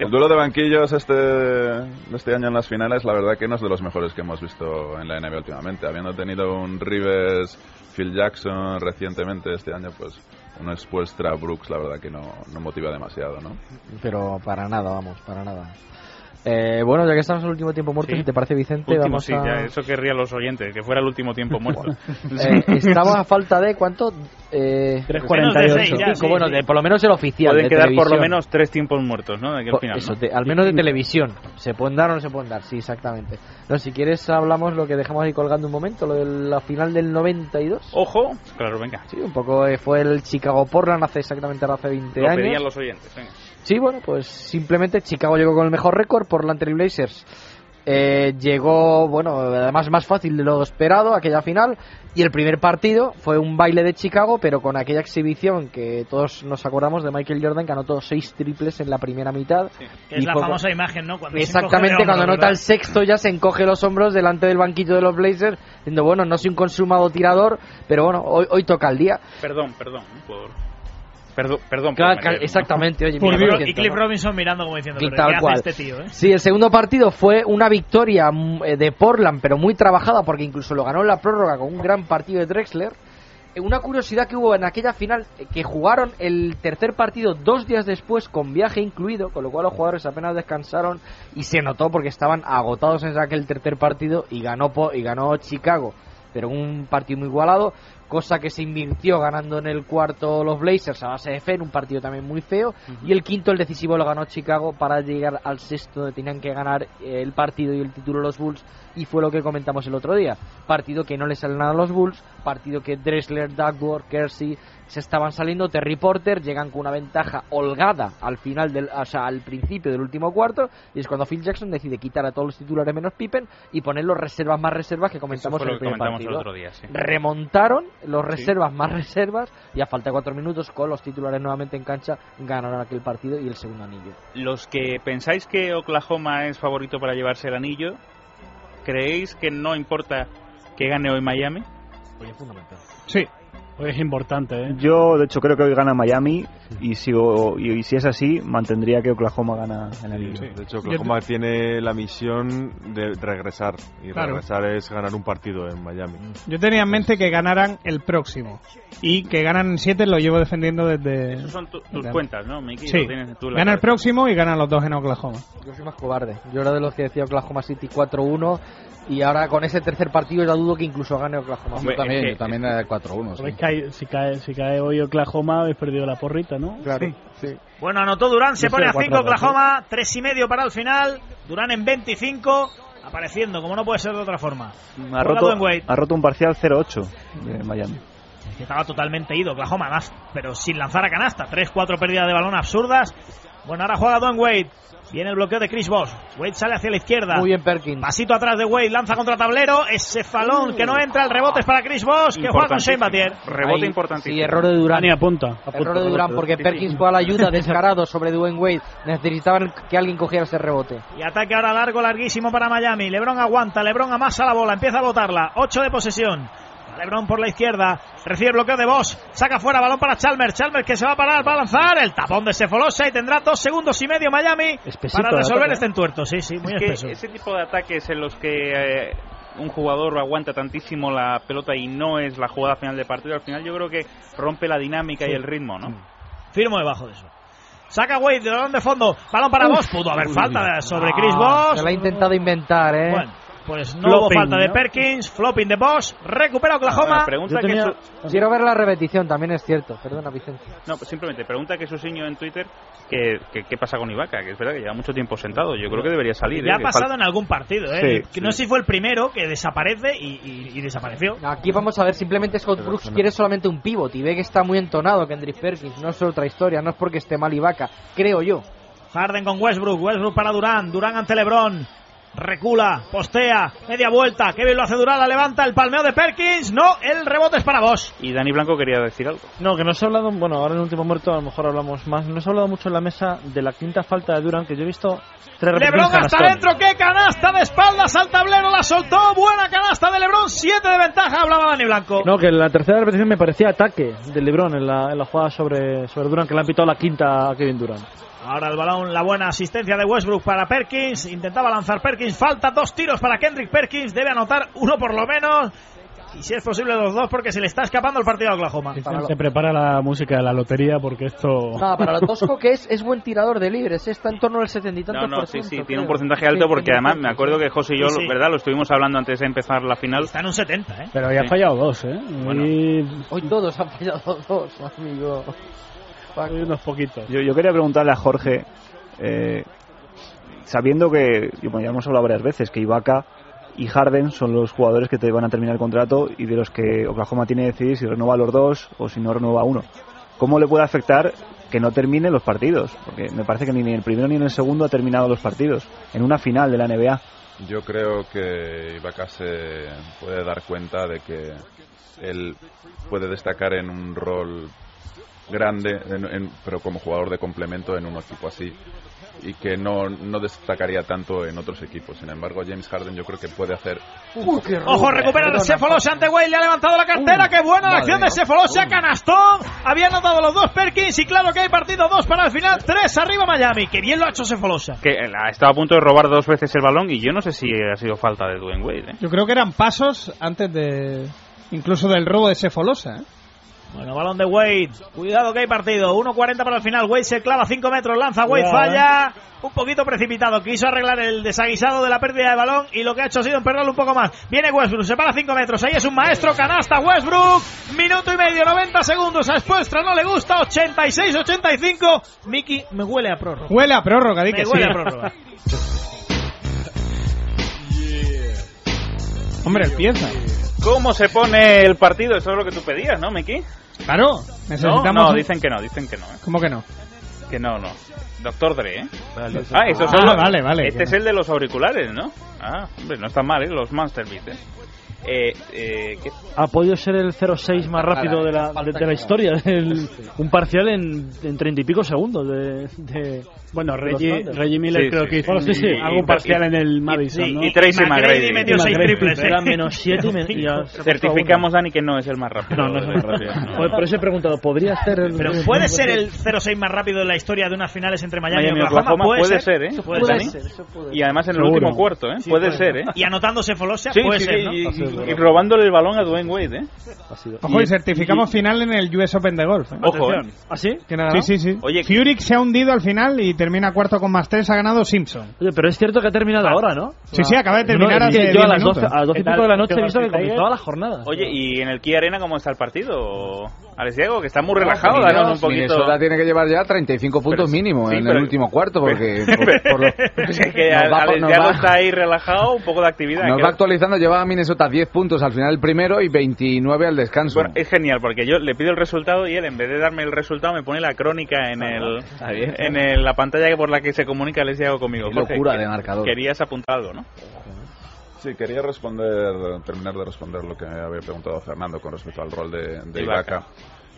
El duelo de banquillos este, de este año en las finales, la verdad que no es de los mejores que hemos visto en la NBA últimamente. Habiendo tenido un Rivers, Phil Jackson recientemente este año, pues uno expuesta a Brooks, la verdad que no, no motiva demasiado, ¿no? Pero para nada, vamos, para nada. Eh, bueno, ya que estamos en el último tiempo muerto, Sí. si te parece, Vicente, Último, vamos sí, a... ya, eso querrían los oyentes, que fuera el último [LAUGHS] tiempo muerto. Eh, [LAUGHS] estamos a falta de cuánto? Eh, 3.48. Cinco, bueno, de- por lo menos el oficial. Pueden de quedar por lo televisión. menos tres tiempos muertos, ¿no? De aquí al Por- final. eso, ¿no? de- al menos de televisión. ¿Se pueden dar o no se pueden dar? Sí, exactamente. No, si quieres, hablamos lo que dejamos ahí colgando un momento, lo de la final del 92. Ojo, claro, venga. Sí, un poco eh, fue el Chicago Portland hace exactamente ahora hace 20 Lo años. pedían los oyentes, venga. Sí, bueno, pues simplemente Chicago llegó con el mejor récord por la Trail Blazers. Eh, llegó, bueno, además más fácil de lo esperado aquella final. Y el primer partido fue un baile de Chicago, pero con aquella exhibición que todos nos acordamos de Michael Jordan, que anotó seis triples en la primera mitad. Que es Y la fue- famosa imagen, ¿no? Cuando se Exactamente, encoge de cuando hombros, anota el ¿verdad? sexto ya se encoge los hombros delante del banquillo de los Blazers, diciendo, bueno, no soy un consumado tirador, pero bueno, hoy, hoy toca el día. Perdón, perdón, por... Perdón, perdón. Claro, por claro, meter, ¿no? exactamente, oye, mira, por Pues y cierto, Cliff ¿no? Robinson mirando como diciendo, Y "¿Pero tal ¿qué cual. hace este tío? eh?". Sí, el segundo partido fue una victoria mm, eh, de Portland, pero muy trabajada, porque incluso lo ganó en la prórroga con un gran partido de Drexler. Eh, Una curiosidad que hubo en aquella final, eh, que jugaron el tercer partido dos días después con viaje incluido, con lo cual los jugadores apenas descansaron y se notó porque estaban agotados en aquel tercer partido y ganó, po- y ganó Chicago. Pero un partido muy igualado, cosa que se invirtió ganando en el cuarto los Blazers a base de fe, en un partido también muy feo. Y el quinto, el decisivo, lo ganó Chicago para llegar al sexto donde tenían que ganar eh, el partido y el título los Bulls. Y fue lo que comentamos el otro día. Partido que no le sale nada a los Bulls, partido que Dressler, Duckworth, Kersey se estaban saliendo, Terry Porter llegan con una ventaja holgada al final del, o sea, al principio del último cuarto y es cuando Phil Jackson decide quitar a todos los titulares menos Pippen y poner los reservas más reservas que comentamos fue en lo el que primer comentamos el partido. otro día, sí. Remontaron los Sí. reservas más reservas y a falta de cuatro minutos con los titulares nuevamente en cancha ganaron aquel partido y el segundo anillo. Los que pensáis que Oklahoma es favorito para llevarse el anillo, ¿creéis que no importa que gane hoy Miami? Oye, fundamental. Sí. es importante, ¿eh? Yo, de hecho, creo que hoy gana Miami y si, o- y, y si es así, mantendría que Oklahoma gana en el anillo. De hecho, Oklahoma tiene la misión de regresar. Y Claro. regresar es ganar un partido en Miami. [LAUGHS] Mm. Yo tenía en mente que ganaran el próximo. Y que ganan en 7 lo llevo defendiendo desde. Esas son tu- tus desde- cuentas, ¿no, Miki? Sí. Lo tienes tú en la Gana el cabeza. próximo y ganan los dos en Oklahoma. Yo soy más cobarde. Yo era de los que decía Oklahoma City 4-1 y ahora con ese tercer partido ya dudo que incluso gane Oklahoma. Yo también, yo también eh, era de 4-1. sí. Pero es que hay- si, cae, si cae hoy Oklahoma, habéis perdido la porrita, ¿no? Claro, Bueno, anotó Durán, se Yo pone soy a de 5 cuatro, Oklahoma, 3 y medio para el final, Durán en 25, apareciendo, como no puede ser de otra forma. Ha Juega roto, Dwayne Wade, ha roto un parcial 0-8 de Miami. que estaba totalmente ido Oklahoma, además, pero sin lanzar a canasta, 3-4 pérdidas de balón absurdas. Bueno, ahora juega Don Wade, viene el bloqueo de Chris Bosh, Wade sale hacia la izquierda. Muy bien Perkins. Uh. Pasito atrás de Wade, lanza contra tablero, ese falón que no entra, el rebote es para Chris Bosh, que juega con Shane Batier. Ahí, Sí, error de Durán. Dani apunta. Error de Durán porque Perkins fue a la [LAUGHS] ayuda descarado sobre Dwayne Wade. Necesitaban que alguien cogiera ese rebote. Y ataque ahora largo, larguísimo para Miami. Lebron aguanta, Lebron amasa la bola, empieza a botarla. 8 de posesión. Lebron por la izquierda, recibe el bloqueo de Bosch, saca fuera balón para Chalmers, Chalmers que se va a parar, va a lanzar el tapón de Sefolosa y tendrá dos segundos y medio Miami Espesito para el resolver ataque. este entuerto. Sí, sí, muy Es que espeso. ese tipo de ataques en los que eh, un jugador aguanta tantísimo la pelota y no es la jugada final de partido, al final yo creo que rompe la dinámica Sí. Mm. y el ritmo, ¿no? Firmo debajo de eso. Saca Wade, de balón de fondo, balón para Uf. Bosch, pudo haber falta sobre Ah, Chris Bosch. Se la ha intentado inventar, ¿eh? Bueno, pues no Flopping, hubo falta de ¿no? Perkins, flopping de Bosch, Ah, recupera Oklahoma. Yo tenía- Quiero ver la repetición, también es cierto. Perdona, Vicente. No, pues simplemente pregunta que Susiño en Twitter que, que- qué pasa con Ibaka, que es verdad que lleva mucho tiempo sentado. Yo creo que debería salir. Ya ¿eh? ha Que pasado fal- en algún partido, ¿eh? Sí, Que no sé si fue el primero que desaparece y, y- y desapareció. Aquí vamos a ver, simplemente Scott Brooks quiere solamente un pivot y ve que está muy entonado Kendrick Perkins. No es otra historia, no es porque esté mal Ibaka, creo yo. Harden con Westbrook, Westbrook para Durán, Durán ante LeBron. Recula, postea, media vuelta. Qué bien lo hace Durán, la levanta, el palmeo de Perkins. No, el rebote es para vos. Y Dani Blanco quería decir algo. este No, que no se ha hablado, bueno, ahora en el último muerto a lo mejor hablamos más, no se ha hablado mucho en la mesa de la quinta falta de Durán, que yo he visto tres repeticiones Lebron hasta canastón. adentro, qué canasta de espaldas al tablero, la soltó. Buena canasta de Lebron, 7 de ventaja, hablaba Dani Blanco. No, que en la tercera repetición me parecía ataque de Lebron en la, en la jugada sobre, sobre Durán, que le han pitado la quinta a Kevin Durán. Ahora el balón, la buena asistencia de Westbrook para Perkins. Intentaba lanzar Perkins, falta dos tiros para Kendrick Perkins. Debe anotar uno por lo menos. Y si es posible los dos, porque se le está escapando el partido a Oklahoma. Se prepara la música de la lotería porque esto. Nada, [LAUGHS] para lo tosco que es, es buen tirador de libres. eh, Está en torno al setenta y tantos No, no, sí, sí, creo. tiene un porcentaje alto Sí, porque tiene un además me acuerdo que José y yo, Sí, sí. ¿verdad? Lo estuvimos hablando antes de empezar la final. Está en un 70, ¿eh? Pero ya ha fallado dos, ¿eh? Hoy todos han fallado dos, amigo. unos poquitos. Yo, yo quería preguntarle a Jorge, eh, sabiendo que, y bueno, ya hemos hablado varias veces, que Ibaka y Harden son los jugadores que te van a terminar el contrato y de los que Oklahoma tiene que decidir si renueva a los dos o si no renueva a uno. ¿Cómo le puede afectar que no termine los partidos? Porque me parece que ni en el primero ni en el segundo ha terminado los partidos, en una final de la NBA. Yo creo que Ibaka se puede dar cuenta de que él puede destacar en un rol grande, en- en- pero como jugador de complemento en un equipo así, y que no, no destacaría tanto en otros equipos. Sin embargo, James Harden yo creo que puede hacer Ojo, recupera el Sefolosa ante Wade, le ha levantado la cartera, qué buena la madre acción de mía. Sefolosa, canastón, había anotado los dos Perkins y claro que hay partido dos para el final, tres arriba Miami, que bien lo ha hecho Sefolosa. Que eh, ha estado a punto de robar dos veces el balón y yo no sé si ha sido falta de Dwayne Wade. ¿eh? Yo creo que eran pasos antes de. incluso del robo de Sefolosa. ¿eh? Bueno, balón de Wade, cuidado que hay partido, 1.40 para el final, Wade se clava 5 metros, lanza Wade, Cuidado, falla, un poquito precipitado, quiso arreglar el desaguisado de la pérdida de balón y lo que ha hecho ha sido emperrarlo un poco más. Viene Westbrook, se para 5 metros, ahí es un maestro, canasta Westbrook, minuto y medio, 90 segundos, a Spoelstra no le gusta, 86-85, Miki me huele a prórroga. Huele a prórroga, di Me que sí. huele a prórroga. Hombre, empieza. ¿Cómo se pone el partido? Eso es lo que tú pedías, ¿no, Miki? Claro, necesitamos. No, no, un- dicen que no, dicen que no. ¿eh? [LAUGHS] ¿Cómo que no? Que no, no. Doctor Dre, ¿eh? Ah, Ah, esos son los- vale, vale, Este que es no. el de los auriculares, ¿no? Ah, hombre, no están mal, ¿eh? Los Master Beat, ¿eh? Eh, eh, ¿qué- Ha podido ser el 06 más rápido de la, de, de la historia. del- un parcial en, en 30 y pico segundos. De, de- Bueno, de los Reggie- Thunder. Reggie Miller Sí, creo sí. que hizo Bueno, sí, sí. un- algo Y- parcial y- en el Madison, y- ¿no? y Tracy McGrady metió seis triples, ¿eh? Era menos 7 y, me- y ya se ha puesto a Certificamos, Dani, que no es el más rápido. No, no es el más rápido. [LAUGHS] uno. Joder, por eso he preguntado, ¿podría ser el. Pero [LAUGHS] ¿Puede ser el 06 más rápido de la historia de unas finales entre Miami, Miami y Oklahoma? puede ser, ¿eh? Puede Dani. ser. Y además en el Seguro. último cuarto, ¿eh? Sí, puede ser, ¿eh? Y anotándose Folosia, Sí, puede sí, ser, sí, ¿no? y- y, y robándole el balón a Dwayne Wade, ¿eh? Ojo, y certificamos final en el US Open de golf. ¿eh? Ojo, ¿eh? ¿Ah, sí? ¿Quién ha ganado? Sí, sí, sí. Oye, Furyk se ha hundido al final y termina cuarto con más tres. Ha ganado Simpson. Oye, pero es cierto que ha Ah. terminado ahora, ¿no? Sí, sí, acaba de terminar No, es que hace Yo a 10 las minutos. 12, a las 12 y pico de la noche he visto que comenzaba la jornada. Oye, ¿y en el Key Arena cómo está el partido, Alex Diego? Que está muy relajado, danos un poquito... Minnesota tiene que llevar ya 35 puntos mínimo sí, en pero- el último cuarto [LAUGHS] porque por- por los- que Nos va- Alex nos Diego va- está ahí relajado, un poco de actividad. nos que- va actualizando. Lleva a Minnesota 10 puntos al final del primero y 29 al descanso. Bueno, es genial porque yo le pido el resultado y él en vez de darme el resultado me pone la crónica en el bien. en el- la pantalla que por la que se comunica Alex Diego conmigo. Qué Jorge, locura que- de marcador. Querías apuntar algo, ¿no? Sí, quería responder, terminar de responder lo que me había preguntado Fernando con respecto al rol de, de Ibaka. Ibaka.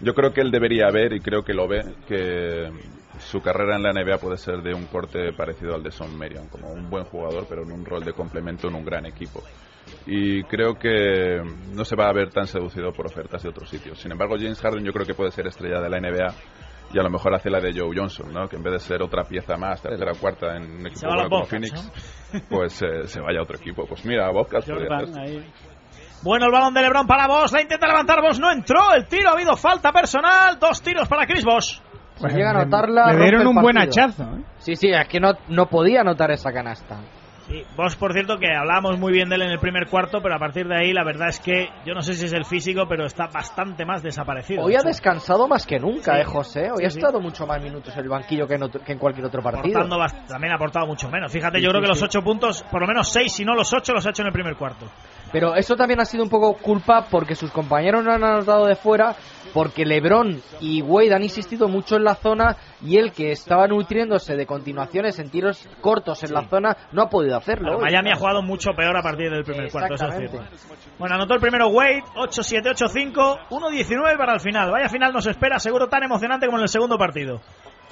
Yo creo que él debería ver, y creo que lo ve, que su carrera en la NBA puede ser de un corte parecido al de Son Marion, como un buen jugador, pero en un rol de complemento en un gran equipo. Y creo que no se va a ver tan seducido por ofertas de otros sitios. Sin embargo, James Harden yo creo que puede ser estrella de la NBA y a lo mejor hace la de Joe Johnson, ¿no? que en vez de ser otra pieza más, tercera o cuarta en un equipo va a bueno los como Bobcats, Phoenix, pues eh, se vaya a otro equipo. Pues mira, Bobcats podría hacer Bueno, el balón de Lebron para Bosch, la intenta levantar Bosch, no entró, el tiro, ha habido falta personal, dos tiros para Chris Bosch. Pues llega a le- anotarla. le rompe dieron el un buen partido. hachazo, ¿eh? Sí, sí, es que no, no podía anotar esa canasta. Sí, Bosch, por cierto, que hablábamos muy bien de él en el primer cuarto, pero a partir de ahí la verdad es que yo no sé si es el físico, pero está bastante más desaparecido. Hoy ha Está descansado más que nunca, Sí. eh, José. Hoy Sí, ha sí. estado mucho más minutos en el banquillo que en, otro- que en cualquier otro partido. aportando bast- también ha aportado mucho menos. Fíjate, Sí, yo creo sí, que los sí. ocho puntos, por lo menos seis, si no los ocho, los ha hecho en el primer cuarto. Pero eso también ha sido un poco culpa porque sus compañeros no han anotado de fuera, porque LeBron y Wade han insistido mucho en la zona y él que estaba nutriéndose de continuaciones en tiros cortos en la zona no ha podido hacerlo. Claro, hoy. Miami ha jugado mucho peor a partir del primer cuarto, eso es cierto. Exactamente. Bueno, anotó el primero Wade, 8-7-8-5, 1-19 para el final. Vaya final nos espera, seguro tan emocionante como en el segundo partido.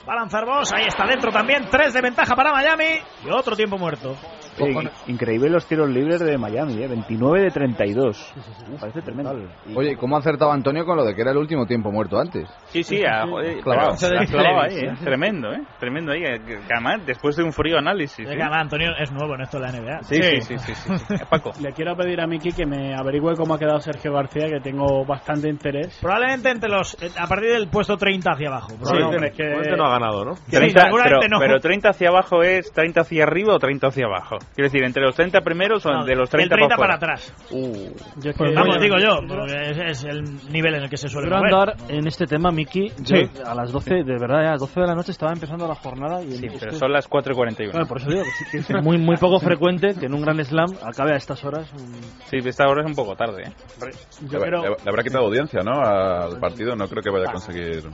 Va a lanzar Boss, ahí está dentro también, 3 de ventaja para Miami y otro tiempo muerto. Eh, increíble los tiros libres de Miami, eh, 29 de 32. Parece tremendo. Oye, ¿y ¿cómo ha acertado Antonio con lo de que era el último tiempo muerto antes? Sí, sí, ah, joder, Clavado. clavado, clavado ahí, ¿eh? tremendo, ¿eh? Tremendo ahí, eh, que- que además después de un frío análisis. ¿eh? Venga, va, Antonio es nuevo en esto de la NBA. Sí, sí, sí, sí, sí, sí. Paco. Le quiero pedir a Miki que me averigüe cómo ha quedado Sergio García, que tengo bastante interés. Probablemente entre los, eh, a partir del puesto 30 hacia abajo. probablemente. Este ganado, ¿no? Sí, 30, pero, seguramente no. pero 30 hacia abajo es 30 hacia arriba o 30 hacia abajo. Quiero decir, entre los 30 primeros o No, de los del 30, 30 para para, afuera. atrás. Uh. Yo es que- Pues vamos, digo yo, porque es, es el nivel en el que se suele Quiero mover. andar en este tema, Miki. Yo Sí. a las 12, de verdad, ya a las 12 de la noche estaba empezando la jornada. Y este Sí, pero son las 4 y 41. Bueno, por eso digo que sí que es muy, muy poco frecuente que en un gran slam acabe a estas horas. mm, Sí, esta hora es un poco tarde, ¿eh? Le, va- le va- le habrá quitado audiencia, ¿no? Al partido no creo que vaya a conseguir.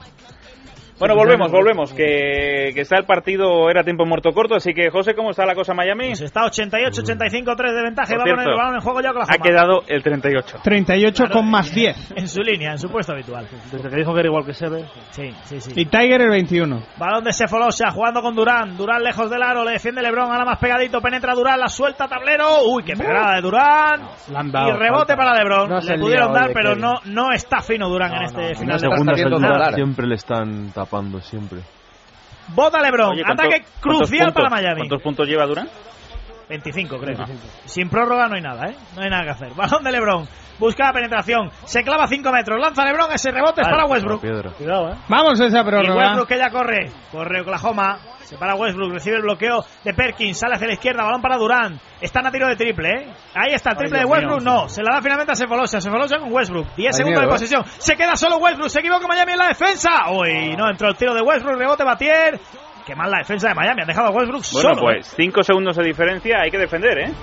Bueno, Pues volvemos, volvemos, que, que está el partido, era tiempo muerto corto, así que José, ¿cómo está la cosa en Miami? Pues está 88, 85, 3 de ventaja. y Por Va a poner el cierto, balón en juego ya con la Ha quedado el 38. 38 con más 10. En su línea, en su puesto habitual. Desde que dijo que era igual que Seve. Sí, sí, sí. Y Tiger el 21. Balón de Sefolosia jugando con Durán. Durán lejos del aro, le defiende Lebron, ahora más pegadito, penetra Durán, la suelta tablero. Uy, qué pedrada de Durán. y rebote para Lebron. No se le lía pudieron hoy de dar, pero Kerry. no, no está fino Durán en este final de partido. siempre le están tapando, siempre. Bota Lebron. Ataque crucial para Miami. ¿Cuántos puntos lleva Durán? 25, creo. Sin prórroga no hay nada, ¿eh? No hay nada que hacer. Balón de Lebron. Busca la penetración. Se clava 5 metros. Lanza Lebron. Ese rebote es para Westbrook. Cuidado, ¿eh? Vamos a esa Y prórroga. Westbrook que ya corre. Corre Oklahoma. Se para Westbrook. Recibe el bloqueo de Perkins. Sale hacia la izquierda. Balón para Durán. Están a tiro de triple, ¿eh? Ahí está el triple Ay, de Dios Westbrook. mío. No. Se la da finalmente a Sefolosia. Sefolosia con Westbrook. 10 Hay segundos miedo, de ¿eh? posesión. Se queda solo Westbrook. Se equivoca Miami en la defensa. Uy, no entró el tiro de Westbrook. Rebote Batier. Qué mal la defensa de Miami. Han dejado a Westbrook Bueno, solo. eh. pues 5 segundos de diferencia, hay que defender, ¿eh?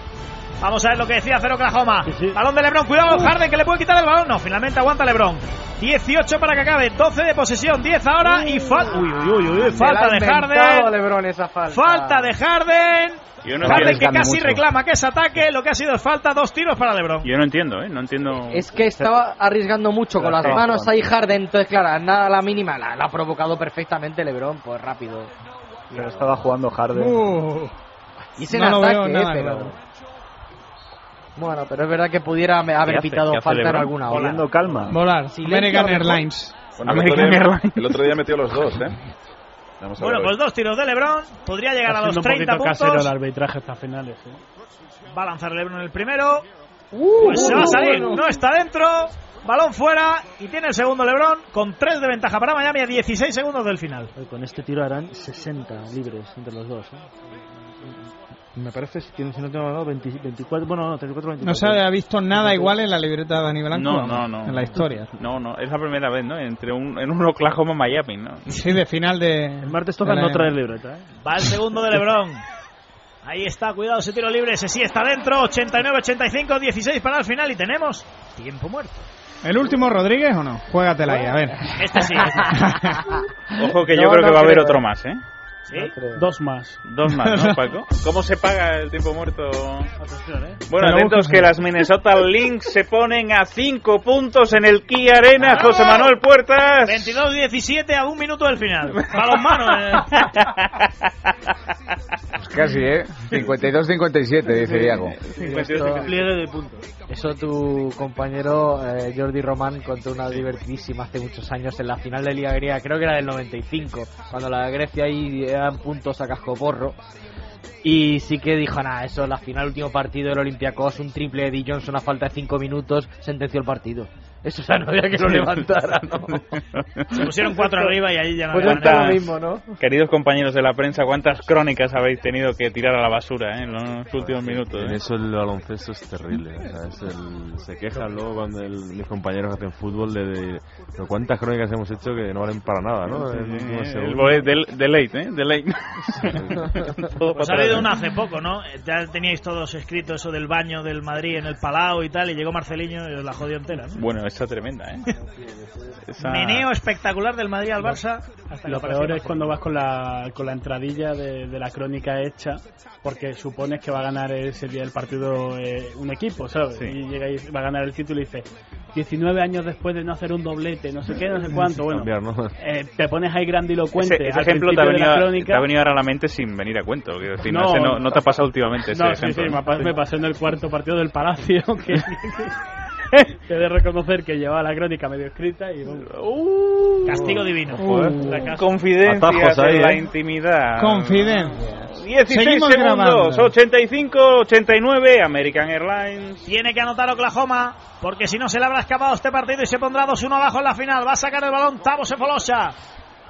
Vamos a ver lo que decía Cero Oklahoma. Balón de Lebron, cuidado Harden que le puede quitar el balón. No, finalmente aguanta Lebron. 18 para que acabe, 12 de posesión, 10 ahora y falta. Uy, uy, uy, uy, falta de Harden. falta. Falta de Harden. Yo no, Harden que entiendo- casi reclama que es ataque, lo que ha sido es falta, dos tiros para Lebron. Yo no entiendo, ¿eh? No entiendo. Es que estaba arriesgando mucho con las Sí. manos ahí Harden, entonces claro, nada a la mínima la, la ha provocado perfectamente LeBron, pues rápido. Pero estaba jugando Harden. Y es en No lo ataque, veo eh, nada pero claro. bueno, pero es verdad que pudiera me- haber pitado falta en alguna hora. Poniendo calma. Volar. Silencio, a American lo mejor. Airlines. Bueno, el, otro día, el otro día metió los dos, ¿eh? Vamos a Bueno, ver pues hoy. dos tiros de Lebron. Podría llegar a Está los siendo un 30 poquito casero puntos. el arbitraje hasta finales. ¿eh? Va a lanzar Lebron el primero. Pues se va a salir, Uh, bueno. no está dentro. Balón fuera y tiene el segundo Lebron con 3 de ventaja para Miami a 16 segundos del final. Oye, Con este tiro harán 60 libres entre los dos. ¿eh? Me parece, si no tengo errado, 20 24, bueno, no, 34, 24. No se había visto nada igual en la libreta de Dani Blanco. No, no, vamos, no. En la historia. No, no, es la primera vez, ¿no? Entre un, en un Oklahoma Miami, ¿no? Sí, de final de. El martes toca no traer [LAUGHS] libreta, ¿eh? Va el segundo de Lebron. Ahí está, cuidado ese tiro libre, ese sí está dentro. 89-85, 16 para el final y tenemos tiempo muerto. ¿El último Rodríguez o no? Juégatela ahí, a ver. Este sí. este [LAUGHS] Ojo que yo creo que va a haber otro más, ¿eh? sí. Dos más. Dos más, [LAUGHS] [LAUGHS] ¿no, Paco? ¿Cómo se paga el tiempo muerto? Bueno, Te lo atentos buscas, que ¿eh? las Minnesota Lynx se ponen a cinco puntos en el Key Ah. Arena. José Manuel Puertas. 22-17 a un minuto del final. Balonmano. eh. Ah, Casi, ¿eh? 52-57, dice Diego. Esto- Eso tu compañero eh, Jordi Román contó una divertidísima hace muchos años en la final de Liga Griega, creo que era del 95, cuando la Grecia ahí eran puntos a cascoporro. Y sí que dijo, nada, eso, la final, último partido del Olympiacos, un triple de Di Johnson a falta de 5 minutos, sentenció el partido. Eso, o sea, no había que lo levantara, ¿no? Se pusieron cuatro arriba y ahí ya no Pues había esto es lo manera. mismo, ¿no? Queridos compañeros de la prensa, ¿cuántas crónicas habéis tenido que tirar a la basura eh, en los últimos minutos? En eh? eso el baloncesto es terrible. o sea, es el- se quejan luego cuando el- mis compañeros hacen fútbol de, de- pero cuántas crónicas hemos hecho que no valen para nada, ¿no? Sí, En los últimos eh, el segundos. boe- del- de, late, ¿eh? De late. [LAUGHS] [LAUGHS] Todo Pues ha para habido atrás. una hace poco, ¿no? Ya teníais todos escrito eso del baño del Madrid en el Palau y tal, y llegó Marceliño y os la jodió entera, ¿no? Bueno, esa tremenda, ¿eh? Esa- Meneo espectacular del Madrid al Barça. Hasta que Lo apareció peor es Marceliño. cuando vas con la, con la entradilla de, de la crónica hecha, porque supones que va a ganar ese día el partido eh, un equipo, ¿sabes? Y llega y va a ganar el título y dice, 19 años después de no hacer un doblete, no sé qué, no sé cuánto. Bueno, Cambiar, ¿no? eh, te pones ahí grandilocuente. Ese, ese al ejemplo te principio ha, de la venido, crónica. te ha venido ahora a la mente sin venir a cuento. quiero decir, no, No, ese no, no. no te ha pasado últimamente ese No, sí, ejemplo. sí, ¿no? me, pas- me pasó en el cuarto partido del Palacio. [LAUGHS] Que, que- que he de reconocer que llevaba la crónica medio escrita y. bueno, ¡uh! Castigo divino. Uh, fracaso. Confidencias en la intimidad. Confidencia. 16 Seguimos segundos, grabando. 85, 89, American Airlines. Tiene que anotar Oklahoma, porque si no se le habrá escapado este partido y se pondrá 2-1 abajo en la final. Va a sacar el balón Tavo Sefolosa.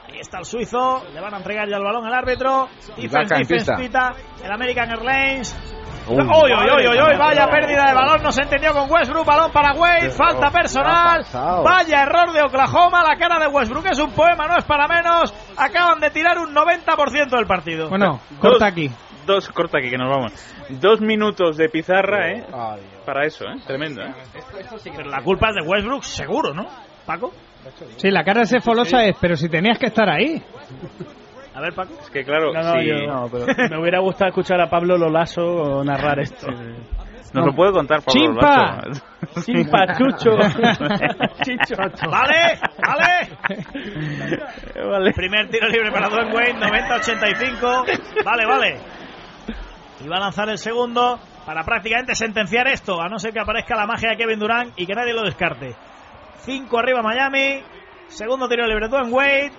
Ahí está el suizo, le van a entregar ya el balón al árbitro. Y Defense, vaca en defense, pista. pita. El American Airlines. Uy. ¡Uy, uy, uy, uy, uy! Vaya pérdida de balón, no se entendió con Westbrook. Balón para Wade, falta personal. Vaya error de Oklahoma, la cara de Westbrook es un poema, no es para menos. Acaban de tirar un 90% del partido. Bueno, corta aquí. Dos, corta aquí que nos vamos. Dos minutos de pizarra, ¿eh? Oh, Para eso, ¿eh? Tremendo, ¿eh? Pero la culpa es de Westbrook, seguro, ¿no? Paco. [LAUGHS] Sí, la cara de Cefolosa es, pero si tenías que estar ahí. A ver, Paco. Es que claro, No, no, si- yo no, pero [LAUGHS] me hubiera gustado escuchar a Pablo Lolaso narrar esto. Nos lo puede contar Pablo ¡Chimpa! Lolaso. [LAUGHS] ¡Chimpa, chucho! [LAUGHS] Chicho. ¡Vale! ¡Vale! Primer tiro libre para Don Wayne, 90-85. Vale, vale. Y va a lanzar el segundo para prácticamente sentenciar esto, a no ser que aparezca la magia de Kevin Durant y que nadie lo descarte. 5 arriba Miami. Segundo tiro libre Don Wade.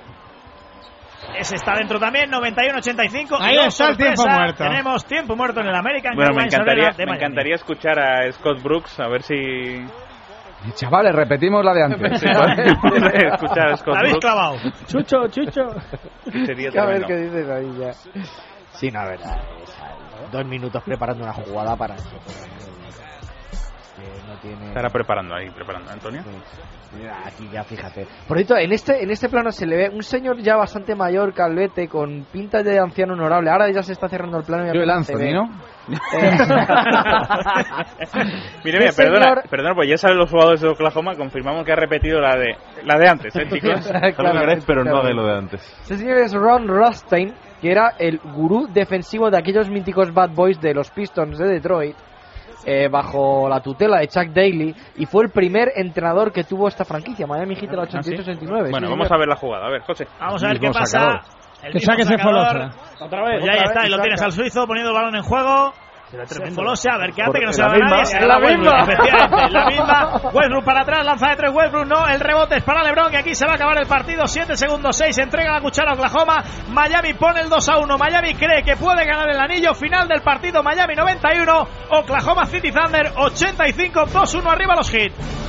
Ese está dentro también, 91-85. Ahí Y, oh, está el tiempo sorpresa, muerto. Tenemos tiempo muerto en el American Bueno, me Airlines Arena encantaría, de me Miami. encantaría escuchar a Scott Brooks, a ver [LAUGHS] si... Chavales, repetimos la de [LAUGHS] antes. Sí, vale. [LAUGHS] escuchar a Scott La habéis Brooks. clavado. Chucho, chucho. Sería a ver tremendo. qué dices ahí ya. Sí, no, a ver, o sea, dos minutos preparando una jugada para eso. Que no tiene... Estará preparando ahí, preparando. Antonio. Mira, Aquí ya, fíjate. Por cierto, en este, en este plano se le ve un señor ya bastante mayor, calvete, con pinta de anciano honorable. Ahora ya se está cerrando el plano. y Yo el apenas se Anthony, ve. ¿no? [LAUGHS] Mire, mira, Sí, señor. perdona, perdona, pues ya saben los jugadores de Oklahoma, confirmamos que ha repetido la de la de antes, ¿eh, chicos? [LAUGHS] Claramente, pero no de claramente. lo de antes. Este señor es Ron Rothstein, que era el gurú defensivo de aquellos míticos bad boys de los Pistons de Detroit, eh, bajo la tutela de Chuck Daly, y fue el primer entrenador que tuvo esta franquicia, Miami Heat, el 88-89. Ah, Bueno, vamos a ver la jugada. A ver, José. Vamos a ver qué pasa. El mismo sacador. Otra Pues ya, ya está, y lo tienes al suizo poniendo el balón en juego. Se Folosa, a ver qué hace, que no Porque se la va a misma. nadie. se La la misma. Westbrook, efectivamente, [LAUGHS] la misma. Westbrook para atrás, lanza de tres Westbrook, no, el rebote es para LeBron, que aquí se va a acabar el partido. 7 segundos 6, entrega la cuchara a Oklahoma. Miami pone el 2 a 1. Miami cree que puede ganar el anillo. Final del partido, Miami 91, Oklahoma City Thunder 85, 2-1 arriba los hits.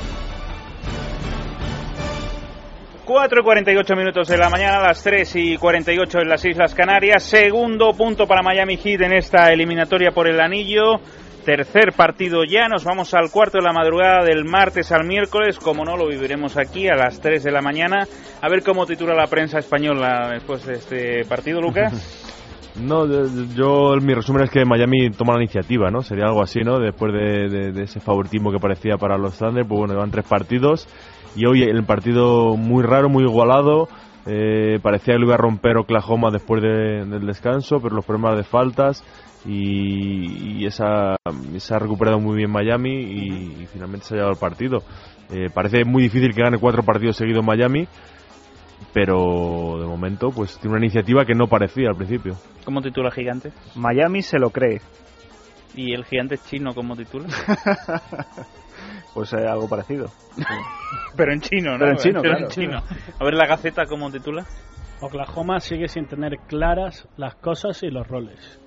4 y 48 minutos de la mañana, las 3 y 48 en las Islas Canarias. Segundo punto para Miami Heat en esta eliminatoria por el anillo. Tercer partido ya, nos vamos al cuarto de la madrugada del martes al miércoles, como no lo viviremos aquí a las 3 de la mañana. A ver cómo titula la prensa española después de este partido, Lucas. No, yo, yo- mi resumen es que Miami toma la iniciativa, ¿no? Sería algo así, ¿no? Después de, de- de ese favoritismo que parecía para los Thunder, pues bueno, llevan tres partidos y hoy el partido muy raro, muy igualado. eh, parecía que lo iba a romper Oklahoma después de- del descanso, pero los problemas de faltas y, y esa se ha recuperado muy bien Miami y, y finalmente se ha llevado el partido. Eh, parece muy difícil que gane cuatro partidos seguidos Miami, pero de momento pues tiene una iniciativa que no parecía al principio. [LAUGHS] ¿Cómo titula Gigante? Miami se lo cree. ¿Y el gigante chino cómo titula? Pues eh, algo parecido. Pero en chino, [LAUGHS] ¿no? Pero en chino, Pero en claro. chino. A ver la Gaceta cómo titula. Oklahoma sigue sin tener claras las cosas y los roles.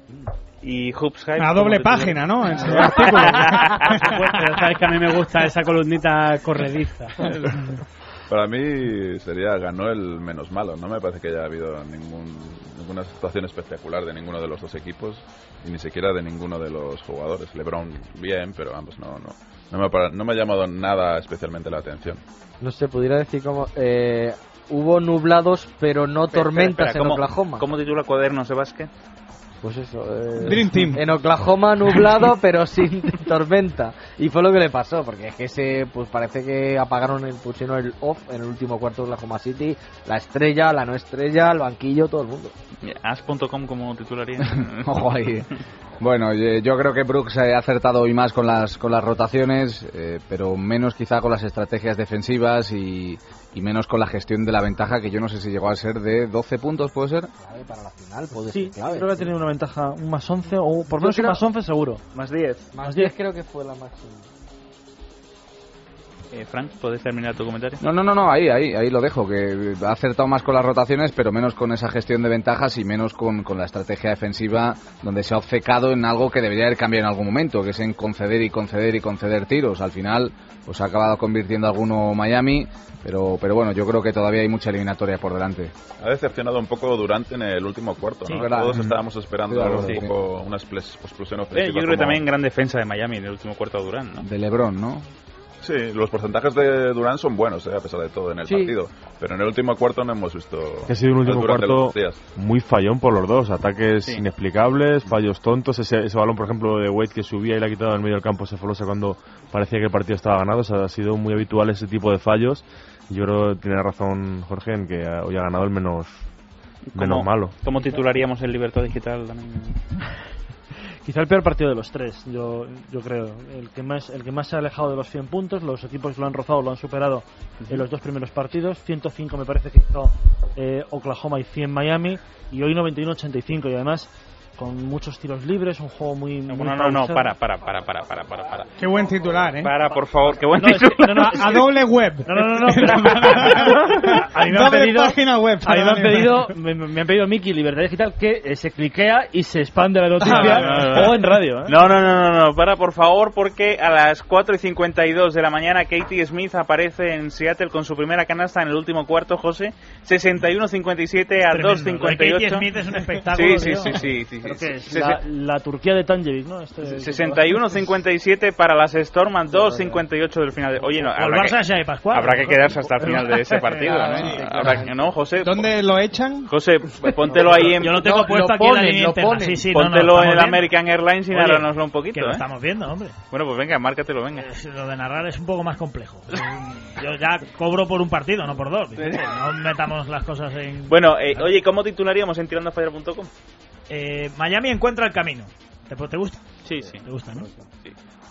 Y Hoops Hype. A ¿cómo doble te [LAUGHS] página, ¿no? En su [LAUGHS] artículo. Pero sabes que a mí me gusta esa columnita [LAUGHS] corrediza. ¿eh? [LAUGHS] Para mí sería ganó el menos malo. No me parece que haya habido ningún, ninguna situación espectacular de ninguno de los dos equipos y ni siquiera de ninguno de los jugadores. LeBron bien, pero ambos no no no me, ha para- no me ha llamado nada especialmente la atención. No se pudiera decir como... eh, hubo nublados, pero no Espera, tormentas espera, ¿cómo- en Oklahoma. ¿Cómo titula Cuadernos de Básquet? Pues eso. eh, [LAUGHS] Dream Team. En [LAUGHS] Oklahoma nublado, [LAUGHS] pero sin tormenta. Y fue lo que le pasó, porque es que ese, pues parece que apagaron, el, pusieron el off en el último cuarto de Oklahoma City. La estrella, la no estrella, el banquillo, todo el mundo. [LAUGHS] As.com como titularía. Ojo ahí. Bueno, eh, yo creo que Brooks ha acertado hoy más con las, con las rotaciones, eh, pero menos quizá con las estrategias defensivas y, y menos con la gestión de la ventaja, que yo no sé si llegó a ser de 12 puntos, ¿puede ser? para la final puede Sí, ser clave. creo que ha tenido una ventaja, un más 11 o por lo menos un más 11 seguro. Más 10. Más 10 creo que fue la máxima. Eh, Frank, ¿puedes terminar tu comentario? No, no, no, no, ahí, ahí, ahí lo dejo, que ha acertado más con las rotaciones, pero menos con esa gestión de ventajas y menos con, con la estrategia defensiva, donde se ha obcecado en algo que debería haber cambiado en algún momento, que es en conceder y conceder y conceder tiros. Al final, pues ha acabado convirtiendo alguno Miami, pero, pero bueno, yo creo que todavía hay mucha eliminatoria por delante. Ha decepcionado un poco Durante en el último cuarto, Sí, ¿no? verdad. Todos estábamos esperando Sí, algo un sí. poco, una explos- explosión ofensiva. Eh, yo creo que como- también gran defensa de Miami en el último cuarto de Durán, ¿no? De Lebron, ¿no? Sí, los porcentajes de Durán son buenos, eh, a pesar de todo, en el Sí. partido. Pero en el último cuarto no hemos visto... Que ha sido un al último Durant de los cuarto días. muy fallón por los dos. Ataques Sí. inexplicables, fallos tontos. Ese, ese balón, por ejemplo, de Wade que subía y le ha quitado en medio del campo Sefolosa cuando parecía que el partido estaba ganado. O sea, ha sido muy habitual ese tipo de fallos. Yo creo que tiene razón Jorge en que ha- hoy ha ganado el menos, menos ¿Cómo- malo. ¿Cómo titularíamos el Libertad Digital también? Quizá el peor partido de los tres, yo, yo creo. El que, más, el que más se ha alejado de los 100 puntos, los equipos que lo han rozado lo han superado en los dos primeros partidos. 105 me parece que hizo eh, Oklahoma y 100 Miami. Y hoy 91-85 y además con muchos tiros libres, un juego muy... No, muy no, no, no, pausado. para, para, para, para, para, para, para. Qué buen titular, ¿eh? Para, por favor, qué buen No, es que- titular. [LAUGHS] no, no, a doble web. No, no, no, [LAUGHS] no. a mí me han pedido- página web. A mí me han perdón. pedido, me, me han pedido Miki, Libertad Digital, que eh, se cliquea y se expande la [LAUGHS] noticia Ah, Ah, No, no, no. o en radio. ¿eh? No, no, no, no, no, para por favor, porque a las 4 y 52 de la mañana Katie Smith aparece en Seattle con su primera canasta en el último cuarto, José. 61-57 a Tremendo. 2-58. Lo de Katie Smith es un espectáculo, Sí, sí, tío. sí, sí. sí, sí. Creo que es Sesen- la, la Turquía de Tangerik, ¿no? Este- 61-57 para las Storm a 2-58 del final. de- Oye, no, Pues O el habrá, Barça de que, Xavi Pascual. habrá que ¿no? quedarse hasta el final de ese partido, Claro, ¿no? [LAUGHS] sí, claro. Habrá que- no, José. ¿Dónde lo echan? José, pues póntelo ahí en. Yo lo tengo No, puesto lo aquí en la ponen, línea lo interna. ponen. Sí, sí, no, no, póntelo estamos en el viendo. American Airlines y Oye, narranoslo un poquito. que lo ¿eh? estamos viendo, hombre. Bueno, pues venga, márcatelo, venga. Lo de narrar es un poco más complejo. Yo ya cobro por un partido, no por dos. disculpe, No metamos las cosas en... Bueno, eh, oye, ¿cómo titularíamos en tirandofaller.com? Eh, Miami encuentra el camino. ¿Te, te gusta? Sí, sí. ¿Te gusta, no?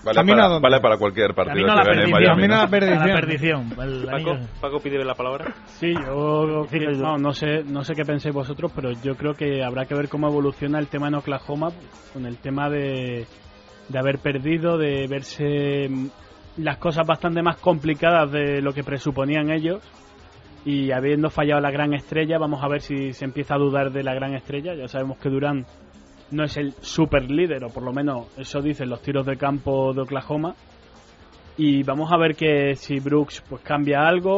Vale, Camino a para, dónde? vale para cualquier partido. Camino a la que gane perdición. Miami, Camino ¿no? a la perdición. A la perdición, el Paco, anillo. Paco pide la palabra. Sí, yo, no, no sé, no sé qué penséis vosotros, pero yo creo que habrá que ver cómo evoluciona el tema en Oklahoma con el tema de, de haber perdido, de verse mm, las cosas bastante más complicadas de lo que presuponían ellos y habiendo fallado la gran estrella, vamos a ver si se empieza a dudar de la gran estrella. Ya sabemos que Durán no es el super líder, o por lo menos eso dicen los tiros de campo de Oklahoma. Y vamos a ver que si Brooks pues cambia algo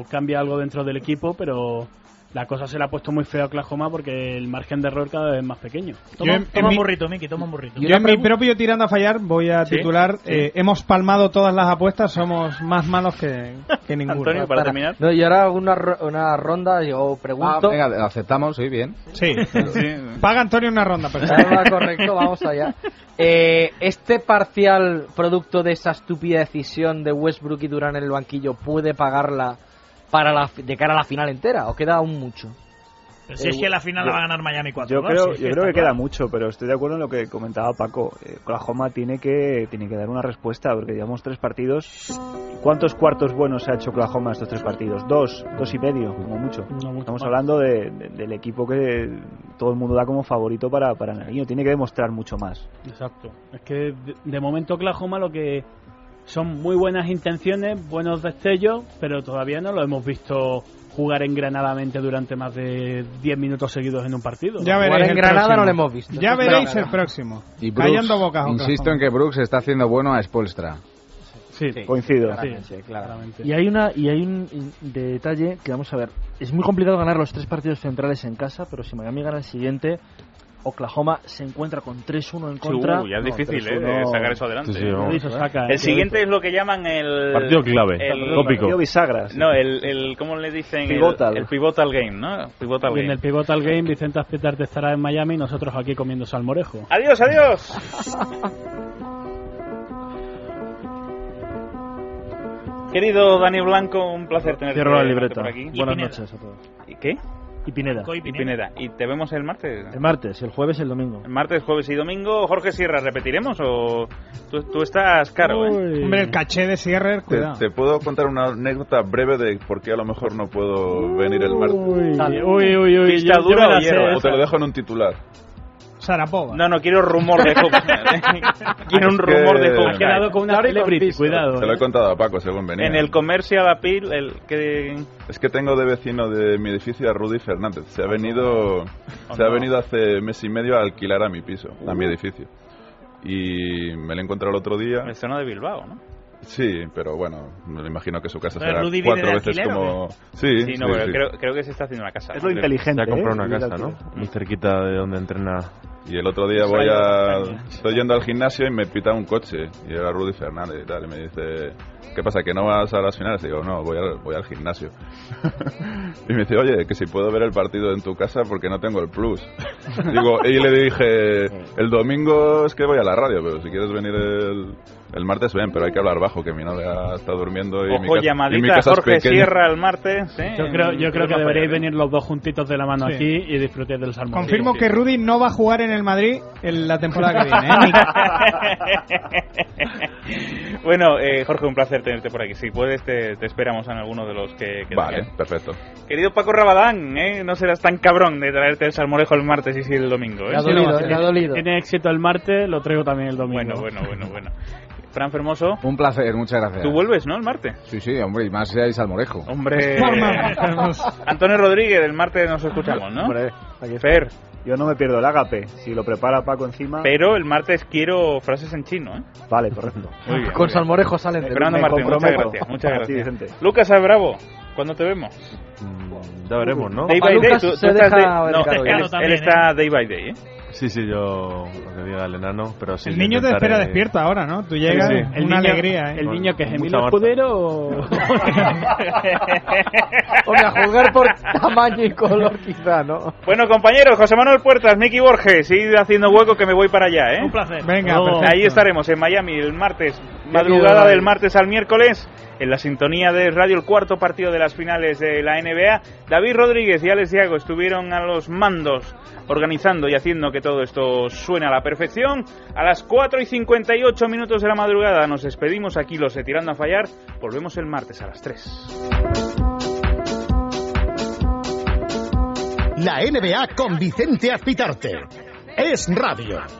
o cambia algo dentro del equipo, pero la cosa se le ha puesto muy fea a Oklahoma porque el margen de error cada vez es más pequeño. Toma- Yo en- toma en mi- burrito, Miki, toma un burrito. Yo en mi propio tirando a fallar voy a Sí, titular sí. eh, Hemos palmado todas las apuestas, somos más malos que, que ninguno. No, y ahora una, ro- una ronda, yo pregunto. Ah, venga, aceptamos, sí, bien. Sí. Paga Antonio una ronda, por favor. Ah, correcto, vamos allá. Eh, este parcial producto de esa estúpida decisión de Westbrook y Durán en el banquillo puede pagarla para la, de cara a la final entera o queda aún mucho. Eh, Pero si es que la final la va a ganar Miami 4 Yo creo, yo creo que queda mucho, pero estoy de acuerdo en lo que comentaba Paco. Eh, Oklahoma tiene que, tiene que dar una respuesta, porque llevamos tres partidos. ¿Cuántos cuartos buenos ha hecho Oklahoma en estos tres partidos? Dos, dos y medio, como mucho. Estamos hablando de- de- del equipo que todo el mundo da como favorito para, para el año. Tiene que demostrar mucho más. Exacto. Es que de, de momento Oklahoma lo que son muy buenas intenciones, buenos destellos, pero todavía no lo hemos visto jugar engranadamente durante más de 10 minutos seguidos en un partido. Ya veréis el próximo. Ya veréis el próximo. Y Brooks, Callando bocas. insisto en que Brooks está haciendo bueno a Spolstra. Coincido. claramente, claramente. Y Y hay hay una y hay un detalle que vamos a ver. Es muy complicado ganar los tres partidos centrales en casa, pero si Miami gana el siguiente, Oklahoma se encuentra con 3-1 en contra. Uh, ya es difícil, ¿eh? de sacar eso adelante. Sí, sí, vamos. Eso saca, el ¿eh? siguiente es lo que llaman el... Partido clave, el- tópico. Partido bisagra, No, el, el... ¿Cómo le dicen? El- Pivotal. El, pivotal game, ¿no? Pivotal Y en game. el Pivotal Game, Vicente Azpitarte estará en Miami y nosotros aquí comiendo salmorejo. Adiós, adiós. Querido Dani Blanco, un placer tenerte Cierro la tenerte libreta. por aquí. Buenas noches a todos. ¿Y qué? Y Pineda. Y Pineda. Y te vemos el martes. El martes, el jueves, el domingo. El martes, jueves y domingo. Jorge Sierra, ¿repetiremos o tú, tú estás caro? ¿eh? [LAUGHS] Hombre, el caché de cierre, Te, cuidado. te puedo contar una anécdota breve de por qué a lo mejor no puedo venir el martes. Dale. Uy, uy, uy, Pista yo- yo dura me la o sé eh, hierba. esa. O te lo dejo en un titular. Sarapova. No, no, quiero rumor de [LAUGHS] copa. quiero un Es que- rumor de Ha copa. quedado con una celebrity, cuidado. eh. Te lo he contado a Paco según venía. En el comercio a Apil, el que... Es que tengo de vecino de mi edificio a Rudy Fernández. Se ha venido, Oh, se ha Ah, no. Uh. venido hace mes y medio a alquilar a mi piso, a mi edificio. Y me lo he encontrado el otro día. Me sonó de Bilbao, ¿no? Sí, pero bueno, me lo imagino que su casa Pero será Rudy vive cuatro de veces alquiler, como. ¿o qué? Sí, Sí, no, sí, pero sí. Creo, creo que se está haciendo una casa. ¿no? Creo. Ya ¿eh? compró una casa, ¿no? Muy cerquita de donde entrena. Y el otro día Pues voy ahí a. Estoy yendo al gimnasio y me pita un coche. Y era Rudy Fernández y tal. Y me dice, ¿qué pasa? ¿Que no vas a las finales? digo, no, voy al, voy al gimnasio. [LAUGHS] y me dice, oye, que si puedo ver el partido en tu casa porque no tengo el plus. [LAUGHS] digo, y le dije, el domingo es que voy a la radio, pero si quieres venir el. el martes ven, pero hay que hablar bajo, que mi novia está durmiendo y, mi, casa, Ojo, y mi llamadita a casa es Jorge pequeña. Sierra el martes. ¿eh? Yo creo, yo creo En que Europa, deberíais ¿eh? venir los dos juntitos de la mano Sí. aquí y disfrutéis del salmón. Confirmo que Rudy no va a jugar en el Madrid en la temporada que viene. ¿eh? [LAUGHS] Bueno, eh, Jorge, un placer tenerte por aquí. Si puedes, te, te esperamos en alguno de los que... que Vale, tengan. perfecto. Querido Paco Rabadán, ¿eh? no serás tan cabrón de traerte el salmorejo el martes y sí el domingo. ¿eh? Tiene éxito el martes, lo traigo también el domingo. Bueno, bueno, bueno, bueno. Fran Fermoso, Un placer, muchas gracias. tú vuelves, ¿no? El martes. Sí, sí, hombre, y más si hay salmorejo. [LAUGHS] Hombre. Antonio Rodríguez, el martes nos escuchamos, ¿no? Hombre, aquí Fer. Yo no me pierdo el ágape. Si lo prepara Paco encima. Pero el martes quiero frases en chino, ¿eh? Vale, correcto. Muy bien, Con muy bien. salmorejo salen de- Fernando Me Martín, muchas comprometo. gracias. Muchas A ti, gracias. Vicente. Lucas A. Bravo, ¿cuándo te vemos? Mm, Ya veremos, ¿no? Day by day, tú, tú estás de- no, él, él está day by day, ¿eh? Sí, sí, yo lo que diga el enano, pero sí. [LAUGHS] El yo niño te intentaré- espera despierto ahora, ¿no? Tú llegas, Sí, sí. una El niño- alegría, ¿eh? el niño que gemiló Mucha ¿Escudero [LAUGHS] o...? Hombre, a jugar por tamaño y color quizá, ¿no? [LAUGHS] Bueno, compañeros, José Manuel Puertas, Miki Borges, id haciendo hueco que me voy para allá, ¿eh? Un placer. Venga, perfecto. Ahí estaremos en Miami el martes, miedo, madrugada del Miami. martes al miércoles, en la sintonía de radio, el cuarto partido de las finales de la NBA. David Rodríguez y Alex Diago estuvieron a los mandos organizando y haciendo que todo esto suene a la perfección. A las 4 y 58 minutos de la madrugada nos despedimos aquí los de Tirando a Fallar. Volvemos el martes a las 3. La NBA con Vicente Azpitarte. Es radio.